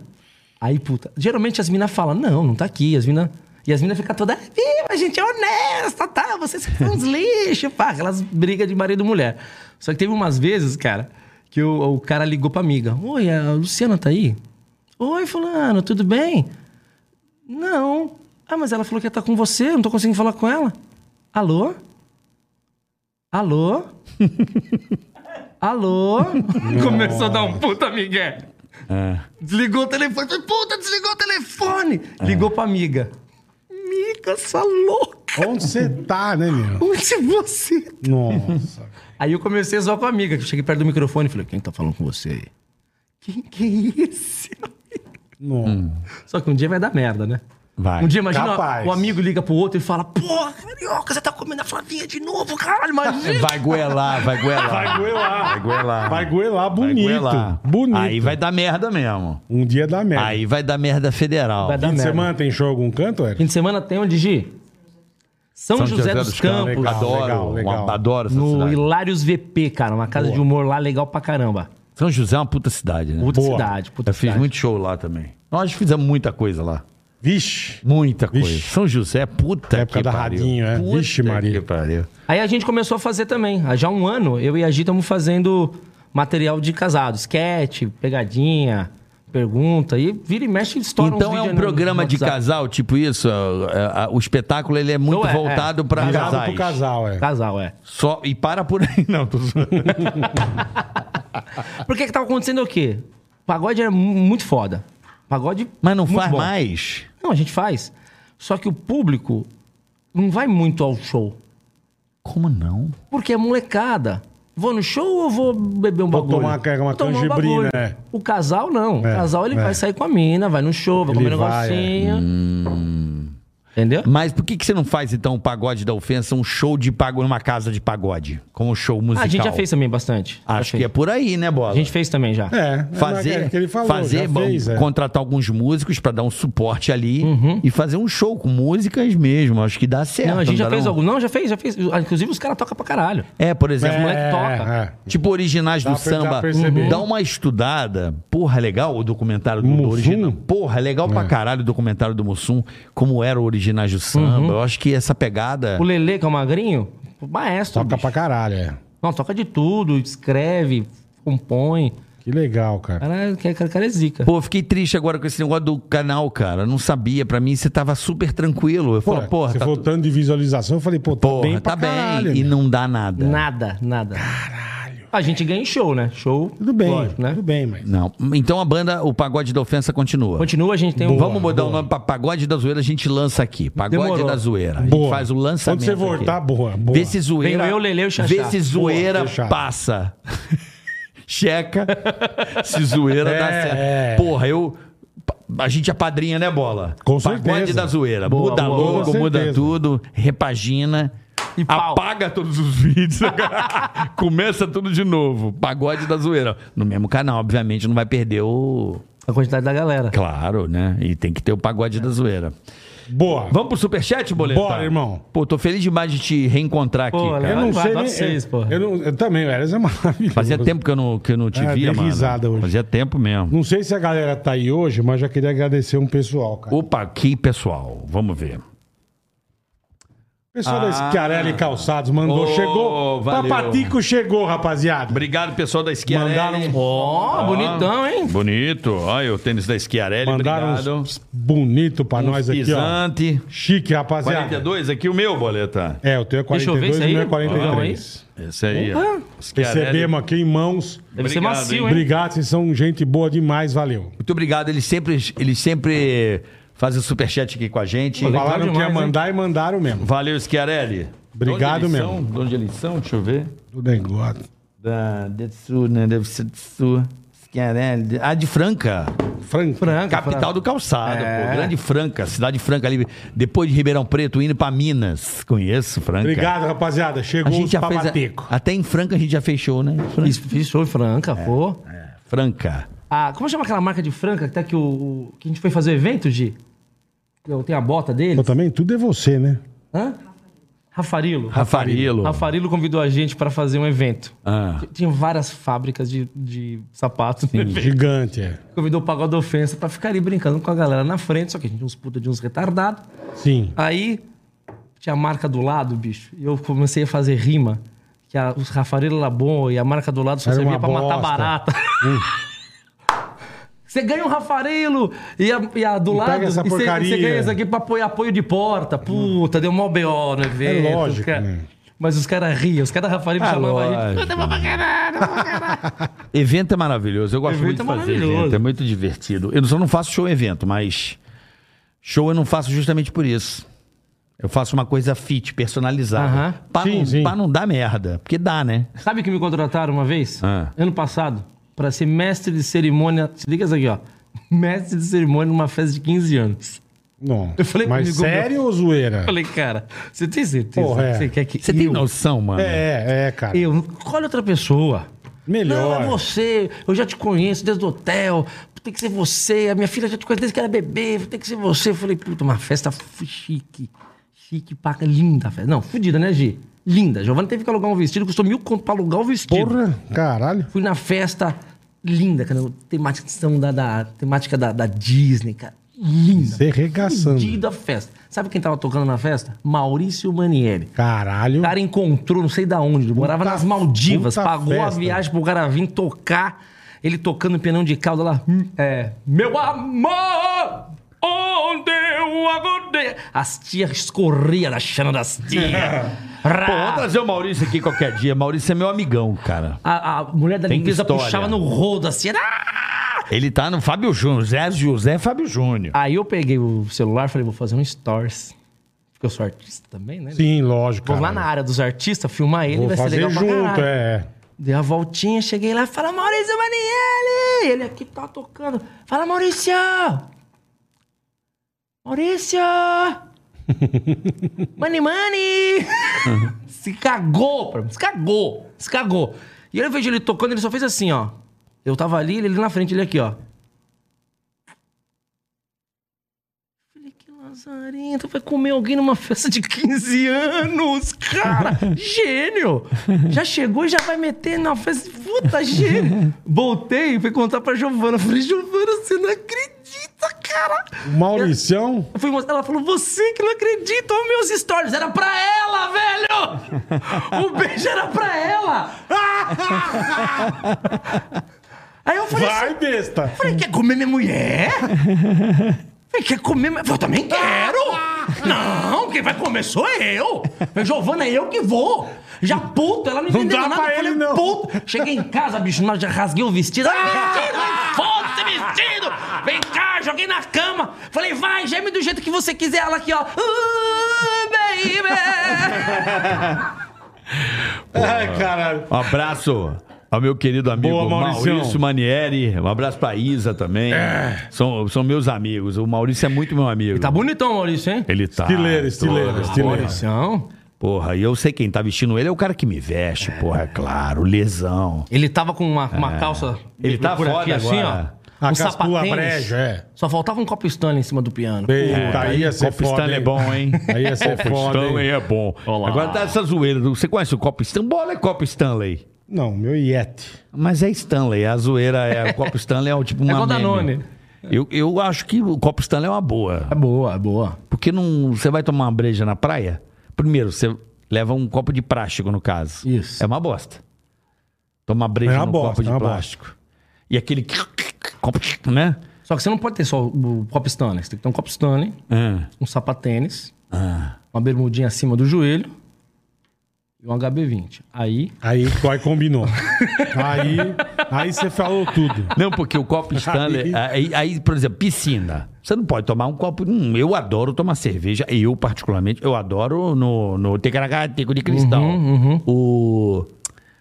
Speaker 5: Aí, puta, geralmente as minas falam, não, não tá aqui. As mina... E as minas ficam todas, "Ih, mas a gente é honesta, tá? Vocês que são uns lixo, pá. Aquelas brigas de marido e mulher. Só que teve umas vezes, cara, que o, o cara ligou pra amiga. Oi, a Luciana tá aí? Oi, fulano, tudo bem? Não. Ah, mas ela falou que ia estar com você, eu não tô conseguindo falar com ela. Alô? Alô? Alô? Começou a dar um puta Miguel. Desligou o telefone. Falei, puta, desligou o telefone. Ligou pra amiga. Amiga, sua louca.
Speaker 4: Onde você tá, né, meu?
Speaker 5: Onde você
Speaker 4: Nossa.
Speaker 5: Aí eu comecei a zoar com a amiga. que eu Cheguei perto do microfone e falei, quem tá falando com você aí? Quem que é esse?
Speaker 4: Nossa.
Speaker 5: Só que um dia vai dar merda, né?
Speaker 3: Vai.
Speaker 5: Um dia, imagina,
Speaker 4: Capaz.
Speaker 5: o amigo liga pro outro e fala, porra, carioca, você tá comendo a Flavinha de novo, caralho, imagina.
Speaker 3: Vai goelar, vai goelar.
Speaker 4: Vai goelar.
Speaker 3: Vai goelar.
Speaker 4: Vai goelar bonito.
Speaker 3: goelar.
Speaker 4: Bonito.
Speaker 3: Aí vai dar merda mesmo.
Speaker 4: Um dia dá merda.
Speaker 3: Aí vai dar merda federal.
Speaker 5: É. Vai dar
Speaker 4: Fim de
Speaker 5: merda.
Speaker 4: semana tem show em algum canto, é? Eric?
Speaker 5: Fim de semana tem onde, Gi? São, um José, dos, Campos.
Speaker 4: Legal,
Speaker 3: adoro,
Speaker 4: legal, legal.
Speaker 3: adoro né? essa
Speaker 5: No
Speaker 3: cidade.
Speaker 5: Hilários VP, cara. Uma casa de humor lá legal pra caramba.
Speaker 3: São José é uma puta cidade, né?
Speaker 5: Puta
Speaker 4: Boa.
Speaker 5: cidade, puta
Speaker 3: Eu fiz
Speaker 5: cidade.
Speaker 3: muito show lá também. Nós fizemos muita coisa lá.
Speaker 4: Vixe.
Speaker 3: Muita coisa.
Speaker 4: Vixe.
Speaker 3: São José, puta
Speaker 4: Época
Speaker 3: que
Speaker 4: da
Speaker 3: pariu.
Speaker 4: Radinho, é.
Speaker 3: Puta
Speaker 4: Vixe, Maria.
Speaker 3: que pariu.
Speaker 5: Aí a gente começou a fazer também. Há já um ano, eu e a Gi estamos fazendo material de casado. Sketch, pegadinha, pergunta. E vira e mexe estoura
Speaker 3: Então
Speaker 5: uns
Speaker 3: é um
Speaker 5: vídeos no-
Speaker 3: programa
Speaker 5: no
Speaker 3: de
Speaker 5: WhatsApp.
Speaker 3: casal, tipo isso? A- a- O espetáculo ele é muito
Speaker 5: Não, é,
Speaker 3: voltado pra
Speaker 4: Virado
Speaker 3: casais.
Speaker 4: pro casal, é.
Speaker 5: Casal, é.
Speaker 3: Só, e para por aí. Não, tô zoando.
Speaker 5: Porque que tava acontecendo o quê? Pagode era mu- muito foda. Pagode.
Speaker 3: Mas não
Speaker 5: muito
Speaker 3: faz
Speaker 5: bom.
Speaker 3: mais.
Speaker 5: Não, a gente faz. Só que o público não vai muito ao show.
Speaker 3: Como não?
Speaker 5: Porque é molecada. Vou no show ou vou beber um
Speaker 4: Vou
Speaker 5: bagulho?
Speaker 4: tomar uma- uma
Speaker 5: Vou tomar um
Speaker 4: canjibrina,
Speaker 5: bagulho.
Speaker 4: é.
Speaker 5: O casal não. O
Speaker 4: É,
Speaker 5: casal ele
Speaker 4: é.
Speaker 5: vai sair com a mina, vai no show, vai
Speaker 4: Ele
Speaker 5: comer um
Speaker 4: vai, é.
Speaker 5: negocinho. Entendeu?
Speaker 3: Mas por que, que você não faz, então, o pagode da ofensa, um show de pagode numa casa de pagode? Como show musical?
Speaker 5: Ah, a gente já fez também bastante. Já
Speaker 3: Acho
Speaker 5: fez.
Speaker 3: que é por aí, né, Bola?
Speaker 5: A gente fez também já.
Speaker 4: É.
Speaker 3: fazer,
Speaker 4: é que ele falou,
Speaker 3: fazer
Speaker 4: já
Speaker 3: bom,
Speaker 4: fez, é. Uhum.
Speaker 3: contratar alguns músicos pra dar um suporte ali e fazer um show com músicas mesmo. Acho que dá certo.
Speaker 5: Não, a gente já
Speaker 3: dá
Speaker 5: fez
Speaker 3: não?
Speaker 5: algum. Não, já fez, já fez. Ah, Inclusive os caras tocam pra caralho.
Speaker 3: É, por exemplo,
Speaker 5: moleque
Speaker 4: É,
Speaker 5: toca.
Speaker 4: é.
Speaker 3: tipo originais
Speaker 4: Dá
Speaker 3: do
Speaker 4: pra- dá
Speaker 3: samba. Uhum.
Speaker 4: pra perceber.
Speaker 3: Dá uma estudada. Porra, legal o documentário do, do
Speaker 4: Mussum? É.
Speaker 3: original. Porra, legal pra caralho o documentário do Mussum, como era o originais do samba.
Speaker 4: Uhum.
Speaker 3: Eu acho que essa pegada.
Speaker 5: O Lele, que é o magrinho, o maestro.
Speaker 4: Toca
Speaker 5: bicho.
Speaker 4: pra caralho, é.
Speaker 5: Não, toca de tudo, escreve, compõe.
Speaker 4: Que legal, cara.
Speaker 5: Cara, cara, cara é zica.
Speaker 3: Pô, eu fiquei triste agora com esse negócio do canal, cara. Eu Não sabia. Pra mim, você tava super tranquilo. Eu
Speaker 4: Pô,
Speaker 3: falo, porra,
Speaker 4: você
Speaker 3: tá,
Speaker 4: falou
Speaker 3: tu-
Speaker 4: tanto de visualização, eu falei, pô, tá
Speaker 3: porra,
Speaker 4: bem
Speaker 3: tá
Speaker 4: pra
Speaker 3: bem.
Speaker 4: caralho,
Speaker 3: e
Speaker 4: né?
Speaker 3: não dá nada.
Speaker 5: Nada, nada. Caralho. A gente ganha em show, né? Show.
Speaker 4: Tudo bem,
Speaker 5: lógico, né?
Speaker 4: tudo bem, mas...
Speaker 3: Não. Então a banda, o Pagode da Ofensa continua.
Speaker 5: Continua, a gente tem um.
Speaker 3: Vamos mudar o nome pra Pagode da Zoeira, a gente lança aqui. Pagode
Speaker 5: Demorou.
Speaker 3: da Zoeira. A gente
Speaker 4: Boa.
Speaker 3: faz o lançamento.
Speaker 4: Quando você voltar,
Speaker 3: aqui.
Speaker 4: boa, boa.
Speaker 3: Vê se zoeira.
Speaker 5: Venho eu, Lele e o Xaxá.
Speaker 3: Vê se zoeira
Speaker 4: Boa, fechado.
Speaker 3: passa. Checa se zoeira dá
Speaker 4: É,
Speaker 3: certo.
Speaker 4: é.
Speaker 3: Porra, eu. A gente é padrinha, né, bola?
Speaker 4: Com
Speaker 3: Pagode
Speaker 4: certeza.
Speaker 3: da zoeira.
Speaker 5: Boa,
Speaker 3: muda
Speaker 5: boa,
Speaker 3: logo,
Speaker 4: boa.
Speaker 3: muda
Speaker 4: Certeza.
Speaker 3: tudo, repagina.
Speaker 5: E pau.
Speaker 3: Apaga todos os vídeos. Começa tudo de novo. Pagode da zoeira. No mesmo canal, obviamente, não vai perder o.
Speaker 5: A quantidade da galera.
Speaker 3: Claro, né? E tem que ter o pagode da zoeira.
Speaker 4: Boa.
Speaker 3: Vamos pro superchat, Boleta?
Speaker 4: Bora, irmão.
Speaker 3: Pô, tô feliz demais de te reencontrar aqui,
Speaker 5: Pô,
Speaker 3: cara.
Speaker 5: legal.
Speaker 4: Eu não
Speaker 5: Vai,
Speaker 4: sei
Speaker 5: vai
Speaker 4: nem...
Speaker 5: vocês,
Speaker 4: um- eu,
Speaker 5: porra.
Speaker 4: eu, não- eu também, o Eras é maravilhoso.
Speaker 3: Fazia tempo que eu não, que eu não te
Speaker 4: Ah,
Speaker 3: via,
Speaker 4: dei
Speaker 3: mano.
Speaker 4: risada hoje. Hum.
Speaker 3: Fazia tempo mesmo.
Speaker 4: Não sei se a galera tá aí hoje, mas já queria agradecer um pessoal, cara.
Speaker 3: Opa, que pessoal. Vamos ver.
Speaker 4: O pessoal da Schiarelli Calçados mandou,
Speaker 3: Ô,
Speaker 4: chegou.
Speaker 3: valeu.
Speaker 4: Papatico chegou, rapaziada.
Speaker 3: Obrigado, pessoal da Schiarelli.
Speaker 4: Mandaram,
Speaker 5: Ó, bonitão, hein?
Speaker 3: Bonito. Olha o tênis da Schiarelli.
Speaker 4: mandaram
Speaker 3: Obrigado.
Speaker 4: uns bonito pra nós aqui,
Speaker 3: Pisante.
Speaker 4: ó. Chique, rapaziada.
Speaker 3: 42 aqui, o meu, Boleta.
Speaker 4: É, o teu é
Speaker 5: Deixa eu ver
Speaker 4: 42 e o
Speaker 5: isso
Speaker 4: meu
Speaker 5: aí.
Speaker 4: é 43.
Speaker 3: Esse aí.
Speaker 5: Opa.
Speaker 3: ó. Schiarelli.
Speaker 4: Recebemos aqui em mãos.
Speaker 5: Deve ser
Speaker 3: Obrigado,
Speaker 5: macio,
Speaker 3: hein?
Speaker 5: hein?
Speaker 4: Obrigado, vocês são gente boa demais, valeu.
Speaker 3: Muito obrigado. Eles sempre, eles sempre fazem o superchat aqui com a gente.
Speaker 5: Legal
Speaker 4: Falaram que ia
Speaker 5: demais, hein?
Speaker 4: mandar e mandaram mesmo.
Speaker 3: Valeu, Schiarelli. De onde
Speaker 4: Obrigado
Speaker 3: eles
Speaker 4: mesmo.
Speaker 3: são? De onde eles são? Deixa eu ver.
Speaker 4: Do negócio.
Speaker 3: Da Detsu, né? Deve ser Detsu. que é, né? A de Franca.
Speaker 4: Frank.
Speaker 3: Capital do calçado,
Speaker 5: É.
Speaker 3: pô. Grande Franca, cidade de Franca ali. Depois de Ribeirão Preto, indo pra Minas. Conheço, Franca.
Speaker 4: Obrigado, rapaziada.
Speaker 3: A
Speaker 4: Chegou
Speaker 3: gente
Speaker 4: os
Speaker 3: já fez. a-
Speaker 4: papateco.
Speaker 3: até em Franca a gente já fechou, né? Franca.
Speaker 5: Isso, isso foi Franca, pô.
Speaker 3: Franca.
Speaker 5: Ah, como chama aquela marca de Franca que tá que o, o- que a gente foi fazer o evento, Gi? Eu tenho a bota dele.
Speaker 4: Pô, também tudo é você, né?
Speaker 5: Hã? Rafarilo.
Speaker 3: Rafarilo.
Speaker 5: Rafarilo convidou a gente pra fazer um evento.
Speaker 3: Ah.
Speaker 5: Tinha várias fábricas de, de sapatos.
Speaker 4: Gigante, é.
Speaker 5: Convidou o Pagode Ofensa pra ficar ali brincando com a galera na frente, só que a gente tinha uns puta de uns retardados.
Speaker 4: Sim.
Speaker 5: Aí tinha a marca do lado, bicho. E eu comecei a fazer rima. Que a, os Rafarelo era bom e a marca do lado só
Speaker 4: Era
Speaker 5: servia
Speaker 4: uma
Speaker 5: pra matar
Speaker 4: bosta. Uh.
Speaker 5: barata. Você ganha um Rafarelo e a, e a do lado.
Speaker 4: pega essa
Speaker 5: e você,
Speaker 4: porcaria.
Speaker 5: você ganha isso aqui pra apoio, apoio de porta. Puta, deu mó BO no evento.
Speaker 4: É lógico,
Speaker 5: os cara-
Speaker 4: né? Ah,
Speaker 5: Mas os caras riam, os caras Rafarelo
Speaker 3: Ah,
Speaker 5: chamavam Tá a gente.
Speaker 3: Evento é maravilhoso. Eu gosto
Speaker 5: Evento
Speaker 3: muito de
Speaker 5: é
Speaker 3: fazer
Speaker 5: maravilhoso.
Speaker 3: evento. É muito divertido. Eu só não faço show em evento, mas show eu não faço justamente por isso. Eu faço uma coisa fit,
Speaker 5: Aham.
Speaker 3: personalizada. Pra,
Speaker 4: Sim,
Speaker 3: não,
Speaker 4: sim.
Speaker 3: pra não dar merda. Porque dá, né?
Speaker 5: Sabe que me contrataram uma vez?
Speaker 3: Ah.
Speaker 5: Ano passado, pra ser mestre de cerimônia. Se liga isso aqui, ó. Mestre de cerimônia numa festa de 15 anos.
Speaker 4: Não.
Speaker 5: Eu falei
Speaker 4: Mas
Speaker 5: comigo,
Speaker 4: sério ou zoeira?
Speaker 5: Eu falei, cara, você tem certeza
Speaker 4: Porra, é.
Speaker 5: que você quer que.
Speaker 3: Você tem noção, mano?
Speaker 4: É, é, cara.
Speaker 5: Eu, olha outra pessoa.
Speaker 4: Melhor.
Speaker 5: Não, é você. Eu já te conheço desde o hotel. Tem que ser você. A minha filha já te conhece desde que era bebê. Tem que ser você. Eu falei, puta, uma festa fu- chique. Chique, paca, linda a festa. Não, fudida, né, Gi? Linda. Giovanna teve que alugar um vestido. Custou mil conto pra alugar o vestido.
Speaker 4: Porra, caralho.
Speaker 5: Fui na festa linda, cara. Tematização da, da, temática da, da Disney, cara. Linda.
Speaker 4: Você é regaçando.
Speaker 5: Fudida a festa. Sabe quem tava tocando na festa? Maurício Manieri.
Speaker 4: Caralho.
Speaker 5: O cara encontrou, não sei da onde, morava nas Maldivas,
Speaker 4: puta
Speaker 5: pagou a
Speaker 4: festa.
Speaker 5: viagem pro cara vir tocar. Ele tocando penão de calda lá. hum, É. Meu amor! Onde eu agudei. As tias escorria da chana das tias. Rá.
Speaker 3: Pô,
Speaker 4: Ah.
Speaker 3: vamos trazer o Maurício aqui qualquer dia. Maurício é meu amigão, cara.
Speaker 5: a, a mulher da
Speaker 3: Tem
Speaker 5: limpeza
Speaker 3: história.
Speaker 5: puxava no rodo assim. "Ah!"
Speaker 3: Ele tá no Fábio Júnior. Zé José Fábio Júnior.
Speaker 5: Aí eu peguei o celular e falei, vou fazer um stories. Porque eu sou artista também, né?
Speaker 4: Sim, lógico.
Speaker 5: Vamos lá
Speaker 4: cara.
Speaker 5: na área dos artistas, filmar ele,
Speaker 4: Vou
Speaker 5: vai ser
Speaker 4: fazer
Speaker 5: legal pra
Speaker 4: junto,
Speaker 5: caralho.
Speaker 4: é.
Speaker 5: Dei a voltinha, cheguei lá e fala, Maurício Manielli! Ele aqui tá tocando. Fala, Maurício! Maurício! Mani, mani! se cagou, pra mim, se cagou, se cagou. E eu vejo ele tocando, ele só fez assim, ó. Eu tava ali, ele ali na frente, ele aqui, ó. Falei, que lazarento, vai comer alguém numa festa de 15 anos, cara! gênio! Já chegou e já vai meter na festa. Puta, gênio! Voltei e fui contar pra Giovana. Falei, Giovana, você não acredita, cara!
Speaker 4: O Mauricião.
Speaker 5: Eu fui mostrar, ela falou, você que não acredita, olha meus stories, era pra ela, velho! O beijo era pra ela! Aí eu falei,
Speaker 4: Vai, besta.
Speaker 5: Falei, quer comer minha mulher? Falei, quer comer minha... Eu também quero! ah. Não, quem vai comer sou eu! Falei, Giovana, é eu que vou! Já puto, ela não entendeu
Speaker 4: dá
Speaker 5: nada.
Speaker 4: pra
Speaker 5: eu falei,
Speaker 4: ele, não.
Speaker 5: puto! Cheguei em casa, bicho, nós já rasguei o vestido. Ah, Foda-se vestido! Vem cá, joguei na cama. Falei, vai, geme do jeito que você quiser. Ela aqui, ó. Uh, baby!
Speaker 4: Ai, caralho.
Speaker 3: Um abraço ao meu querido amigo
Speaker 4: Boa, Mauricião.
Speaker 3: Maurício Manieri. Um abraço pra Isa também.
Speaker 4: É.
Speaker 3: São, são meus amigos. O Maurício é muito meu amigo.
Speaker 5: Tá bonitão, Maurício, hein?
Speaker 3: Ele tá.
Speaker 4: Estileira, estileira,
Speaker 3: todo.
Speaker 4: estileira.
Speaker 5: Então,
Speaker 3: Porra, e eu sei quem tá vestindo ele é o cara que me veste, porra, é claro, lesão.
Speaker 5: ele tava com uma, uma calça...
Speaker 3: É. Ele tá
Speaker 5: por aqui,
Speaker 3: foda
Speaker 5: assim,
Speaker 3: agora.
Speaker 5: ó.
Speaker 4: A
Speaker 5: um
Speaker 4: caspula
Speaker 5: sapatênis.
Speaker 4: brejo, é.
Speaker 5: Só faltava um copo Stanley em cima do piano.
Speaker 4: Eita, tá aí ia ser
Speaker 3: Copo
Speaker 4: foda.
Speaker 3: Stanley é
Speaker 4: hein?
Speaker 3: bom, hein?
Speaker 4: Aí ia ser
Speaker 3: Copo
Speaker 4: foda.
Speaker 3: Stanley
Speaker 4: hein?
Speaker 3: é bom. Agora tá essa zoeira. do- Você conhece o Copo Stanley? Bola é Copo Stanley.
Speaker 4: Não, meu Yeti.
Speaker 3: Mas é Stanley, a zoeira é. O Copo Stanley é o tipo uma.
Speaker 5: igual
Speaker 3: meme.
Speaker 5: Danone.
Speaker 3: Eu, eu acho que o Copo Stanley é uma boa.
Speaker 5: É boa, é boa.
Speaker 3: Porque não, você vai tomar uma breja na praia? Primeiro, você leva um copo de plástico, no caso.
Speaker 5: Isso.
Speaker 3: É uma bosta. Tomar breja
Speaker 4: É uma
Speaker 3: num
Speaker 4: bosta,
Speaker 3: copo
Speaker 4: é
Speaker 3: de
Speaker 4: uma
Speaker 3: plástico. E aquele copo, né?
Speaker 5: Só que você não pode ter só o copo Stanley. Você tem que ter um copo Stanley,
Speaker 3: Ah,
Speaker 5: um sapatênis, uma bermudinha acima do joelho e um HB20. Aí,
Speaker 4: Aí, aí combinou. aí, aí você falou tudo.
Speaker 3: Não, porque o copo Stanley. aí, aí, por exemplo, piscina. Você não pode tomar um copo. hum, eu adoro tomar cerveja. Eu,
Speaker 4: Uhum,
Speaker 3: particularmente, eu adoro no, no Tecaracateco de Cristal. O.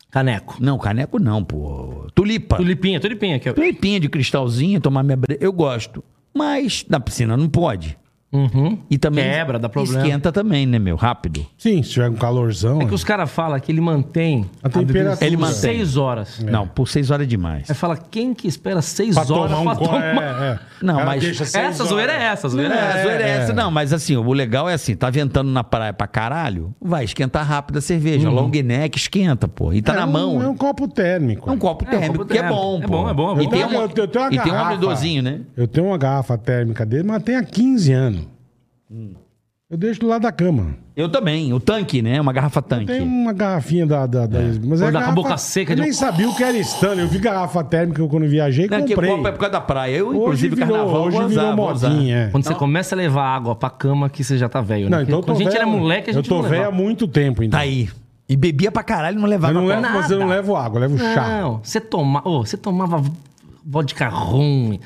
Speaker 5: Caneco.
Speaker 3: Não, caneco não, pô. Tulipa.
Speaker 5: Tulipinha, tulipinha. Que é...
Speaker 3: Tulipinha de cristalzinho, tomar minha bre... Eu gosto. Mas na piscina não pode.
Speaker 5: Uhum.
Speaker 3: E também.
Speaker 5: Quebra, dá problema.
Speaker 3: Esquenta também, né, meu? Rápido.
Speaker 4: Sim, se tiver um calorzão.
Speaker 5: É que os caras falam que ele mantém
Speaker 4: A temperatura.
Speaker 3: Ele mantém.
Speaker 5: seis horas.
Speaker 3: Não, por seis horas é demais.
Speaker 5: Aí fala, quem que espera seis
Speaker 4: Pra
Speaker 5: horas
Speaker 4: tomar um
Speaker 5: pra
Speaker 4: co-
Speaker 5: tomar?
Speaker 4: é, é.
Speaker 3: Não,
Speaker 4: Ela
Speaker 3: mas-
Speaker 4: deixa seis
Speaker 5: Essa zoeira é
Speaker 4: horas.
Speaker 5: essa, zoeira é
Speaker 3: É,
Speaker 5: essa.
Speaker 3: zoeira é essa. Não, mas assim, o legal é assim, tá ventando na praia pra caralho, vai esquentar rápido a cerveja. Long neck esquenta, pô. E tá
Speaker 4: É
Speaker 3: na
Speaker 4: um-
Speaker 3: mão.
Speaker 4: É um copo térmico.
Speaker 3: É um copo
Speaker 5: É, um
Speaker 3: térmico,
Speaker 5: copo
Speaker 3: que é
Speaker 5: térmico.
Speaker 3: bom,
Speaker 5: É
Speaker 3: pô.
Speaker 5: bom, é bom, é
Speaker 3: E
Speaker 5: bom.
Speaker 3: tem
Speaker 4: Eu
Speaker 3: um,
Speaker 4: tenho- eu tenho uma
Speaker 3: e tem um
Speaker 4: garrafa.
Speaker 3: abridorzinho, né?
Speaker 4: Eu tenho uma garrafa térmica dele, mas tem há 15 anos.
Speaker 3: Hum.
Speaker 4: Eu deixo do lado da cama.
Speaker 3: Eu também. O tanque, né? Uma garrafa tanque.
Speaker 4: Tem uma garrafinha da. da, da mas
Speaker 5: Ou da- com
Speaker 4: é
Speaker 5: a
Speaker 4: garrafa-
Speaker 5: boca seca
Speaker 4: Eu
Speaker 5: de-
Speaker 4: nem sabia o que era Stanley. Eu vi garrafa térmica quando viajei e
Speaker 3: um Não, que
Speaker 4: comprei.
Speaker 3: copo é por causa da praia. Eu,
Speaker 4: Hoje
Speaker 3: inclusive,
Speaker 4: virou-
Speaker 3: carnaval,
Speaker 4: hoje
Speaker 3: vou
Speaker 4: virou
Speaker 3: usar, vou usar.
Speaker 4: modinha. é.
Speaker 5: Quando você começa a levar água pra cama, que você já tá velho, né?
Speaker 4: Não, então eu tô
Speaker 5: Quando a gente
Speaker 4: velho,
Speaker 5: era moleque, a gente
Speaker 4: Eu tô
Speaker 5: não
Speaker 4: velho há
Speaker 5: levava.
Speaker 4: muito tempo ainda.
Speaker 3: Tá aí. E bebia pra caralho e não é
Speaker 4: Eu
Speaker 3: levava
Speaker 4: não
Speaker 3: copo.
Speaker 4: levo, mas eu não
Speaker 5: nada.
Speaker 4: levo água, eu levo chá.
Speaker 5: Não, você, toma... ô, você tomava vodka rum,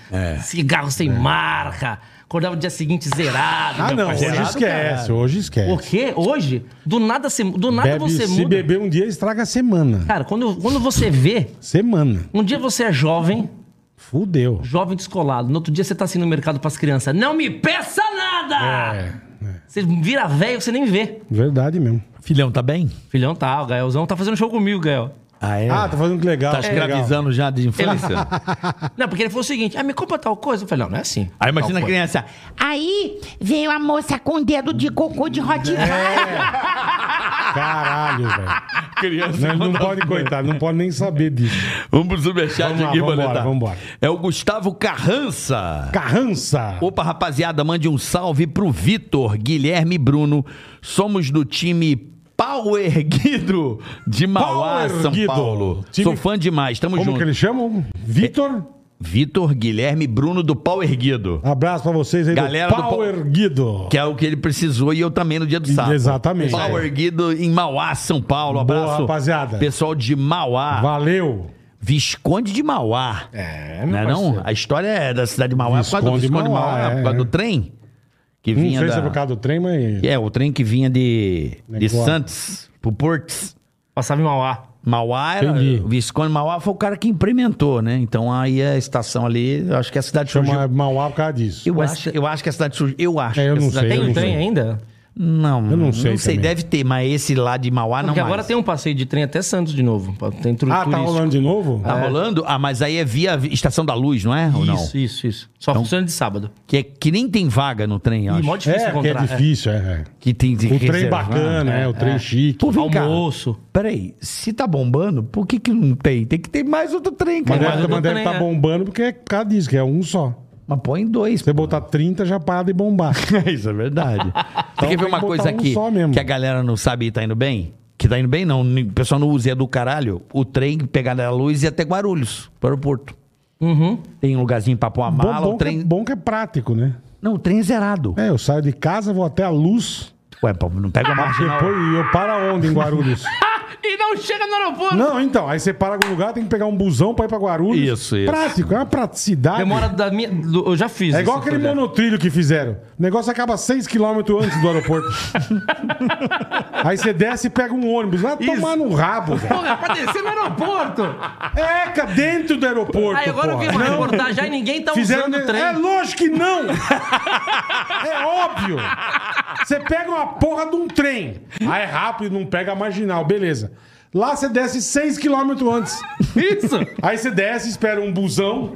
Speaker 5: cigarro sem marca, acordava no dia seguinte zerado.
Speaker 4: É. Ah,
Speaker 5: meu
Speaker 4: não,
Speaker 5: parceiro.
Speaker 4: hoje esquece, hoje esquece.
Speaker 5: O quê? Hoje? Do nada, você, do nada
Speaker 4: Bebe-
Speaker 5: você
Speaker 4: se
Speaker 5: muda.
Speaker 4: beber um dia, estraga a semana.
Speaker 5: Cara, quando, quando você vê,
Speaker 4: Semana.
Speaker 5: um dia você é jovem,
Speaker 4: Fudeu.
Speaker 5: jovem descolado, no outro dia você tá assim no mercado pras crianças, não me peça nada!
Speaker 4: É,
Speaker 5: Você vira velho, você nem vê.
Speaker 4: verdade mesmo.
Speaker 3: Filhão, tá bem?
Speaker 5: Filhão tá, o Gaelzão tá fazendo show comigo, Gael.
Speaker 3: Ah, é?
Speaker 4: Ah, tá fazendo que legal.
Speaker 3: tá
Speaker 4: que legal.
Speaker 3: escravizando já de infância?
Speaker 5: Não, porque ele falou o seguinte, ah, me compra tal coisa. Eu falei, não, não é assim.
Speaker 4: Ah,
Speaker 3: Aí imagina a
Speaker 5: Tal
Speaker 3: criança.
Speaker 1: Aí veio a moça com o dedo de cocô de Rottweiler.
Speaker 4: Caralho, velho.
Speaker 3: criança
Speaker 4: Não, não pode, coitado, não pode nem saber disso.
Speaker 3: Vamos pro superchat
Speaker 4: Vamos lá,
Speaker 3: aqui,
Speaker 4: vambora,
Speaker 3: Boletar.
Speaker 4: vambora.
Speaker 3: É o Gustavo Carrança.
Speaker 4: Carrança!
Speaker 3: Opa, rapaziada, mande um salve pro Vitor, Guilherme e Bruno. Somos do time Pau Erguido de Mauá,
Speaker 4: Pau
Speaker 3: São
Speaker 4: Erguido.
Speaker 3: Paulo.
Speaker 4: Time-
Speaker 3: Sou fã demais, tamo
Speaker 4: Como
Speaker 3: junto.
Speaker 4: que eles chamam? Vitor?
Speaker 3: Vitor, Guilherme e Bruno do Pau Erguido.
Speaker 4: Abraço pra vocês aí
Speaker 3: Galera
Speaker 4: do
Speaker 3: do
Speaker 4: Pau
Speaker 3: Pau-
Speaker 4: Erguido.
Speaker 3: Que é o que ele precisou e eu também no dia do sábado.
Speaker 4: Exatamente.
Speaker 3: Pau Erguido em Mauá, São Paulo.
Speaker 4: Boa,
Speaker 3: Abraço.
Speaker 4: rapaziada.
Speaker 3: Pessoal de Mauá.
Speaker 4: Valeu.
Speaker 3: Visconde de Mauá.
Speaker 5: É,
Speaker 3: Não é não? A história é da cidade de Mauá é por causa do
Speaker 4: Visconde de
Speaker 3: Visconde de Mauá,
Speaker 4: Mauá,
Speaker 3: é
Speaker 4: é.
Speaker 3: por causa do trem que
Speaker 4: Não
Speaker 3: vinha
Speaker 4: sei se é
Speaker 3: da...
Speaker 4: por causa do trem, mas.
Speaker 3: É, o trem que vinha de, de
Speaker 4: Negócio.
Speaker 3: Santos pro Portes.
Speaker 5: Passava em Mauá.
Speaker 3: Mauá era...
Speaker 4: Entendi.
Speaker 3: O Visconde de Mauá foi o cara que implementou, né? Então aí a estação ali, eu acho que a cidade
Speaker 4: Chama
Speaker 3: surgiu...
Speaker 4: Mauá por causa disso.
Speaker 3: Eu acho, eu acho que a cidade surgiu... Eu acho.
Speaker 4: É, eu
Speaker 3: que a
Speaker 4: não
Speaker 3: cidade-
Speaker 4: sei, eu
Speaker 5: Tem,
Speaker 4: não
Speaker 5: tem
Speaker 4: sei.
Speaker 5: ainda?
Speaker 3: Não,
Speaker 4: Eu não
Speaker 3: não
Speaker 4: sei
Speaker 3: sei.
Speaker 4: também.
Speaker 3: deve ter, mas esse lá de Mauá não
Speaker 5: Porque
Speaker 3: mais.
Speaker 5: agora tem um passeio de trem até Santos de novo. pra- Tem tru-
Speaker 4: Ah, tá
Speaker 5: turístico.
Speaker 4: rolando de novo?
Speaker 3: Tá rolando? Ah, mas aí é via Estação da Luz, não é? Ou não?
Speaker 5: Isso, isso, isso. Só funciona de sábado.
Speaker 3: Que, é, que nem tem vaga no trem, eu
Speaker 5: E
Speaker 3: acho.
Speaker 5: mó difícil
Speaker 4: é, que é
Speaker 5: encontrar.
Speaker 4: difícil, é. é.
Speaker 3: Que tem de
Speaker 4: O trem
Speaker 3: reservar.
Speaker 4: bacana, é, o trem chique.
Speaker 3: Pô, vem cá.
Speaker 5: Almoço.
Speaker 3: Peraí, se tá bombando, por que que não tem? Tem que ter mais outro trem,
Speaker 4: Mas
Speaker 3: cara.
Speaker 5: mais
Speaker 4: deve,
Speaker 5: outro
Speaker 4: mas deve
Speaker 5: trem,
Speaker 4: tá
Speaker 5: é.
Speaker 4: bombando porque é por causa disso, que é um só.
Speaker 3: Mas põe dois.
Speaker 4: Você botar 30 já para de bombar.
Speaker 3: Isso é verdade. Você quer ver
Speaker 4: tem
Speaker 3: uma
Speaker 4: que
Speaker 3: coisa
Speaker 4: botar um
Speaker 3: aqui
Speaker 4: só mesmo.
Speaker 3: que a galera não sabe e tá indo bem? Que tá indo bem, não. O pessoal não usa é do caralho. O trem pegar na luz e até Guarulhos, pro aeroporto.
Speaker 5: Uhum.
Speaker 3: Tem um lugarzinho pra pôr a mala,
Speaker 4: bom, bom
Speaker 3: o trem.
Speaker 4: que, é- bom que é prático, né?
Speaker 3: Não, o trem é zerado.
Speaker 4: É, eu saio de casa, vou até a luz.
Speaker 3: Ué, pô, Ah, não pega a marginal.
Speaker 4: Depois eu para onde em Guarulhos?
Speaker 5: E não chega no aeroporto.
Speaker 4: Não, então, aí você para algum lugar, tem que pegar um busão pra ir pra Guarulhos.
Speaker 3: Isso, isso.
Speaker 4: Prático, é uma praticidade.
Speaker 5: Demora da minha... do- Eu já fiz
Speaker 4: É igual
Speaker 5: esse
Speaker 4: aquele
Speaker 5: projeto.
Speaker 4: monotrilho que fizeram. O negócio acaba 6km antes do aeroporto. aí você desce e pega um ônibus. Vai tomar no rabo, velho.
Speaker 5: Porra, pra descer no aeroporto.
Speaker 4: É, ca- dentro do aeroporto.
Speaker 5: Aí agora eu vi
Speaker 4: porra.
Speaker 5: uma
Speaker 4: Não,
Speaker 5: reportagem aí ninguém tá
Speaker 4: Fizeram
Speaker 5: usando o
Speaker 4: ne-
Speaker 5: trem.
Speaker 4: É lógico que não! é óbvio! Você pega uma porra de um trem. Aí é rápido, não pega a marginal, beleza. Lá você desce 6km antes.
Speaker 5: Isso.
Speaker 4: Aí você desce, espera um busão,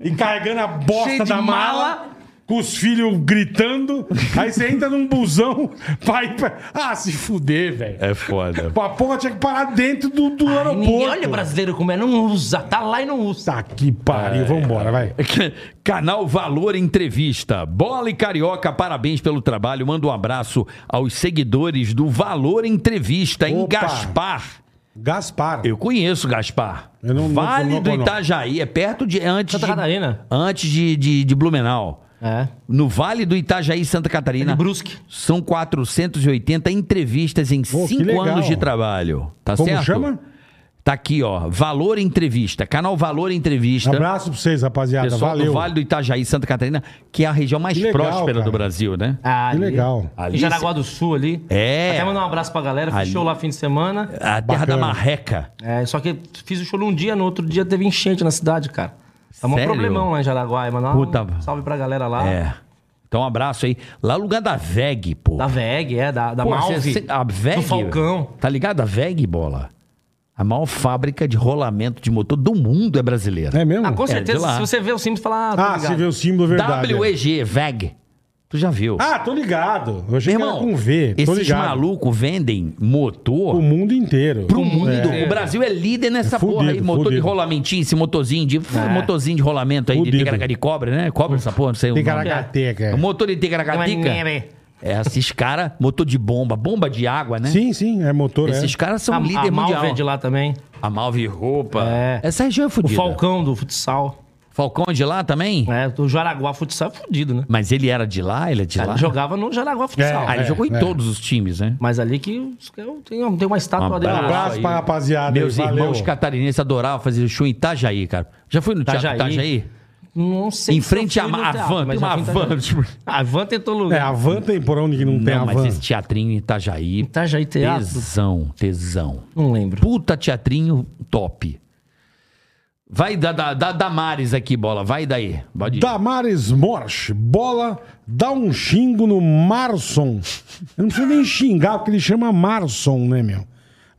Speaker 4: e carregando a bosta
Speaker 5: Cheio de
Speaker 4: da mala.
Speaker 5: mala.
Speaker 4: Com os filhos gritando, aí você entra num busão, vai pra... Ah, se fuder, velho.
Speaker 3: É foda.
Speaker 4: A porra tinha que parar dentro do, do aeroporto.
Speaker 5: Ninguém, olha o brasileiro como é, não usa. Tá lá e não usa.
Speaker 4: Tá que pariu, vambora, vai.
Speaker 3: Canal Valor Entrevista. Bola e Carioca, parabéns pelo trabalho. Manda um abraço aos seguidores do Valor Entrevista em
Speaker 4: Opa.
Speaker 3: Gaspar.
Speaker 4: Gaspar.
Speaker 3: Eu conheço Gaspar.
Speaker 4: Eu não- não-
Speaker 3: vale
Speaker 4: não-
Speaker 3: do
Speaker 4: não- não.
Speaker 3: Itajaí, é perto de. Antes
Speaker 5: Santa
Speaker 3: de,
Speaker 5: Catarina.
Speaker 3: Antes de, de, de Blumenau.
Speaker 5: É.
Speaker 3: No Vale do Itajaí, Santa Catarina.
Speaker 5: De Brusque.
Speaker 3: São 480 entrevistas em
Speaker 4: que
Speaker 3: cinco
Speaker 4: legal.
Speaker 3: anos de trabalho. Tá
Speaker 4: Como
Speaker 3: certo?
Speaker 4: chama?
Speaker 3: Tá aqui, ó. Valor Entrevista. Canal Valor Entrevista.
Speaker 4: Abraço pra vocês, rapaziada.
Speaker 3: Pessoal
Speaker 4: Valeu.
Speaker 3: do Vale do Itajaí, Santa Catarina, que é a região mais
Speaker 4: Que legal,
Speaker 3: próspera
Speaker 4: cara.
Speaker 3: do Brasil, né?
Speaker 5: Ah,
Speaker 4: Que
Speaker 5: ali.
Speaker 4: legal.
Speaker 5: Em Jaraguá do Sul ali.
Speaker 3: É.
Speaker 5: Até mandar um abraço pra galera. Fiz
Speaker 3: Ali.
Speaker 5: show lá fim de semana.
Speaker 3: A terra da
Speaker 4: Bacana.
Speaker 3: marreca.
Speaker 5: É, só que fiz o show num dia, no outro dia teve enchente na cidade, cara. Tá um
Speaker 3: Sério?
Speaker 5: problemão lá em Jaraguá. Aí Mandar
Speaker 3: Puta.
Speaker 5: um salve pra galera lá.
Speaker 3: É. Então, um abraço aí. Lá no lugar da VEG, pô.
Speaker 5: Da VEG, é, da, da
Speaker 3: Pô,
Speaker 5: Malve.
Speaker 3: cê- ah, cê- a VEG.
Speaker 5: Do Falcão.
Speaker 3: Tá ligado? A VEG, bola. A maior fábrica de rolamento de motor do mundo é brasileira.
Speaker 4: É mesmo?
Speaker 5: Ah, com
Speaker 3: de
Speaker 5: certeza,
Speaker 3: lá.
Speaker 5: se você vê o Simples, fala... Ah,
Speaker 3: tá
Speaker 5: tô
Speaker 4: ah,
Speaker 5: ligado.
Speaker 4: você vê o símbolo é verdade. é.
Speaker 3: WEG, VEG. Tu já viu.
Speaker 4: Ah, tô ligado. Eu achei
Speaker 3: Meu
Speaker 4: que era com V. Tô
Speaker 3: esses
Speaker 4: ligado.
Speaker 3: malucos vendem motor
Speaker 4: O mundo inteiro.
Speaker 3: pro mundo.
Speaker 5: inteiro.
Speaker 3: O Brasil é líder nessa
Speaker 4: É fudido,
Speaker 3: porra aí. Motor de
Speaker 4: fudido. É.
Speaker 3: rolamentinho, esse motorzinho de, motorzinho de rolamento aí, de
Speaker 4: Fudido.
Speaker 3: ticaraca de cobre, né? Cobre essa porra, não sei o nome.
Speaker 4: Ticaracateca.
Speaker 3: O motor de ticaracatica.
Speaker 5: né?
Speaker 3: É, esses caras, motor de bomba, bomba de água, né?
Speaker 4: Sim, sim, é motor.
Speaker 3: Esses
Speaker 4: é.
Speaker 3: caras são
Speaker 5: A,
Speaker 3: líder
Speaker 5: a
Speaker 3: mundial.
Speaker 5: Malve é de lá também.
Speaker 3: A Malve Roupa.
Speaker 5: É.
Speaker 3: Essa região é
Speaker 5: O
Speaker 3: fodida.
Speaker 5: Falcão do futsal.
Speaker 3: Falcão é de lá também?
Speaker 5: É, do Jaraguá futsal é fudido, né?
Speaker 3: Mas ele era de lá? Ele é de lá?
Speaker 5: Ele jogava no Jaraguá futsal.
Speaker 3: Ah, ele
Speaker 4: É,
Speaker 3: jogou em
Speaker 4: é.
Speaker 3: todos os times, né?
Speaker 5: Mas ali que os- eu tenho, tem uma estátua
Speaker 3: Um
Speaker 5: dele.
Speaker 3: abraço.
Speaker 5: lá.
Speaker 4: Abraço pra rapaziada.
Speaker 3: Meus
Speaker 4: aí, valeu.
Speaker 3: irmãos catarinenses adoravam fazer show em Itajaí, cara. Já fui no Teatro
Speaker 5: Itajaí.
Speaker 3: Itajaí?
Speaker 5: Não sei.
Speaker 3: Em
Speaker 5: se eu
Speaker 3: frente à
Speaker 5: fui no
Speaker 3: à
Speaker 5: teatro,
Speaker 3: van,
Speaker 5: mas
Speaker 3: tem
Speaker 5: já
Speaker 3: uma
Speaker 5: fui em
Speaker 3: van.
Speaker 5: Itajaí.
Speaker 3: tipo,
Speaker 5: A van tem todo
Speaker 4: É,
Speaker 5: lugar.
Speaker 4: a van tem por onde que não, tem a
Speaker 3: Não, mas
Speaker 4: van.
Speaker 3: esse teatrinho em Itajaí,
Speaker 5: Itajaí Teatro.
Speaker 3: tesão, tesão.
Speaker 5: Não lembro.
Speaker 3: Puta teatrinho top. Vai da, da, da Damares aqui, bola. Vai daí. Pode ir.
Speaker 4: Damares Morsch, bola, dá um xingo no Marson. Eu não preciso nem xingar, porque ele chama Marson, né, meu?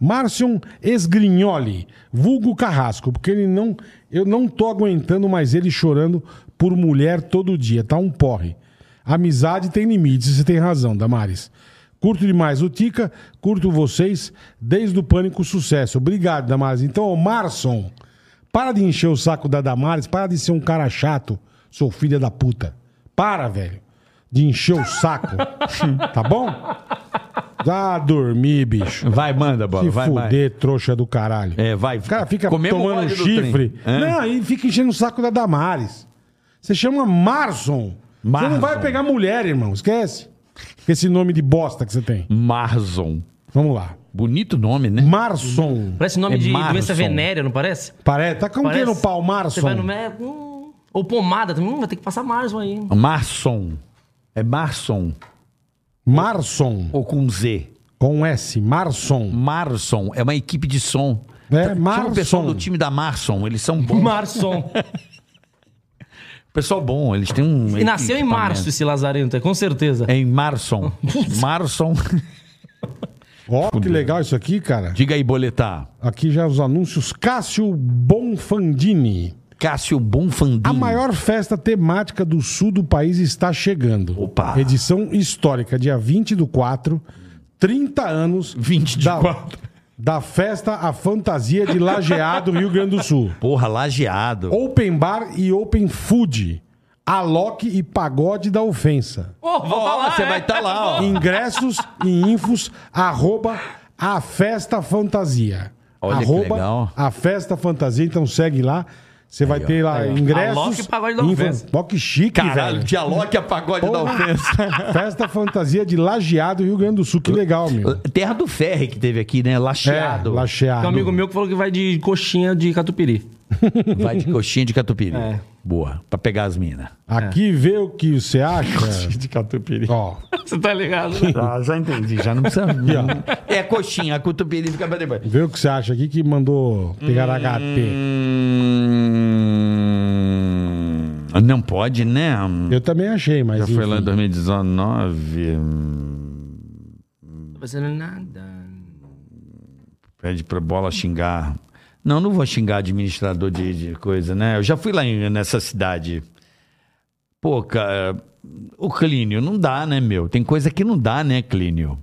Speaker 4: Marcion Esgrignoli, vulgo Carrasco, porque ele não. Eu não tô aguentando mais ele chorando por mulher todo dia, tá um porre. Amizade tem limites, e você tem razão, Damares. Curto demais o Tica, curto vocês, desde o Pânico Sucesso. Obrigado, Damares. Então, ô Marson, para de encher o saco da Damares, para de ser um cara chato, seu filho da puta. Para, velho, de encher o saco. tá bom? Vá dormir, bicho.
Speaker 3: Vai, manda, bola.
Speaker 4: Se
Speaker 3: vai, vai.
Speaker 4: fuder, trouxa do caralho.
Speaker 3: É, vai.
Speaker 4: O cara fica
Speaker 3: Comemos o
Speaker 4: tomando
Speaker 3: óleo do
Speaker 4: chifre.
Speaker 3: trem. É. Hã?
Speaker 4: Não, e fica enchendo o saco da Damares. Você chama Marson. Você
Speaker 3: Marson.
Speaker 4: não vai pegar mulher, irmão. Esquece. Esse nome de bosta que você tem.
Speaker 3: Marzon.
Speaker 4: Vamos lá.
Speaker 3: Bonito nome, né?
Speaker 4: Marson.
Speaker 5: Parece nome
Speaker 3: É
Speaker 5: de
Speaker 3: Marson.
Speaker 5: doença venérea, não parece?
Speaker 4: Parece. Tá com o que
Speaker 5: Parece.
Speaker 4: no pau, Marson?
Speaker 5: Você vai no médico. hum, ou pomada também. Hum, vai ter que passar Marson aí. hein?
Speaker 3: Marson. É Marson.
Speaker 4: Marson.
Speaker 3: Ou com Z.
Speaker 4: Com S. Marson.
Speaker 3: Marson. É uma equipe de som.
Speaker 4: É,
Speaker 3: Tá- Chama
Speaker 4: Marson.
Speaker 3: o pessoal do time da Marson. Eles são bons.
Speaker 5: Marson.
Speaker 3: Pessoal bom. Eles têm um...
Speaker 5: E nasceu em
Speaker 3: equipamento.
Speaker 5: março esse Lazarento, é com certeza.
Speaker 3: É em Marson. Marson.
Speaker 4: Ó, que legal isso aqui, cara.
Speaker 3: Diga aí, boletar.
Speaker 4: Aqui já os anúncios. Cássio Bonfandini.
Speaker 3: Cássio Bonfandini.
Speaker 4: A maior festa temática do sul do país está chegando.
Speaker 3: Opa.
Speaker 4: Edição histórica, dia 20 do 4, 30 anos
Speaker 3: 20 de
Speaker 4: da,
Speaker 3: quatro.
Speaker 4: da festa A Fantasia de Lajeado, Rio Grande do Sul.
Speaker 3: Porra, lajeado.
Speaker 4: Open Bar e Open Food. Alok e Pagode da Ofensa.
Speaker 5: Ô, vou
Speaker 3: Ó,
Speaker 5: falar,
Speaker 3: você
Speaker 5: é.
Speaker 3: vai estar lá, ó.
Speaker 4: Ingressos e infos, arroba a festa fantasia.
Speaker 3: Olha que
Speaker 4: arroba
Speaker 3: legal.
Speaker 4: a festa fantasia, então segue lá. Você vai ter lá ingressos.
Speaker 5: Alok e pagode da
Speaker 4: info-
Speaker 5: ofensa.
Speaker 4: Ó, que chique,
Speaker 3: Caralho,
Speaker 4: velho.
Speaker 3: dialogue a pagode da
Speaker 4: Porra.
Speaker 3: ofensa.
Speaker 4: Festa fantasia de Lajeado, Rio Grande do Sul. Que legal, meu.
Speaker 3: Terra do Ferre que teve aqui, né? Lacheado.
Speaker 4: É, Lajeado.
Speaker 5: Tem um amigo meu que falou que vai de coxinha de catupiry.
Speaker 3: Vai de coxinha de catupiry.
Speaker 5: É.
Speaker 3: Boa, pra pegar as minas.
Speaker 4: Aqui vê o que você acha.
Speaker 3: De catupiry.
Speaker 4: Ó,
Speaker 5: Você tá ligado? né?
Speaker 3: Ah, já entendi, já não precisa.
Speaker 4: ó.
Speaker 3: é coxinha, a catupiry fica pra depois.
Speaker 4: vê o que você acha aqui que mandou pegar HT.
Speaker 3: Hum, não pode, né?
Speaker 4: Eu também achei, mas.
Speaker 3: Já foi lá em
Speaker 4: enfim.
Speaker 3: 2019.
Speaker 5: Não fazendo nada.
Speaker 3: Pede pra bola xingar. Não, não vou xingar administrador de, de coisa, né? Eu já fui lá em- nessa cidade. Pô, cara, o Clínio, não dá, né, meu? Tem coisa que não dá, né, Clínio?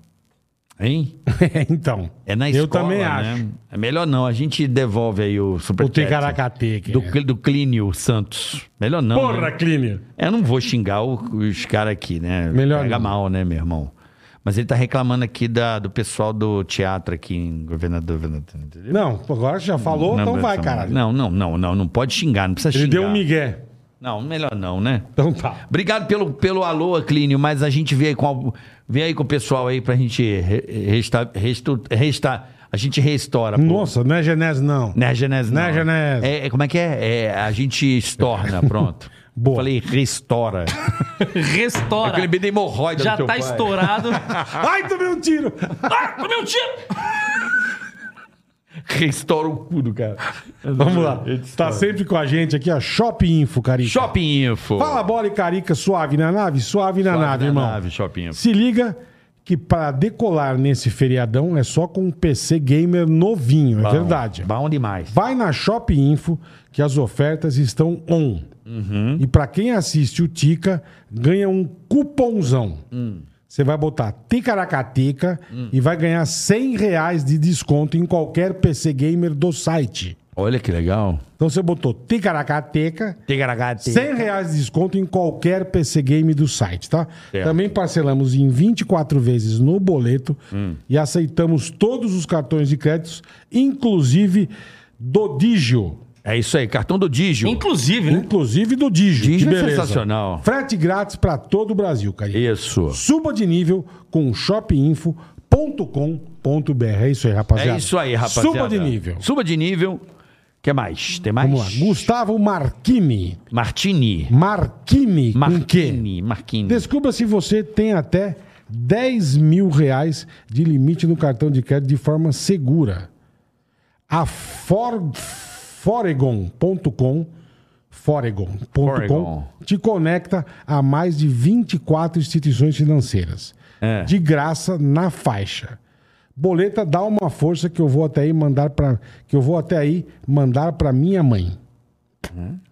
Speaker 3: Hein?
Speaker 4: então.
Speaker 3: É na
Speaker 4: Eu
Speaker 3: escola,
Speaker 4: também
Speaker 3: né?
Speaker 4: acho.
Speaker 3: É melhor não, a gente devolve aí o
Speaker 4: O
Speaker 3: superchat.
Speaker 4: Ticaracateca.
Speaker 3: Do, Cl- do Clínio Santos. Melhor não,
Speaker 4: Porra,
Speaker 3: né?
Speaker 4: Clínio.
Speaker 3: Eu não vou xingar o- os caras aqui, né?
Speaker 4: Melhor
Speaker 3: Pega
Speaker 4: não.
Speaker 3: mal, né, meu irmão? Mas ele tá reclamando aqui da, do pessoal do teatro aqui em Governador Venantino, entendeu?
Speaker 4: Não, agora já falou, então vai, caralho.
Speaker 3: Não, não, não, não, não pode xingar, não precisa
Speaker 4: Ele
Speaker 3: xingar.
Speaker 4: deu um migué.
Speaker 3: Não, melhor não, né?
Speaker 4: Então tá.
Speaker 3: Obrigado pelo, pelo alô, Clínio, mas a gente vê aí com, a- vê aí com o pessoal aí pra gente re- resta, restu- resta- a A gente restaura. pô.
Speaker 4: Nossa, não é Genésio, não.
Speaker 3: Né, Genésio?
Speaker 4: Né,
Speaker 3: não.
Speaker 4: Genésio?
Speaker 3: É, é, como é que é? É, a gente estorna, pronto.
Speaker 4: Boa.
Speaker 3: Falei, restaura.
Speaker 5: Restaura.
Speaker 3: Eu lembrei da hemorroida
Speaker 5: Já
Speaker 3: do teu
Speaker 5: tá
Speaker 3: pai.
Speaker 5: estourado.
Speaker 4: Ai, tomei um tiro!
Speaker 5: ah, tomei um tiro!
Speaker 3: Restaura o cu do cara.
Speaker 4: Vamos lá. Tá sempre com a gente aqui, ó. Shopping Info, Carica.
Speaker 3: Shopping Info.
Speaker 4: Fala bola e Carica, suave na nave? Suave na
Speaker 3: Suave
Speaker 4: nave,
Speaker 3: na
Speaker 4: irmão.
Speaker 3: nave, Shopping Info.
Speaker 4: Se liga que para decolar nesse feriadão é só com um PC gamer novinho, é verdade.
Speaker 3: Bom demais.
Speaker 4: Vai na Shop Info que as ofertas estão on. E pra quem assiste o Tica, ganha um cupomzão. Você vai botar Ticaracateca e vai ganhar 100 reais de desconto em qualquer PC Gamer do site.
Speaker 3: Olha que legal.
Speaker 4: Então você botou Ticaracateca,
Speaker 3: Tigaragate.
Speaker 4: 100 reais de desconto em qualquer PC Game do site, tá?
Speaker 3: Certo.
Speaker 4: Também parcelamos em 24 vezes no boleto e aceitamos todos os cartões de créditos, inclusive do Digio.
Speaker 3: É isso aí, cartão do Digio.
Speaker 5: Inclusive, né?
Speaker 4: Inclusive do Digio.
Speaker 3: Digio
Speaker 4: que
Speaker 3: é sensacional.
Speaker 4: Frete grátis para todo o Brasil, carinho.
Speaker 3: Isso.
Speaker 4: Suba de nível com shopinfo.com.br. É isso aí, rapaziada.
Speaker 3: É isso aí, rapaziada.
Speaker 4: Suba de nível.
Speaker 3: Suba de nível. que mais? Tem mais?
Speaker 4: Vamos lá. Gustavo Marchini.
Speaker 3: Martini.
Speaker 4: Marchini. Com quê?
Speaker 3: Marquini. Marquini.
Speaker 4: Descubra se você tem até 10 mil reais de limite no cartão de crédito de forma segura. A For- Foregon.com Foregon.com
Speaker 3: Foregon.
Speaker 4: te conecta a mais de 24 instituições financeiras.
Speaker 3: É.
Speaker 4: De graça na faixa. Boleta dá uma força que eu vou até aí mandar para que eu vou até aí mandar para minha mãe.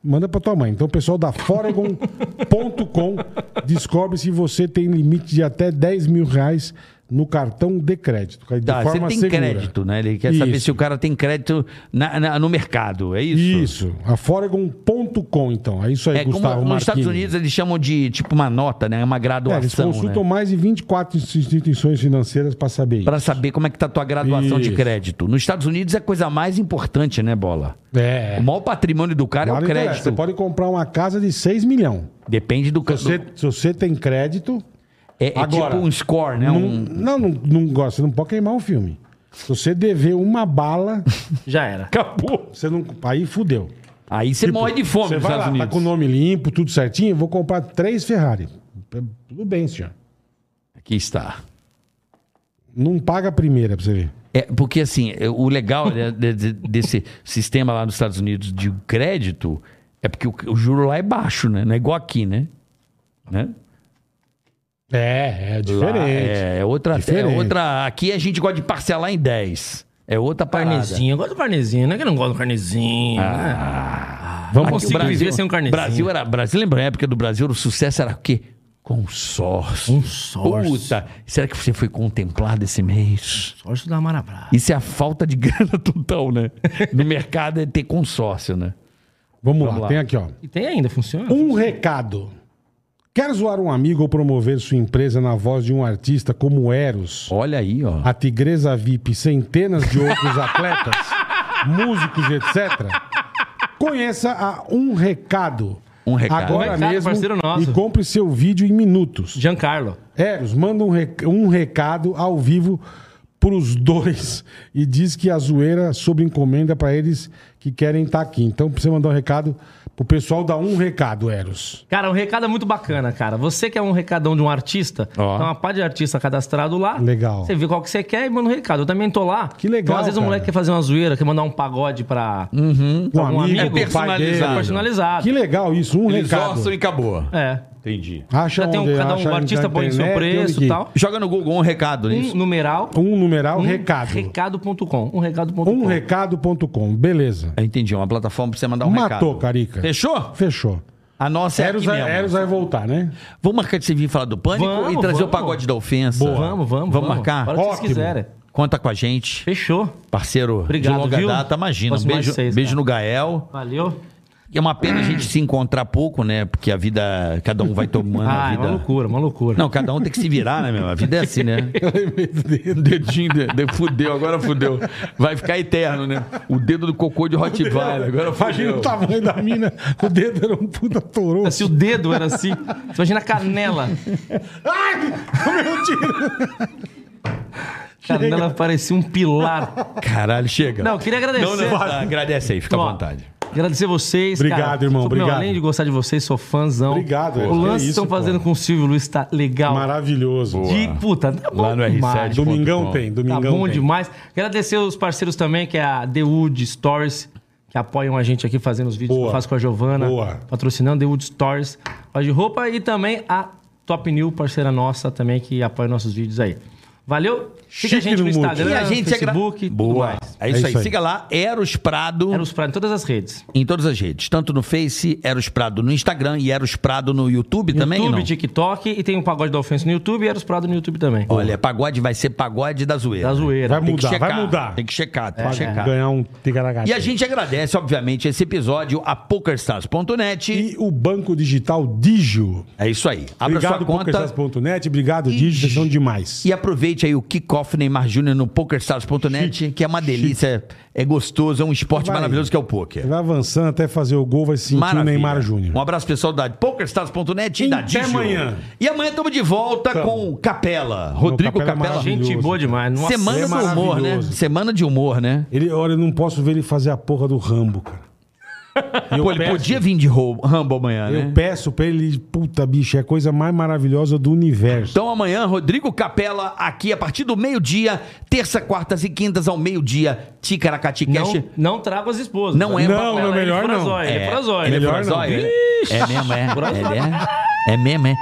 Speaker 4: Manda pra tua mãe. Então, o pessoal da Foregon.com descobre se você tem limite de até 10 mil reais no cartão de crédito. De
Speaker 3: Tá, você
Speaker 4: forma
Speaker 3: tem
Speaker 4: segura.
Speaker 3: crédito, né? Ele quer saber
Speaker 4: Isso.
Speaker 3: se o cara tem crédito na- na- no mercado, é isso?
Speaker 4: Isso. A Foregon.com, então. É isso aí,
Speaker 3: É como
Speaker 4: Gustavo
Speaker 3: nos Estados
Speaker 4: Marquini.
Speaker 3: Unidos eles chamam de tipo uma nota, né? Uma
Speaker 4: É, eles
Speaker 3: graduação.
Speaker 4: consultam
Speaker 3: né?
Speaker 4: mais de 24 instituições financeiras pra saber isso.
Speaker 3: Pra saber como é que tá a tua graduação de
Speaker 4: Isso.
Speaker 3: crédito. Nos Estados Unidos é a coisa mais importante, né, Bola?
Speaker 4: É.
Speaker 3: O maior patrimônio do cara
Speaker 4: Lá
Speaker 3: é
Speaker 4: não
Speaker 3: o
Speaker 4: interessa. Você
Speaker 3: crédito.
Speaker 4: pode comprar uma casa de 6 milhões.
Speaker 3: Depende do
Speaker 4: Se você,
Speaker 3: do-
Speaker 4: se você tem crédito,
Speaker 3: É, é
Speaker 4: Agora,
Speaker 3: tipo um score, né?
Speaker 4: não,
Speaker 3: Um-
Speaker 4: não, não, não gosta. Você não pode queimar um filme. Se você dever uma bala,
Speaker 5: Já era.
Speaker 3: Acabou.
Speaker 4: você não, aí fudeu.
Speaker 3: Aí você morre de fome
Speaker 4: Você
Speaker 3: nos
Speaker 4: vai
Speaker 3: Estados
Speaker 4: lá, tá
Speaker 3: Unidos.
Speaker 4: com o nome limpo, tudo certinho, vou comprar três Ferrari. É, Tudo bem, senhor.
Speaker 3: Aqui está.
Speaker 4: Não paga a primeira pra você ver.
Speaker 3: É, porque assim, é, o legal né, de- de- desse sistema lá nos Estados Unidos de crédito é porque o, o juro lá é baixo, né? Não é igual aqui, né? Né?
Speaker 4: É, é
Speaker 3: Lá
Speaker 4: diferente.
Speaker 3: É, é outra, é
Speaker 4: Diferente.
Speaker 3: outra. Aqui a gente gosta de parcelar em 10. É outra parada.
Speaker 5: Carnezinho, eu gosto do carnezinho, não é que eu não gosto do carnezinho.
Speaker 4: Ah.
Speaker 5: né?
Speaker 4: Vamos
Speaker 5: Aqui consigo
Speaker 4: Brasil.
Speaker 5: viver sem um carnezinho.
Speaker 3: Brasil era. Brasil, lembra a época do Brasil? O sucesso era o quê?
Speaker 5: É um
Speaker 3: Consórcio.
Speaker 5: Consórcio.
Speaker 3: Puta, será que você foi contemplado esse mês?
Speaker 5: Sorte da Marabra.
Speaker 3: Isso é a falta de grana total, né? No mercado é ter consórcio, né?
Speaker 4: Vamos, lá.
Speaker 3: Vamos lá.
Speaker 4: tem aqui, ó.
Speaker 5: E tem ainda, funciona?
Speaker 4: Um recado. Quer zoar um amigo ou promover sua empresa na voz de um artista como Eros,
Speaker 3: Olha aí, ó.
Speaker 4: a Tigresa VIP e centenas de outros atletas, músicos, etc.? Conheça a Um Recado.
Speaker 3: Um Recado.
Speaker 4: Agora
Speaker 5: Um Recado,
Speaker 4: mesmo
Speaker 5: parceiro nosso.
Speaker 4: e compre seu vídeo em minutos.
Speaker 5: Giancarlo.
Speaker 4: Eros, manda um, rec- um recado ao vivo pros dois e diz que a zoeira sobre encomenda pra eles que querem estar aqui. Então, pra você mandar um recado pro pessoal, dá um recado, Eros.
Speaker 5: Cara, um recado é muito bacana, cara. Você quer um recadão de um artista,
Speaker 3: Ó.
Speaker 5: tem uma pá de artista cadastrado lá.
Speaker 4: Legal.
Speaker 5: Você vê qual que você quer e manda um recado. Eu também tô lá.
Speaker 4: Que legal,
Speaker 5: Então, às vezes
Speaker 4: cara.
Speaker 5: o moleque quer fazer uma zoeira, quer mandar um pagode pra...
Speaker 4: Um
Speaker 5: algum
Speaker 4: amigo,
Speaker 5: Hum, tá amigo?
Speaker 4: o pai dele.
Speaker 5: É personalizado.
Speaker 4: Que legal isso, um
Speaker 3: Eles
Speaker 4: recado.
Speaker 3: orçam e acabou.
Speaker 5: É.
Speaker 3: Entendi.
Speaker 4: Acha
Speaker 5: Já tem um,
Speaker 4: onde,
Speaker 5: cada
Speaker 4: acha
Speaker 5: um, o
Speaker 4: na
Speaker 5: artista põe o seu
Speaker 4: internet,
Speaker 5: preço
Speaker 4: onde
Speaker 5: e
Speaker 4: que-
Speaker 5: tal.
Speaker 3: Joga no Google um recado
Speaker 5: Um
Speaker 3: nisso.
Speaker 5: numeral.
Speaker 4: Um numeral, recado.
Speaker 5: Recado.com. Um recado.com.
Speaker 4: Um recado.com, beleza.
Speaker 3: Eu Ah, Entendi, uma plataforma pra você mandar um recado.
Speaker 4: Matou, Carica.
Speaker 3: Fechou?
Speaker 4: Fechou.
Speaker 3: A nossa é
Speaker 4: Eros,
Speaker 3: aqui
Speaker 4: vai-
Speaker 3: mesmo.
Speaker 4: Eros vai voltar, né?
Speaker 3: Vamos marcar de você vir falar do pânico
Speaker 5: Vamos,
Speaker 3: e trazer o
Speaker 5: vamos.
Speaker 3: pagode da ofensa.
Speaker 5: Vamos, vamos.
Speaker 3: Vamos marcar?
Speaker 5: Para o que vocês
Speaker 4: Ótimo.
Speaker 5: quiserem.
Speaker 3: Conta com a gente,
Speaker 5: Fechou.
Speaker 3: parceiro
Speaker 5: Obrigado,
Speaker 3: de longa
Speaker 5: viu?
Speaker 3: data. Imagina, um
Speaker 5: Próximo
Speaker 3: beijo,
Speaker 5: mais seis,
Speaker 3: beijo
Speaker 5: cara.
Speaker 3: no Gael.
Speaker 5: Valeu.
Speaker 3: E é uma pena a gente se encontrar pouco, né? Porque a vida, cada um vai tomando
Speaker 5: Ah,
Speaker 3: a
Speaker 5: é
Speaker 3: vida.
Speaker 5: uma loucura, uma loucura.
Speaker 3: Não, cada um tem que se virar, né, meu? A vida é assim, né? O dedinho, de, de- fudeu, agora fudeu. Vai ficar eterno, né? O dedo do cocô de Rottweiler, agora
Speaker 4: Imagina
Speaker 3: fudeu.
Speaker 4: o tamanho da mina, o dedo era um puta torou.
Speaker 5: Tá Se o dedo era assim, você imagina a canela.
Speaker 4: Ai, meu tiro.
Speaker 5: Cara, ela parecia um pilar.
Speaker 3: Caralho, chega.
Speaker 5: Não, eu queria agradecer.
Speaker 3: Ah, agradece aí, fica
Speaker 5: Ó,
Speaker 3: à vontade.
Speaker 5: Agradecer vocês.
Speaker 4: Obrigado,
Speaker 5: cara.
Speaker 4: irmão,
Speaker 5: Sou-
Speaker 4: obrigado.
Speaker 5: Não, além de gostar de vocês, sou fãzão.
Speaker 4: Obrigado, é,
Speaker 5: O lance que
Speaker 4: é isso,
Speaker 5: estão fazendo
Speaker 4: pô.
Speaker 5: com o Silvio Luiz tá legal.
Speaker 4: Maravilhoso.
Speaker 5: De puta, tá bom
Speaker 3: Lá no R7.
Speaker 5: demais.
Speaker 4: Domingão
Speaker 3: ponto com.
Speaker 4: tem,
Speaker 5: Tá
Speaker 4: domingão
Speaker 5: bom
Speaker 4: tem.
Speaker 5: demais. Agradecer os parceiros também, que é a The Wood Stories, que apoiam a gente aqui fazendo os vídeos que
Speaker 4: Boa.
Speaker 5: eu faço com a Giovana.
Speaker 4: Boa.
Speaker 5: Patrocinando The Wood Stories, loja de roupa e também a Top New, parceira nossa também, que apoia nossos vídeos aí. Valeu. Siga
Speaker 4: Chique
Speaker 5: a gente
Speaker 4: no
Speaker 5: no
Speaker 4: mute.
Speaker 5: Instagram,
Speaker 3: E a gente é gra-
Speaker 5: Facebook,
Speaker 3: Boa.
Speaker 5: tudo mais.
Speaker 3: É isso, aí. Siga lá, Eros Prado.
Speaker 5: Era os pra em todas as redes.
Speaker 3: Em todas as redes, tanto no Face, Eros Prado no Instagram e Eros Prado no YouTube, também,
Speaker 5: YouTube,
Speaker 3: não?
Speaker 5: TikTok e tem o Pagode da Ofensa no YouTube e Eros Prado no YouTube também.
Speaker 3: Olha, pagode vai ser pagode da zoeira. É.
Speaker 5: Da zoeira.
Speaker 4: Vai
Speaker 3: Tem que
Speaker 4: mudar,
Speaker 3: checar,
Speaker 4: vai mudar.
Speaker 3: Tem que checar, tem que
Speaker 4: Vai
Speaker 3: checar.
Speaker 4: ganhar um ticaracate.
Speaker 3: E a gente agradece, obviamente, esse episódio a PokerStars.net.
Speaker 4: E o Banco Digital Digio.
Speaker 3: É isso aí. Abra
Speaker 4: Obrigado,
Speaker 3: sua conta.
Speaker 4: PokerStars.net. Obrigado, Digio. Vocês são demais.
Speaker 3: E aproveite aí o kickoff Neymar Júnior no PokerStars.net, que é uma delícia, é gostoso, é um esporte
Speaker 4: Vai.
Speaker 3: maravilhoso que é o
Speaker 4: Você
Speaker 3: poker.
Speaker 4: vai avançando até fazer o gol, vai sentir o Neymar
Speaker 3: Um
Speaker 4: Júnior.
Speaker 3: abraço pessoal da PokerStars.net e
Speaker 4: Até
Speaker 3: da Digio.
Speaker 4: amanhã.
Speaker 3: E amanhã estamos de volta
Speaker 4: Tamo.
Speaker 3: com Capela. Rodrigo
Speaker 4: Capela é
Speaker 3: Capela.
Speaker 4: maravilhoso.
Speaker 5: Gente boa demais. Nossa,
Speaker 3: Semana
Speaker 4: é
Speaker 3: do humor, né?
Speaker 4: maravilhoso.
Speaker 3: Semana de humor, né?
Speaker 4: Ele, olha, eu não posso ver ele fazer a porra do Rambo, cara. E eu
Speaker 3: Pô, ele
Speaker 4: peço-
Speaker 3: podia vir de ro- Rambo amanhã, né?
Speaker 4: é Eu peço pra ele, puta bicho, é a coisa mais maravilhosa do universo.
Speaker 3: Então amanhã, Rodrigo Capela, aqui a partir do meio-dia, terça, quartas e quintas ao meio-dia, Ticaracati
Speaker 5: não,
Speaker 3: Cash.
Speaker 5: não trago as esposas.
Speaker 3: Não é
Speaker 5: Ele
Speaker 3: Não,
Speaker 5: fura-
Speaker 4: não,
Speaker 5: ele
Speaker 4: melhor
Speaker 5: fura
Speaker 4: não.
Speaker 5: zóio, Ele é
Speaker 3: é, ele é
Speaker 5: prazóia.
Speaker 4: Melhor não.
Speaker 3: furazói, É, é mesmo, é. Ele é, é mesmo, é.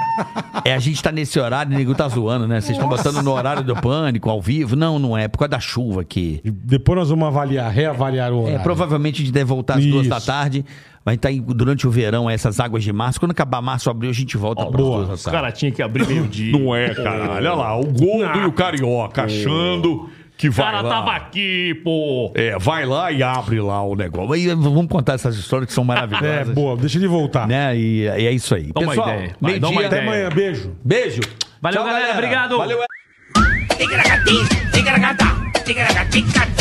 Speaker 3: É, a gente tá nesse horário, o nego tá zoando, né? Vocês estão botando no horário do pânico, ao vivo. Não, não é, por causa da chuva aqui.
Speaker 4: E Depois nós vamos avaliar, reavaliar o
Speaker 3: Então- É,
Speaker 4: horário.
Speaker 3: provavelmente a gente deve voltar às duas
Speaker 4: Isso.
Speaker 3: da tarde. Vai estar aí durante o verão, essas águas de março. Quando acabar março, abril, a gente volta para
Speaker 4: boa.
Speaker 3: duas da
Speaker 5: O
Speaker 3: tarde.
Speaker 5: cara tinha que abrir meio dia.
Speaker 6: Não é, caralho. Olha lá, o gordo e o carioca achando que
Speaker 5: O
Speaker 6: vai
Speaker 5: cara
Speaker 6: lá.
Speaker 3: Tá.
Speaker 5: tava aqui, pô.
Speaker 6: É, vai lá e abre lá o negócio.
Speaker 3: Aí vamos contar essas histórias que são
Speaker 4: É,
Speaker 3: maravilhosas.
Speaker 4: boa, deixa ele voltar.
Speaker 3: né? E, e é isso aí.
Speaker 5: uma
Speaker 3: Pessoal,
Speaker 5: ideia. Vai, dá uma
Speaker 3: meio-dia.
Speaker 4: Até
Speaker 5: ideia.
Speaker 4: amanhã, beijo.
Speaker 3: Beijo.
Speaker 5: Valeu, galera. Obrigado.
Speaker 3: Valeu,
Speaker 1: Ticaracati, ticaracatá, ticaracatica,